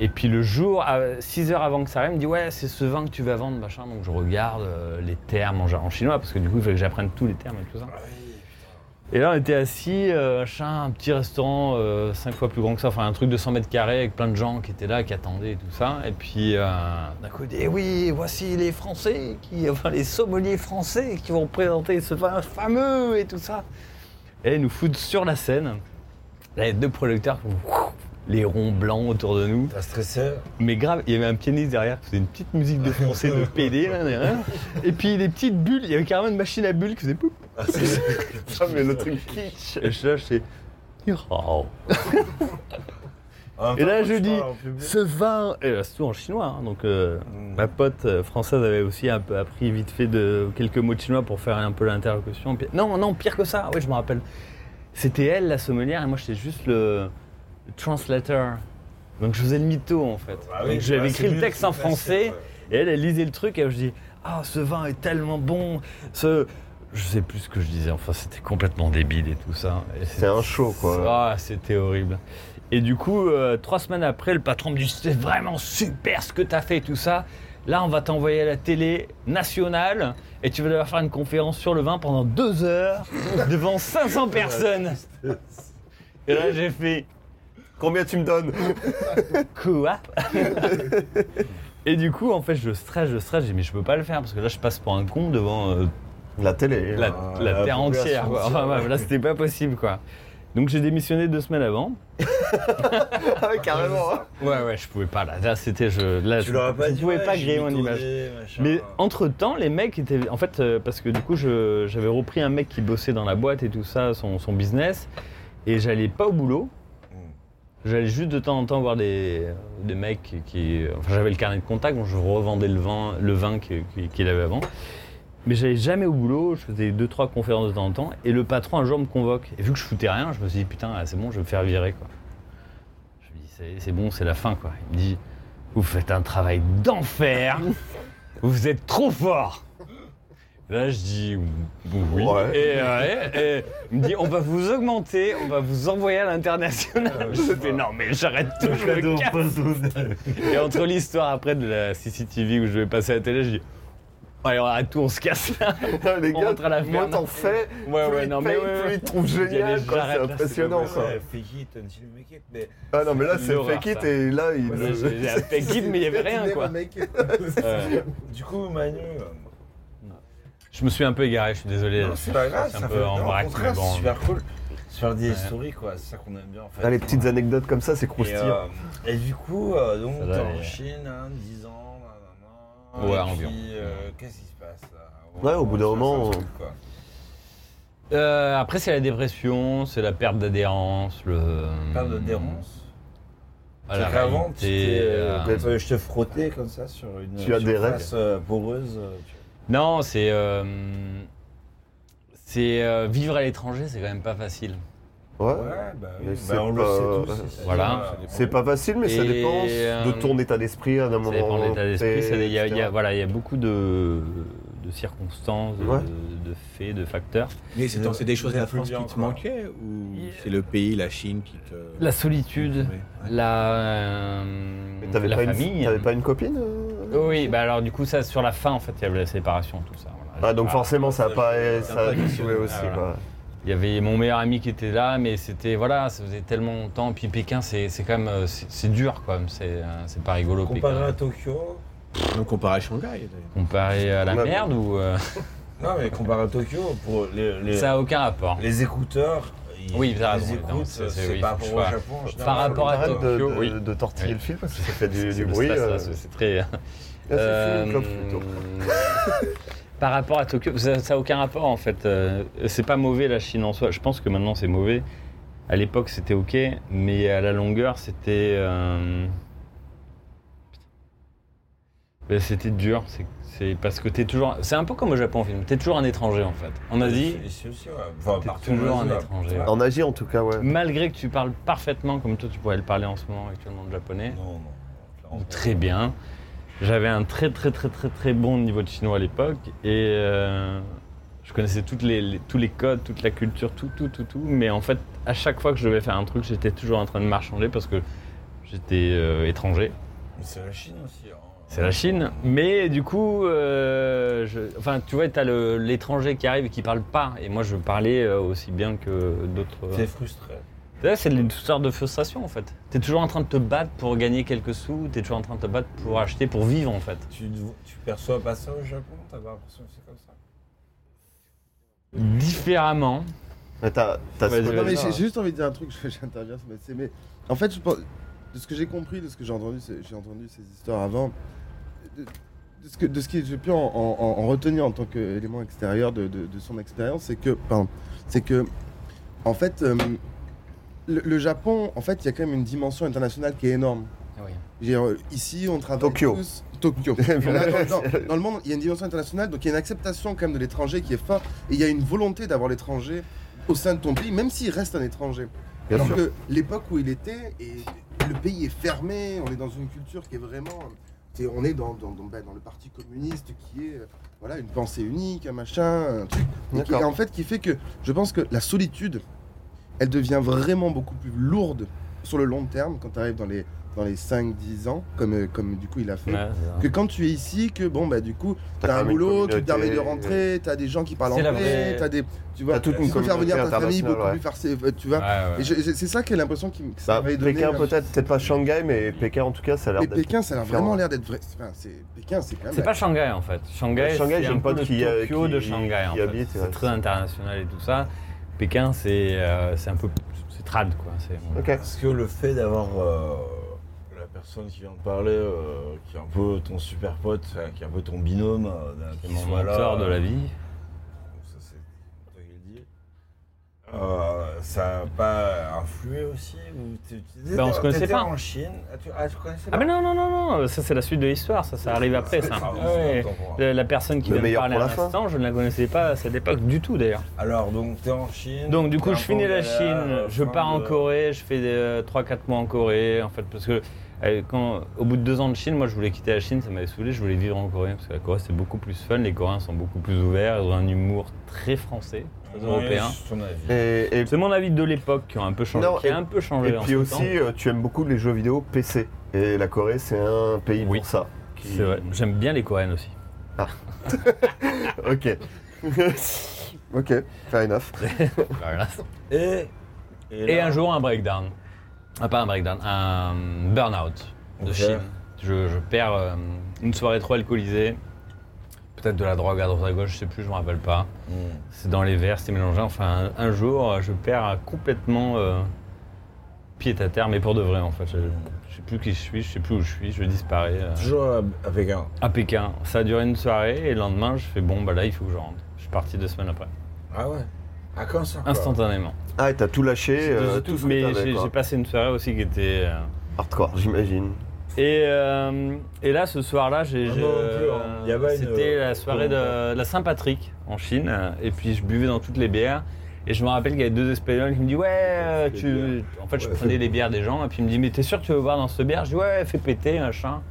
[SPEAKER 10] Et puis le jour, 6 heures avant que ça arrive, il me dit ouais c'est ce vin que tu vas vendre machin. Donc je regarde euh, les termes en, ja- en chinois parce que du coup il fallait que j'apprenne tous les termes et tout ça. Et là on était assis, euh, machin, un petit restaurant 5 fois plus grand que ça, enfin un truc de 100 mètres carrés avec plein de gens qui étaient là, qui attendaient et tout ça. Et puis euh, d'un coup il dit eh oui voici les Français, qui, enfin les sommeliers français qui vont présenter ce vin fameux et tout ça. Et ils nous foutent sur la scène. Là il y a deux projecteurs, les ronds blancs autour de nous.
[SPEAKER 2] T'as stressé
[SPEAKER 10] Mais grave, il y avait un pianiste derrière, c'était une petite musique de français de PD, là, derrière. Et puis des petites bulles, il y avait carrément une machine à bulles qui faisait poup. *laughs*
[SPEAKER 1] Ah, mais le truc kitsch
[SPEAKER 10] Et je suis là, je fais, oh. Yirao.
[SPEAKER 2] En même
[SPEAKER 10] Et là,
[SPEAKER 2] temps,
[SPEAKER 10] je
[SPEAKER 2] tu
[SPEAKER 10] dis,
[SPEAKER 2] parles en public.
[SPEAKER 10] ce vin. Et là, c'est tout en chinois, hein, donc euh,
[SPEAKER 2] Mm.
[SPEAKER 10] ma pote euh, française avait aussi un peu appris vite fait de quelques mots de chinois pour faire un peu l'interlocution. Puis- Non, non, pire que ça, oui, je me rappelle. C'était elle, la sommelière, et moi, j'étais juste le, le translator. Donc je faisais le mytho, en fait.
[SPEAKER 2] Ah
[SPEAKER 10] donc
[SPEAKER 2] oui,
[SPEAKER 10] j'avais
[SPEAKER 2] bah, c'est
[SPEAKER 10] écrit le
[SPEAKER 2] mieux,
[SPEAKER 10] texte
[SPEAKER 2] c'est
[SPEAKER 10] en
[SPEAKER 2] facile,
[SPEAKER 10] français.
[SPEAKER 2] ouais.
[SPEAKER 10] Et elle, elle lisait le truc et je dis Ah, ce vin est tellement bon, ce. Je sais plus ce que je disais, enfin c'était complètement débile et tout ça. Et
[SPEAKER 1] C'est un show, quoi.
[SPEAKER 10] Ah, c'était horrible. Et du coup, euh, trois semaines après, le patron me dit C'est vraiment super ce que t'as fait et tout ça. Là, on va t'envoyer à la télé nationale et tu vas devoir faire une conférence sur le vin pendant deux heures
[SPEAKER 1] *laughs*
[SPEAKER 10] devant 500 personnes. Et là, j'ai fait
[SPEAKER 1] Combien tu me donnes
[SPEAKER 10] Quoi *laughs* Et du coup, en fait, je stresse, je stresse, j'ai dit, mais je peux pas le faire parce que là, je passe pour un con devant euh,
[SPEAKER 1] La télé.
[SPEAKER 10] la,
[SPEAKER 1] hein.
[SPEAKER 10] la
[SPEAKER 2] Ah, la
[SPEAKER 10] terre
[SPEAKER 2] population
[SPEAKER 10] entière. quoi. Enfin,
[SPEAKER 2] entière,
[SPEAKER 10] bref, là, c'était pas possible, quoi. Donc, j'ai démissionné deux semaines avant.
[SPEAKER 1] Ah ouais, carrément.
[SPEAKER 10] *laughs*
[SPEAKER 1] hein.
[SPEAKER 10] Ouais, ouais, je pouvais pas. Là, là, c'était. Je, là,
[SPEAKER 2] Tu
[SPEAKER 10] je-
[SPEAKER 2] l'aurais pas
[SPEAKER 10] je
[SPEAKER 2] dit.
[SPEAKER 10] pouvais
[SPEAKER 2] ouais,
[SPEAKER 10] pas
[SPEAKER 2] j'ai
[SPEAKER 10] griller mon
[SPEAKER 2] mythodé,
[SPEAKER 10] image.
[SPEAKER 2] machin.
[SPEAKER 10] Mais entre temps, les mecs étaient. En fait, euh, parce que du coup, je- j'avais repris un mec qui bossait dans la boîte et tout ça, son, son business, et j'allais pas au boulot.
[SPEAKER 2] Mm.
[SPEAKER 10] J'allais juste de temps en temps voir des, des mecs qui. Enfin, j'avais le carnet de contact, donc je revendais le vin, le vin que- que- qu'il avait avant. Mais j'allais jamais au boulot, je faisais deux, trois conférences de temps en temps, et le patron un jour me convoque. Et vu que je foutais rien, je me suis dit, putain, ah, c'est bon, je vais me faire virer, quoi. Je lui dis, c'est- c'est bon, c'est la fin, quoi. Il me dit, vous faites un travail
[SPEAKER 1] *laughs*
[SPEAKER 10] d'enfer, vous êtes trop fort. Là, je dis oui.
[SPEAKER 1] Ouais.
[SPEAKER 10] Et, euh, et- et il me dit, on va vous augmenter, on va vous envoyer à l'international. *laughs* Je fais, non, mais j'arrête tout, je me casse. Et entre l'histoire après de la CCTV où je vais passer à la télé, je dis, allez, on arrête tout, on se
[SPEAKER 1] *laughs*
[SPEAKER 10] casse là.
[SPEAKER 1] Ah, Les
[SPEAKER 10] On
[SPEAKER 1] gars,
[SPEAKER 10] rentre à la
[SPEAKER 1] moins
[SPEAKER 10] ferme.
[SPEAKER 1] t'en fais,
[SPEAKER 10] Ouais,
[SPEAKER 1] plus
[SPEAKER 10] ouais,
[SPEAKER 1] ils
[SPEAKER 10] non,
[SPEAKER 1] te
[SPEAKER 10] mais
[SPEAKER 1] payent,
[SPEAKER 10] ouais,
[SPEAKER 1] plus
[SPEAKER 10] ouais.
[SPEAKER 1] ils te trouvent
[SPEAKER 10] J'allais-
[SPEAKER 1] génial, quoi,
[SPEAKER 10] j'arrête,
[SPEAKER 1] c'est
[SPEAKER 10] là, c'est
[SPEAKER 1] impressionnant,
[SPEAKER 10] dommage,
[SPEAKER 1] ça.
[SPEAKER 2] Ouais, fake it until you make it, mais
[SPEAKER 1] Ah non, mais là,
[SPEAKER 10] C'est
[SPEAKER 1] c'est
[SPEAKER 10] l'horreur,
[SPEAKER 1] fake it,
[SPEAKER 10] ça.
[SPEAKER 1] et là, il...
[SPEAKER 10] Voilà, j'ai- j'ai appelé guide, mais il n'y avait rien,
[SPEAKER 1] *laughs*
[SPEAKER 10] quoi. Ouais.
[SPEAKER 2] du coup, Manu. euh,
[SPEAKER 10] Je me suis un peu égaré, je suis désolé.
[SPEAKER 2] Non, c'est pas grave,
[SPEAKER 10] C'est
[SPEAKER 2] ça
[SPEAKER 10] un
[SPEAKER 2] fait
[SPEAKER 10] peu en
[SPEAKER 2] non, au
[SPEAKER 10] vrac,
[SPEAKER 2] contraire,
[SPEAKER 10] mais bon.
[SPEAKER 2] c'est super cool. Se faire des
[SPEAKER 10] Ouais.
[SPEAKER 2] stories, quoi, c'est ça qu'on aime bien en fait.
[SPEAKER 1] Ah, les petites anecdotes comme ça, c'est
[SPEAKER 2] et,
[SPEAKER 1] croustillant.
[SPEAKER 2] euh, et du coup, euh, donc,
[SPEAKER 10] Ça
[SPEAKER 2] t'es
[SPEAKER 10] va,
[SPEAKER 2] en
[SPEAKER 10] ouais.
[SPEAKER 2] Chine, hein, 10 ans, nanana.
[SPEAKER 10] Ouais,
[SPEAKER 2] et
[SPEAKER 10] environ.
[SPEAKER 2] puis, euh, Qu'est-ce qui se passe là
[SPEAKER 1] Ouais, au bout d'un
[SPEAKER 2] ça,
[SPEAKER 1] moment,
[SPEAKER 2] ça se trouve, quoi.
[SPEAKER 10] Euh, après, c'est la dépression, c'est la perte d'adhérence, le.
[SPEAKER 2] Parle
[SPEAKER 10] Hmm.
[SPEAKER 2] d'adhérence.
[SPEAKER 10] à la
[SPEAKER 2] avant, tu
[SPEAKER 10] réalité,
[SPEAKER 2] t'es,
[SPEAKER 10] euh,
[SPEAKER 2] euh, quand je te frottais comme ça sur une
[SPEAKER 1] Tu as des
[SPEAKER 2] surface, euh, poreuse. euh, tu-
[SPEAKER 10] Non, c'est. euh, C'est euh, vivre à l'étranger, c'est quand même pas facile. euh,
[SPEAKER 1] Ouais.
[SPEAKER 2] Ouais, bah
[SPEAKER 1] Mais
[SPEAKER 2] oui,
[SPEAKER 1] c'est
[SPEAKER 2] bah, on le
[SPEAKER 1] pas-
[SPEAKER 2] sait tous. c'est
[SPEAKER 10] Voilà.
[SPEAKER 2] sûr, ça dépend.
[SPEAKER 1] C'est pas facile, mais ça
[SPEAKER 10] Et,
[SPEAKER 1] dépend
[SPEAKER 10] euh,
[SPEAKER 1] de ton état d'esprit à un
[SPEAKER 10] Ça
[SPEAKER 1] moment.
[SPEAKER 10] dépend de l'état d'esprit.
[SPEAKER 1] T,
[SPEAKER 10] ça dé- Il y, a- il y a-
[SPEAKER 1] etc.
[SPEAKER 10] voilà, il y a beaucoup de, de de circonstances, de,
[SPEAKER 2] Ouais.
[SPEAKER 10] de- de faits, de facteurs.
[SPEAKER 11] Mais c'est,
[SPEAKER 10] Euh,
[SPEAKER 11] c'est des choses de la
[SPEAKER 10] plus
[SPEAKER 11] France
[SPEAKER 10] bien
[SPEAKER 11] qui te
[SPEAKER 10] encore.
[SPEAKER 11] manquaient ou c'est le pays, la Chine qui te.
[SPEAKER 10] La solitude,
[SPEAKER 11] Ouais.
[SPEAKER 10] la, euh,
[SPEAKER 1] Mais t'avais
[SPEAKER 10] la
[SPEAKER 1] pas, une-
[SPEAKER 10] famille.
[SPEAKER 1] t'avais pas une copine euh
[SPEAKER 10] Oui, bah alors du coup, ça, sur la fin, en fait, il y avait la séparation, tout ça. voilà.
[SPEAKER 1] Ah, donc
[SPEAKER 10] Ah,
[SPEAKER 1] forcément, ça a
[SPEAKER 11] ça,
[SPEAKER 1] pas,
[SPEAKER 11] je-
[SPEAKER 1] ça a dû jouer aussi.
[SPEAKER 10] Ah, voilà.
[SPEAKER 1] quoi.
[SPEAKER 10] Il y avait mon meilleur ami qui était là, mais c'était, voilà, ça faisait tellement longtemps. Puis Pékin, c'est c'est quand même, euh, c'est c'est dur, quand même. C'est euh, c'est pas rigolo,
[SPEAKER 2] Comparé à
[SPEAKER 10] Pékin.
[SPEAKER 2] Tokyo.
[SPEAKER 11] Donc comparé à Shanghai. d'ailleurs.
[SPEAKER 10] Comparé à la
[SPEAKER 1] Ouais.
[SPEAKER 10] merde ou. euh,
[SPEAKER 2] Non, mais comparé à Tokyo, pour les, les,
[SPEAKER 10] ça a aucun rapport.
[SPEAKER 2] les écouteurs. ils-
[SPEAKER 10] Oui, t'as raison,
[SPEAKER 2] les
[SPEAKER 10] oui, non,
[SPEAKER 2] écoutes,
[SPEAKER 10] c'est-
[SPEAKER 2] c'est,
[SPEAKER 10] c'est- oui,
[SPEAKER 2] pas
[SPEAKER 10] faut que
[SPEAKER 2] pour
[SPEAKER 10] je
[SPEAKER 2] au
[SPEAKER 10] sois-
[SPEAKER 2] Japon.
[SPEAKER 10] Par rapport à
[SPEAKER 1] Arrête de,
[SPEAKER 10] Tokyo,
[SPEAKER 1] de-
[SPEAKER 10] oui.
[SPEAKER 1] de tortiller
[SPEAKER 10] Oui.
[SPEAKER 1] le fil parce que ça fait du,
[SPEAKER 10] C'est-
[SPEAKER 1] du
[SPEAKER 10] c'est-
[SPEAKER 1] bruit.
[SPEAKER 10] ça, ça,
[SPEAKER 1] euh.
[SPEAKER 10] c'est- c'est très.
[SPEAKER 1] Ah, c'est
[SPEAKER 10] Euh,
[SPEAKER 1] fini, clope, plutôt.
[SPEAKER 10] *laughs* Par rapport à Tokyo, ça n'a aucun rapport en fait. Euh, c'est pas mauvais la Chine en soi. Je pense que maintenant c'est mauvais. À l'époque c'était ok, mais à la longueur c'était. euh, ben, c'était dur. C'est- C'est parce que t'es toujours. C'est un peu comme au Japon en film. T'es toujours un étranger en fait. En Asie,
[SPEAKER 2] Ici aussi, ouais. Enfin,
[SPEAKER 10] T'es
[SPEAKER 2] partout.
[SPEAKER 10] toujours
[SPEAKER 2] en
[SPEAKER 10] un
[SPEAKER 2] Asie, ouais.
[SPEAKER 10] étranger.
[SPEAKER 1] En Asie, en tout cas, ouais.
[SPEAKER 10] malgré que tu parles parfaitement comme toi, tu pourrais le parler en ce moment actuellement de japonais.
[SPEAKER 2] Non, non. clairement.
[SPEAKER 10] Très bien. J'avais un très très très très très bon niveau de chinois à l'époque et euh, je connaissais toutes les, les- tous les codes, toute la culture, tout tout tout tout. Mais en fait, à chaque fois que je devais faire un truc, j'étais toujours en train de marchander parce que j'étais euh, étranger.
[SPEAKER 2] Mais C'est la Chine aussi. hein.
[SPEAKER 10] C'est la Chine. Mais du coup, euh, je- enfin, tu vois, t'as le- l'étranger qui arrive et qui parle pas. Et moi, je parlais euh, aussi bien que d'autres.
[SPEAKER 2] T'es frustré.
[SPEAKER 10] Là, c'est une sorte de frustration en fait. T'es toujours en train de te battre pour gagner quelques sous, t'es toujours en train de te battre pour acheter, pour vivre en fait.
[SPEAKER 2] Tu, tu perçois pas ça au Japon T'as pas l'impression que c'est comme ça
[SPEAKER 10] Différemment.
[SPEAKER 1] Mais t'as t'as
[SPEAKER 10] Vas-y,
[SPEAKER 1] ce
[SPEAKER 10] vas-y.
[SPEAKER 12] Non, mais
[SPEAKER 1] côté-là.
[SPEAKER 12] j'ai j'ai juste envie de dire un truc, *laughs* je- j'interviens, mais c'est. Mais en fait, je pense, de ce que j'ai compris, de ce que j'ai entendu, c'est- j'ai entendu ces histoires avant, de, de ce que, de ce que j'ai pu en, en- en- en retenir en tant qu'élément extérieur de, de- de son expérience, c'est que, pardon, c'est que, en fait, euh, le, le Japon, en fait, il y a quand même une dimension internationale qui est énorme.
[SPEAKER 10] Oui.
[SPEAKER 12] Je veux dire, ici, on travaille
[SPEAKER 1] Tokyo.
[SPEAKER 12] tous- Tokyo.
[SPEAKER 1] *laughs*
[SPEAKER 12] Là, dans, dans- dans le monde, il y a une dimension internationale, donc il y a une acceptation quand même de l'étranger qui est forte, et il y a une volonté d'avoir l'étranger au sein de ton pays, même s'il reste un étranger.
[SPEAKER 1] Bien
[SPEAKER 12] Alors
[SPEAKER 1] sûr.
[SPEAKER 12] que l'époque où il était, et le pays est fermé, on est dans une culture qui est vraiment... c'est- On est dans, dans, dans- ben, dans le parti communiste qui est euh, voilà, une pensée unique, un machin, un truc. Et qui-
[SPEAKER 1] D'accord.
[SPEAKER 12] et en fait, qui fait que je pense que la solitude, elle devient vraiment beaucoup plus lourde sur le long terme quand tu arrives dans les, dans les 5-10 ans, comme, euh, comme du coup il a fait. Que quand tu es ici, que bon, bah du coup,
[SPEAKER 1] T'as
[SPEAKER 12] t'as
[SPEAKER 1] quand
[SPEAKER 12] un
[SPEAKER 1] même une
[SPEAKER 12] boulot qui te
[SPEAKER 1] communauté,
[SPEAKER 12] permet de rentrer, t'as des gens qui parlent
[SPEAKER 10] C'est la
[SPEAKER 12] anglais,
[SPEAKER 10] vraie-
[SPEAKER 12] t'as des. Tu
[SPEAKER 1] T'as
[SPEAKER 12] vois,
[SPEAKER 1] toute
[SPEAKER 12] tu
[SPEAKER 1] une
[SPEAKER 12] peux faire venir ta
[SPEAKER 1] communauté
[SPEAKER 12] famille beaucoup
[SPEAKER 1] internationale,
[SPEAKER 12] plus farcée, euh, tu vois. Et je- c'est c'est ça qui est l'impression qui m- que ça
[SPEAKER 1] Bah,
[SPEAKER 12] m'avait donné.
[SPEAKER 1] Pékin
[SPEAKER 12] euh,
[SPEAKER 1] peut-être, peut-être pas Shanghai, mais Pékin en tout cas, ça a l'air
[SPEAKER 12] Mais
[SPEAKER 1] d'être.
[SPEAKER 12] Pékin, ça a l'air
[SPEAKER 1] différent.
[SPEAKER 12] vraiment l'air d'être vrai. Enfin, c'est Pékin, c'est quand même.
[SPEAKER 10] C'est pas Shanghai en fait. Shanghai,
[SPEAKER 1] Shanghai,
[SPEAKER 10] c'est
[SPEAKER 1] j'ai
[SPEAKER 10] un
[SPEAKER 1] une
[SPEAKER 10] peu
[SPEAKER 1] pote
[SPEAKER 10] le
[SPEAKER 1] qui, euh,
[SPEAKER 10] Tokyo
[SPEAKER 1] qui-
[SPEAKER 10] de Shanghai.
[SPEAKER 1] qui
[SPEAKER 10] en fait.
[SPEAKER 1] habite,
[SPEAKER 10] c'est
[SPEAKER 1] ouais.
[SPEAKER 10] très international et tout ça. Pékin, c'est euh, c'est un peu, c'est trad quoi. C'est-
[SPEAKER 1] Ok.
[SPEAKER 2] Parce que le fait d'avoir euh, la personne qui vient de parler, euh, qui est un peu ton super pote, enfin, qui est un peu ton binôme, euh, d'un-
[SPEAKER 10] C'est
[SPEAKER 2] qui
[SPEAKER 10] mon
[SPEAKER 2] soit là,
[SPEAKER 10] mentor de
[SPEAKER 2] euh,
[SPEAKER 10] la vie.
[SPEAKER 2] Ça, c'est toi qui le dis. Euh, ça a pas influé aussi ou t'es- t'étais-
[SPEAKER 10] Ben, on se connaissait
[SPEAKER 2] t'étais
[SPEAKER 10] pas.
[SPEAKER 2] en Chine. Ah, tu, ah, tu connaissais
[SPEAKER 10] Ah mais non non non non, ça c'est la suite de l'histoire, ça ça arrive après ça.
[SPEAKER 2] Ah,
[SPEAKER 10] Ouais.
[SPEAKER 2] autant pour moi.
[SPEAKER 10] La la personne qui
[SPEAKER 1] Le
[SPEAKER 10] vient de
[SPEAKER 1] meilleur
[SPEAKER 10] parler
[SPEAKER 1] pour
[SPEAKER 10] à
[SPEAKER 1] la fin.
[SPEAKER 10] l'instant, je ne la connaissais pas à cette époque du tout d'ailleurs.
[SPEAKER 2] Alors, donc, t'es en Chine.
[SPEAKER 10] Donc du coup,
[SPEAKER 2] t'es
[SPEAKER 10] je
[SPEAKER 2] un peu
[SPEAKER 10] finis
[SPEAKER 2] en
[SPEAKER 10] la
[SPEAKER 2] galère,
[SPEAKER 10] Chine,
[SPEAKER 2] euh,
[SPEAKER 10] je
[SPEAKER 2] fin
[SPEAKER 10] pars en
[SPEAKER 2] de-
[SPEAKER 10] Corée, je fais 3-4 mois en Corée, en fait, parce que euh, quand, au bout de deux ans de Chine, moi je voulais quitter la Chine, ça m'avait saoulé, je voulais vivre en Corée, parce que la Corée c'est beaucoup plus fun, les Coréens sont beaucoup plus ouverts, ils ont un humour très français, très
[SPEAKER 2] Ouais,
[SPEAKER 10] européen.
[SPEAKER 2] c'est ton avis.
[SPEAKER 1] Et, et-
[SPEAKER 10] C'est mon avis de l'époque qui a un peu changé,
[SPEAKER 1] Non,
[SPEAKER 10] qui a un peu changé
[SPEAKER 1] et
[SPEAKER 10] en
[SPEAKER 1] puis
[SPEAKER 10] ce temps.
[SPEAKER 1] aussi, euh, tu aimes beaucoup les jeux vidéo PC. Et la Corée, c'est un pays
[SPEAKER 10] Oui.
[SPEAKER 1] pour ça. qui-
[SPEAKER 10] C'est vrai, j'aime bien les Coréens aussi.
[SPEAKER 1] Ok. *laughs* ok, fair enough.
[SPEAKER 10] Voilà.
[SPEAKER 2] Et,
[SPEAKER 10] Et
[SPEAKER 2] là-
[SPEAKER 10] un jour, un breakdown. Ah, pas un breakdown, un burn-out de
[SPEAKER 2] Ok.
[SPEAKER 10] Chine. Je, je perds euh, une soirée trop alcoolisée. Peut-être de la drogue à droite à gauche, je sais plus, je me rappelle pas.
[SPEAKER 2] Hmm.
[SPEAKER 10] C'est dans les verres, c'est mélangé. Enfin, un, un jour, euh, je perds complètement euh, pied à terre, mais pour de vrai en fait. Je, je sais plus qui je suis, je sais plus où je suis, je disparais. euh,
[SPEAKER 2] Toujours à, à Pékin.
[SPEAKER 10] à Pékin. Ça a duré une soirée et le lendemain, je fais bon, bah là, il faut que je rentre. Je suis parti deux semaines après,
[SPEAKER 2] Ah ouais Ah, comme ça quoi.
[SPEAKER 10] instantanément.
[SPEAKER 1] Ah, et t'as tout lâché, euh,
[SPEAKER 10] Deux-
[SPEAKER 1] tout ce que
[SPEAKER 10] mais
[SPEAKER 1] t'avais,
[SPEAKER 10] j'ai
[SPEAKER 1] quoi.
[SPEAKER 10] j'ai passé une soirée aussi qui était. euh,
[SPEAKER 1] Hardcore, j'imagine.
[SPEAKER 10] Et, euh, et là, ce soir-là, j'ai.
[SPEAKER 2] Ah
[SPEAKER 10] j'ai,
[SPEAKER 2] non, plus, hein. Il y a pas une-
[SPEAKER 10] C'était la soirée de, de la Saint-Patrick en Chine. euh, Et puis, je buvais dans toutes les bières. Et je me rappelle qu'il y avait deux Espagnols qui me disent Ouais, euh,
[SPEAKER 2] Les
[SPEAKER 10] tu.
[SPEAKER 2] bières.
[SPEAKER 10] En fait, je
[SPEAKER 2] Ouais.
[SPEAKER 10] prenais les bières des gens. Et puis, ils me disent Mais t'es sûr que tu veux boire dans ce bière Je dis Ouais, fais péter, machin.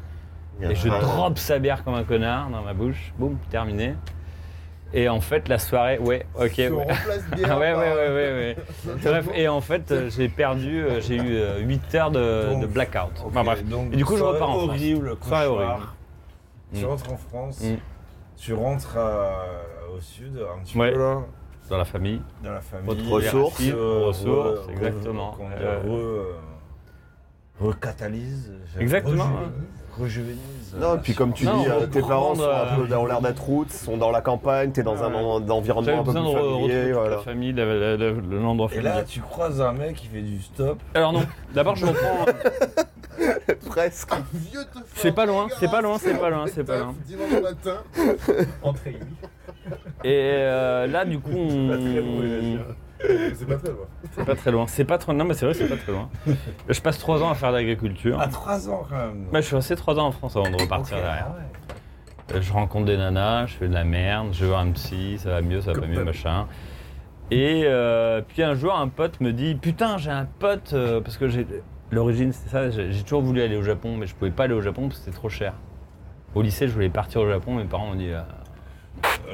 [SPEAKER 10] Et je
[SPEAKER 1] Ah.
[SPEAKER 10] drop sa bière comme un connard dans ma bouche. Boum, terminé. Et en fait, la soirée, ouais, ok, ouais.
[SPEAKER 12] remplace
[SPEAKER 10] *laughs*
[SPEAKER 12] bien
[SPEAKER 10] Ah ouais, ouais,
[SPEAKER 12] par-
[SPEAKER 10] ouais, ouais,
[SPEAKER 2] *laughs*
[SPEAKER 10] ouais. Bref, et en fait, euh, j'ai perdu, euh, j'ai eu 8 heures de,
[SPEAKER 2] Donc,
[SPEAKER 10] de blackout.
[SPEAKER 2] ok,
[SPEAKER 10] Enfin, bref.
[SPEAKER 2] donc,
[SPEAKER 10] et du coup, je
[SPEAKER 2] soirée
[SPEAKER 10] repars en France.
[SPEAKER 2] horrible,
[SPEAKER 10] Soirée
[SPEAKER 2] cauchemar.
[SPEAKER 10] horrible.
[SPEAKER 2] Tu
[SPEAKER 10] Mm.
[SPEAKER 2] rentres en France,
[SPEAKER 10] Mm.
[SPEAKER 2] tu rentres euh, au sud, un petit
[SPEAKER 10] Ouais.
[SPEAKER 2] peu là,
[SPEAKER 10] Dans la famille.
[SPEAKER 2] dans la famille.
[SPEAKER 10] Autre
[SPEAKER 2] les
[SPEAKER 10] ressource.
[SPEAKER 2] racines,
[SPEAKER 10] Autre ressource,
[SPEAKER 2] re-
[SPEAKER 10] exactement.
[SPEAKER 2] comment dire,
[SPEAKER 10] Euh,
[SPEAKER 2] re- euh, Recatalyse. j'ai-
[SPEAKER 10] Exactement,
[SPEAKER 2] reju- Rejuvénise.
[SPEAKER 1] Non, et puis comme tu
[SPEAKER 10] Non,
[SPEAKER 1] dis, euh,
[SPEAKER 10] on
[SPEAKER 1] tes parents sont
[SPEAKER 10] comprendre,
[SPEAKER 1] un peu
[SPEAKER 10] euh,
[SPEAKER 1] dans l'air d'être route, sont dans la campagne, t'es dans un moment
[SPEAKER 10] J'avais
[SPEAKER 1] d'environnement un peu
[SPEAKER 10] besoin de
[SPEAKER 1] plus
[SPEAKER 10] re- retrouver
[SPEAKER 1] familier.
[SPEAKER 10] toute
[SPEAKER 1] voilà.
[SPEAKER 10] la famille, la- la- la- le- l'endroit
[SPEAKER 2] Et
[SPEAKER 10] familial.
[SPEAKER 2] là, tu croises un mec qui fait du stop.
[SPEAKER 10] Alors non, d'abord je reprends.
[SPEAKER 1] Presque.
[SPEAKER 12] Vieux teuf
[SPEAKER 10] C'est pas loin, c'est pas loin, c'est pas loin, c'est pas loin.
[SPEAKER 12] dimanche matin.
[SPEAKER 11] Entrée.
[SPEAKER 10] Et euh, là, du coup, on...
[SPEAKER 12] C'est pas très loin.
[SPEAKER 10] c'est pas très loin. C'est pas trop. Non, mais c'est vrai, c'est pas très loin. Je passe trois ans à faire de l'agriculture.
[SPEAKER 2] À 3 Ah, ans quand même.
[SPEAKER 10] Bah, je suis resté trois ans en France avant de repartir
[SPEAKER 2] Ok,
[SPEAKER 10] derrière.
[SPEAKER 2] ah ouais.
[SPEAKER 10] Euh, Je rencontre des nanas, je fais de la merde, je vois un psy, ça va mieux, ça va pas mieux, machin. Et euh, puis un jour, un pote me dit Putain, j'ai un pote, euh, parce que j'ai. L'origine, c'est ça, j'ai j'ai toujours voulu aller au Japon, mais je pouvais pas aller au Japon parce que c'était trop cher. Au lycée, je voulais partir au Japon, mes parents m'ont dit. euh,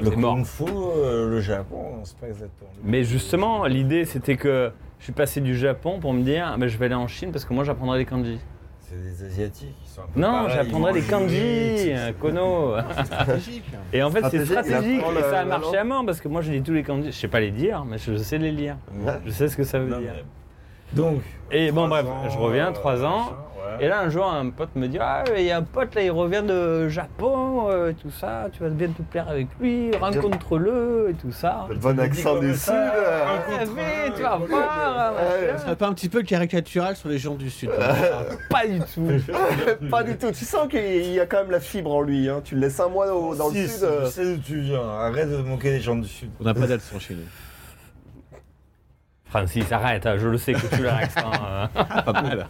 [SPEAKER 2] Le
[SPEAKER 10] C'est mort.
[SPEAKER 2] Kung Fu, euh, le Japon, c'est pas exactement. le-
[SPEAKER 10] Mais justement, l'idée, c'était que je suis passé du Japon pour me dire mais Je vais aller en Chine parce que moi, j'apprendrai les kanji.
[SPEAKER 2] C'est des Asiatiques qui sont un peu.
[SPEAKER 10] Non,
[SPEAKER 2] pareils,
[SPEAKER 10] j'apprendrai
[SPEAKER 2] ils
[SPEAKER 10] les
[SPEAKER 2] mangent vite.
[SPEAKER 10] kanji, hein, Kono
[SPEAKER 11] Stratégique.
[SPEAKER 10] Et en fait,
[SPEAKER 1] Stratégique, il
[SPEAKER 10] c'est stratégique
[SPEAKER 1] apprend
[SPEAKER 10] et
[SPEAKER 1] la-
[SPEAKER 10] ça
[SPEAKER 1] la
[SPEAKER 10] a marché à mort parce que moi, je lis tous les kanji. Je sais pas les dire, mais je sais les lire.
[SPEAKER 2] Ouais.
[SPEAKER 10] Je sais ce que ça veut
[SPEAKER 2] Non,
[SPEAKER 10] dire.
[SPEAKER 2] mais- Donc.
[SPEAKER 10] Et bon,
[SPEAKER 2] trois
[SPEAKER 10] bref,
[SPEAKER 2] ans,
[SPEAKER 10] je reviens,
[SPEAKER 2] euh,
[SPEAKER 10] trois ans.
[SPEAKER 2] machin, ouais.
[SPEAKER 10] Et là, un jour, un pote me dit Ah, il y a un pote là, il revient de Japon, euh, et tout ça, tu vas bien te plaire avec lui, rencontre-le et tout ça.
[SPEAKER 1] Le bon accent
[SPEAKER 2] comme
[SPEAKER 1] du
[SPEAKER 2] ça,
[SPEAKER 1] sud.
[SPEAKER 2] un
[SPEAKER 1] euh.
[SPEAKER 10] Ah,
[SPEAKER 2] contre
[SPEAKER 10] mais
[SPEAKER 2] un,
[SPEAKER 10] tu vas voir
[SPEAKER 1] Ouais.
[SPEAKER 10] machin.
[SPEAKER 9] Ça serait Ah, pas un petit peu caricatural sur les gens
[SPEAKER 1] *laughs*
[SPEAKER 9] du Sud
[SPEAKER 10] Pas du tout.
[SPEAKER 1] Pas du tout. Tu sens qu'il y a quand même la fibre en lui. Hein. Tu le laisses un mois au- dans le
[SPEAKER 2] Si,
[SPEAKER 1] sud.
[SPEAKER 2] si,
[SPEAKER 1] euh,
[SPEAKER 2] Tu sais d'où tu viens, arrête de moquer les gens du sud.
[SPEAKER 9] On n'a pas d'accent chez nous.
[SPEAKER 10] Francis, arrête, hein, je le sais que tu
[SPEAKER 2] *laughs*
[SPEAKER 10] l'as l'accent. hein.
[SPEAKER 9] Pas mal.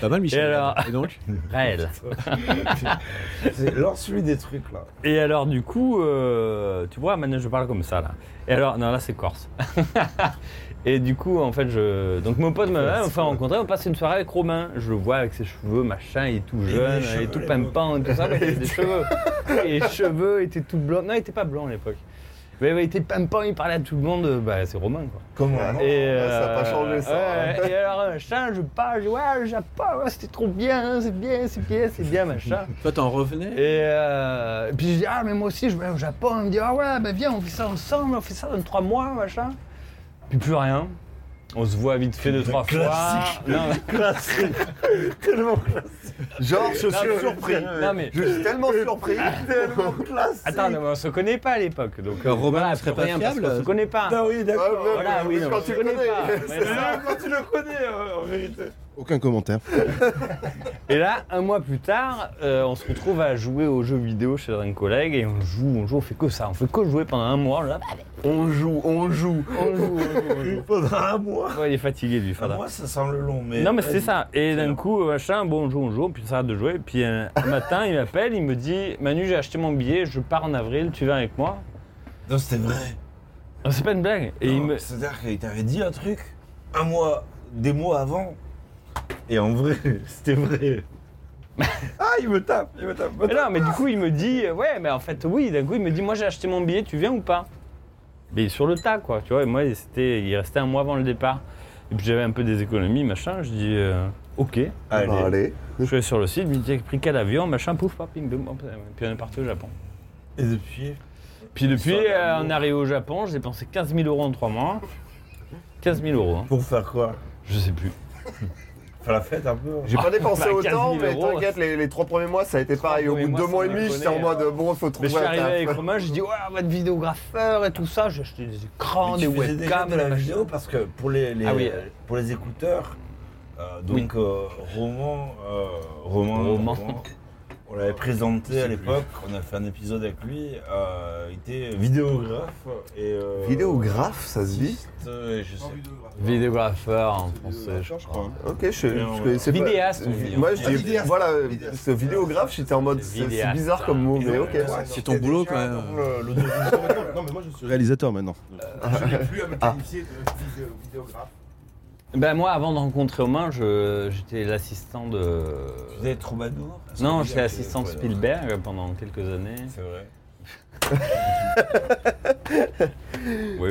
[SPEAKER 9] Pas mal, Michel.
[SPEAKER 10] Et alors
[SPEAKER 9] Et donc
[SPEAKER 10] Raël.
[SPEAKER 2] C'est- Lance-lui des trucs là.
[SPEAKER 10] Et alors, du coup, euh, tu vois, maintenant je parle comme ça là. Et alors, non, là
[SPEAKER 2] *laughs*
[SPEAKER 10] c'est Corse. Et du coup, en fait, je. Donc, mon pote hein, m'a fait rencontrer, on passe une soirée avec Romain. Je le vois avec ses cheveux, machin, il est tout jeune,
[SPEAKER 2] les
[SPEAKER 10] il est
[SPEAKER 2] cheveux,
[SPEAKER 10] tout
[SPEAKER 2] les
[SPEAKER 10] pimpant et tout ça, mais il avait
[SPEAKER 2] *laughs*
[SPEAKER 10] des cheveux. Et les cheveux, il était tout blanc. Non, il était pas blanc à l'époque. Mais ouais, il était pimpant, il parlait à tout le monde. euh, Bah, c'est Romain quoi.
[SPEAKER 2] Comment
[SPEAKER 10] Et
[SPEAKER 1] Ouais, ça a pas
[SPEAKER 10] euh,
[SPEAKER 1] changé, ça, hein.
[SPEAKER 10] ouais, et alors, machin, je parle, je dis, ouais, le Japon, ouais, c'était trop bien, hein, c'est bien, c'est bien, c'est bien, machin.
[SPEAKER 9] Toi, t'en revenais
[SPEAKER 10] Et, euh, et puis je dis, ah, mais moi aussi, je vais au Japon. Il me dit, ah ouais, ben viens, on fait ça ensemble, on fait ça dans trois mois, machin. Puis plus rien. On se voit vite fait deux, trois
[SPEAKER 2] Classique.
[SPEAKER 10] fois. Non,
[SPEAKER 1] Tellement classique. Genre, je suis
[SPEAKER 10] mais-
[SPEAKER 1] surpris.
[SPEAKER 10] non, mais-
[SPEAKER 1] Je suis tellement
[SPEAKER 10] *laughs*
[SPEAKER 1] surpris. tellement classique.
[SPEAKER 10] attends, non, mais on se connaît pas à l'époque. Donc,
[SPEAKER 9] Robin,
[SPEAKER 10] voilà,
[SPEAKER 9] tu serais
[SPEAKER 10] c'est
[SPEAKER 9] pas
[SPEAKER 10] rien parce
[SPEAKER 9] fiable,
[SPEAKER 10] qu'on se
[SPEAKER 9] euh,
[SPEAKER 10] connaît pas.
[SPEAKER 2] Ah oui,
[SPEAKER 1] Ouais,
[SPEAKER 2] d'accord.
[SPEAKER 1] mais-
[SPEAKER 10] Voilà, oui,
[SPEAKER 1] mais
[SPEAKER 10] non,
[SPEAKER 1] quand
[SPEAKER 10] on
[SPEAKER 1] tu
[SPEAKER 10] se connaît
[SPEAKER 1] connais.
[SPEAKER 10] pas. Mais
[SPEAKER 2] C'est
[SPEAKER 10] non.
[SPEAKER 2] même quand tu le connais euh, en vérité.
[SPEAKER 12] Aucun commentaire.
[SPEAKER 10] Et là, un mois plus tard, euh, on se retrouve à jouer aux jeux vidéo chez un collègue et on joue, on joue, on fait que ça, on fait que jouer pendant un mois. Là,
[SPEAKER 1] On joue, on joue.
[SPEAKER 10] on joue, on joue,
[SPEAKER 2] *laughs*
[SPEAKER 10] on joue.
[SPEAKER 2] Il faudra un mois.
[SPEAKER 10] Ouais, il est fatigué lui,
[SPEAKER 2] Un
[SPEAKER 10] Fada.
[SPEAKER 2] mois, Ah, ça semble long, mais. euh,
[SPEAKER 10] Non, mais c'est
[SPEAKER 2] vas-y.
[SPEAKER 10] ça. Et d'un
[SPEAKER 2] bien.
[SPEAKER 10] coup, machin, bon, on joue, on joue, puis ça arrête de jouer.
[SPEAKER 2] *laughs*
[SPEAKER 10] Puis un, un matin, il m'appelle, il me dit Manu, j'ai acheté mon billet, je pars en avril, tu viens avec moi
[SPEAKER 2] Non, c'était vrai.
[SPEAKER 10] Non, C'est pas une blague. Et il
[SPEAKER 2] Non,
[SPEAKER 10] me.
[SPEAKER 2] C'est-à-dire qu'il t'avait dit un truc un mois, des mois avant. Et en vrai, *laughs* c'était
[SPEAKER 10] *laughs*
[SPEAKER 2] vrai. ah, il me tape, il me tape. me
[SPEAKER 10] Mais
[SPEAKER 2] tape.
[SPEAKER 10] non, mais du coup, il me dit Ouais, mais en fait, oui, d'un coup, il me dit Moi, j'ai acheté mon billet, tu viens ou pas Mais sur le tas, quoi, tu vois. Et moi, c'était, il restait un mois avant le départ. Et puis j'avais un peu des économies, machin. Je dis euh, Ok.
[SPEAKER 2] Allez.
[SPEAKER 1] Bah, allez.
[SPEAKER 10] Je suis allé sur le site, je me dis J'ai pris quel avion, machin, pouf, paf, ping, boum, hop, Puis on est parti au Japon.
[SPEAKER 2] Et depuis.
[SPEAKER 10] Puis depuis,
[SPEAKER 2] Histoire
[SPEAKER 10] euh,
[SPEAKER 2] d'amour.
[SPEAKER 10] on est arrivé au Japon, j'ai dépensé 15 000 euros en 3 mois. 15 000 euros, hein.
[SPEAKER 2] Pour faire quoi
[SPEAKER 10] je sais plus.
[SPEAKER 2] Faire la fête un peu. hein.
[SPEAKER 1] J'ai pas dépensé
[SPEAKER 10] Bah, 15 000
[SPEAKER 1] autant, mais
[SPEAKER 10] euros.
[SPEAKER 1] t'inquiète, les, les trois premiers mois, ça a été pareil. Au
[SPEAKER 10] premiers
[SPEAKER 1] bout de
[SPEAKER 10] mois,
[SPEAKER 1] deux
[SPEAKER 10] ça
[SPEAKER 1] mois et
[SPEAKER 10] m'a
[SPEAKER 1] demi, j'étais en
[SPEAKER 10] déconné,
[SPEAKER 1] mode bon, faut
[SPEAKER 10] Mais
[SPEAKER 1] trouver
[SPEAKER 10] je suis
[SPEAKER 1] un
[SPEAKER 10] arrivé
[SPEAKER 1] taf.
[SPEAKER 10] avec Romain, je dis ouais, on va être vidéographeur et tout ça, j'ai acheté des écrans,
[SPEAKER 2] Mais
[SPEAKER 10] des
[SPEAKER 2] tu faisais déjà
[SPEAKER 10] webcams,
[SPEAKER 2] de la
[SPEAKER 10] machin.
[SPEAKER 2] vidéo parce que pour les, les-
[SPEAKER 10] Ah oui.
[SPEAKER 2] pour les écouteurs, euh,
[SPEAKER 10] Oui.
[SPEAKER 2] donc euh, Roman, euh, Roman,
[SPEAKER 10] Roman.
[SPEAKER 2] Roman, on l'avait présenté à l'époque, on a fait un épisode avec lui, euh, il était vidéographe et euh,
[SPEAKER 1] Vidéographe, ça se dit
[SPEAKER 2] artiste, et je sais.
[SPEAKER 10] Vidéographeur en français, je
[SPEAKER 12] Vidéographe, je
[SPEAKER 10] crois.
[SPEAKER 12] crois.
[SPEAKER 1] Ok, je, je
[SPEAKER 2] Bien, ouais.
[SPEAKER 1] connaissais pas.
[SPEAKER 10] Vidéaste, on dit,
[SPEAKER 1] Moi,
[SPEAKER 10] hein.
[SPEAKER 1] je dis,
[SPEAKER 12] Vidéaste.
[SPEAKER 1] voilà,
[SPEAKER 12] Vidéaste.
[SPEAKER 1] ce vidéographe, j'étais en mode, c'est c'est
[SPEAKER 10] Vidéaste.
[SPEAKER 1] bizarre comme mot,
[SPEAKER 2] Et
[SPEAKER 1] mais
[SPEAKER 2] donc,
[SPEAKER 1] ok.
[SPEAKER 2] euh, ouais,
[SPEAKER 9] C'est
[SPEAKER 2] donc
[SPEAKER 9] ton
[SPEAKER 2] t'es
[SPEAKER 9] boulot,
[SPEAKER 2] déjà
[SPEAKER 9] quand même.
[SPEAKER 2] dans le- l'audiovisuel.
[SPEAKER 12] Non, mais moi je suis réalisateur maintenant.
[SPEAKER 11] Je n'ai plus à me qualifier de vidéo- vidéographe.
[SPEAKER 10] Ben moi, avant de rencontrer Romain, je- j'étais l'assistant de.
[SPEAKER 2] Vous êtes hein, troubadour
[SPEAKER 10] Non, j'étais l'assistant de Spielberg pendant quelques années. *laughs*
[SPEAKER 2] C'est vrai.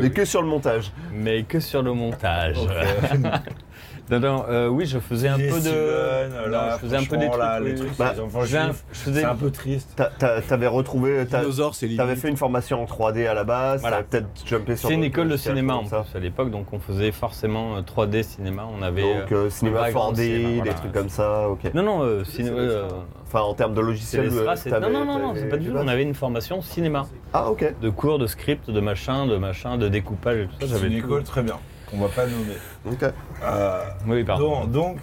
[SPEAKER 1] Mais que sur le montage.
[SPEAKER 10] Mais que sur le montage. *laughs* non, non, euh, oui, je faisais un
[SPEAKER 2] Les
[SPEAKER 10] peu de.
[SPEAKER 2] Steven, là,
[SPEAKER 10] non, je faisais un peu des
[SPEAKER 2] franchement,
[SPEAKER 10] trucs.
[SPEAKER 2] là, les
[SPEAKER 10] oui.
[SPEAKER 2] trucs,
[SPEAKER 10] Bah,
[SPEAKER 2] les enfants,
[SPEAKER 10] je faisais un-
[SPEAKER 2] juifs,
[SPEAKER 10] je faisais-
[SPEAKER 2] c'est un peu triste.
[SPEAKER 1] T'as- t'as- T'avais retrouvé. t'as-
[SPEAKER 11] Dinosaure, c'est
[SPEAKER 1] T'avais
[SPEAKER 11] limite.
[SPEAKER 1] fait une formation en 3D à la base,
[SPEAKER 10] Voilà.
[SPEAKER 1] t'avais peut-être jumpé sur
[SPEAKER 10] C'est une
[SPEAKER 1] d'autres
[SPEAKER 10] école de
[SPEAKER 1] logiciels,
[SPEAKER 10] cinéma en
[SPEAKER 1] comme ça.
[SPEAKER 10] plus à l'époque, donc on faisait forcément euh, 3D cinéma. On avait.
[SPEAKER 1] Donc
[SPEAKER 10] euh,
[SPEAKER 1] euh,
[SPEAKER 10] un
[SPEAKER 1] cinéma
[SPEAKER 10] background
[SPEAKER 1] 4D,
[SPEAKER 10] cinéma,
[SPEAKER 1] des
[SPEAKER 10] voilà.
[SPEAKER 1] trucs comme ça, ok.
[SPEAKER 10] Non, non, euh, ciné- euh,
[SPEAKER 1] Enfin, en termes de logiciel,
[SPEAKER 10] Téléstra,
[SPEAKER 1] euh,
[SPEAKER 10] c'est-
[SPEAKER 1] t'avais-
[SPEAKER 10] non, non, non, non, c'est
[SPEAKER 1] t'avais
[SPEAKER 10] pas du
[SPEAKER 1] du
[SPEAKER 10] tout.
[SPEAKER 1] base.
[SPEAKER 10] On avait une formation cinéma,
[SPEAKER 1] Ah, ok.
[SPEAKER 10] de cours, de script, de machin, de machin, de découpage et tout ça.
[SPEAKER 2] C'est
[SPEAKER 10] J'avais
[SPEAKER 2] une
[SPEAKER 10] tout.
[SPEAKER 2] école très bien, qu'on va pas nommer.
[SPEAKER 1] Ok.
[SPEAKER 2] Euh,
[SPEAKER 10] Oui, pardon.
[SPEAKER 2] donc, donc,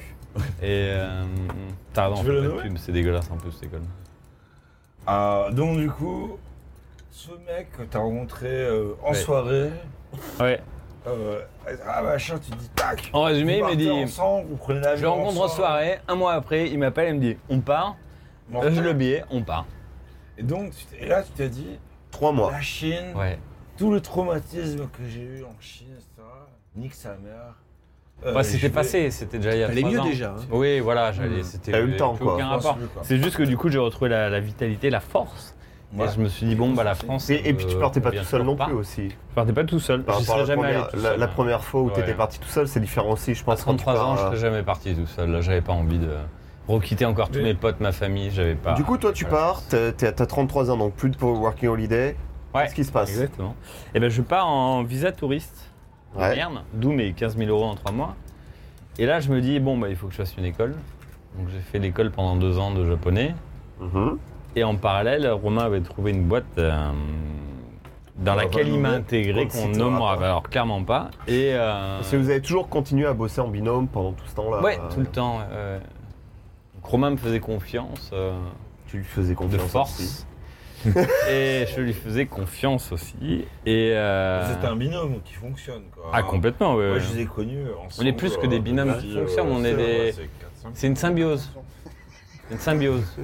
[SPEAKER 10] Et euh, pardon,
[SPEAKER 2] Tu
[SPEAKER 10] on
[SPEAKER 2] veux
[SPEAKER 10] fait
[SPEAKER 2] le
[SPEAKER 10] pas de
[SPEAKER 2] nommer
[SPEAKER 10] pub, c'est dégueulasse en plus cette école.
[SPEAKER 2] euh, donc, du coup, ce mec que t'as rencontré euh, en
[SPEAKER 10] Ouais.
[SPEAKER 2] soirée,
[SPEAKER 10] Ouais.
[SPEAKER 2] euh, ah machin, tu dis tac.
[SPEAKER 10] En résumé, il
[SPEAKER 2] vous
[SPEAKER 10] m'a
[SPEAKER 2] partez
[SPEAKER 10] dit,
[SPEAKER 2] ensemble, vous prenez
[SPEAKER 10] je le
[SPEAKER 2] l'avion
[SPEAKER 10] rencontre en
[SPEAKER 2] ensemble.
[SPEAKER 10] soirée, un mois après, il m'appelle et me dit, on part.
[SPEAKER 2] Mortel.
[SPEAKER 10] Euh, J'ai le billet, on part.
[SPEAKER 2] Et donc, tu t'es- et là, tu t'es dit,
[SPEAKER 1] Trois mois.
[SPEAKER 2] la Chine,
[SPEAKER 10] Ouais.
[SPEAKER 2] tout le traumatisme que j'ai eu en Chine, etc., nique sa mère. Euh,
[SPEAKER 10] Ouais,
[SPEAKER 2] je
[SPEAKER 10] c'était
[SPEAKER 2] vais- Hmm.
[SPEAKER 10] passé, c'était déjà il y a
[SPEAKER 9] Elle est
[SPEAKER 10] trois
[SPEAKER 9] mieux
[SPEAKER 10] ans.
[SPEAKER 9] déjà. hein.
[SPEAKER 10] Oui, voilà, j'allais, c'était.
[SPEAKER 1] T'as eu le temps,
[SPEAKER 10] plus
[SPEAKER 1] quoi.
[SPEAKER 10] Aucun
[SPEAKER 2] Je pense
[SPEAKER 10] rapport.
[SPEAKER 2] plus, quoi.
[SPEAKER 10] C'est juste que du coup, j'ai retrouvé la, la vitalité, la force.
[SPEAKER 2] Ouais.
[SPEAKER 10] Et je me suis dit, bon, bah la France.
[SPEAKER 1] Et, et puis tu
[SPEAKER 10] euh,
[SPEAKER 1] partais pas
[SPEAKER 10] bien
[SPEAKER 1] tout seul
[SPEAKER 10] sûr
[SPEAKER 1] non
[SPEAKER 10] pas.
[SPEAKER 1] plus aussi.
[SPEAKER 10] Je partais pas tout seul.
[SPEAKER 1] Par
[SPEAKER 10] J'y
[SPEAKER 1] rapport à
[SPEAKER 10] serais
[SPEAKER 1] la
[SPEAKER 10] jamais allé
[SPEAKER 1] première,
[SPEAKER 10] tout
[SPEAKER 1] la,
[SPEAKER 10] seul. hein.
[SPEAKER 1] la première fois où
[SPEAKER 10] Ouais.
[SPEAKER 1] t'étais parti tout seul, c'est différent aussi, je
[SPEAKER 10] À
[SPEAKER 1] pense. quand tu
[SPEAKER 10] 33 ans, je
[SPEAKER 1] pars, euh,
[SPEAKER 10] serais jamais parti tout seul. Là, j'avais pas envie de requitter encore tous
[SPEAKER 2] Mais-
[SPEAKER 10] mes potes, ma famille. J'avais pas.
[SPEAKER 1] Du coup, toi, tu
[SPEAKER 10] j'avais pas la
[SPEAKER 1] pars,
[SPEAKER 10] chance.
[SPEAKER 1] t'es- t'es- t'as 33 ans, donc plus de working holiday.
[SPEAKER 10] Ouais.
[SPEAKER 1] Qu'est-ce qui se passe
[SPEAKER 10] Exactement. Et ben, je pars en visa touriste. de
[SPEAKER 1] Ouais.
[SPEAKER 10] Merde. D'où mes 15 000 euros en 3 mois. Et là, je me dis, bon, bah, il faut que je fasse une école. Donc, j'ai fait l'école pendant deux ans de japonais.
[SPEAKER 1] Mhm.
[SPEAKER 10] Et en parallèle, Romain avait trouvé une boîte euh, dans
[SPEAKER 2] On va
[SPEAKER 10] laquelle
[SPEAKER 2] pas
[SPEAKER 10] il
[SPEAKER 2] nommer,
[SPEAKER 10] m'a
[SPEAKER 2] on
[SPEAKER 10] intégré,
[SPEAKER 2] le
[SPEAKER 10] qu'on
[SPEAKER 2] citera
[SPEAKER 10] nommera
[SPEAKER 2] pas.
[SPEAKER 10] alors clairement pas. Et euh,
[SPEAKER 1] Parce que vous avez toujours continué à bosser en binôme pendant tout ce temps-là.
[SPEAKER 10] ouais,
[SPEAKER 1] euh,
[SPEAKER 10] tout le temps. ouais, ouais. Donc, Romain me faisait confiance euh,
[SPEAKER 1] Tu lui faisais
[SPEAKER 10] de
[SPEAKER 1] confiance. aussi.
[SPEAKER 10] force. *laughs* et je lui faisais confiance aussi. Et euh,
[SPEAKER 2] C'est un binôme qui fonctionne, quoi.
[SPEAKER 10] ah complètement. ouais,
[SPEAKER 2] Moi,
[SPEAKER 10] ouais.
[SPEAKER 2] je les ai connus ensemble. euh,
[SPEAKER 10] On est plus que des binômes qui fonctionnent, on est des- C'est une symbiose. Une symbiose.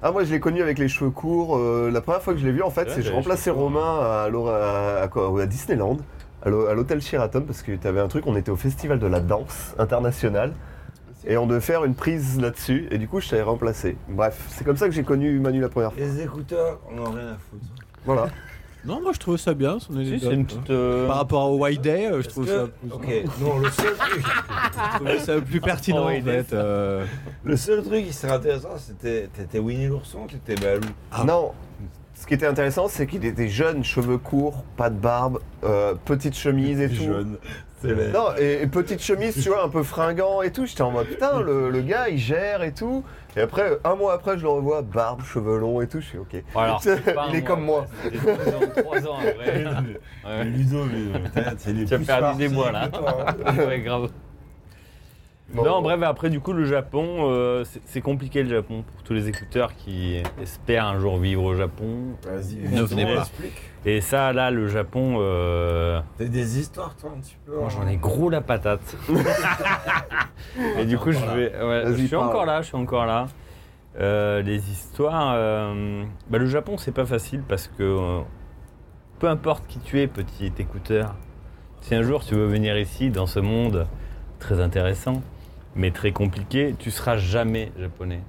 [SPEAKER 1] Ah, moi, je l'ai connu avec les cheveux courts. euh, la première fois que je l'ai vu, en fait,
[SPEAKER 10] Ouais,
[SPEAKER 1] c'est que je
[SPEAKER 10] t'avais
[SPEAKER 1] remplaçais
[SPEAKER 10] les cheveux courts.
[SPEAKER 1] Romain à, l'or- à- à quoi, à Disneyland, à l'o- à l'hôtel Sheraton, parce que t'avais un truc, on était au festival de la danse internationale. Et on devait faire une prise là-dessus, et du coup je t'avais remplacé. Bref, c'est comme ça que j'ai connu Manu la première fois.
[SPEAKER 2] Les écouteurs, on en a rien à foutre.
[SPEAKER 1] Voilà.
[SPEAKER 11] Non, moi je trouve ça bien, son
[SPEAKER 10] Si,
[SPEAKER 11] anecdote.
[SPEAKER 10] c'est une petite. euh,
[SPEAKER 9] Bah,
[SPEAKER 11] Par rapport au White Day, euh, je
[SPEAKER 2] Parce
[SPEAKER 11] trouve,
[SPEAKER 2] que-
[SPEAKER 11] ça plus,
[SPEAKER 2] Ok, non, le seul truc,
[SPEAKER 11] je
[SPEAKER 10] *laughs*
[SPEAKER 11] trouve ça plus pertinent en
[SPEAKER 10] White Day.
[SPEAKER 11] fait. euh.
[SPEAKER 2] le seul truc qui serait intéressant, c'était t'étais Winnie l'ourson, t'étais *laughs* Balou.
[SPEAKER 1] Non. Ce qui était intéressant, c'est qu'il était jeune, cheveux courts, pas de barbe, euh, petite chemise et tout.
[SPEAKER 2] C'est la-
[SPEAKER 1] Non, et, et petite chemise, tu vois, un peu fringant et tout. J'étais en mode putain, le, le gars il gère et tout. Et après, un mois après, je le revois, barbe, cheveux longs et tout. Je suis ok.
[SPEAKER 10] bon,
[SPEAKER 1] *laughs*
[SPEAKER 10] Oh, alors, c'est pas
[SPEAKER 1] il
[SPEAKER 10] un
[SPEAKER 1] est
[SPEAKER 10] mois,
[SPEAKER 1] comme moi.
[SPEAKER 10] c'était deux ans, Trois ans
[SPEAKER 2] *laughs*
[SPEAKER 10] après.
[SPEAKER 2] Ah, Mais
[SPEAKER 10] Ouais.
[SPEAKER 2] Ludo, mais *laughs* euh, putain, c'est les
[SPEAKER 10] Tu as
[SPEAKER 2] plus
[SPEAKER 10] perdu des
[SPEAKER 2] farcis
[SPEAKER 10] mois là.
[SPEAKER 2] que toi, hein.
[SPEAKER 10] ouais, grave.
[SPEAKER 1] Bon.
[SPEAKER 10] Non, bref, après, du coup, le Japon, euh, c'est- c'est compliqué le Japon pour tous les écouteurs qui espèrent un jour vivre au Japon.
[SPEAKER 2] Vas-y,
[SPEAKER 11] Ne venez
[SPEAKER 2] Ludo,
[SPEAKER 11] pas.
[SPEAKER 2] explique.
[SPEAKER 10] Et ça, là, le Japon, euh,
[SPEAKER 2] T'as des histoires, toi, un petit peu.
[SPEAKER 10] moi,
[SPEAKER 2] hein.
[SPEAKER 10] j'en ai gros
[SPEAKER 1] *laughs*
[SPEAKER 10] la patate. Et du coup, je vais. ouais,
[SPEAKER 1] Vas-y,
[SPEAKER 10] je suis
[SPEAKER 1] parle.
[SPEAKER 10] encore là, je suis encore là. Euh, les histoires. euh, bah, le Japon, c'est pas facile parce que euh, peu importe qui tu es, petit écouteur, si un jour tu veux venir ici, dans ce monde très intéressant, mais très compliqué, tu seras jamais japonais.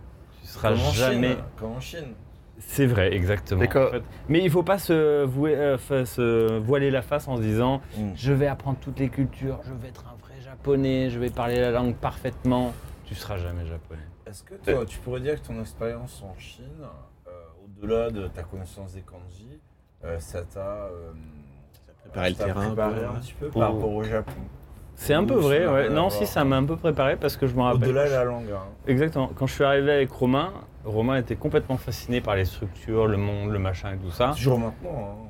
[SPEAKER 10] Tu seras
[SPEAKER 2] Comme en
[SPEAKER 10] jamais.
[SPEAKER 2] Chine, Comme en Chine.
[SPEAKER 10] C'est vrai, exactement.
[SPEAKER 1] Mais quand-
[SPEAKER 10] En fait, mais il faut pas se, vouer- euh, fa- se voiler la face en se disant
[SPEAKER 2] Mm.
[SPEAKER 10] je vais apprendre toutes les cultures, je vais être un vrai japonais, je vais parler la langue parfaitement. Tu seras jamais japonais.
[SPEAKER 2] Est-ce que toi, tu pourrais dire que ton expérience en Chine, euh, au-delà de ta connaissance des kanji, euh, ça t'a euh,
[SPEAKER 11] préparé le
[SPEAKER 2] ça t'a
[SPEAKER 11] terrain un
[SPEAKER 2] préparé
[SPEAKER 11] peu,
[SPEAKER 2] un
[SPEAKER 11] ouais.
[SPEAKER 2] petit peu
[SPEAKER 1] Pour-
[SPEAKER 2] par rapport au Japon
[SPEAKER 10] C'est un
[SPEAKER 2] Ou
[SPEAKER 10] peu vrai,
[SPEAKER 2] ça n'a
[SPEAKER 10] ouais.
[SPEAKER 2] rien à
[SPEAKER 10] Non,
[SPEAKER 2] voir.
[SPEAKER 10] si, ça m'a un peu préparé parce que je me rappelle.
[SPEAKER 2] Au-delà de la langue. hein.
[SPEAKER 10] Exactement. Quand je suis arrivé avec Romain, Romain était complètement fasciné par les structures, le monde, le machin et tout ça.
[SPEAKER 2] Toujours maintenant. hein.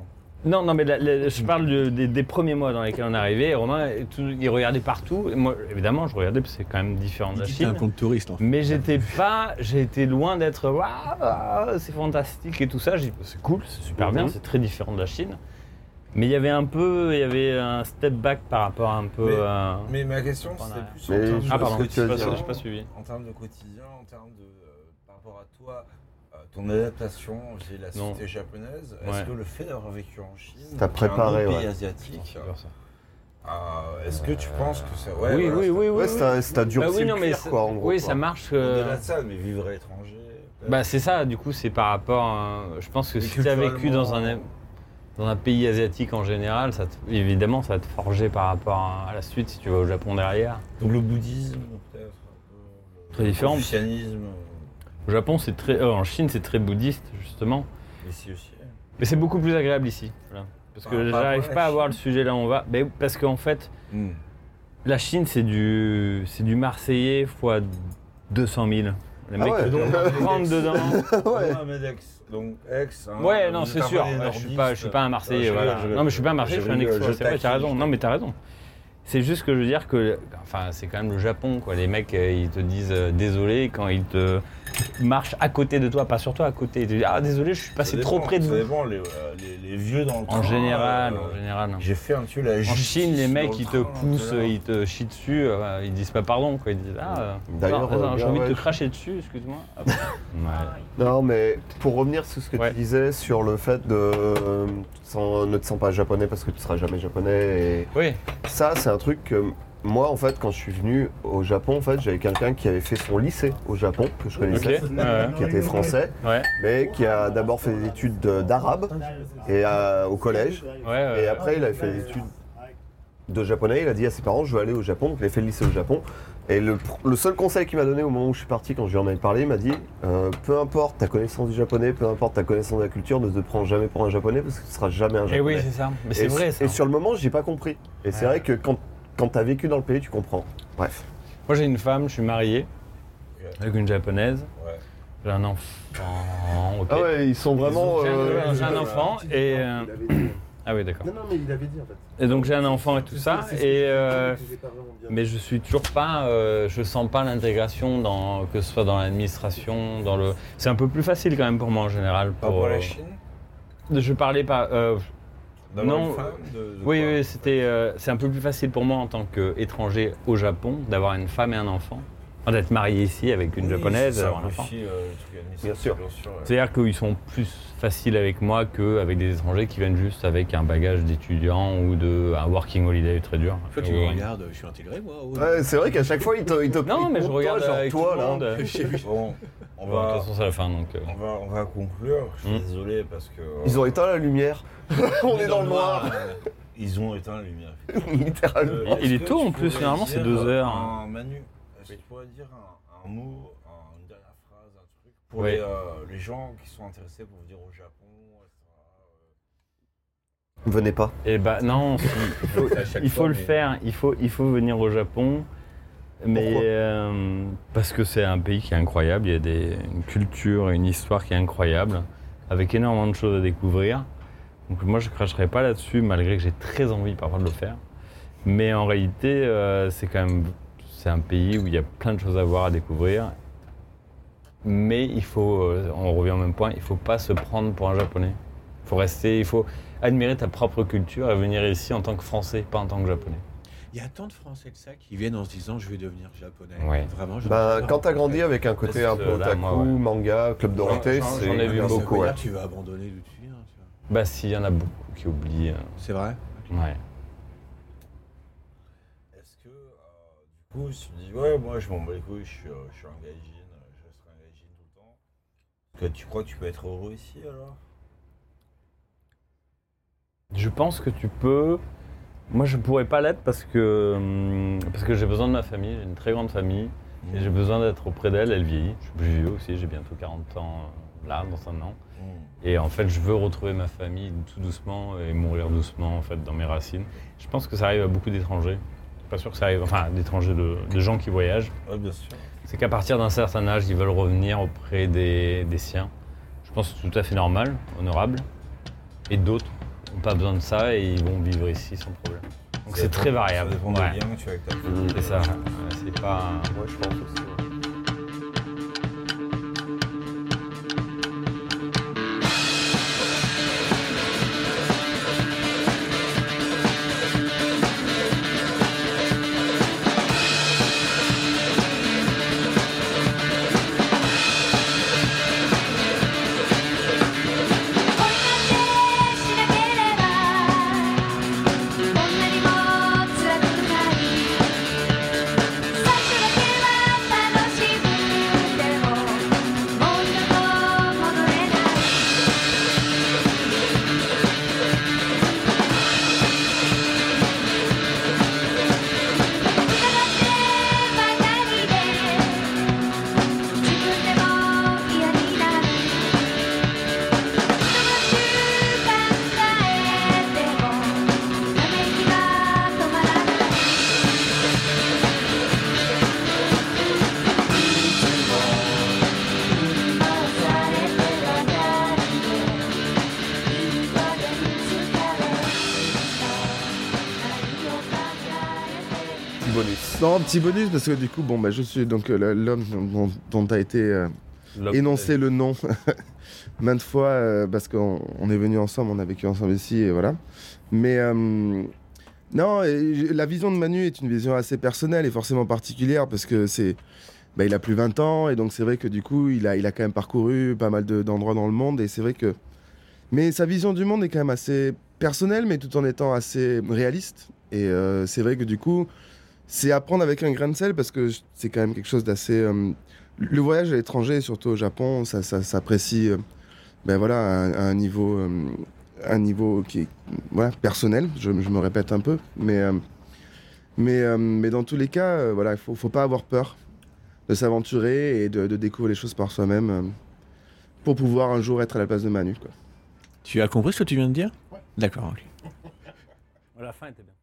[SPEAKER 10] Non, non, mais la- la- je parle de- des, des premiers mois dans lesquels on est arrivé. Romain, et tout- il regardait partout. Et moi, évidemment, je regardais parce que c'est quand même différent de la
[SPEAKER 11] C'est
[SPEAKER 10] Chine.
[SPEAKER 11] un compte touriste en fait.
[SPEAKER 10] Mais j'étais pas, j'ai été loin d'être waouh, c'est fantastique et tout ça. J'ai dit, c'est cool, c'est super bien,
[SPEAKER 1] Mhm.
[SPEAKER 10] c'est très différent de la Chine. Mais il y avait un peu, il y avait un step back par rapport à un peu.
[SPEAKER 2] Mais-
[SPEAKER 10] à-
[SPEAKER 2] hein. Mais ma question,
[SPEAKER 10] Pas
[SPEAKER 2] c'était
[SPEAKER 10] mal.
[SPEAKER 2] plus
[SPEAKER 1] Mais-
[SPEAKER 2] en termes
[SPEAKER 10] Ah
[SPEAKER 2] de
[SPEAKER 10] pardon,
[SPEAKER 1] ce que tu
[SPEAKER 10] j'ai
[SPEAKER 1] veux
[SPEAKER 10] pas,
[SPEAKER 1] dire.
[SPEAKER 10] j'ai pas suivi.
[SPEAKER 2] en termes de quotidien, en termes de euh, par rapport à toi, euh, ton adaptation, j'ai la
[SPEAKER 10] Non.
[SPEAKER 2] société japonaise. Est-ce
[SPEAKER 10] Ouais.
[SPEAKER 2] que le fait d'avoir vécu en Chine,
[SPEAKER 1] T'as
[SPEAKER 2] qui est un
[SPEAKER 1] préparé,
[SPEAKER 2] autre
[SPEAKER 1] ouais.
[SPEAKER 2] pays asiatique, euh, est-ce que tu penses que ça, ouais, voilà,
[SPEAKER 10] oui, oui,
[SPEAKER 2] ça-
[SPEAKER 10] oui, oui,
[SPEAKER 1] Ouais, c'est un- c'est un dur
[SPEAKER 10] Bah oui,
[SPEAKER 1] c'est
[SPEAKER 10] non,
[SPEAKER 1] le
[SPEAKER 10] mais
[SPEAKER 1] cuir,
[SPEAKER 10] ça-
[SPEAKER 1] quoi, en gros.
[SPEAKER 10] oui,
[SPEAKER 1] quoi.
[SPEAKER 10] ça marche. euh,
[SPEAKER 2] Au-delà de ça, mais vivre à l'étranger.
[SPEAKER 10] Bah c'est ça, du coup, c'est par rapport. à- je pense que
[SPEAKER 2] Mais
[SPEAKER 10] si tu as vécu
[SPEAKER 2] culturellement,
[SPEAKER 10] dans un, dans un pays asiatique en général, ça te- évidemment, ça va te forger par rapport à, à la suite si tu vas au Japon derrière.
[SPEAKER 2] Donc le bouddhisme, peut-être.
[SPEAKER 10] Très différent.
[SPEAKER 2] Le christianisme.
[SPEAKER 10] Au Japon, c'est très. euh, en Chine, c'est très bouddhiste, justement.
[SPEAKER 2] Ici aussi.
[SPEAKER 10] Mais c'est beaucoup plus agréable ici. voilà. Parce
[SPEAKER 2] Par
[SPEAKER 10] que
[SPEAKER 2] rapport à
[SPEAKER 10] j'arrive
[SPEAKER 2] la
[SPEAKER 10] pas à voir le
[SPEAKER 2] Chine.
[SPEAKER 10] sujet là où on va. Mais parce qu'en fait,
[SPEAKER 2] Hmm.
[SPEAKER 10] la Chine, c'est du, c'est du Marseillais fois 200 000. Les
[SPEAKER 1] Ah
[SPEAKER 10] mecs
[SPEAKER 1] ouais.
[SPEAKER 10] ils
[SPEAKER 2] euh,
[SPEAKER 10] te
[SPEAKER 2] *laughs*
[SPEAKER 10] rentrent dedans.
[SPEAKER 1] Ouais.
[SPEAKER 2] Ah, mais d'Aix. Donc, Aix. hein,
[SPEAKER 10] Ouais, non,
[SPEAKER 2] vous
[SPEAKER 10] c'est
[SPEAKER 2] êtes un
[SPEAKER 10] sûr.
[SPEAKER 2] peu des
[SPEAKER 10] Ouais, Je
[SPEAKER 2] nordistes.
[SPEAKER 10] suis pas, je suis pas un Marseillais.
[SPEAKER 2] Euh, je
[SPEAKER 10] voilà.
[SPEAKER 2] rigole, je
[SPEAKER 10] Non, mais je suis pas un
[SPEAKER 2] rigole.
[SPEAKER 10] Marseillais, je suis un
[SPEAKER 2] rigole,
[SPEAKER 10] exploit. C'est vrai,
[SPEAKER 2] taquine,
[SPEAKER 10] t'as raison.
[SPEAKER 2] je
[SPEAKER 10] Non, mais t'as raison. C'est juste que je veux dire que, enfin, c'est quand même le Japon, quoi. Les mecs, euh, ils te disent euh, désolé quand ils te marchent à côté de toi, pas sur toi, à côté. Ils te disent ah désolé, je suis
[SPEAKER 2] Ça
[SPEAKER 10] passé
[SPEAKER 2] dépend,
[SPEAKER 10] trop près de
[SPEAKER 2] ça
[SPEAKER 10] vous.
[SPEAKER 2] dépend, les, euh, les- les vieux dans le
[SPEAKER 10] En
[SPEAKER 2] train,
[SPEAKER 10] général,
[SPEAKER 2] euh,
[SPEAKER 10] en général.
[SPEAKER 2] J'ai fait un tu la
[SPEAKER 10] En
[SPEAKER 2] justice
[SPEAKER 10] Chine, les
[SPEAKER 2] dans
[SPEAKER 10] mecs,
[SPEAKER 2] le
[SPEAKER 10] ils te
[SPEAKER 2] train,
[SPEAKER 10] poussent,
[SPEAKER 2] tout à l'heure.
[SPEAKER 10] ils te chient dessus, euh, ils disent pas pardon, quoi. Ils disent ah, euh,
[SPEAKER 1] D'ailleurs,
[SPEAKER 10] attends,
[SPEAKER 1] euh,
[SPEAKER 10] j'ai envie
[SPEAKER 1] ouais,
[SPEAKER 10] de te
[SPEAKER 1] je-
[SPEAKER 10] cracher dessus, excuse-moi.
[SPEAKER 2] *laughs*
[SPEAKER 10] Ah, bah. Ouais.
[SPEAKER 1] Non, mais pour revenir sur ce que
[SPEAKER 10] Ouais.
[SPEAKER 1] tu disais sur le fait de euh, sans- ne te sens pas japonais parce que tu seras jamais japonais. Et...
[SPEAKER 10] Oui.
[SPEAKER 1] Ça, c'est un truc que moi, en fait, quand je suis venu au Japon, en fait, j'avais quelqu'un qui avait fait son lycée au Japon que je connaissais,
[SPEAKER 10] Ok, ouais.
[SPEAKER 1] qui était français,
[SPEAKER 10] Ouais.
[SPEAKER 1] mais qui a d'abord fait des études de- d'arabe et euh, au collège,
[SPEAKER 10] Ouais, euh, ouais.
[SPEAKER 1] et après, il avait fait des études de japonais. Il a dit à ses parents, je veux aller au Japon. Donc, il a fait le lycée au Japon. Et le, pr- le seul conseil qu'il m'a donné au moment où je suis parti, quand je lui en avais parlé, il m'a dit euh, peu importe ta connaissance du japonais, peu importe ta connaissance de la culture, ne te prends jamais pour un japonais parce que tu seras jamais un japonais.
[SPEAKER 10] Et Eh oui, c'est ça. Mais c'est
[SPEAKER 1] Et
[SPEAKER 10] vrai.
[SPEAKER 1] s-
[SPEAKER 10] ça.
[SPEAKER 1] Et sur le moment, j'ai pas compris. Et c'est
[SPEAKER 10] Ouais.
[SPEAKER 1] vrai que quand, quand t'as vécu dans le pays, tu comprends. Bref.
[SPEAKER 10] Moi, j'ai une femme, je suis marié avec une japonaise.
[SPEAKER 2] Ouais.
[SPEAKER 10] J'ai un enfant. ok.
[SPEAKER 1] Ah ouais, ils sont vraiment.
[SPEAKER 10] J'ai un-
[SPEAKER 1] euh,
[SPEAKER 10] j'ai un enfant et. euh,
[SPEAKER 12] Il avait dit-
[SPEAKER 10] Ah oui, d'accord.
[SPEAKER 12] Non, non, mais il avait dit en fait.
[SPEAKER 10] Et donc, j'ai un enfant et tout ça. Et. euh,
[SPEAKER 12] J'ai pas vraiment bien-
[SPEAKER 10] Mais je suis toujours pas, euh, je sens pas l'intégration dans que ce soit dans l'administration, dans le. C'est un peu plus facile quand même pour moi en général.
[SPEAKER 2] Pas
[SPEAKER 12] Ah,
[SPEAKER 10] Pour, euh,
[SPEAKER 12] bah,
[SPEAKER 2] pour Oh, la Chine
[SPEAKER 10] Je parlais pas. euh,
[SPEAKER 2] D'avoir
[SPEAKER 10] Non,
[SPEAKER 2] une femme, de- de
[SPEAKER 10] oui,
[SPEAKER 2] quoi
[SPEAKER 10] oui, c'était, euh, c'est un peu plus facile pour moi en tant qu'étranger au Japon d'avoir une femme et un enfant, Enfin, d'être marié ici avec une
[SPEAKER 2] Oui,
[SPEAKER 10] japonaise,
[SPEAKER 2] ça
[SPEAKER 10] d'avoir un enfant.
[SPEAKER 2] simplifie, euh, le truc administratif,
[SPEAKER 1] Bien sûr.
[SPEAKER 2] ouais.
[SPEAKER 10] C'est-à-dire qu'ils sont plus faciles avec moi qu'avec des étrangers qui viennent juste avec un bagage d'étudiant ou de un working holiday très dur.
[SPEAKER 9] Toi, tu
[SPEAKER 10] Ou-
[SPEAKER 9] me regardes, je suis intégré, moi. oh.
[SPEAKER 1] ouais, c'est vrai qu'à chaque fois, ils te. Ils te
[SPEAKER 10] Non,
[SPEAKER 1] ils
[SPEAKER 10] mais je
[SPEAKER 1] comptent
[SPEAKER 10] regarde
[SPEAKER 1] toi, genre
[SPEAKER 10] avec
[SPEAKER 1] toi,
[SPEAKER 10] tout le
[SPEAKER 1] là.
[SPEAKER 10] monde.
[SPEAKER 2] Bon, on
[SPEAKER 10] Bon, de
[SPEAKER 2] va,
[SPEAKER 10] toute façon, c'est la fin donc. euh,
[SPEAKER 2] on va, on va conclure. Je suis
[SPEAKER 10] Hmm.
[SPEAKER 2] désolé parce que. euh,
[SPEAKER 1] Ils ont éteint la
[SPEAKER 10] *laughs*
[SPEAKER 1] lumière. *laughs* On est dans le noir.
[SPEAKER 2] euh, Ils ont éteint la lumière.
[SPEAKER 1] *laughs* Littéralement.
[SPEAKER 2] Euh,
[SPEAKER 10] Oh, il
[SPEAKER 2] est-ce
[SPEAKER 10] est
[SPEAKER 2] que
[SPEAKER 10] tôt,
[SPEAKER 2] tu
[SPEAKER 10] en plus,
[SPEAKER 2] pourrais
[SPEAKER 10] généralement, c'est
[SPEAKER 2] dire, euh,
[SPEAKER 10] deux heures.
[SPEAKER 2] un- Manu, est-ce que tu pourrais dire un, un mot, un- une dernière phrase, un truc pour
[SPEAKER 10] Oui.
[SPEAKER 2] les, euh, les gens qui sont intéressés pour venir au Japon etc.
[SPEAKER 1] Venez pas.
[SPEAKER 10] Eh ben non, si, il faut,
[SPEAKER 11] à chaque
[SPEAKER 10] il faut
[SPEAKER 11] fois,
[SPEAKER 10] le
[SPEAKER 11] mais-
[SPEAKER 10] faire, il faut, il faut venir au Japon. Mais
[SPEAKER 1] Pourquoi
[SPEAKER 10] euh, parce que c'est un pays qui est incroyable, il y a des, une culture et une histoire qui est incroyable, avec énormément de choses à découvrir. Donc moi je cracherai pas là-dessus, malgré que j'ai très envie parfois de le faire. Mais en réalité, euh, c'est quand même c'est un pays où il y a plein de choses à voir, à découvrir. Mais il faut, euh, on revient au même point, il faut pas se prendre pour un japonais. Il faut rester, il faut admirer ta propre culture et venir ici en tant que Français, pas en tant que Japonais.
[SPEAKER 9] Il y a tant de Français que ça qui viennent en se disant je vais devenir japonais.
[SPEAKER 10] Ouais.
[SPEAKER 9] Vraiment, j'en ai
[SPEAKER 1] Bah,
[SPEAKER 9] marre,
[SPEAKER 1] quand t'as
[SPEAKER 9] en
[SPEAKER 1] grandi
[SPEAKER 9] fait.
[SPEAKER 1] avec un côté un
[SPEAKER 10] Parce que
[SPEAKER 1] peu
[SPEAKER 10] là,
[SPEAKER 1] otaku,
[SPEAKER 10] moi, ouais.
[SPEAKER 1] manga, club Dorothée,
[SPEAKER 10] j'en-
[SPEAKER 1] c'est
[SPEAKER 10] j'en ai vu
[SPEAKER 1] bien
[SPEAKER 9] Ça veut
[SPEAKER 1] beaucoup.
[SPEAKER 9] dire
[SPEAKER 1] ouais.
[SPEAKER 9] que Tu vas abandonner le dessus hein, tu vois.
[SPEAKER 10] Bah si, il y en a beaucoup qui oublient. euh,
[SPEAKER 9] C'est vrai
[SPEAKER 10] ouais.
[SPEAKER 2] Est-ce que, euh, du coup, si tu dis, ouais, moi je m'en bats les couilles, je suis, euh, je suis un gaijin, euh, je resterai un gaijin tout le temps, que tu crois que tu peux être heureux ici alors
[SPEAKER 10] Je pense que tu peux. Moi, je pourrais pas l'être parce que hum, parce que j'ai besoin de ma famille. J'ai une très grande famille et j'ai besoin d'être auprès d'elle. Elle vieillit. Je suis plus vieux aussi. J'ai bientôt 40 ans euh, là dans un an.
[SPEAKER 2] Hmm.
[SPEAKER 10] Et en fait, je veux retrouver ma famille tout doucement et mourir doucement en fait dans mes racines. Je pense que ça arrive à beaucoup d'étrangers. Je suis Pas sûr que ça arrive. Enfin, d'étrangers de- de gens qui voyagent.
[SPEAKER 2] Ouais, bien sûr.
[SPEAKER 10] C'est qu'à partir d'un certain âge, ils veulent revenir auprès des, des siens. Je pense que c'est tout à fait normal, honorable. Et d'autres n'ont pas besoin de ça et ils vont vivre ici sans problème. Donc c'est
[SPEAKER 2] dépend-
[SPEAKER 10] très variable.
[SPEAKER 2] Ça dépend
[SPEAKER 10] Ouais. Hmm,
[SPEAKER 2] des liens que hein, tu as avec ta famille.
[SPEAKER 10] C'est ça. Ouais, C'est pas.
[SPEAKER 1] Moi, je pense aussi. ouais.
[SPEAKER 5] 「最初だけは大
[SPEAKER 1] petit bonus.
[SPEAKER 12] Non, petit bonus, parce que du coup, bon, bah, je suis donc euh, l'homme dont, dont a été euh,
[SPEAKER 10] L'homme-
[SPEAKER 12] énoncé le nom *laughs* maintes fois, euh, parce qu'on on est venu ensemble, on a vécu ensemble ici, et voilà. Mais euh, non, et j- la vision de Manu est une vision assez personnelle et forcément particulière, parce que c'est. bah, il a plus 20 ans, et donc c'est vrai que du coup, il a, il a quand même parcouru pas mal de- d'endroits dans le monde, et c'est vrai que. Mais sa vision du monde est quand même assez personnelle, mais tout en étant assez réaliste. Et euh, c'est vrai que du coup, c'est à prendre avec un grain de sel parce que je- c'est quand même quelque chose d'assez. euh, le voyage à l'étranger, surtout au Japon, ça, ça s'apprécie, euh, ben voilà, à, un- à un niveau, euh, un niveau qui, est, voilà, personnel. Je, je me répète un peu, mais euh, mais euh, mais dans tous les cas, euh, voilà, il faut, faut pas avoir peur de s'aventurer et de, de découvrir les choses par soi-même euh, pour pouvoir un jour être à la place de Manu. Quoi.
[SPEAKER 9] Tu as compris ce que tu viens de dire D'accord, ok.
[SPEAKER 10] La fin était bien.